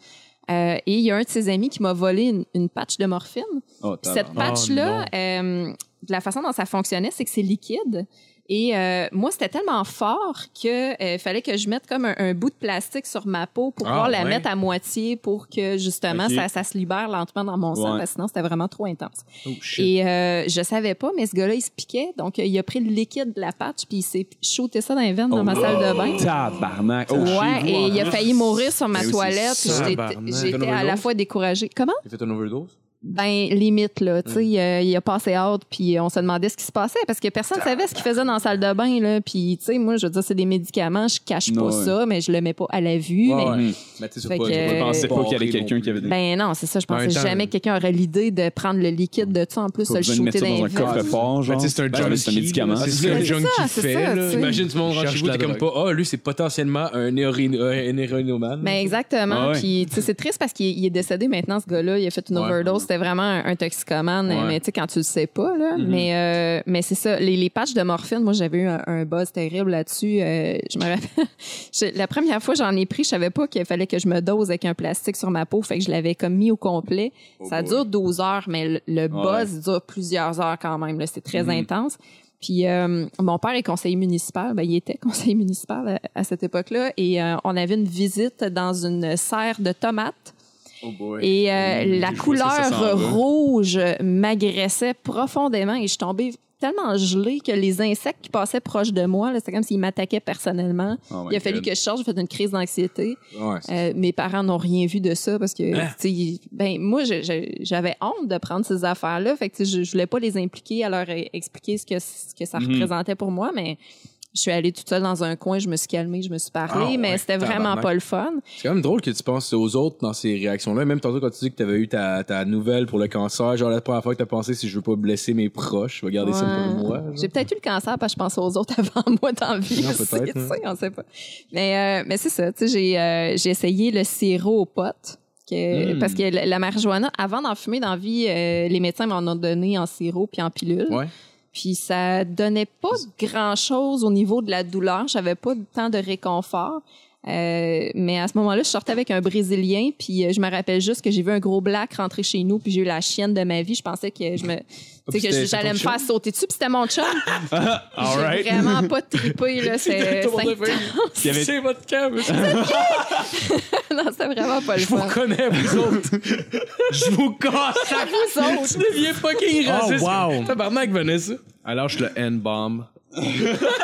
Speaker 6: Euh, et il y a un de ses amis qui m'a volé une, une patch de morphine.
Speaker 3: Oh,
Speaker 6: Puis cette
Speaker 3: tabarnak.
Speaker 6: patch-là, euh, de la façon dont ça fonctionnait, c'est que c'est liquide. Et euh, moi, c'était tellement fort que euh, fallait que je mette comme un, un bout de plastique sur ma peau pour
Speaker 5: Ah,
Speaker 6: pouvoir la
Speaker 5: ouais.
Speaker 6: mettre à moitié pour que justement
Speaker 3: Ok.
Speaker 6: ça, ça se libère lentement dans mon sang,
Speaker 3: Ouais.
Speaker 6: parce que sinon c'était vraiment trop intense.
Speaker 5: Oh, shit.
Speaker 6: Et euh, je savais pas, mais ce gars-là, il se piquait. Donc, euh, il a pris le liquide de la patch puis il s'est shooté ça dans les veines dans ma salle de bain.
Speaker 3: Tabarnak. Oh,
Speaker 6: ouais,
Speaker 3: shit.
Speaker 6: et il a failli mourir sur ma
Speaker 3: Ben oui, c'est
Speaker 6: toilette.
Speaker 3: ça.
Speaker 6: J'étais-
Speaker 4: Tabarnak.
Speaker 6: J'étais à la fois découragée. Comment?
Speaker 5: T'as fait une overdose?
Speaker 6: Ben, limite, là. Tu sais,
Speaker 3: Mm.
Speaker 6: euh, il a passé out, puis on se demandait ce qui se passait, parce que personne ne savait ce qu'il faisait dans la salle de bain, là. Puis, tu sais, moi, je veux dire, c'est des médicaments, je cache pas
Speaker 3: Ouais, ouais.
Speaker 6: ça, mais je le mets pas à la vue. mais-
Speaker 5: Mais tu sais,
Speaker 6: Fait
Speaker 5: pas-
Speaker 6: que-
Speaker 5: je
Speaker 6: Je
Speaker 3: pensais
Speaker 5: pensais
Speaker 4: euh,
Speaker 3: pas qu'il y avait quelqu'un qui avait des.
Speaker 6: Ben non, c'est ça. Je
Speaker 4: En
Speaker 6: pensais
Speaker 4: même temps,
Speaker 6: jamais que quelqu'un aurait l'idée de prendre le liquide de ça en plus, de le
Speaker 3: euh, besoin de
Speaker 6: shooter
Speaker 3: mettre ça
Speaker 6: dans
Speaker 3: dans un
Speaker 6: les veines.
Speaker 3: coffre-fort,
Speaker 4: Ben,
Speaker 3: genre.
Speaker 4: tu sais, c'est un
Speaker 3: Ben,
Speaker 4: junkie.
Speaker 3: c'est un médicament.
Speaker 4: là, C'est ce
Speaker 6: C'est
Speaker 4: qu'un
Speaker 6: ça,
Speaker 4: junkie
Speaker 6: c'est
Speaker 4: fait.
Speaker 6: ça,
Speaker 4: là.
Speaker 6: tu sais.
Speaker 9: Imagine, tout le monde rentre
Speaker 4: Cherche
Speaker 9: chez vous,
Speaker 4: la
Speaker 9: t'es comme
Speaker 4: drogue.
Speaker 9: pas, ah, lui, c'est potentiellement un héroïne- euh, un héroïnomane.
Speaker 6: Mais
Speaker 3: Ah
Speaker 6: Ben, exactement.
Speaker 3: ouais.
Speaker 6: Puis, tu sais, c'est triste parce qu'il il est décédé maintenant, ce gars-là. Il a fait une
Speaker 9: Ouais.
Speaker 6: overdose. C'était vraiment un, un toxicomane.
Speaker 9: Ouais. Mm-hmm.
Speaker 6: Mais tu sais, quand tu le sais pas, là. Mais, euh, mais c'est ça. Les, les patchs de morphine, moi, j'avais eu un, un buzz terrible là-dessus. Euh, je me rappelle. je- la première fois, j'en ai pris. Je savais pas qu'il fallait que je me dose avec un plastique sur ma peau. Fait que je l'avais comme mis au complet.
Speaker 9: Oh
Speaker 6: ça dure 12 heures, mais le, le buzz dure plusieurs heures quand même. là. C'est très
Speaker 9: Mm-hmm.
Speaker 6: intense. Puis euh, mon père est conseiller municipal, ben, il était conseiller municipal à, à cette époque-là, et euh, on avait une visite dans une serre de tomates. Et euh,
Speaker 5: Mm,
Speaker 6: la couleur rouge m'agressait profondément et je tombais tellement gelée que les insectes qui passaient proche de moi, là, c'était comme s'ils m'attaquaient personnellement.
Speaker 3: Oh my
Speaker 6: Il a fallu
Speaker 3: God.
Speaker 6: que je sorte, j'ai fait une crise d'anxiété.
Speaker 5: Ouais.
Speaker 6: Euh, mes parents n'ont rien vu de ça parce que,
Speaker 5: Ah.
Speaker 6: tu sais, ils- ben, moi, je- je- j'avais honte de prendre ces affaires-là. Fait que, tu sais, je, je voulais pas les impliquer, à leur euh, expliquer ce que, ce que ça
Speaker 5: Mm-hmm.
Speaker 3: Mhm.
Speaker 6: représentait pour moi, mais je suis allée toute seule dans un coin, je me suis calmée, je me suis parlé,
Speaker 5: Ah ouais,
Speaker 6: mais c'était vraiment
Speaker 5: tabarnak.
Speaker 6: pas le fun.
Speaker 5: C'est quand même drôle que tu penses aux autres dans ces réactions-là. Même tantôt quand tu dis que t'avais eu ta, ta nouvelle pour le cancer, genre la première fois que t'as pensé si je veux pas blesser mes proches, je vais garder ça
Speaker 6: Ouais.
Speaker 5: pour moi. genre.
Speaker 6: J'ai peut-être eu le cancer parce que je pensais aux autres avant moi dans la vie.
Speaker 5: Non,
Speaker 6: aussi,
Speaker 5: peut-être,
Speaker 6: tu
Speaker 5: hein.
Speaker 6: sais, on sait pas. Mais, euh, mais c'est ça, tu sais, j'ai, euh, j'ai essayé le sirop aux potes. que-
Speaker 5: Hmm.
Speaker 6: Parce que la, la marijuana, avant d'en fumer dans la vie, euh, les médecins m'en ont donné en sirop puis en pilule.
Speaker 5: Ouais.
Speaker 6: Puis ça donnait pas grand-chose au niveau de la douleur. J'avais pas tant de réconfort. Euh, mais à ce moment-là, je sortais avec un Brésilien, puis euh, je me rappelle juste que j'ai vu un gros black rentrer chez nous, puis j'ai eu la chienne de ma vie. Je pensais que je me, tu sais, que
Speaker 5: Ah, c'était-
Speaker 6: j'allais me
Speaker 5: c'était ton
Speaker 6: faire sauter dessus, puis c'était mon chum. J'ai
Speaker 1: Alright.
Speaker 6: vraiment pas trippé, là. C'est
Speaker 9: Tout le monde
Speaker 6: c'est-
Speaker 9: a fait,
Speaker 1: Il y avait-
Speaker 9: C'est votre camp, monsieur.
Speaker 6: non, c'était vraiment
Speaker 5: Ah,
Speaker 6: pas le
Speaker 9: Je vous
Speaker 6: fun.
Speaker 9: reconnais, vous autres.
Speaker 10: Je vous casse!
Speaker 6: À vous autres.
Speaker 9: Tu deviens fucking raciste.
Speaker 4: Oh, wow.
Speaker 9: Tabarnak, Vanessa.
Speaker 4: Alors, je le N-bomb.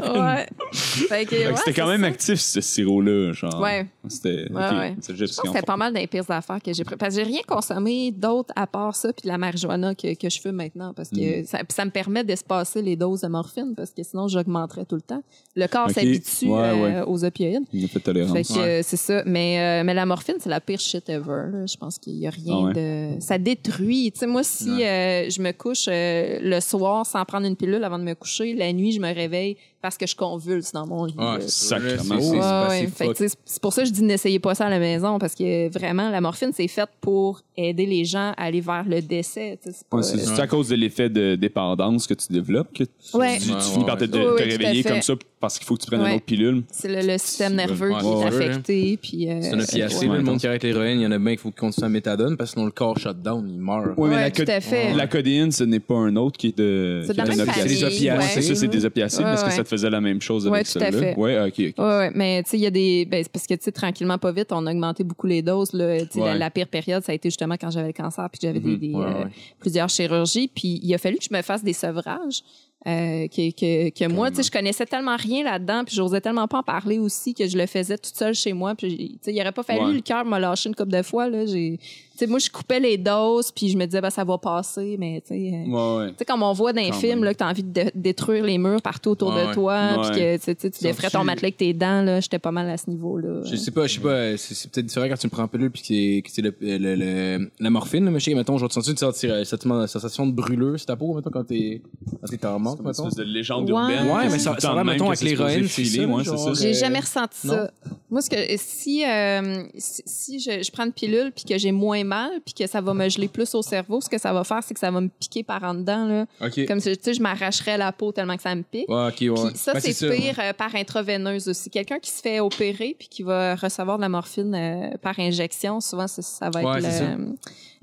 Speaker 6: Ouais. Fait que, ouais,
Speaker 3: Fait
Speaker 6: c'est
Speaker 3: que C'était quand même
Speaker 6: ça.
Speaker 3: actif, ce sirop-là, genre.
Speaker 6: Ouais.
Speaker 3: C'était.
Speaker 6: Ouais,
Speaker 3: ok,
Speaker 6: ouais.
Speaker 3: C'est juste
Speaker 6: Je pense que c'était pas mal des pires affaires que j'ai prises. Parce que j'ai rien consommé d'autre à part ça puis de la marijuana que, que je fume maintenant. Parce
Speaker 3: Mm.
Speaker 6: que ça, puis ça me permet d'espacer les doses de morphine parce que sinon, j'augmenterais tout le temps. Le corps
Speaker 3: Ok.
Speaker 6: s'habitue
Speaker 3: Ouais,
Speaker 6: euh, aux opioïdes.
Speaker 3: Il a fait tolérance.
Speaker 6: Fait que euh, c'est ça. Mais, euh, mais la morphine, c'est la pire shit ever. là. Je pense qu'il y a rien
Speaker 3: Ah
Speaker 6: de. Ça détruit. Tu sais, moi, si euh, je me couche euh, le soir sans prendre une pilule avant de me coucher, la nuit, je me réveille parce que je convulse dans mon lit. là.
Speaker 3: Sacrement.
Speaker 5: Ah, C'est-
Speaker 6: Ouais,
Speaker 5: c'est pas
Speaker 6: ouais.
Speaker 5: si
Speaker 6: Fait
Speaker 5: fuck.
Speaker 6: que, tu sais, c'est pour ça que je dis n'essayez pas ça à la maison parce que vraiment, la morphine, c'est faite pour aider les gens à aller vers le décès. tu sais, c'est pas-
Speaker 3: Ouais, c'est c'est à cause de l'effet de dépendance que tu développes que tu,
Speaker 6: Ouais.
Speaker 3: tu
Speaker 5: Ouais,
Speaker 3: finis par te,
Speaker 5: ouais,
Speaker 3: te-
Speaker 6: Ben, ouais.
Speaker 3: te
Speaker 6: Oui, oui, tout à
Speaker 3: réveiller
Speaker 6: fait.
Speaker 3: comme ça parce qu'il faut que tu prennes une
Speaker 6: Ouais.
Speaker 3: autre pilule.
Speaker 6: c'est le, le système
Speaker 3: Si,
Speaker 6: nerveux
Speaker 5: ouais,
Speaker 6: qui
Speaker 5: ouais,
Speaker 6: est
Speaker 5: ouais.
Speaker 6: affecté. Puis, euh,
Speaker 5: C'est un opiacé,
Speaker 3: ouais.
Speaker 5: le monde qui arrête l'héroïne, il y en a bien qu'il faut qu'ils consomment la méthadone parce que sinon le corps shut down, il meurt.
Speaker 3: Oui, mais
Speaker 6: Ouais,
Speaker 3: la,
Speaker 6: tout
Speaker 3: co-
Speaker 6: à fait.
Speaker 3: la codéine, ce n'est pas un autre qui est de.
Speaker 6: C'est de
Speaker 3: qui
Speaker 6: la
Speaker 3: est
Speaker 6: même
Speaker 3: un opiacé.
Speaker 6: famille,
Speaker 3: C'est des opiacés,
Speaker 6: ouais.
Speaker 3: ça, c'est des opiacés,
Speaker 6: Ouais,
Speaker 3: mais est-ce que
Speaker 6: ouais.
Speaker 3: ça te faisait la même chose
Speaker 6: Ouais,
Speaker 3: avec
Speaker 6: tout à
Speaker 3: celle-là?
Speaker 6: fait.
Speaker 3: Oui, ok, ok.
Speaker 6: Ouais, ouais, mais tu sais, il y a des. Ben, c'est parce que, tu sais, tranquillement, pas vite, on a augmenté beaucoup les doses. Là. Tu sais,
Speaker 3: Ouais.
Speaker 6: La, la pire période, ça a été justement quand j'avais le cancer, puis j'avais des, des,
Speaker 5: Ouais,
Speaker 6: euh,
Speaker 5: ouais.
Speaker 6: plusieurs chirurgies. Puis il a fallu que je me fasse des sevrages. euh, que, que, que moi, tu sais, je connaissais tellement rien là-dedans, puis j'osais tellement pas en parler aussi que je le faisais toute seule chez moi. Puis, tu sais, il aurait pas fallu
Speaker 3: Ouais.
Speaker 6: le cœur m'a lâché une couple de fois. Là, j'ai, tu sais, moi, je coupais les doses, puis je me disais, ben, ça va passer, mais tu sais. euh,
Speaker 3: Ouais, ouais.
Speaker 6: tu sais, comme on voit dans les
Speaker 3: Quand
Speaker 6: films,
Speaker 3: même.
Speaker 6: là, que t'as envie de détruire les murs partout autour
Speaker 5: Ouais,
Speaker 6: de toi,
Speaker 3: ouais.
Speaker 6: puis que tu sais, tu sais, tu défrais ton
Speaker 5: Sorti.
Speaker 6: matelas avec tes dents, là. J'étais pas mal à ce niveau-là.
Speaker 5: Je sais pas, je sais pas, euh, c'est c'est peut-être différent quand tu me prends en pilule puis que c'est- que c'est le- le- le- la morphine, là, mais je sais, mettons, genre, tu sens-tu une sorte- une sensation de brûlure sur ta peau, mettons, quand t'es
Speaker 4: ah,
Speaker 5: quand t'es en manque,
Speaker 3: Comme une
Speaker 5: mettons?
Speaker 3: espèce de légende
Speaker 6: Ouais.
Speaker 3: urbaine.
Speaker 5: Ouais,
Speaker 3: que
Speaker 5: mais
Speaker 3: c'est
Speaker 5: ça-
Speaker 3: tout le
Speaker 5: ça
Speaker 3: temps
Speaker 5: va,
Speaker 3: de même
Speaker 5: mettons,
Speaker 3: que
Speaker 5: avec
Speaker 3: c'est
Speaker 5: les
Speaker 3: supposé
Speaker 5: reines, c'est
Speaker 3: filer,
Speaker 5: ça,
Speaker 3: ouais, c'est ça.
Speaker 5: genre.
Speaker 6: J'ai
Speaker 5: euh,
Speaker 6: jamais ressenti
Speaker 5: non?
Speaker 6: ça. Moi, ce que si euh, si, si je, je prends une pilule puis que j'ai moins mal puis que ça va me geler plus au cerveau, ce que ça va faire, c'est que ça va me piquer par en dedans, là.
Speaker 5: Ok. Ouais,
Speaker 6: Comme si, tu sais, je m'arracherais la peau tellement que ça me pique.
Speaker 5: ok, ouais.
Speaker 6: Puis ça,
Speaker 5: Ben,
Speaker 6: c'est
Speaker 5: ça.
Speaker 6: pire euh, par intraveineuse aussi. Quelqu'un qui se fait opérer puis qui va recevoir de la morphine euh, par injection, souvent, ça, ça va être
Speaker 5: Ouais,
Speaker 6: le,
Speaker 5: c'est ça.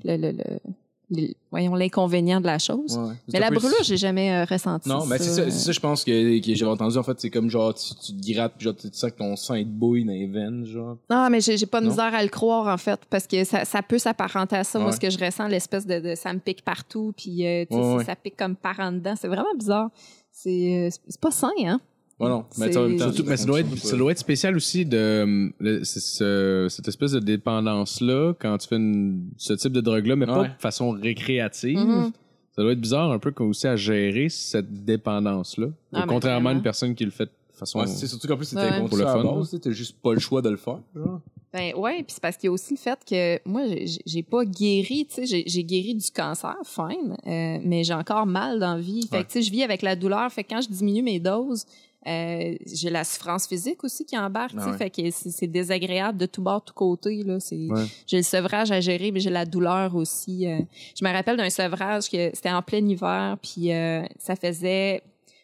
Speaker 6: le- le- le- le- voyons, l'inconvénient de la chose.
Speaker 5: Ouais. C'est
Speaker 6: Mais
Speaker 5: un
Speaker 6: la
Speaker 5: peu-
Speaker 6: brûlure, j'ai jamais euh, ressenti
Speaker 5: Non, mais c'est ça, c'est ça, je pense que, que j'avais entendu, en fait, c'est comme genre, tu, tu te grattes, puis genre, tu tu sens que ton sang est de bouille dans les veines, genre.
Speaker 6: Non, mais j'ai j'ai pas de
Speaker 5: Non?
Speaker 6: misère à le croire, en fait, parce que ça, ça peut s'apparenter à ça. Moi,
Speaker 5: Ouais.
Speaker 6: ce que je ressens, l'espèce de, de- ça me pique partout, puis euh, tu sais,
Speaker 5: Ouais,
Speaker 6: ça-
Speaker 5: ouais.
Speaker 6: ça pique comme par en dedans. C'est vraiment bizarre. C'est euh, c'est pas sain, hein?
Speaker 5: Ouais, non. Mais tu
Speaker 6: C'est-
Speaker 5: sais, en même temps,
Speaker 6: Surtout-
Speaker 4: Mais ça doit, être, ça doit être spécial aussi de euh, le- c'est- ce- cette espèce de dépendance-là quand tu fais une- ce type de drogue-là, mais pas
Speaker 5: Ouais.
Speaker 4: de façon récréative.
Speaker 6: Mhm.
Speaker 4: Ça doit être bizarre un peu comme aussi à gérer cette dépendance-là.
Speaker 6: Ah, mais
Speaker 4: contrairement à
Speaker 6: vraiment.
Speaker 4: une personne qui le fait de façon.
Speaker 5: Ouais, c'est surtout qu'en plus, c'était
Speaker 6: Ouais.
Speaker 5: contre
Speaker 4: Pour le
Speaker 5: ça à la
Speaker 4: fun,
Speaker 5: base, t'as juste pas le choix de le faire. genre.
Speaker 6: Ben ouais, puis c'est parce qu'il y a aussi le fait que moi j'ai- j'ai- j'ai pas guéri, tu sais, j'ai- j'ai guéri du cancer, fine, euh, mais j'ai encore mal dans la vie. Fait que tu sais, je vis avec la douleur. Fait que quand je diminue mes doses, euh, j'ai la souffrance physique aussi qui embarque. tu sais, Fait que c'est c'est désagréable de tout bord, tout côté là. C'est j'ai le sevrage à gérer, mais j'ai la douleur aussi. euh. Je me rappelle d'un sevrage que c'était en plein hiver, puis euh, ça faisait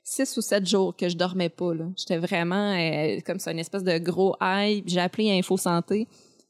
Speaker 6: six ou sept jours que je dormais pas. là. J'étais vraiment euh, comme ça, une espèce de gros high. J'ai appelé Info Santé.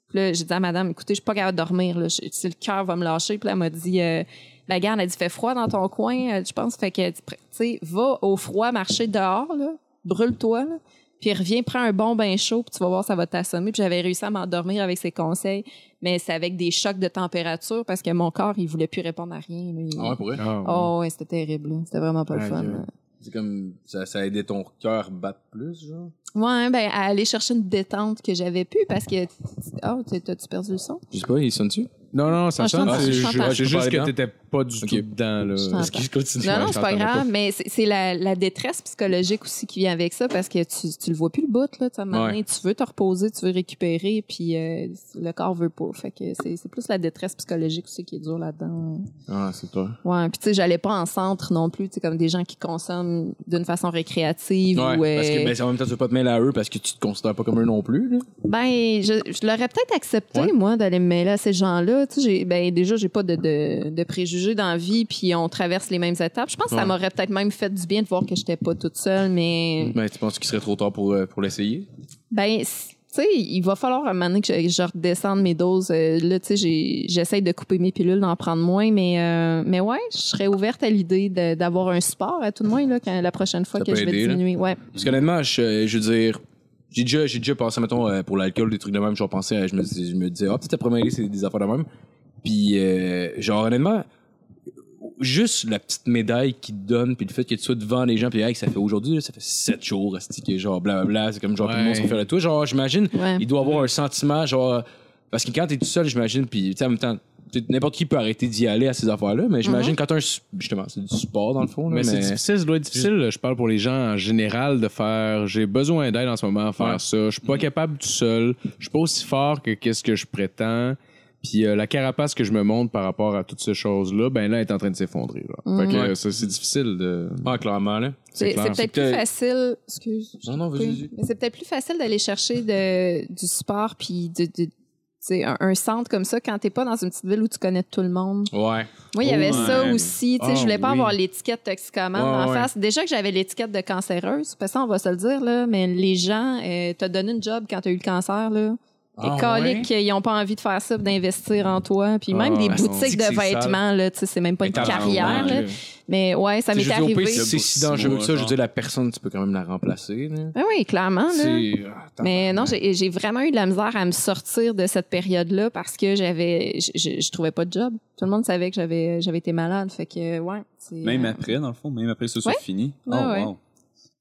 Speaker 6: Puis là, j'ai dit à madame, écoutez, je suis pas capable de dormir. Là. Je- si le cœur va me lâcher. Puis là, elle m'a dit, euh, la garde, elle dit, fait froid dans ton coin, euh, je pense. Fait que, tu sais, va au froid, marcher dehors, là. brûle-toi. là. Puis reviens, prends un bon bain chaud, puis tu vas voir, ça va t'assommer. Puis j'avais réussi à m'endormir avec ses conseils, mais c'est avec des chocs de température parce que mon corps, il voulait plus répondre à rien. là. Il-
Speaker 5: Ah ouais, pour vrai.
Speaker 6: Oh, ouais, c'était terrible. là. C'était vraiment pas le
Speaker 5: Aïe,
Speaker 6: fun.
Speaker 5: aïe.
Speaker 6: là.
Speaker 5: C'est comme, ça, ça aidait ton cœur à battre plus, genre.
Speaker 6: Ouais, ben, à aller chercher une détente que j'avais pu parce que. Oh, t'as- t'as-tu perdu le son?
Speaker 5: Je sais pas, il sonne-tu?
Speaker 4: Non, non, ça
Speaker 6: Ah, je
Speaker 4: sonne.
Speaker 6: t'entends,
Speaker 4: c'est
Speaker 6: je t'entends.
Speaker 4: ju- c'est
Speaker 5: Je peux
Speaker 4: juste
Speaker 5: parler
Speaker 4: que t'étais pas du
Speaker 5: Ok.
Speaker 4: tout dedans. Là.
Speaker 6: Je t'entends.
Speaker 4: Est-ce qu'il continue?
Speaker 6: Non, non,
Speaker 4: Ouais,
Speaker 6: c'est pas
Speaker 4: je t'entendais
Speaker 6: grave, mais c'est c'est la, la détresse psychologique aussi qui vient avec ça parce que tu, tu le vois plus le bout, là. Tu sais, à un moment donné, tu veux te reposer, tu veux récupérer, puis euh, le corps veut pas. Fait que c'est c'est plus la détresse psychologique aussi qui est dure là-dedans.
Speaker 5: Ah, c'est toi.
Speaker 6: Ouais, puis tu sais, j'allais pas en centre non plus, tu sais, comme des gens qui consomment d'une façon récréative
Speaker 5: Ouais,
Speaker 6: ou. euh,
Speaker 5: parce que ben, en même temps, tu veux pas te mêler à eux parce que tu te considères pas comme eux non plus. Là.
Speaker 6: Ben, je, je l'aurais peut-être accepté, moi, d'aller me mêler à ces gens-là. Tu sais, j'ai- ben, déjà, j'ai pas de, de, de préjugés dans la vie, puis on traverse les mêmes étapes. Je pense que ça
Speaker 5: Ouais.
Speaker 6: m'aurait peut-être même fait du bien de voir que j'étais pas toute seule, mais
Speaker 5: Ben, tu penses qu'il serait trop tard pour, euh, pour l'essayer?
Speaker 6: ben, c- tu sais, il va falloir un moment donné que je, je redescende mes doses. Euh, là, tu sais, j'ai- j'essaie de couper mes pilules, d'en prendre moins, mais, euh, mais ouais, je serais ouverte à l'idée de- d'avoir un support, à tout le moins, là, quand, la prochaine fois
Speaker 5: Ça
Speaker 6: que
Speaker 5: peut
Speaker 6: je vais
Speaker 5: aider, là.
Speaker 6: diminuer. Ouais.
Speaker 5: Parce qu'honnêtement, je, euh, je veux dire, j'ai déjà, j'ai déjà pensé, mettons, euh, pour l'alcool, des trucs de même, genre pensais, euh, je me, dis- je me disais, ah, peut-être après mêler, c'est des affaires de même. Puis, euh, genre, honnêtement, juste la petite médaille qu'ils te donnent, puis le fait que tu sois devant les gens, puis hey, ça fait aujourd'hui, là, ça fait sept jours, asti, que genre, blablabla, c'est comme genre, tout le monde se
Speaker 4: Ouais.
Speaker 5: fait le toi. Genre, j'imagine,
Speaker 6: Ouais.
Speaker 5: il doit avoir un sentiment, genre, parce que quand t'es tout seul, j'imagine, puis, tu sais, en même temps, tu sais, n'importe qui peut arrêter d'y aller à ces affaires-là, mais j'imagine
Speaker 6: Mhm.
Speaker 5: quand t'as un, su- justement, c'est du support dans le fond, là,
Speaker 4: Mais, c'est difficile, ça doit être difficile. Je parle pour les gens en général de faire. J'ai besoin d'aide en ce moment à faire
Speaker 5: Ouais. Mm-hmm.
Speaker 4: ça. Je suis pas capable tout seul. Je suis pas aussi fort que qu'est-ce que je prétends. Puis euh, la carapace que je me montre par rapport à toutes ces choses-là, ben là, elle est en train de s'effondrer. là. Fait que
Speaker 5: Ouais.
Speaker 4: euh, ça, c'est difficile de.
Speaker 5: Ah, clairement, là.
Speaker 6: C'est
Speaker 4: clair.
Speaker 6: c'est peut-être
Speaker 5: C'est
Speaker 6: plus
Speaker 5: que-
Speaker 6: facile. Excuse. je
Speaker 5: Non, non,
Speaker 6: t'ai
Speaker 5: vas-y,
Speaker 6: coupé.
Speaker 5: vas-y.
Speaker 6: Mais c'est peut-être plus facile d'aller chercher de, du support puis de. de- tu sais, un, un centre comme ça, quand t'es pas dans une petite ville où tu connais tout le monde.
Speaker 5: Ouais.
Speaker 6: Moi, il y avait ça
Speaker 3: Ouais.
Speaker 6: aussi. Tu sais,
Speaker 5: Ah,
Speaker 6: je voulais pas
Speaker 5: oui.
Speaker 6: avoir l'étiquette toxicomane
Speaker 5: Ouais,
Speaker 6: en
Speaker 5: ouais.
Speaker 6: face. Déjà que j'avais l'étiquette de cancéreuse, parce ça, on va se le dire, là, mais les gens, euh, t'as donné une job quand t'as eu le cancer, là. T'es
Speaker 5: Ah,
Speaker 6: calique, ils ont pas envie de faire ça, d'investir en toi. Puis même
Speaker 4: Ah,
Speaker 6: des
Speaker 4: ouais.
Speaker 6: boutiques
Speaker 5: ben, C'est que
Speaker 6: de
Speaker 5: c'est sale.
Speaker 6: vêtements, là, tu sais, c'est même pas une carrière, là. Ah, Mais ouais, ça
Speaker 5: Je
Speaker 6: m'est
Speaker 5: veux dire, au
Speaker 6: arrivé.
Speaker 5: pire, si c'est si dangereux que ça, je veux dire, la personne, tu peux quand même la remplacer. là.
Speaker 6: Ben oui, clairement, là.
Speaker 5: C'est- euh, Attends.
Speaker 6: Mais non, j'ai j'ai vraiment eu de la misère à me sortir de cette période-là parce que j'avais, je- je je trouvais pas de job. Tout le monde savait que j'avais, j'avais été malade. Fait que, ouais. c'est-
Speaker 3: Même
Speaker 6: euh,
Speaker 3: après, dans le fond, même après que ce soit
Speaker 6: Ouais.
Speaker 3: fini.
Speaker 6: Ouais,
Speaker 3: oh,
Speaker 6: ouais.
Speaker 3: wow.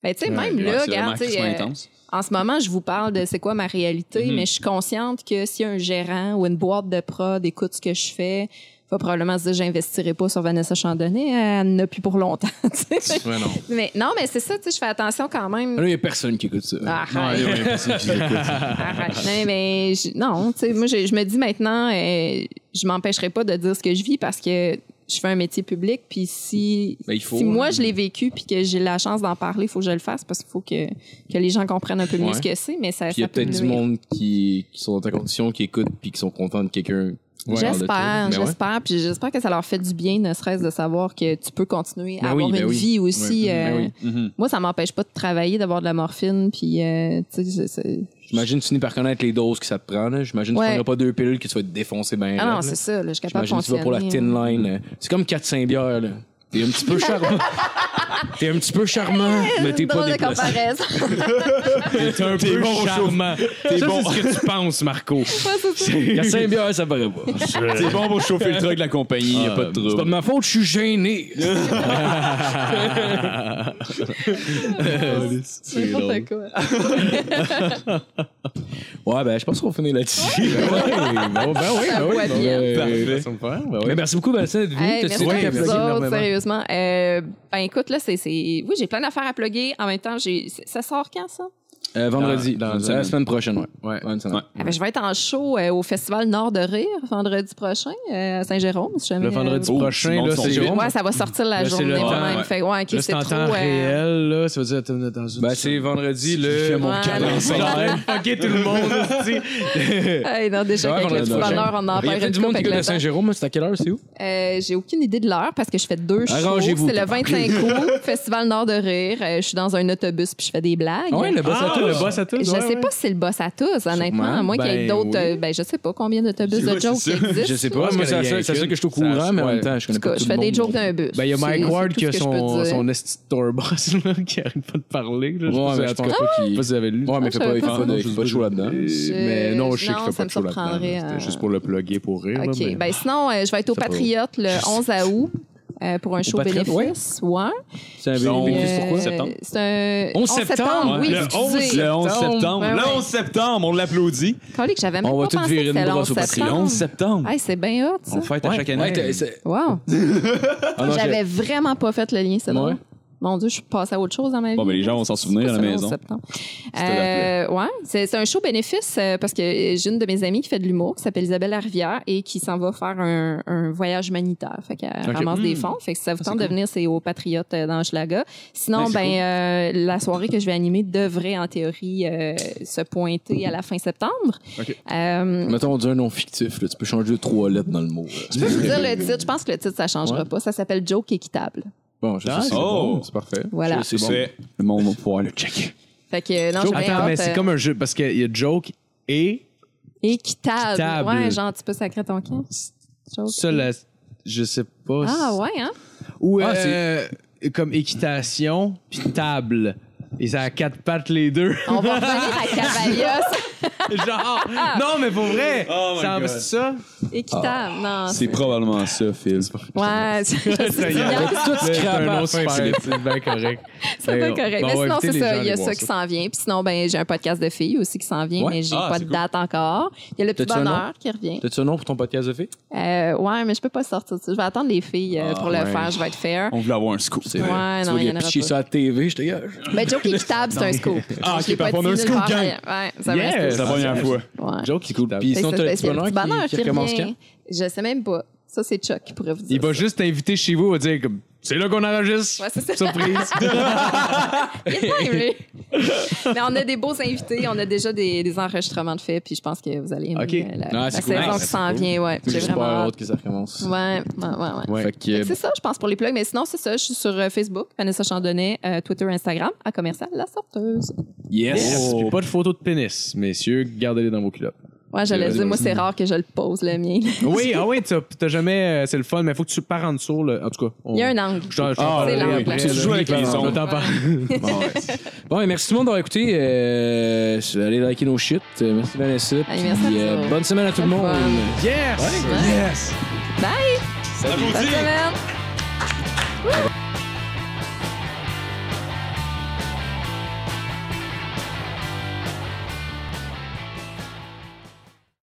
Speaker 6: ben, tu sais, même
Speaker 3: Ouais,
Speaker 6: là,
Speaker 3: c'est vraiment
Speaker 6: regarde, tu sais,
Speaker 3: crissement
Speaker 6: euh,
Speaker 3: intense.
Speaker 6: en ce moment, je vous parle de c'est quoi ma réalité,
Speaker 3: Mhm.
Speaker 6: mais je suis consciente que si un gérant ou une boîte de prod écoute ce que je fais, va probablement se dire, j'investirai pas sur Vanessa Chandonnet, elle n'a plus pour longtemps. tu sais.
Speaker 5: Ouais, non.
Speaker 6: mais non, mais c'est ça, tu sais, je fais attention quand même.
Speaker 5: Ah, Là, il n'y a personne qui écoute ça.
Speaker 6: Arrête.
Speaker 5: Non, il y a personne qui écoute ça.
Speaker 6: Arrête. Non, mais je- non, tu sais, moi, je, je me dis maintenant, euh, je m'empêcherai pas de dire ce que je vis parce que je fais un métier public, puis si,
Speaker 5: Ben, il faut,
Speaker 6: si
Speaker 5: là.
Speaker 6: moi je l'ai vécu puis que j'ai la chance d'en parler, il faut que je le fasse parce qu'il faut que, que les gens comprennent un peu mieux
Speaker 5: Ouais.
Speaker 6: ce que c'est, mais ça,
Speaker 5: Puis il y a
Speaker 6: ça peut
Speaker 5: peut-être du
Speaker 6: nuire.
Speaker 5: monde qui, qui sont dans ta condition, qui écoutent, puis qui sont contents de quelqu'un. qui parle de toi.
Speaker 6: J'espère,
Speaker 5: Ben ouais.
Speaker 6: j'espère, puis j'espère que ça leur fait du bien, ne serait-ce de savoir que tu peux continuer à
Speaker 5: Ben oui,
Speaker 6: avoir
Speaker 5: ben
Speaker 6: une
Speaker 5: oui.
Speaker 6: vie aussi.
Speaker 5: Ouais.
Speaker 6: euh,
Speaker 5: Ben oui.
Speaker 3: Mhm.
Speaker 6: Moi, ça m'empêche pas de travailler, d'avoir de la morphine, puis euh, tu sais, c'est- c'est-
Speaker 5: J'imagine que tu finis par connaître les doses que ça te prend. là. J'imagine que
Speaker 6: Ouais.
Speaker 5: tu prendras pas deux pilules que tu vas te défoncer bien.
Speaker 6: ah non, ah c'est ça, là, je suis capable de
Speaker 5: J'imagine que tu vas pour la
Speaker 6: fonctionner.
Speaker 5: thin line. là. C'est comme 4-5 bières. là. T'es un petit peu charmant. T'es un petit peu charmant, mais t'es pas
Speaker 6: Drôle de
Speaker 5: déplacé.
Speaker 6: comparaison.
Speaker 4: T'es un peu charmant. ça, c'est ce que tu penses, Marco.
Speaker 5: Il y a 5 bières, ça paraît pas.
Speaker 3: C'est bon pour Ah, chauffer le truck de la compagnie, y a pas de
Speaker 5: C'est pas de
Speaker 3: trouble.
Speaker 5: ma faute, je suis gêné.
Speaker 6: N'importe quoi.
Speaker 5: Ouais, ben, je pense qu'on finit là-dessus.
Speaker 4: ben oui, ben
Speaker 6: Ça boit bien.
Speaker 4: Parfait.
Speaker 5: Mais merci beaucoup, Vincent, d'être venu.
Speaker 6: Hey,
Speaker 5: T'as
Speaker 6: merci
Speaker 5: su-
Speaker 6: à
Speaker 4: Ouais,
Speaker 6: vous
Speaker 4: merci
Speaker 6: autres,
Speaker 4: énormément.
Speaker 6: sérieusement. Euh, ben écoute, là, c'est. c'est- Oui, j'ai plein d'affaires à plugger. En même temps, j'ai. c'est- ça sort quand, ça?
Speaker 5: Euh, vendredi,
Speaker 4: Dans- dans
Speaker 5: la
Speaker 4: une semaine.
Speaker 5: semaine prochaine, ouais.
Speaker 4: Ouais.
Speaker 5: Dans une semaine.
Speaker 3: Ouais.
Speaker 6: Ah, ben, je vais être en show euh, au Festival Nord de Rire vendredi prochain euh, à Saint-Jérôme. si jamais,
Speaker 4: Le vendredi
Speaker 6: euh,
Speaker 3: Oh,
Speaker 4: prochain,
Speaker 3: Simon,
Speaker 4: là,
Speaker 3: son
Speaker 4: c'est Jérôme.
Speaker 6: Ouais, ça va sortir la
Speaker 4: Là, c'est
Speaker 6: journée.
Speaker 4: le-
Speaker 6: quand
Speaker 4: ouais,
Speaker 6: même.
Speaker 3: ouais.
Speaker 6: Fait, ouais, ok,
Speaker 4: Là,
Speaker 6: c'est
Speaker 4: c'est
Speaker 6: trop.
Speaker 4: en temps
Speaker 6: euh,
Speaker 4: réel, là. Ça veut dire, t'es dans une.
Speaker 5: Ben, c'est vendredi,
Speaker 3: Je fais
Speaker 5: le.
Speaker 3: mon
Speaker 6: Ouais,
Speaker 3: cadran.
Speaker 6: non.
Speaker 3: c'est
Speaker 4: Genre, hey, fucker tout le monde, aussi.
Speaker 6: Hey, non,
Speaker 5: C'est
Speaker 6: déjà,
Speaker 5: vrai
Speaker 6: avec
Speaker 5: qu'on
Speaker 6: le
Speaker 5: a
Speaker 6: petit
Speaker 5: le
Speaker 6: bonheur, on en
Speaker 5: Il y a
Speaker 6: perd
Speaker 5: plein
Speaker 6: une
Speaker 5: du monde qui
Speaker 6: couple avec
Speaker 5: écoute
Speaker 6: le
Speaker 5: à Saint-Jérôme, c'est à quelle heure, c'est où?
Speaker 6: temps. Euh, J'ai aucune idée de l'heure parce que je fais deux shows.
Speaker 5: Arrangez-vous.
Speaker 6: C'est le 25 août, Festival Nord de Rire. Euh, je suis dans un autobus puis je fais des blagues.
Speaker 5: Ah ouais, le boss à
Speaker 4: Ah,
Speaker 5: tous.
Speaker 4: le boss à tous.
Speaker 6: Je
Speaker 4: ouais,
Speaker 6: sais
Speaker 4: ouais.
Speaker 6: pas si c'est le boss à tous, honnêtement. À moins qu'il y
Speaker 4: Ben
Speaker 6: ait d'autres.
Speaker 4: oui.
Speaker 6: euh, ben, je sais pas combien d'autobus de
Speaker 3: Ouais, c'est
Speaker 6: jokes
Speaker 3: ça.
Speaker 6: existent.
Speaker 5: Je sais
Speaker 6: En
Speaker 5: pas,
Speaker 4: je
Speaker 5: moi,
Speaker 4: connais
Speaker 5: c'est la
Speaker 4: rien
Speaker 5: seule c'est la seule
Speaker 4: qu'une.
Speaker 5: que je suis au
Speaker 4: Ça,
Speaker 5: courant, mais en
Speaker 4: ouais.
Speaker 5: même temps, je connais
Speaker 6: tout cas,
Speaker 5: pas
Speaker 6: je
Speaker 5: tout
Speaker 6: fais
Speaker 5: le
Speaker 6: des
Speaker 5: monde.
Speaker 6: jokes d'un bus.
Speaker 4: Ben, il y a
Speaker 6: C'est-
Speaker 4: Mike
Speaker 6: c'est
Speaker 4: Ward
Speaker 6: tout
Speaker 4: qui
Speaker 6: ce
Speaker 4: a
Speaker 6: que je peux
Speaker 4: son,
Speaker 6: dire.
Speaker 4: son esti de tour boss, là, qui arrête pas de parler. Là,
Speaker 5: Ouais, mais je
Speaker 4: en tout
Speaker 5: pense
Speaker 4: cas,
Speaker 5: pas qu'il.
Speaker 4: je sais pas si vous avez lu.
Speaker 5: Ouais, mais il fait pas- il fait
Speaker 6: Ah,
Speaker 5: pas de- il fait pas de show là-dedans.
Speaker 6: Je-
Speaker 4: Mais non, je sais
Speaker 6: non,
Speaker 4: qu'il fait
Speaker 6: ça
Speaker 4: pas
Speaker 6: me
Speaker 4: de show là-dedans.
Speaker 6: surprendrait,
Speaker 4: là.
Speaker 6: euh,
Speaker 4: C'était juste pour le plugger pour rire. là,
Speaker 6: OK.
Speaker 4: mais-
Speaker 6: Ben, sinon, euh, je vais être au
Speaker 4: Ça va.
Speaker 6: Patriote le 11 à août. euh, pour un show
Speaker 5: Patriote,
Speaker 6: bénéfice, ouais.
Speaker 5: C'est un
Speaker 3: Donc,
Speaker 5: bénéfice
Speaker 6: Euh,
Speaker 5: pourquoi?
Speaker 3: Septembre?
Speaker 6: C'est un
Speaker 5: 11 septembre,
Speaker 6: oui,
Speaker 3: le 11,
Speaker 6: excusez. Ben
Speaker 3: le 11 septembre.
Speaker 6: Ouais, ouais.
Speaker 3: Le 11 septembre, on l'applaudit.
Speaker 6: Collé que j'avais même
Speaker 5: On va
Speaker 6: pas
Speaker 5: tout
Speaker 6: pensé
Speaker 5: virer
Speaker 6: que
Speaker 5: une
Speaker 6: c'était le
Speaker 5: brosse
Speaker 6: 11
Speaker 5: au Patriote.
Speaker 3: Le 11 septembre.
Speaker 6: Hey, c'est bien hot, ça.
Speaker 3: On fête à chaque
Speaker 5: Ouais,
Speaker 3: année.
Speaker 5: t'es- c'est-
Speaker 6: Wow.
Speaker 5: Ah non, j'ai-
Speaker 6: J'avais vraiment pas fait le lien, c'est drôle.
Speaker 5: Ouais.
Speaker 6: Mon Dieu, je suis passée à autre chose dans ma vie.
Speaker 3: Bon, ben les gens vont s'en souvenir à la
Speaker 6: C'est le 11
Speaker 3: maison.
Speaker 6: septembre.
Speaker 3: l'appelais.
Speaker 6: Euh, ouais, c'est c'est un show bénéfice euh, parce que j'ai une de mes amies qui fait de l'humour, qui s'appelle Isabelle Rivière et qui s'en va faire un, un voyage humanitaire. Fait qu'elle ramasse
Speaker 3: Hmm.
Speaker 6: des fonds. Fait que si ça vous
Speaker 3: Ah,
Speaker 6: tente de venir, c'est aux Patriotes euh, dans Hochelaga. Sinon,
Speaker 5: Ouais, c'est
Speaker 6: ben,
Speaker 5: cool.
Speaker 6: euh, la soirée que je vais animer devrait, en théorie, euh, se pointer à la fin septembre.
Speaker 3: OK.
Speaker 6: Euh,
Speaker 5: Mettons, on dit un nom fictif, là. Tu peux changer de trois lettres dans le mot. là.
Speaker 6: je peux vous dire le titre. Je pense que le titre, ça changera pas. Ça s'appelle Joke équitable.
Speaker 5: Bon, je sais,
Speaker 4: Ah,
Speaker 5: c'est
Speaker 4: c'est
Speaker 3: bon.
Speaker 4: bon, c'est parfait.
Speaker 6: Voilà.
Speaker 5: c'est bon.
Speaker 3: C'est
Speaker 5: Le monde va pouvoir le checker.
Speaker 6: Fait que, euh, non, j'ai bien
Speaker 4: Attends, mais
Speaker 6: hâte,
Speaker 4: c'est
Speaker 6: euh,
Speaker 4: comme un jeu, parce qu'il y a joke et
Speaker 6: Équitable.
Speaker 4: Équitable.
Speaker 6: Ouais, genre, tu peux sacrer ton camp. Joke.
Speaker 4: ça, la- je sais pas.
Speaker 6: Ah
Speaker 4: si-
Speaker 6: ouais, hein?
Speaker 4: Ou
Speaker 5: Ah,
Speaker 4: euh, comme équitation, puis table. Et ça a quatre pattes les deux.
Speaker 6: On va Ah. revenir à Cavalios.
Speaker 4: Genre, non, mais pour vrai,
Speaker 3: Oh my
Speaker 4: ça en-
Speaker 3: God.
Speaker 4: c'est ça.
Speaker 6: Équitable, non.
Speaker 3: Ah, c'est probablement ça, Phil.
Speaker 6: Ouais, c'est
Speaker 4: Ça y est,
Speaker 6: bien.
Speaker 4: avec tout
Speaker 5: C'est un nom
Speaker 4: c'est
Speaker 5: super,
Speaker 4: bien correct.
Speaker 6: C'est pas correct.
Speaker 4: Bon,
Speaker 6: mais
Speaker 4: ouais, évitez
Speaker 6: sinon, c'est
Speaker 4: les
Speaker 6: ça.
Speaker 4: gens
Speaker 6: Il y a
Speaker 4: d'aller
Speaker 6: ça
Speaker 4: voir
Speaker 6: qui s'en vient. Puis sinon, ben, j'ai un podcast de filles aussi qui s'en vient,
Speaker 5: Ouais.
Speaker 6: mais j'ai
Speaker 3: Ah,
Speaker 6: pas
Speaker 3: c'est
Speaker 6: de
Speaker 3: cool.
Speaker 6: date encore. Il y a le petit
Speaker 5: T'as-tu un nom?
Speaker 6: bonheur qui revient.
Speaker 5: T'as-tu un nom pour ton podcast de filles?
Speaker 6: Euh, ouais, mais je peux pas sortir de ça. Je vais attendre les filles euh, pour le faire. Je vais être fair.
Speaker 3: On voulait avoir un scoop. C'est
Speaker 6: Ouais,
Speaker 5: tu
Speaker 6: non,
Speaker 5: vas
Speaker 6: il y
Speaker 5: aller
Speaker 6: en aura
Speaker 5: pitcher
Speaker 6: pas.
Speaker 5: ça à la TV, ah, je te gage.
Speaker 6: Mais Joke équitable, c'est un scoop.
Speaker 3: Ah,
Speaker 6: Je l'ai
Speaker 3: ok,
Speaker 6: pas
Speaker 3: parfait, on a un
Speaker 6: dit nulle
Speaker 3: scoop
Speaker 6: part
Speaker 3: gang.
Speaker 6: ailleurs. Ouais, ça va
Speaker 4: Yeah.
Speaker 3: C'est la première fois.
Speaker 6: Ouais.
Speaker 4: Joke, c'est cool.
Speaker 5: Puis
Speaker 6: Fait que
Speaker 5: sinon,
Speaker 6: ça,
Speaker 5: t'as le
Speaker 6: c'est
Speaker 5: petit
Speaker 6: spécial.
Speaker 5: bonheur
Speaker 6: Petit bonheur
Speaker 5: qui- qui recommence
Speaker 6: revient.
Speaker 5: quand?
Speaker 6: Je sais même pas. Ça, c'est Chuck qui pourrait vous dire.
Speaker 4: Il va
Speaker 6: ça.
Speaker 4: juste t'inviter chez vous, il va dire comme, c'est là qu'on enregistre.
Speaker 6: Ouais, c'est ça.
Speaker 4: Surprise.
Speaker 6: Il est pas aimé. Mais on a des beaux invités, on a déjà des, des enregistrements de faits, puis je pense que vous allez aimer
Speaker 4: Ok.
Speaker 6: euh, la,
Speaker 5: Ah,
Speaker 6: la
Speaker 5: c'est cool.
Speaker 6: saison
Speaker 5: Nice.
Speaker 6: qui s'en vient. Ouais, j'ai
Speaker 5: J'ai
Speaker 6: vraiment
Speaker 5: pas hâte
Speaker 6: hâte.
Speaker 5: que ça recommence.
Speaker 6: Ouais, ouais, ouais, ouais.
Speaker 5: Fait que,
Speaker 6: Fait que C'est ça, je pense, pour les plugs. Mais sinon, c'est ça. Je suis sur euh, Facebook, Vanessa Chandonnet, euh, Twitter, Instagram, à commercial, la sorteuse.
Speaker 5: yes!
Speaker 4: Puis pas de photo de pénis, messieurs, gardez-les dans vos culottes.
Speaker 6: Ouais, j'allais
Speaker 5: Euh,
Speaker 6: dire, moi, c'est rare que je le pose, le mien.
Speaker 4: Oui, ah oui, t'as t'as jamais, euh, c'est le fun, mais faut que tu pars en dessous. là. En tout cas, on-
Speaker 6: Il y a un angle.
Speaker 4: Je t'en- je t'en
Speaker 3: Ah,
Speaker 4: parlerai
Speaker 6: oui, oui.
Speaker 4: après,
Speaker 6: Tu
Speaker 4: là.
Speaker 3: joues avec les
Speaker 4: Je vais
Speaker 3: ondes.
Speaker 4: t'en parler.
Speaker 3: Bon, ouais.
Speaker 5: Bon, et merci tout le monde d'avoir écouté. Euh, allez liker nos shit. Euh, Merci Vanessa. Puis,
Speaker 6: merci à vous
Speaker 5: euh,
Speaker 6: autres.
Speaker 5: bonne semaine à tout le
Speaker 6: Bonne
Speaker 5: monde.
Speaker 6: semaine.
Speaker 4: Yes!
Speaker 6: Bye! Bonne semaine!